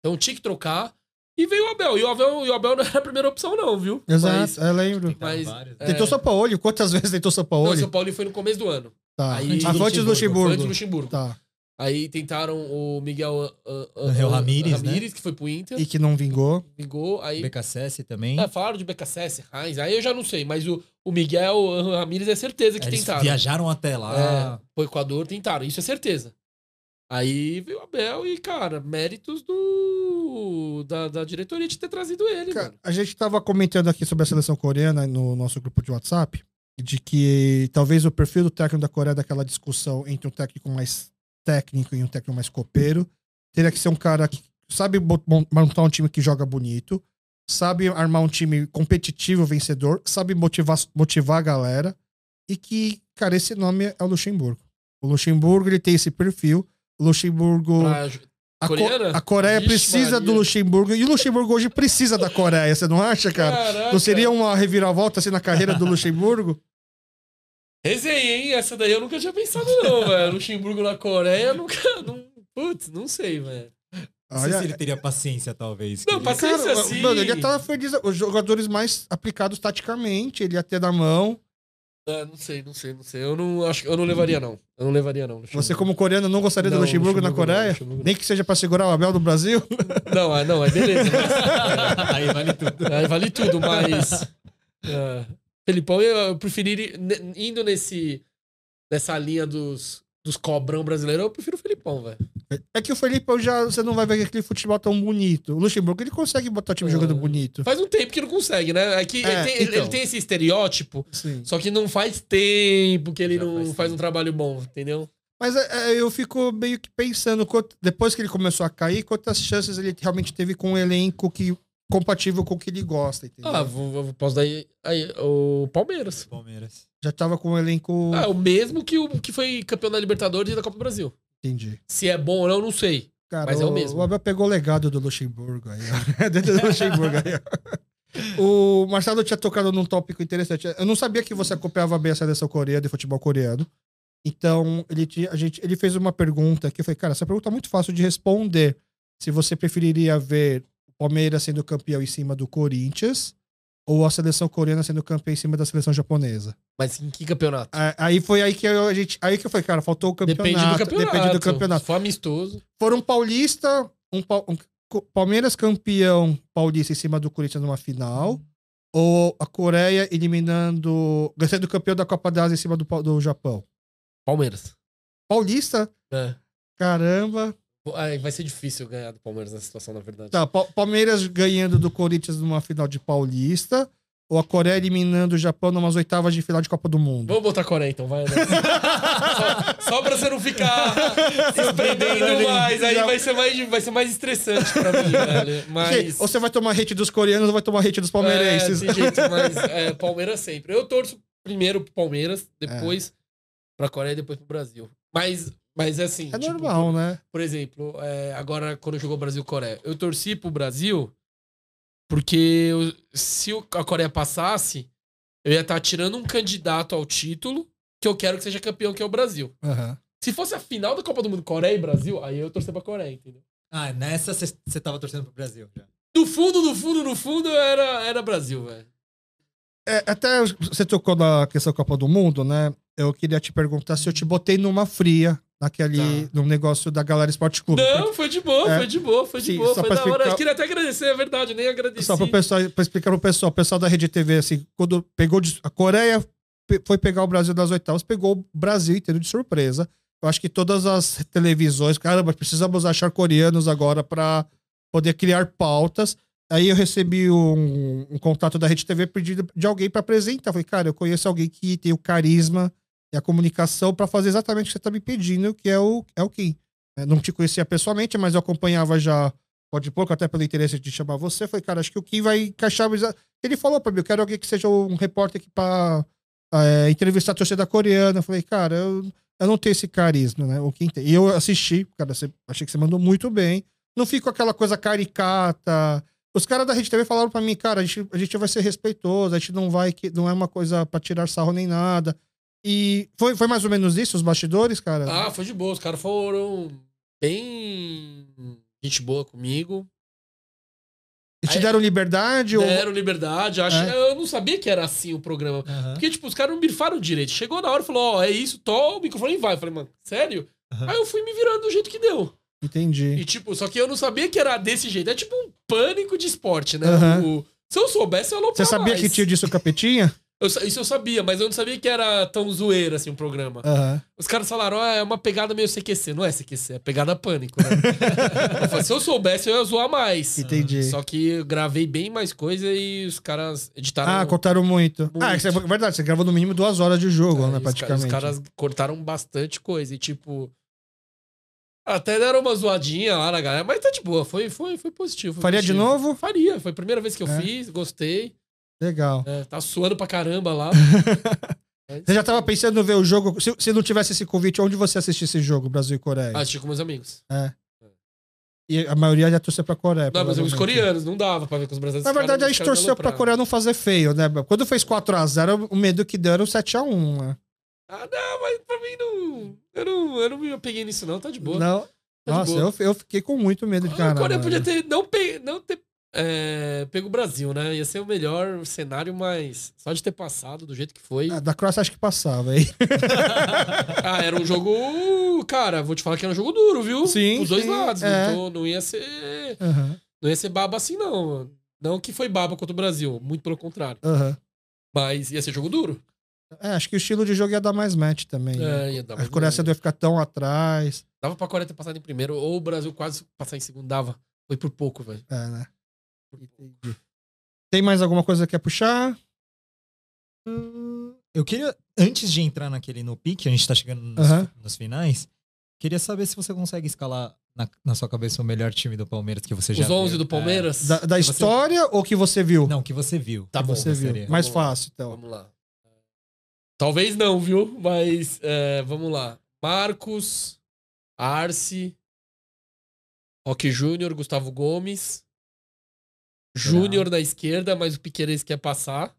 [SPEAKER 2] Então tinha que trocar e veio o Abel. E o Abel, e o Abel não era a primeira opção não, viu? Mas-
[SPEAKER 1] eu lembro.
[SPEAKER 3] Tentaram
[SPEAKER 2] mas- é,
[SPEAKER 3] vários, né?
[SPEAKER 1] Tentou São Paulo, quantas vezes tentou São Paulo?
[SPEAKER 2] não, o São Paulo foi no começo do ano.
[SPEAKER 1] Tá.
[SPEAKER 2] aí-
[SPEAKER 1] Ah, foi antes do
[SPEAKER 2] Foi
[SPEAKER 1] Luxemburgo.
[SPEAKER 2] antes do Luxemburgo.
[SPEAKER 1] Tá.
[SPEAKER 2] Aí tentaram o Miguel ah, ah,
[SPEAKER 3] Angel
[SPEAKER 2] ah,
[SPEAKER 3] Ramírez, né?
[SPEAKER 2] Ramírez, que foi pro Inter,
[SPEAKER 1] E que não vingou.
[SPEAKER 2] ligou, aí
[SPEAKER 3] BKSS também.
[SPEAKER 2] é, falaram de BKSS, Heinz, aí eu já não sei, mas o, o Miguel Angel Ramírez é certeza que
[SPEAKER 3] Eles
[SPEAKER 2] tentaram.
[SPEAKER 3] viajaram até lá.
[SPEAKER 2] É, pro Equador tentaram, isso é certeza. Aí veio o Abel e, cara, méritos do da, da diretoria de ter trazido ele,
[SPEAKER 1] Cara,
[SPEAKER 2] mano.
[SPEAKER 1] a gente estava comentando aqui sobre a seleção coreana no nosso grupo de WhatsApp, de que talvez o perfil do técnico da Coreia, daquela discussão entre um técnico mais técnico e um técnico mais copeiro, teria que ser um cara que sabe bot- mon- montar um time que joga bonito, sabe armar um time competitivo, vencedor, sabe motivar, motivar a galera, e que, cara, esse nome é o Luxemburgo. O Luxemburgo, ele tem esse perfil. O Luxemburgo...
[SPEAKER 2] Pra-
[SPEAKER 1] A, Co-
[SPEAKER 2] Coreana?
[SPEAKER 1] a Coreia
[SPEAKER 2] Vixe,
[SPEAKER 1] precisa
[SPEAKER 2] Maria.
[SPEAKER 1] do Luxemburgo. E o Luxemburgo hoje precisa da Coreia, você não acha, cara?
[SPEAKER 2] Caraca.
[SPEAKER 1] Não seria um uma reviravolta assim na carreira do Luxemburgo?
[SPEAKER 2] Resenha, hein? Essa daí eu nunca tinha pensado, não, velho. Luxemburgo na Coreia, nunca. Não... Putz, não sei, velho.
[SPEAKER 3] Não sei
[SPEAKER 1] Olha,
[SPEAKER 3] se ele teria paciência, talvez.
[SPEAKER 2] Não,
[SPEAKER 3] querido.
[SPEAKER 2] paci-
[SPEAKER 1] Cara,
[SPEAKER 2] Paciência, sim.
[SPEAKER 1] mano, ele ia estar feliz. Os jogadores mais aplicados taticamente, ele ia ter na mão.
[SPEAKER 2] É, não sei, não sei, não sei. Eu não, acho, que eu não levaria, não. Eu não levaria, não. Luxemburgo.
[SPEAKER 1] Você, como coreano, não gostaria do
[SPEAKER 2] Não,
[SPEAKER 1] Luxemburgo na
[SPEAKER 2] Luxemburgo não,
[SPEAKER 1] Coreia?
[SPEAKER 2] Luxemburgo não.
[SPEAKER 1] Nem que seja pra segurar o Abel do Brasil?
[SPEAKER 2] Não, é, não, é beleza.
[SPEAKER 3] Aí vale tudo.
[SPEAKER 2] mas- É, aí vale tudo, mas. é, Felipão, eu, eu preferiria. ne- Indo nesse, nessa linha dos, dos cobrão brasileiro, eu prefiro o Felipão, velho.
[SPEAKER 1] É que o Felipe eu já você não vai ver aquele futebol tão bonito. O Luxemburgo ele consegue botar time
[SPEAKER 2] É.
[SPEAKER 1] jogando bonito.
[SPEAKER 2] Faz um tempo que não consegue, né? É que ele,
[SPEAKER 1] É,
[SPEAKER 2] tem, ele-
[SPEAKER 1] então.
[SPEAKER 2] ele tem esse estereótipo,
[SPEAKER 1] Sim.
[SPEAKER 2] só que não faz tempo que ele
[SPEAKER 3] Já
[SPEAKER 2] não
[SPEAKER 3] faz
[SPEAKER 2] faz,
[SPEAKER 3] tempo.
[SPEAKER 2] um trabalho bom, entendeu?
[SPEAKER 1] Mas é, é, eu fico meio que pensando, quant- depois que ele começou a cair, quantas chances ele realmente teve com um elenco que compatível com o que ele gosta, entendeu?
[SPEAKER 2] Ah, vou, vou- posso dar aí, aí, o Palmeiras.
[SPEAKER 3] Palmeiras.
[SPEAKER 1] Já tava com um elenco.
[SPEAKER 2] Ah, o mesmo que o que foi campeão da Libertadores e da Copa do Brasil.
[SPEAKER 1] Entendi.
[SPEAKER 2] Se é bom ou não, não sei.
[SPEAKER 1] Cara,
[SPEAKER 2] Mas é o mesmo.
[SPEAKER 1] O Abel pegou o legado do Luxemburgo aí. ó. Dentro do Luxemburgo aí. ó. O Marcelo tinha tocado num tópico interessante. Eu não sabia que você acompanhava bem a seleção coreana de futebol coreano. Então, ele, tinha- a gente, ele fez uma pergunta que eu falei, cara, essa pergunta é muito fácil de responder. Se você preferiria ver o Palmeiras sendo campeão em cima do Corinthians ou a seleção coreana sendo campeã em cima da seleção japonesa?
[SPEAKER 2] Mas em que campeonato?
[SPEAKER 1] A- Aí foi aí que eu, a gente, aí que eu falei, cara, faltou o Ah, campeonato.
[SPEAKER 2] Depende do campeonato.
[SPEAKER 1] Depende do campeonato
[SPEAKER 2] Se for amistoso.
[SPEAKER 1] foram paulista, um, pau- um co- Palmeiras campeão paulista em cima do Corinthians numa final, ou a Coreia eliminando, sendo campeão da Copa da Ásia em cima do, pau- do Japão.
[SPEAKER 2] Palmeiras.
[SPEAKER 1] Paulista,
[SPEAKER 2] É.
[SPEAKER 1] caramba.
[SPEAKER 2] Ai, vai ser difícil ganhar do Palmeiras nessa situação, na verdade.
[SPEAKER 1] Tá, Pa- Palmeiras ganhando do Corinthians numa final de Paulista, ou a Coreia eliminando o Japão numas oitavas de final de Copa do Mundo.
[SPEAKER 2] Vamos botar a Coreia então, vai. né? só, só pra você não ficar se
[SPEAKER 1] ali.
[SPEAKER 2] prendendo mais. Aí
[SPEAKER 1] Já-
[SPEAKER 2] vai ser mais, vai ser mais estressante pra mim, velho.
[SPEAKER 1] Porque
[SPEAKER 2] Mas.
[SPEAKER 1] Ou você vai tomar hate dos coreanos ou vai tomar hate dos palmeirenses.
[SPEAKER 2] É, tem jeito, mas é, Palmeiras sempre. Eu torço primeiro pro Palmeiras,
[SPEAKER 1] É.
[SPEAKER 2] depois pra Coreia e depois pro Brasil. Mas, mas é assim.
[SPEAKER 1] É
[SPEAKER 2] tipo,
[SPEAKER 1] normal, né?
[SPEAKER 2] Por exemplo, é, agora quando jogou Brasil-Coreia, eu torci pro Brasil porque eu- se o- a Coreia passasse, eu ia estar tirando um candidato ao título que eu quero que seja campeão, que é o Brasil.
[SPEAKER 1] Aham.
[SPEAKER 2] Se fosse a final da Copa do Mundo Coreia e Brasil, aí eu torcer pra Coreia, entendeu?
[SPEAKER 3] Ah, nessa você tava torcendo pro Brasil já.
[SPEAKER 2] No fundo, no fundo, no fundo, era, era Brasil, velho.
[SPEAKER 1] É, até você tocou na questão da Copa do Mundo, né? Eu queria te perguntar se eu te botei numa fria naquele
[SPEAKER 2] Tá.
[SPEAKER 1] num negócio da Galera Esporte Clube.
[SPEAKER 2] Não, foi de boa,
[SPEAKER 1] É.
[SPEAKER 2] foi de boa, foi de
[SPEAKER 1] Sim,
[SPEAKER 2] boa,
[SPEAKER 1] só
[SPEAKER 2] foi
[SPEAKER 1] pra
[SPEAKER 2] da hora.
[SPEAKER 1] explicar-
[SPEAKER 2] Eu queria até agradecer, é verdade, nem agradeci.
[SPEAKER 1] Só para explicar pro pessoal, o pessoal da Rede TV assim, quando pegou de- a Coreia pe- foi pegar o Brasil das oitavas, pegou o Brasil inteiro de surpresa. Eu acho que todas as televisões, caramba, precisamos achar coreanos agora para poder criar pautas. Aí eu recebi um, um contato da Rede TV pedido de alguém para apresentar. Eu Falei, cara, eu conheço alguém que tem o carisma e a comunicação para fazer exatamente o que você tá me pedindo, que é o, é o Kim. Eu não te conhecia pessoalmente, mas eu acompanhava já pode pouco, até pelo interesse de chamar você. Falei, cara, acho que o Kim vai encaixar. mas a- Ele falou pra mim, eu quero alguém que seja um repórter aqui pra é, entrevistar a torcida coreana. Eu Falei, cara, eu, eu não tenho esse carisma, né? O Kim tem. E eu assisti, cara, você, achei que você mandou muito bem. Não fico aquela coisa caricata. Os caras da Rede TV falaram pra mim, cara, a gente, a gente vai ser respeitoso, a gente não vai, que não é uma coisa pra tirar sarro nem nada. E foi, foi mais ou menos isso, os bastidores, cara?
[SPEAKER 2] Ah, foi de boa. Os caras foram bem gente boa comigo.
[SPEAKER 1] Eles te deram liberdade? ou-
[SPEAKER 2] Deram liberdade. Acho,
[SPEAKER 1] É.
[SPEAKER 2] Eu não sabia que era assim o programa. Porque, tipo, os caras não birfaram direito. Chegou na hora e falou, ó, é isso, toma o microfone e vai. Eu falei, mano, sério?
[SPEAKER 3] Aham.
[SPEAKER 2] Aí eu fui me virando do jeito que deu.
[SPEAKER 1] Entendi.
[SPEAKER 2] E, tipo, só que eu não sabia que era desse jeito. É tipo um pânico de esporte, né?
[SPEAKER 1] Aham.
[SPEAKER 2] O- se eu soubesse, eu não
[SPEAKER 1] Você sabia que tinha disso capetinha?
[SPEAKER 2] Eu sa- isso eu sabia, mas eu não sabia que era tão zoeira, assim, o programa.
[SPEAKER 1] Aham.
[SPEAKER 2] Os caras falaram, ah, é uma pegada meio CQC. Não é CQC, é pegada pânico, né? eu falei, se eu soubesse, eu ia zoar mais.
[SPEAKER 1] Entendi.
[SPEAKER 2] Só que eu gravei bem mais coisa e os caras editaram... um
[SPEAKER 1] Ah, cortaram muito.
[SPEAKER 2] Muito.
[SPEAKER 1] Ah, isso é verdade. Você gravou no mínimo duas horas de jogo,
[SPEAKER 2] É,
[SPEAKER 1] né?
[SPEAKER 2] os ca-
[SPEAKER 1] Praticamente.
[SPEAKER 2] Os caras cortaram bastante coisa e, tipo... Até deram uma zoadinha lá na galera, mas tá de boa, foi, foi, foi positivo. foi
[SPEAKER 1] Faria de
[SPEAKER 2] positivo.
[SPEAKER 1] novo?
[SPEAKER 2] Faria, foi a primeira vez que eu
[SPEAKER 1] É.
[SPEAKER 2] fiz, gostei.
[SPEAKER 1] Legal.
[SPEAKER 2] É, tá suando pra caramba lá. É Mas-
[SPEAKER 1] Você já tava pensando em ver o jogo? Se, se não tivesse esse convite, onde você assistia esse jogo, Brasil e Coreia?
[SPEAKER 2] Ah, assisti com meus amigos.
[SPEAKER 1] E a maioria já torceu pra Coreia.
[SPEAKER 2] Não, mas os
[SPEAKER 1] É provavelmente.
[SPEAKER 2] coreanos, não dava pra ver com os brasileiros.
[SPEAKER 1] Na
[SPEAKER 2] Os caras-
[SPEAKER 1] verdade, a
[SPEAKER 2] os
[SPEAKER 1] gente
[SPEAKER 2] caras
[SPEAKER 1] torceu pra
[SPEAKER 2] alopraram.
[SPEAKER 1] Coreia não fazer feio, né? Quando fez 4x0, o medo que deu era o 7x1, né?
[SPEAKER 2] Ah, não, mas pra mim não. Eu não, eu não me apeguei nisso, não, tá de boa.
[SPEAKER 1] Não.
[SPEAKER 2] Tá de
[SPEAKER 1] Nossa,
[SPEAKER 2] boa.
[SPEAKER 1] eu, eu fiquei com muito medo de
[SPEAKER 2] A
[SPEAKER 1] caralho. né?
[SPEAKER 2] Coreia podia ter não, pe... não ter é, pego o Brasil, né? Ia ser o melhor cenário, mas só de ter passado do jeito que foi.
[SPEAKER 1] Ah, Da Croácia acho que passava, hein?
[SPEAKER 2] ah, era um jogo. Cara, vou te falar que era um jogo duro, viu?
[SPEAKER 1] Sim,
[SPEAKER 2] Os dois
[SPEAKER 1] sim,
[SPEAKER 2] lados.
[SPEAKER 1] é.
[SPEAKER 2] Então não ia ser.
[SPEAKER 1] Aham,
[SPEAKER 2] Não ia ser baba assim, não. Não que foi baba contra o Brasil, muito pelo contrário.
[SPEAKER 1] aham.
[SPEAKER 2] Mas ia ser jogo duro.
[SPEAKER 1] É, acho que o estilo de jogo ia dar mais match também. né?
[SPEAKER 2] É, ia dar
[SPEAKER 1] A
[SPEAKER 2] mais
[SPEAKER 1] Coreia não ia ficar tão atrás.
[SPEAKER 2] Dava pra Coreia ter passado em primeiro, ou o Brasil quase passar em segundo, dava. Foi por pouco, velho.
[SPEAKER 1] É, né? Tem mais alguma coisa que quer puxar?
[SPEAKER 3] Hum, Eu queria, antes de entrar naquele no pique, a gente tá chegando nos,
[SPEAKER 1] Aham.
[SPEAKER 3] nos finais, queria saber se você consegue escalar na, na sua cabeça o melhor time do Palmeiras que você já
[SPEAKER 2] Os 11
[SPEAKER 3] viu.
[SPEAKER 2] do Palmeiras.
[SPEAKER 1] é. Da, da
[SPEAKER 3] você-
[SPEAKER 1] história ou que você viu?
[SPEAKER 3] É, não, que você viu.
[SPEAKER 2] Tá
[SPEAKER 3] que
[SPEAKER 2] bom,
[SPEAKER 1] você viu.
[SPEAKER 3] gostaria.
[SPEAKER 1] Mais
[SPEAKER 2] Vamos lá.
[SPEAKER 1] fácil, então.
[SPEAKER 2] Vamos lá. Talvez não, viu? Mas é, vamos lá. Marcos, Arce, Roque Júnior, Gustavo Gomes. Júnior na esquerda, mas o Piqueires quer passar.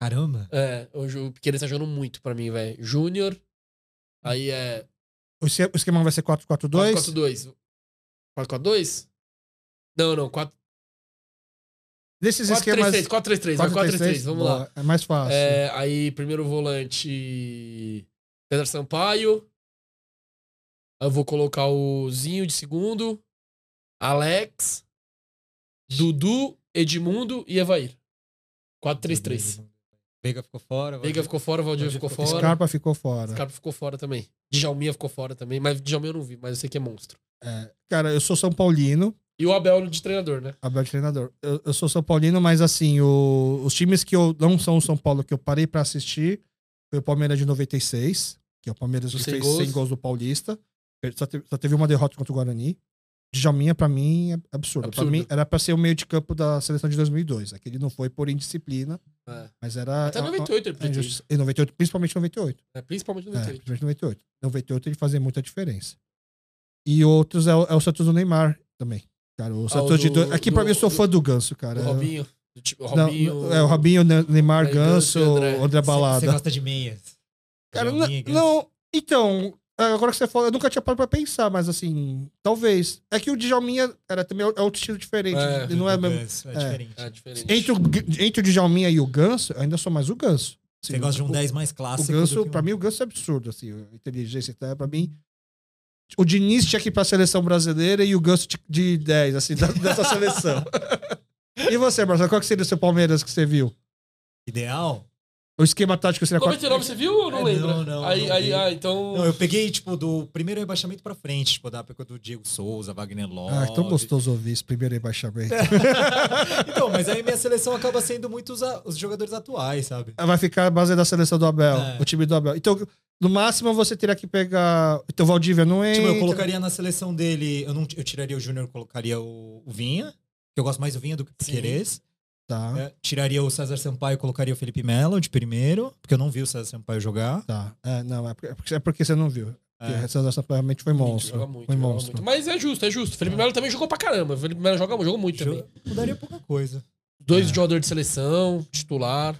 [SPEAKER 3] Caramba.
[SPEAKER 2] É, hoje o Piqueires tá jogando muito pra mim, velho. Júnior. Aí é.
[SPEAKER 1] O esque- o esquema um vai ser 4-4-2?
[SPEAKER 2] 4-4-2. 4-4-2? Não, não. 4
[SPEAKER 1] Desses
[SPEAKER 2] 4-3-3.
[SPEAKER 1] esquemas.
[SPEAKER 2] 4-3-3. vai, 4-3-3. Vamos lá.
[SPEAKER 1] Boa, É mais fácil.
[SPEAKER 2] É, aí, primeiro volante, Pedro Sampaio. Eu vou colocar o Zinho de segundo, Alex, Dudu, Edmundo e Evair. 4-3-3.
[SPEAKER 3] Veiga ficou fora.
[SPEAKER 2] Veiga ficou fora, Valdir ficou fora. Scarpa.
[SPEAKER 1] Scarpa né? ficou fora.
[SPEAKER 2] ficou fora também. Djalminha ficou fora também, mas Djalminha eu não vi, mas eu sei que é monstro.
[SPEAKER 1] É, Cara, eu sou São Paulino,
[SPEAKER 2] E o Abel de treinador, né?
[SPEAKER 1] Abel de treinador. Eu, eu sou São Paulino, mas assim, o- os times que eu não são o São Paulo, que eu parei pra assistir, foi o Palmeiras de 96, que é o Palmeiras
[SPEAKER 2] Dos
[SPEAKER 1] que
[SPEAKER 2] cem
[SPEAKER 1] fez
[SPEAKER 2] gols.
[SPEAKER 1] 100 gols do Paulista. Ele Só teve, só teve uma derrota contra o Guarani. Djalminha, pra mim, é absurdo. Pra
[SPEAKER 2] Absurdo.
[SPEAKER 1] mim, era pra ser o meio de campo da seleção de 2002. Aquele não foi por indisciplina,
[SPEAKER 2] É.
[SPEAKER 1] mas era...
[SPEAKER 2] Até
[SPEAKER 1] é uma-
[SPEAKER 2] 98 ele
[SPEAKER 1] é
[SPEAKER 2] podia ter ido,
[SPEAKER 1] injusti- Em 98, principalmente 98.
[SPEAKER 2] né? Principalmente
[SPEAKER 1] É,
[SPEAKER 2] 98.
[SPEAKER 1] principalmente 98. 98 ele fazia muita diferença. E outros é o, é o Santos do Neymar também. Cara, o Santos de
[SPEAKER 2] do-
[SPEAKER 1] dois- Aqui pra
[SPEAKER 2] do-
[SPEAKER 1] mim eu sou
[SPEAKER 2] do-
[SPEAKER 1] fã do Ganso, cara.
[SPEAKER 2] O Robinho. do tipo, O
[SPEAKER 1] É, Não,
[SPEAKER 2] Robinho.
[SPEAKER 1] é, o Robinho, Ne- Neymar,
[SPEAKER 2] Aí,
[SPEAKER 1] Ganso,
[SPEAKER 2] Ganso e André.
[SPEAKER 1] André, Balada.
[SPEAKER 3] Você gosta de meias.
[SPEAKER 1] cara,
[SPEAKER 3] De
[SPEAKER 1] na-
[SPEAKER 3] amigas.
[SPEAKER 1] não. Então, agora que você fala, eu nunca tinha parado pra pensar, mas assim, talvez. É que o Djalminha era também é outro estilo diferente.
[SPEAKER 2] É,
[SPEAKER 1] ele não é
[SPEAKER 3] Do
[SPEAKER 1] mesmo.
[SPEAKER 3] Ganso, É,
[SPEAKER 1] é.
[SPEAKER 3] diferente.
[SPEAKER 2] É diferente.
[SPEAKER 1] Entre o, G- entre o Djalminha e o Ganso, eu ainda sou mais o Ganso.
[SPEAKER 3] Você
[SPEAKER 1] Assim,
[SPEAKER 3] gosta de um
[SPEAKER 1] o-
[SPEAKER 3] 10 mais
[SPEAKER 1] O
[SPEAKER 3] clássico.
[SPEAKER 1] Ganso,
[SPEAKER 3] do que um-
[SPEAKER 1] pra mim, o Ganso é absurdo, assim, a inteligência, tá? pra mim. O Diniz tinha que ir pra seleção brasileira e o Ganso de- de 10, assim, da- dessa seleção. e você, Marcelo, qual que seria o seu Palmeiras que você viu?
[SPEAKER 3] Ideal?
[SPEAKER 1] O esquema tático seria
[SPEAKER 2] 99 você viu ou não
[SPEAKER 3] É,
[SPEAKER 2] lembra?
[SPEAKER 3] não, não,
[SPEAKER 2] Aí,
[SPEAKER 3] não
[SPEAKER 2] aí,
[SPEAKER 3] vi.
[SPEAKER 2] ah, então.
[SPEAKER 3] Não, eu peguei, tipo, do primeiro rebaixamento pra frente, tipo, da época do Diego Souza, Wagner Love.
[SPEAKER 1] Ah, tão gostoso ouvir esse primeiro rebaixamento.
[SPEAKER 3] então, mas aí minha seleção acaba sendo muito os, a- os jogadores atuais, sabe?
[SPEAKER 1] Vai ficar a base da seleção do Abel,
[SPEAKER 3] É.
[SPEAKER 1] o time do Abel. Então, no máximo, você teria que pegar. Então, o Valdívia não é.
[SPEAKER 3] Tipo, eu colocaria na seleção dele, eu, não, eu tiraria o Júnior, eu colocaria o, o Vinha, que eu gosto mais do Vinha do que o
[SPEAKER 2] Sim.
[SPEAKER 3] Piqueires.
[SPEAKER 1] Tá,
[SPEAKER 3] né? Tiraria o César Sampaio, colocaria o Felipe Melo de primeiro, porque eu não vi o César Sampaio jogar.
[SPEAKER 1] tá. É, não, é porque, é porque você não viu. Porque
[SPEAKER 3] É.
[SPEAKER 1] a seleção realmente foi monstro.
[SPEAKER 2] Joga muito,
[SPEAKER 1] foi
[SPEAKER 2] joga
[SPEAKER 1] monstro.
[SPEAKER 2] muito. Mas é justo, é justo. Felipe Melo também jogou pra caramba. Felipe Melo joga, jogou muito também.
[SPEAKER 3] Jo- Mudaria pouca coisa.
[SPEAKER 2] Dois
[SPEAKER 3] É.
[SPEAKER 2] jogadores de seleção, titular.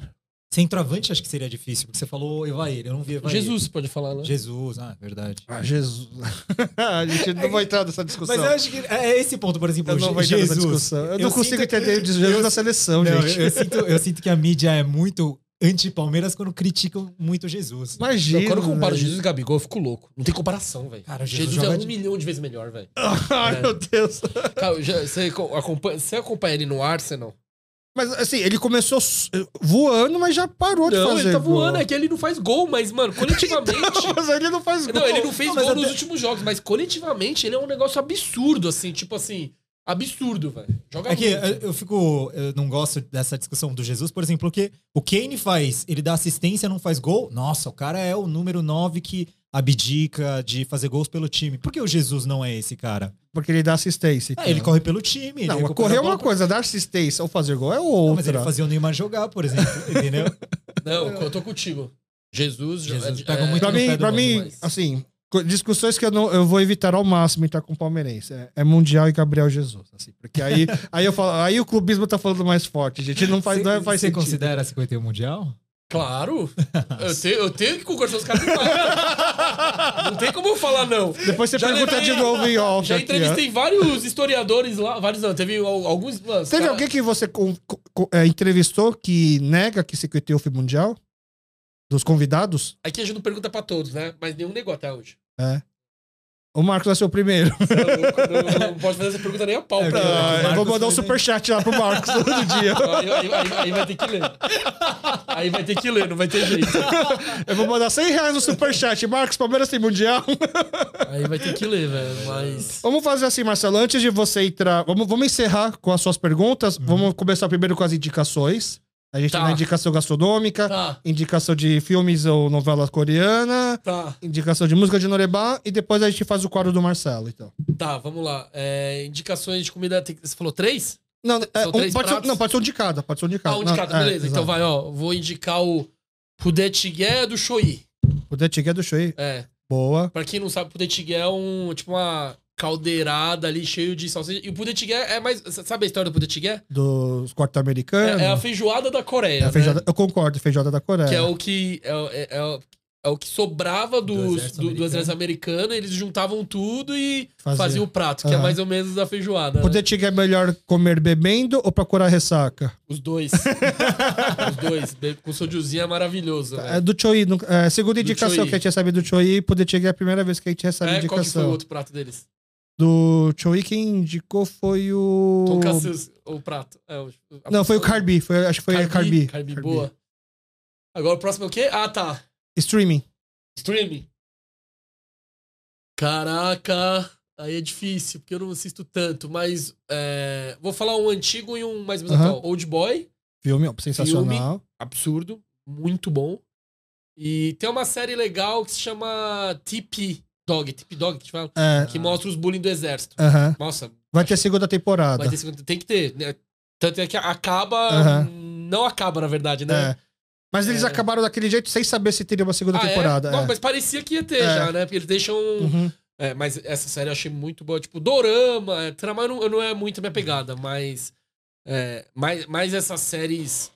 [SPEAKER 3] Centroavante acho que seria difícil, porque você falou Evair, eu não vi Evair.
[SPEAKER 2] Jesus, você pode falar, né?
[SPEAKER 3] Jesus, ah, verdade.
[SPEAKER 1] Ah, Jesus. a gente não vai entrar nessa discussão.
[SPEAKER 3] Mas eu acho que é é esse ponto, por exemplo,
[SPEAKER 1] eu não vou entrar nessa
[SPEAKER 3] Jesus.
[SPEAKER 1] discussão. Eu, não
[SPEAKER 3] Eu
[SPEAKER 1] consigo
[SPEAKER 3] sinto-
[SPEAKER 1] entender o Jesus
[SPEAKER 3] eu-
[SPEAKER 1] da seleção,
[SPEAKER 3] Não,
[SPEAKER 1] gente.
[SPEAKER 3] eu, eu sinto, eu sinto que a mídia é muito anti-Palmeiras quando criticam muito Jesus.
[SPEAKER 1] Imagina.
[SPEAKER 2] Não, quando eu comparo
[SPEAKER 1] velho.
[SPEAKER 2] Jesus e Gabigol, eu fico louco. Não tem comparação, velho.
[SPEAKER 3] Cara, Jesus
[SPEAKER 2] Jesus, é
[SPEAKER 3] joga
[SPEAKER 2] um
[SPEAKER 3] de-
[SPEAKER 2] milhão de vezes melhor, velho.
[SPEAKER 3] é.
[SPEAKER 1] Ai, meu Deus.
[SPEAKER 2] Cara, eu já- Você co- acompanha, você acompanha ele no Arsenal?
[SPEAKER 1] Mas assim, ele começou s- voando, mas já parou de fazer.
[SPEAKER 2] ele tá
[SPEAKER 1] gol.
[SPEAKER 2] voando. É que ele não faz gol, mas, mano, coletivamente...
[SPEAKER 1] Mas ele não faz gol.
[SPEAKER 2] Não, ele não fez
[SPEAKER 3] Não, mas
[SPEAKER 2] gol nos
[SPEAKER 3] até-
[SPEAKER 2] últimos jogos, mas coletivamente ele é um negócio absurdo, assim, tipo assim, absurdo, velho. Joga
[SPEAKER 3] É que
[SPEAKER 2] muito.
[SPEAKER 3] eu, eu fico. Eu não gosto dessa discussão do Jesus, por exemplo, porque o Kane faz, ele dá assistência, não faz gol. Nossa, o cara é o número 9 que abdica de fazer gols pelo time. Por que o Jesus não é esse cara?
[SPEAKER 1] Porque ele dá assistência.
[SPEAKER 3] Ah,
[SPEAKER 1] então.
[SPEAKER 3] ele corre pelo time.
[SPEAKER 1] Não, mas
[SPEAKER 3] ele recupera
[SPEAKER 1] correr é
[SPEAKER 3] a bola
[SPEAKER 1] uma
[SPEAKER 3] pra-
[SPEAKER 1] coisa, dar assistência ou fazer gol é
[SPEAKER 3] Não,
[SPEAKER 1] outra.
[SPEAKER 3] mas ele fazia o Neymar jogar, por exemplo, entendeu?
[SPEAKER 2] Não, eu tô contigo. Jesus,
[SPEAKER 3] Jesus
[SPEAKER 2] é-
[SPEAKER 3] pega
[SPEAKER 2] é-
[SPEAKER 3] muito
[SPEAKER 1] É. Pra
[SPEAKER 3] no pé
[SPEAKER 1] mim,
[SPEAKER 3] do
[SPEAKER 1] pra
[SPEAKER 3] mundo,
[SPEAKER 1] mim
[SPEAKER 2] mas-
[SPEAKER 1] assim, co- discussões que eu, não, eu vou evitar ao máximo entrar com palmeirense. É, é Mundial e Gabriel Jesus. Assim, porque aí, aí eu falo, aí o clubismo tá falando mais forte, gente. Não faz, não faz
[SPEAKER 3] você
[SPEAKER 1] sentido.
[SPEAKER 3] considera 51 Mundial?
[SPEAKER 2] Claro. eu, tenho, eu tenho que concordar com os caras demais. Não tem como eu falar não.
[SPEAKER 1] Depois você
[SPEAKER 2] Já
[SPEAKER 1] pergunta
[SPEAKER 2] levei-
[SPEAKER 1] de novo em off.
[SPEAKER 2] Já
[SPEAKER 1] aqui, ó.
[SPEAKER 2] entrevistei vários historiadores lá, vários não, teve al- alguns... mano, os
[SPEAKER 1] Teve
[SPEAKER 2] cara-
[SPEAKER 1] alguém que você con- con- é, entrevistou que nega que 51 mundial? Dos convidados?
[SPEAKER 2] Aqui a gente não pergunta pra todos, né? Mas nenhum negou até hoje.
[SPEAKER 1] O Marcos vai ser o primeiro.
[SPEAKER 2] Você é louco, não, não pode fazer essa pergunta nem a pau pra
[SPEAKER 1] Ah, eu vou
[SPEAKER 3] É Marcos
[SPEAKER 1] mandar um
[SPEAKER 3] foi bem.
[SPEAKER 1] superchat lá pro Marcos todo dia.
[SPEAKER 2] Aí, aí- aí- aí vai ter que ler. Aí vai ter que ler, não vai ter jeito.
[SPEAKER 1] Eu vou mandar 100 reais no superchat. Marcos, Palmeiras tem mundial.
[SPEAKER 2] Aí vai ter que ler, velho. Mas.
[SPEAKER 1] Vamos fazer assim, Marcelo. Antes de você entrar, vamos, vamos encerrar com as suas perguntas. Vamos começar primeiro com as indicações. A gente
[SPEAKER 2] Uhum. Tá.
[SPEAKER 1] tem uma indicação gastronômica,
[SPEAKER 2] Tá,
[SPEAKER 1] indicação de filmes ou novela coreana,
[SPEAKER 2] tá,
[SPEAKER 1] indicação de música de Noreba e depois a gente faz o quadro do Marcelo, então.
[SPEAKER 2] tá, vamos lá. É, indicações de comida. tem que- Você falou três?
[SPEAKER 1] Não, é,
[SPEAKER 2] São
[SPEAKER 1] um-
[SPEAKER 2] três
[SPEAKER 1] pode ser,
[SPEAKER 2] pratos?
[SPEAKER 1] não, pode ser um de cada, pode ser um de cada.
[SPEAKER 2] Ah, um
[SPEAKER 1] Não,
[SPEAKER 2] de cada,
[SPEAKER 1] é,
[SPEAKER 2] beleza. então
[SPEAKER 1] exato.
[SPEAKER 2] vai, ó. Vou indicar o Pudetigé do Shoyi.
[SPEAKER 1] O Detigui é do show aí.
[SPEAKER 2] É.
[SPEAKER 1] Boa.
[SPEAKER 2] Pra quem não sabe, Pudetigé é um. Tipo uma caldeirada ali cheio de salsicha. E o Pudetigé é mais. Sabe a história do Pudetigé?
[SPEAKER 1] Dos cortes
[SPEAKER 2] É,
[SPEAKER 1] americanos.
[SPEAKER 2] é a feijoada da Coreia.
[SPEAKER 1] É a
[SPEAKER 2] né?
[SPEAKER 1] feijoada- Eu concordo, feijoada da Coreia.
[SPEAKER 2] Que é o que. É, o- é- é o- é o que sobrava dos, do, do
[SPEAKER 3] Do exército
[SPEAKER 2] exército americano. eles juntavam tudo e
[SPEAKER 1] Fazia.
[SPEAKER 2] faziam o prato, que é
[SPEAKER 1] Aham.
[SPEAKER 2] mais ou menos a feijoada. né?
[SPEAKER 1] O Detigui é melhor comer bebendo ou procurar ressaca?
[SPEAKER 2] Os dois. Os dois. Be- Com sojuzinho é maravilhoso. né?
[SPEAKER 1] É do Choi. não- É, segunda
[SPEAKER 2] Do
[SPEAKER 1] indicação
[SPEAKER 2] Choi.
[SPEAKER 1] que a gente recebe do Choi, poder chegar é a primeira vez que a gente recebe
[SPEAKER 2] É, qual que foi o
[SPEAKER 1] indicação.
[SPEAKER 2] outro prato deles?
[SPEAKER 1] Do Choi, quem indicou foi o.
[SPEAKER 2] Tonkatsu, o prato. É, o- a-
[SPEAKER 1] Não, foi o Carbi. Foi, acho que foi Carbi.
[SPEAKER 2] Carbi,
[SPEAKER 1] Carbi.
[SPEAKER 2] Carbi, boa. Agora o próximo é o quê? Ah, tá.
[SPEAKER 1] Streaming.
[SPEAKER 2] Streaming. Caraca. Aí é difícil, porque eu não assisto tanto, mas é, vou falar um antigo e um mais ou menos
[SPEAKER 1] Aham.
[SPEAKER 2] atual. Old Boy,
[SPEAKER 1] Filme, ó, sensacional.
[SPEAKER 2] absurdo, muito bom. E tem uma série legal que se chama TP Dog, TP Dog, que, te fala,
[SPEAKER 1] É.
[SPEAKER 2] que mostra os bullying do exército.
[SPEAKER 1] aham.
[SPEAKER 2] Nossa,
[SPEAKER 1] Vai ter segunda temporada.
[SPEAKER 2] vai ter segunda. Tem que ter. né? Tanto é que acaba.
[SPEAKER 1] Aham.
[SPEAKER 2] Não acaba, na verdade, né?
[SPEAKER 1] É. Mas eles
[SPEAKER 2] É.
[SPEAKER 1] acabaram daquele jeito sem saber se teria uma segunda
[SPEAKER 2] Ah, é?
[SPEAKER 1] temporada.
[SPEAKER 2] Bom,
[SPEAKER 1] é.
[SPEAKER 2] Mas parecia que ia ter
[SPEAKER 1] É.
[SPEAKER 2] já, né? Porque eles deixam.
[SPEAKER 1] Uhum.
[SPEAKER 2] É, mas essa série eu achei muito boa. Tipo, Dorama, é, trama não, não é muito a minha pegada, mas. É, mais, mais essas séries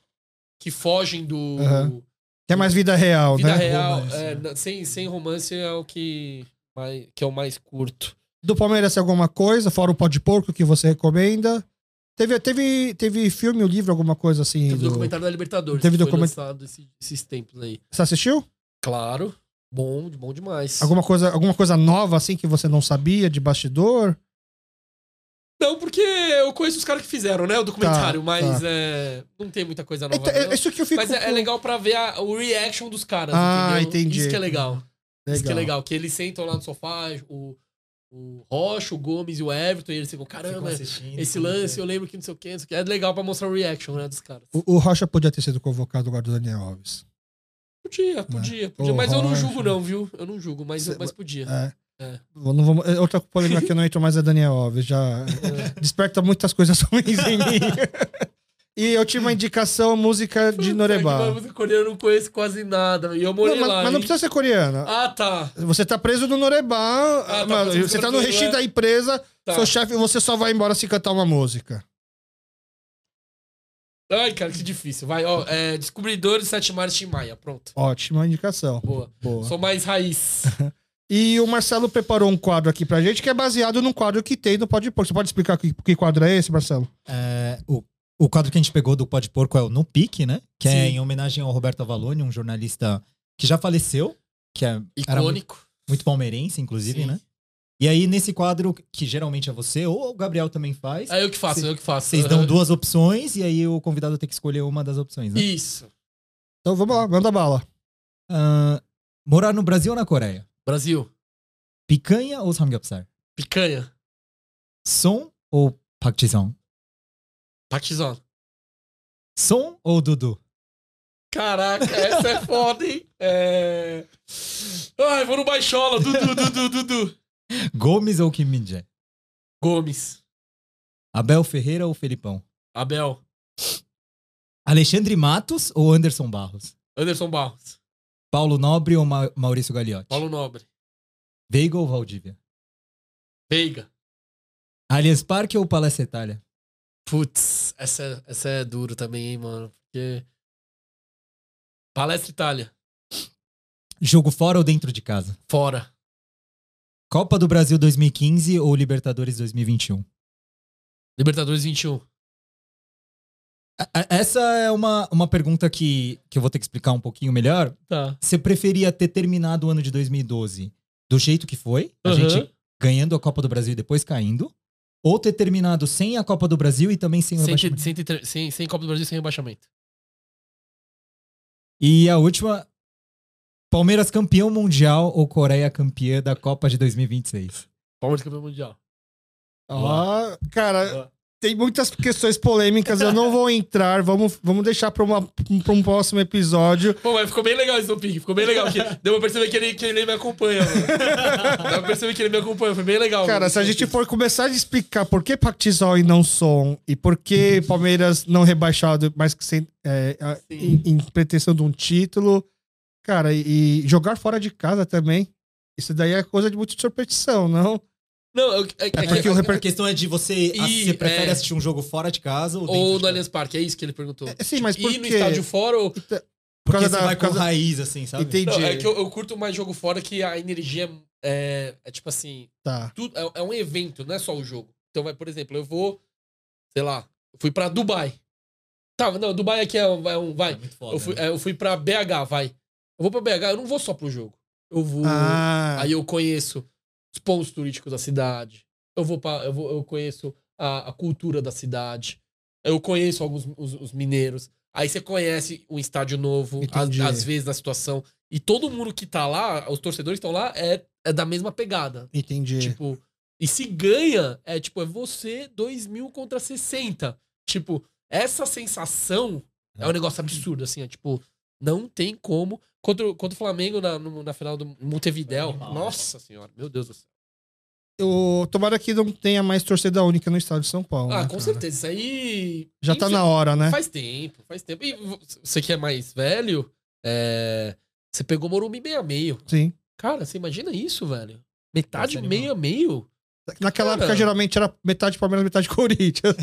[SPEAKER 2] que fogem do.
[SPEAKER 1] Aham. Que é mais vida real,
[SPEAKER 2] Vida
[SPEAKER 1] né?
[SPEAKER 2] real,
[SPEAKER 3] Romance,
[SPEAKER 2] é,
[SPEAKER 3] né?
[SPEAKER 2] na- sem, sem romance é o que, mais, que é o mais curto.
[SPEAKER 1] Do Palmeiras tem alguma coisa, fora o pó de porco que você recomenda. Teve, teve, teve filme, ou livro, alguma coisa assim?
[SPEAKER 2] Teve
[SPEAKER 1] do-
[SPEAKER 2] documentário da Libertadores.
[SPEAKER 1] Teve
[SPEAKER 2] que foi
[SPEAKER 1] document-
[SPEAKER 2] lançado esse- esses tempos aí.
[SPEAKER 1] Você assistiu?
[SPEAKER 2] Claro, bom, bom demais.
[SPEAKER 1] Alguma coisa, alguma coisa nova, assim, que você não sabia de bastidor?
[SPEAKER 2] Não, porque eu conheço os caras que fizeram, né? O documentário,
[SPEAKER 1] Tá,
[SPEAKER 2] mas é, não tem muita coisa nova.
[SPEAKER 1] Então, é-
[SPEAKER 2] não.
[SPEAKER 1] é isso que eu fico...
[SPEAKER 2] Mas é, é legal pra ver a- o reaction dos caras,
[SPEAKER 1] Ah,
[SPEAKER 2] entendeu?
[SPEAKER 1] entendi.
[SPEAKER 2] Isso que é legal. Isso que é
[SPEAKER 1] Legal.
[SPEAKER 2] legal. Que eles sentam lá no sofá, o, o Rocha, o Gomes e o Everton, e eles ficam, caramba, esse lance, eu lembro que não sei o que, não sei o que. É legal pra mostrar o reaction, né, dos caras.
[SPEAKER 1] O, o Rocha podia ter sido convocado agora do Daniel Alves.
[SPEAKER 2] Podia, podia, podia.
[SPEAKER 1] O
[SPEAKER 2] Mas eu não
[SPEAKER 1] Rocha.
[SPEAKER 2] julgo, não, viu? Eu não julgo, mas,
[SPEAKER 1] Cê-
[SPEAKER 2] mas podia.
[SPEAKER 1] É.
[SPEAKER 2] É.
[SPEAKER 1] Eu Não vou, é outra polêmica que eu não entro mais é Daniel Alves. Já
[SPEAKER 2] É.
[SPEAKER 1] desperta muitas coisas ruins em mim. e eu tive uma indicação, música de
[SPEAKER 2] Mas
[SPEAKER 1] Norebá.
[SPEAKER 2] música coreana eu não conheço quase nada. E eu
[SPEAKER 1] Não,
[SPEAKER 2] morei
[SPEAKER 1] mas,
[SPEAKER 2] lá.
[SPEAKER 1] mas não
[SPEAKER 2] hein?
[SPEAKER 1] precisa ser coreana.
[SPEAKER 2] Ah, tá.
[SPEAKER 1] Você tá preso no Norebá,
[SPEAKER 2] Ah, tá,
[SPEAKER 1] mano,
[SPEAKER 2] mas
[SPEAKER 1] você tá no
[SPEAKER 2] tranquilo,
[SPEAKER 1] recheio
[SPEAKER 2] é.
[SPEAKER 1] da empresa,
[SPEAKER 2] tá.
[SPEAKER 1] seu chefe, você só vai embora se cantar uma música.
[SPEAKER 2] Ai, cara, que difícil. Vai, ó. É, Descobridores, Sete Mares, Tim Maia. Pronto.
[SPEAKER 1] Ótima indicação.
[SPEAKER 2] Boa.
[SPEAKER 1] Boa.
[SPEAKER 2] Sou mais raiz.
[SPEAKER 1] E o Marcelo preparou um quadro aqui pra gente que é baseado num quadro que tem no Pode Porco. Você pode explicar que, que quadro é esse, Marcelo?
[SPEAKER 3] É, o, o quadro que a gente pegou do Pó de Porco é o No Pique, né? Que é
[SPEAKER 2] Sim.
[SPEAKER 3] em homenagem ao Roberto Avalone, um jornalista que já faleceu, que é, era mu- muito,
[SPEAKER 2] Icônico.
[SPEAKER 3] palmeirense, inclusive,
[SPEAKER 2] Sim.
[SPEAKER 3] né? E aí, nesse quadro, que geralmente é você, ou o Gabriel também faz,
[SPEAKER 2] É eu que faço,
[SPEAKER 3] Cês-
[SPEAKER 2] eu que faço.
[SPEAKER 3] vocês
[SPEAKER 2] Aham.
[SPEAKER 3] dão duas opções e aí o convidado tem que escolher uma das opções, né?
[SPEAKER 2] Isso.
[SPEAKER 1] Então vamos lá, manda bala.
[SPEAKER 3] Ah, morar no Brasil ou na Coreia?
[SPEAKER 2] Brasil,
[SPEAKER 3] Picanha ou samgyeopsal?
[SPEAKER 2] picanha,
[SPEAKER 3] Som ou Park Ji-sung?
[SPEAKER 2] patizona.
[SPEAKER 3] Som ou Dudu?
[SPEAKER 2] Caraca, essa é foda, hein? É... Ai, vou no Baixola. Dudu, Dudu, Dudu.
[SPEAKER 3] Gomes ou Kim Min-jae?
[SPEAKER 2] Gomes,
[SPEAKER 3] Abel Ferreira ou Felipão?
[SPEAKER 2] Abel,
[SPEAKER 3] Alexandre Matos ou Anderson Barros?
[SPEAKER 2] Anderson Barros,
[SPEAKER 3] Paulo Nobre ou Ma- Maurício Gagliotti?
[SPEAKER 2] Paulo Nobre,
[SPEAKER 3] Veiga ou Valdívia?
[SPEAKER 2] Veiga.
[SPEAKER 3] Allianz Parque ou Palácio Itália?
[SPEAKER 2] Putz, essa, é- essa é duro também, hein, mano? Porque... Palestra Itália,
[SPEAKER 3] Jogo fora ou dentro de casa?
[SPEAKER 2] fora.
[SPEAKER 3] Copa do Brasil 2015 ou Libertadores 2021?
[SPEAKER 2] Libertadores 21.
[SPEAKER 3] A- a- Essa é uma, uma pergunta que, que eu vou ter que explicar um pouquinho melhor.
[SPEAKER 2] Tá.
[SPEAKER 3] Você preferia ter terminado o ano de 2012 do jeito que foi? A gente ganhando a Copa do Brasil e depois caindo? Ou ter terminado sem a Copa do Brasil e também sem o
[SPEAKER 2] Sem,
[SPEAKER 3] rebaixamento?
[SPEAKER 2] ter- sem, ter- sem, sem Copa do Brasil, sem rebaixamento.
[SPEAKER 3] E a última, Palmeiras campeão mundial ou Coreia campeã da Copa de 2026?
[SPEAKER 1] é
[SPEAKER 2] Palmeiras campeão mundial.
[SPEAKER 1] Ó, cara,
[SPEAKER 2] Boa.
[SPEAKER 1] tem muitas questões polêmicas, eu não vou entrar, vamos, vamos deixar para um próximo episódio.
[SPEAKER 2] Pô, mas ficou bem legal esse doping. Ficou bem legal. que Deu pra perceber que ele, que ele me acompanha, mano. Deu pra perceber que ele me acompanha. Foi bem legal.
[SPEAKER 1] Cara,
[SPEAKER 2] mano.
[SPEAKER 1] se a gente for começar a explicar por que Pactisol e não som, e por que Palmeiras não rebaixado, mas que sem, é, a- em, em pretensão de um título, cara, e, e jogar fora de casa também, isso daí é coisa de muita superstição, não?
[SPEAKER 2] Não, eu- é, é
[SPEAKER 3] É
[SPEAKER 2] que-
[SPEAKER 3] porque
[SPEAKER 2] é-
[SPEAKER 3] a questão é de você,
[SPEAKER 2] E,
[SPEAKER 3] você prefere
[SPEAKER 2] é.
[SPEAKER 3] assistir um jogo fora de casa ou, dentro
[SPEAKER 2] Ou
[SPEAKER 3] de
[SPEAKER 2] no
[SPEAKER 3] casa?
[SPEAKER 2] Allianz Parque, é isso que ele perguntou.
[SPEAKER 1] né? É, Sim, mas por
[SPEAKER 2] Ir no
[SPEAKER 1] quê?
[SPEAKER 2] estádio fora ou...
[SPEAKER 1] Por causa
[SPEAKER 3] Porque você
[SPEAKER 1] da-
[SPEAKER 3] vai
[SPEAKER 1] por
[SPEAKER 3] com
[SPEAKER 1] causa-
[SPEAKER 3] raiz, assim, sabe?
[SPEAKER 1] Entendi.
[SPEAKER 2] Não, é que eu, eu curto mais jogo fora que a energia é, é tipo assim...
[SPEAKER 1] Tá.
[SPEAKER 2] tudo- é, é um evento, não é só o jogo. Então, vai, por exemplo, eu vou... Sei lá, fui pra Dubai. Tá, não, Dubai aqui é um... é um- vai,
[SPEAKER 3] É muito foda,
[SPEAKER 2] eu fui,
[SPEAKER 3] né?
[SPEAKER 2] é, eu fui pra BH, vai. Eu vou pra BH, eu não vou só pro jogo. Eu vou...
[SPEAKER 1] Ah,
[SPEAKER 2] Aí eu conheço os pontos turísticos da cidade. Eu vou para, eu, vou- eu conheço a, a cultura da cidade. Eu conheço alguns os, os mineiros. Aí você conhece um estádio novo,
[SPEAKER 1] Entendi.
[SPEAKER 2] a- às vezes da situação. E todo mundo que tá lá, os torcedores que estão lá, é, é da mesma pegada.
[SPEAKER 1] entendi.
[SPEAKER 2] Tipo, e se ganha, é tipo, é você 2 mil contra 60. Tipo, essa sensação é um negócio absurdo, assim, é tipo, não tem como. Contra, o- contra o Flamengo na, no- na final do Montevidéu.
[SPEAKER 3] Foi animal,
[SPEAKER 2] Nossa senhora, meu Deus do céu.
[SPEAKER 1] Eu, tomara que não tenha mais torcida única no estado de São Paulo.
[SPEAKER 2] Ah,
[SPEAKER 1] né,
[SPEAKER 2] com
[SPEAKER 1] cara?
[SPEAKER 2] certeza, isso aí.
[SPEAKER 1] Já tá
[SPEAKER 2] Enfim,
[SPEAKER 1] na hora, né?
[SPEAKER 2] Faz tempo, faz tempo. E vo- você que é mais velho, é, você pegou Morumbi meio a meio.
[SPEAKER 1] Sim.
[SPEAKER 2] Cara, você imagina isso, velho? Metade
[SPEAKER 3] Nossa,
[SPEAKER 2] meio a meio?
[SPEAKER 1] Naquela
[SPEAKER 2] Cara.
[SPEAKER 1] época, geralmente, era metade Palmeiras, metade Corinthians.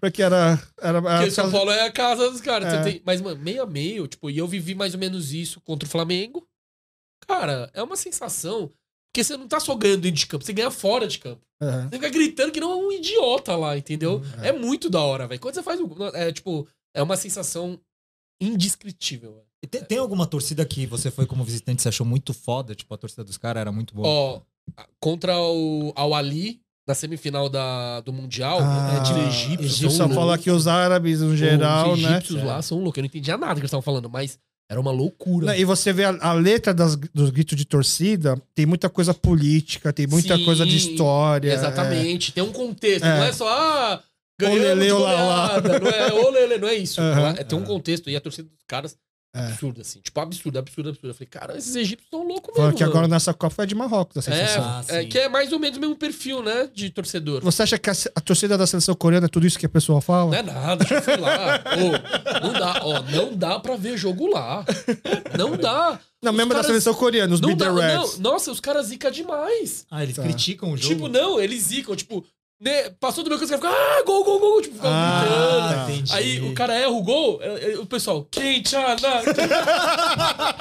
[SPEAKER 1] Porque era... era, era
[SPEAKER 2] Porque São Paulo é a casa dos caras.
[SPEAKER 1] Ah, É.
[SPEAKER 2] Você tem- Mas, mano, meio a meio, tipo, e eu vivi mais ou menos isso contra o Flamengo. Cara, é uma sensação. Porque você não tá só ganhando dentro de campo, você ganha fora de campo.
[SPEAKER 1] É.
[SPEAKER 2] Você fica gritando que não é um idiota lá, entendeu?
[SPEAKER 1] Hum, é.
[SPEAKER 2] é. muito da hora, velho. Quando você faz. o- É tipo, é uma sensação indescritível. velho.
[SPEAKER 3] E é, Tem, tem alguma torcida que você foi como visitante e você achou muito foda? Tipo, a torcida dos caras era muito boa.
[SPEAKER 2] Ó, contra o Al Ali, na semifinal da, do Mundial,
[SPEAKER 1] Ah,
[SPEAKER 2] é, time egípcio.
[SPEAKER 1] egípcio,
[SPEAKER 2] são
[SPEAKER 1] Só fala
[SPEAKER 2] loucos.
[SPEAKER 1] que os árabes, no geral,
[SPEAKER 2] Os
[SPEAKER 1] né?
[SPEAKER 2] egípcios lá são loucos. Eu não entendia nada que eles estavam falando, mas era uma loucura.
[SPEAKER 1] Não, E você vê a, a letra das- dos gritos de torcida, tem muita coisa política, tem muita
[SPEAKER 2] Sim,
[SPEAKER 1] coisa de história.
[SPEAKER 2] Exatamente. Tem um contexto.
[SPEAKER 1] É.
[SPEAKER 2] Não é só, ah, ganhamos
[SPEAKER 1] Olelê,
[SPEAKER 2] de
[SPEAKER 1] olá,
[SPEAKER 2] goleada. Não é olele, não é isso.
[SPEAKER 1] Aham.
[SPEAKER 2] Ela- é, tem um contexto. E a torcida dos caras,
[SPEAKER 1] É.
[SPEAKER 2] absurda, assim. Tipo, absurda, absurda, absurda. Eu falei, cara, esses egípcios são loucos
[SPEAKER 1] É. Fala
[SPEAKER 2] mesmo.
[SPEAKER 1] que agora
[SPEAKER 2] mano.
[SPEAKER 1] nessa Copa foi de Marrocos, a sensação.
[SPEAKER 3] Ah,
[SPEAKER 2] É, é,
[SPEAKER 3] sim.
[SPEAKER 2] que é mais ou menos o mesmo perfil, né, de torcedor.
[SPEAKER 1] Você acha que a, a torcida da seleção coreana é tudo isso que a pessoa fala?
[SPEAKER 2] Não é nada, já fui lá. Ô, não dá, ó, não dá pra ver jogo lá. Não dá.
[SPEAKER 1] Não, mesmo
[SPEAKER 2] Os
[SPEAKER 1] da
[SPEAKER 2] caras-
[SPEAKER 1] seleção coreana, os
[SPEAKER 2] Não
[SPEAKER 1] Beat
[SPEAKER 2] dá,
[SPEAKER 1] the
[SPEAKER 2] não.
[SPEAKER 1] Reds.
[SPEAKER 2] Nossa, os caras zicam demais.
[SPEAKER 3] Ah, eles
[SPEAKER 1] Tá.
[SPEAKER 3] criticam o jogo.
[SPEAKER 2] Tipo, não, eles zicam, tipo, né, passou do meu canto, os caras ficam, ah, gol, gol, gol, tipo, ficam
[SPEAKER 1] Ah,
[SPEAKER 2] gritando.
[SPEAKER 1] tá.
[SPEAKER 3] entendi.
[SPEAKER 2] Aí o cara erra o gol, é, é, o pessoal, Kenchana!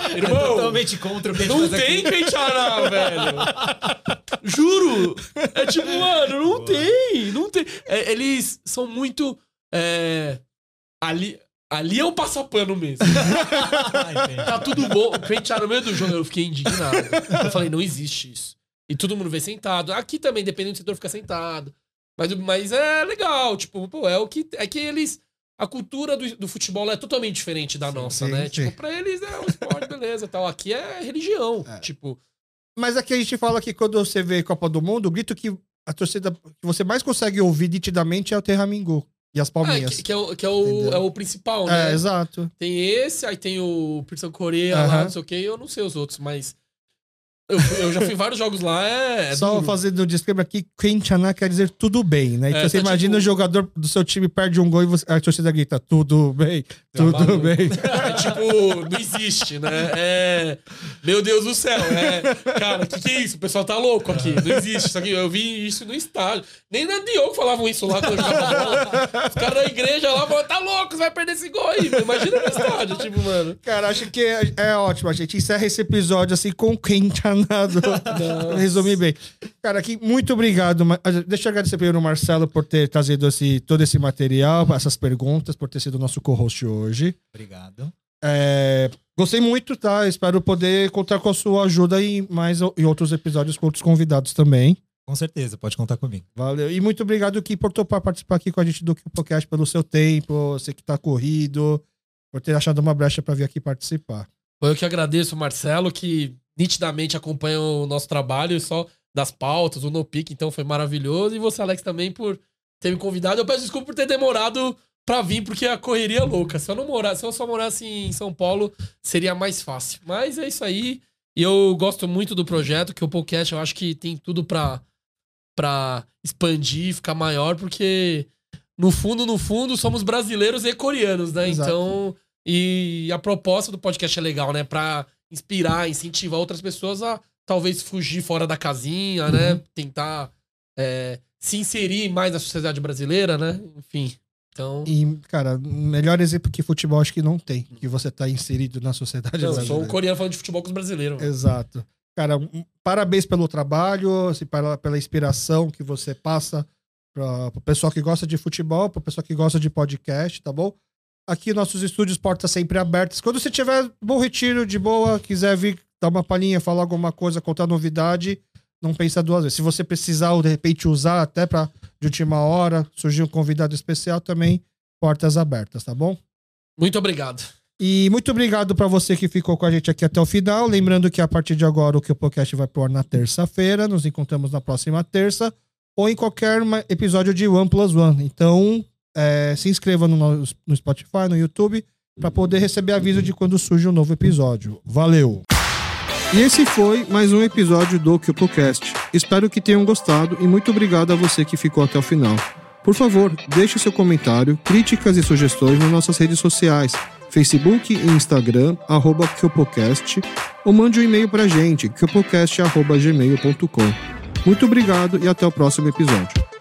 [SPEAKER 3] É
[SPEAKER 2] Irmão,
[SPEAKER 3] totalmente contra o que a gente
[SPEAKER 2] não
[SPEAKER 3] faz aqui.
[SPEAKER 2] tem Kenchana, velho! Juro! É tipo, mano, não
[SPEAKER 3] Boa.
[SPEAKER 2] tem, não tem. É, eles são muito. é, ali, ali é o passapano mesmo.
[SPEAKER 3] Ah, entendi.
[SPEAKER 2] Tá tudo bom. Pentearam no meio do jogo, eu fiquei indignado. Eu falei, não existe isso. E todo mundo vê sentado. Aqui também, dependendo do setor, fica sentado. Mas, mas é legal, tipo, pô, é o que. É que eles. A cultura do, do futebol é totalmente diferente da nossa,
[SPEAKER 1] sim,
[SPEAKER 2] né?
[SPEAKER 1] sim.
[SPEAKER 2] Tipo, pra eles é um esporte, beleza tal. Aqui é religião.
[SPEAKER 1] É.
[SPEAKER 2] Tipo,
[SPEAKER 1] Mas aqui a gente fala que quando você vê Copa do Mundo, o grito que a torcida que você mais consegue ouvir nitidamente é o Terramingu e as
[SPEAKER 2] ah,
[SPEAKER 1] palminhas.
[SPEAKER 2] que, que é, o, que é, o,
[SPEAKER 1] Entendeu?
[SPEAKER 2] é o principal,
[SPEAKER 1] É,
[SPEAKER 2] né?
[SPEAKER 1] exato.
[SPEAKER 2] Tem esse, aí tem o Pearson Coreia lá,
[SPEAKER 1] Aham.
[SPEAKER 2] não sei o quê, eu não sei os outros, mas. Eu, fui- eu já fui em vários jogos lá, é. é
[SPEAKER 1] Só
[SPEAKER 2] duro.
[SPEAKER 1] fazendo um disclaimer aqui, Quinchaná quer dizer tudo bem, né? Então
[SPEAKER 2] É,
[SPEAKER 1] você
[SPEAKER 2] tá
[SPEAKER 1] imagina
[SPEAKER 2] tipo-
[SPEAKER 1] o jogador do seu time perde um gol e você, a torcida grita, tudo bem,
[SPEAKER 2] Tá
[SPEAKER 1] tudo
[SPEAKER 2] maluco.
[SPEAKER 1] bem.
[SPEAKER 2] É tipo, não existe, né? É. Meu Deus do céu, é. Cara, o que, que é isso? O pessoal tá louco aqui. Não existe. Isso aqui, eu vi isso no estádio. Nem na Diogo falavam isso lá quando eu jogava bola. Os caras da igreja lá falavam, tá louco, você vai perder esse gol aí. Imagina no estádio, tipo, mano.
[SPEAKER 1] Cara, acho que é, é ótimo. A gente encerra esse episódio assim com Quinchaná danado.
[SPEAKER 2] Não.
[SPEAKER 1] Resumi bem. Cara, aqui, muito obrigado. Ma- ah, Deixa eu agradecer primeiro o Marcelo por ter trazido esse, todo esse material, essas perguntas, por ter sido nosso co-host hoje.
[SPEAKER 3] Obrigado.
[SPEAKER 1] É, gostei muito, tá? Espero poder contar com a sua ajuda em mais o- em outros episódios com outros convidados também.
[SPEAKER 3] Com certeza, pode contar comigo.
[SPEAKER 1] Valeu. E muito obrigado, Kim, por topar participar aqui com a gente do podcast pelo seu tempo, você que tá corrido, por ter achado uma brecha pra vir aqui participar.
[SPEAKER 2] Eu que agradeço o Marcelo, que nitidamente acompanha o nosso trabalho, só das pautas, o No Pick, então foi maravilhoso. E você, Alex, também, por ter me convidado. Eu peço desculpa por ter demorado pra vir, porque a correria é louca. Se eu não morar, se eu só morasse em São Paulo, seria mais fácil. Mas é isso aí. E eu gosto muito do projeto, que o podcast eu acho que tem tudo pra, pra expandir, ficar maior, porque no fundo, no fundo, somos brasileiros e coreanos, né?
[SPEAKER 1] Exato.
[SPEAKER 2] Então. E a proposta do podcast é legal, né? Pra inspirar, incentivar outras pessoas a talvez fugir fora da casinha,
[SPEAKER 1] Uhum.
[SPEAKER 2] né? Tentar é, se inserir mais na sociedade brasileira, né? Enfim. Então.
[SPEAKER 1] E, cara, melhor exemplo que futebol acho que não tem, que você tá inserido na sociedade
[SPEAKER 2] Não, eu sou um
[SPEAKER 1] brasileira.
[SPEAKER 2] coreano falando de futebol com os brasileiros. mano.
[SPEAKER 1] Exato. Cara, um- parabéns pelo trabalho, assim, para- pela inspiração que você passa para o pessoal que gosta de futebol, para o pessoal que gosta de podcast, tá bom? Aqui nossos estúdios, portas sempre abertas. Quando você tiver bom retiro, de boa, quiser vir dar uma palhinha, falar alguma coisa, contar novidade, não pensa duas vezes. Se você precisar, ou de repente, usar até para de última hora, surgir um convidado especial também, portas abertas, tá bom?
[SPEAKER 2] Muito obrigado.
[SPEAKER 1] E muito obrigado pra você que ficou com a gente aqui até o final. Lembrando que a partir de agora o que o podcast vai pro ar na terça-feira. Nos encontramos na próxima terça ou em qualquer ma- episódio de One Plus One. Então é, se inscreva no, nosso- no Spotify, no YouTube, pra poder receber aviso de quando surge um novo episódio. Valeu! E esse foi mais um episódio do Cupocast. Espero que tenham gostado e muito obrigado a você que ficou até o final. Por favor, deixe seu comentário, críticas e sugestões nas nossas redes sociais, Facebook e Instagram, arroba Kyopocast, ou mande um e-mail pra gente, kyopocast.gmail.com. Muito obrigado e até o próximo episódio.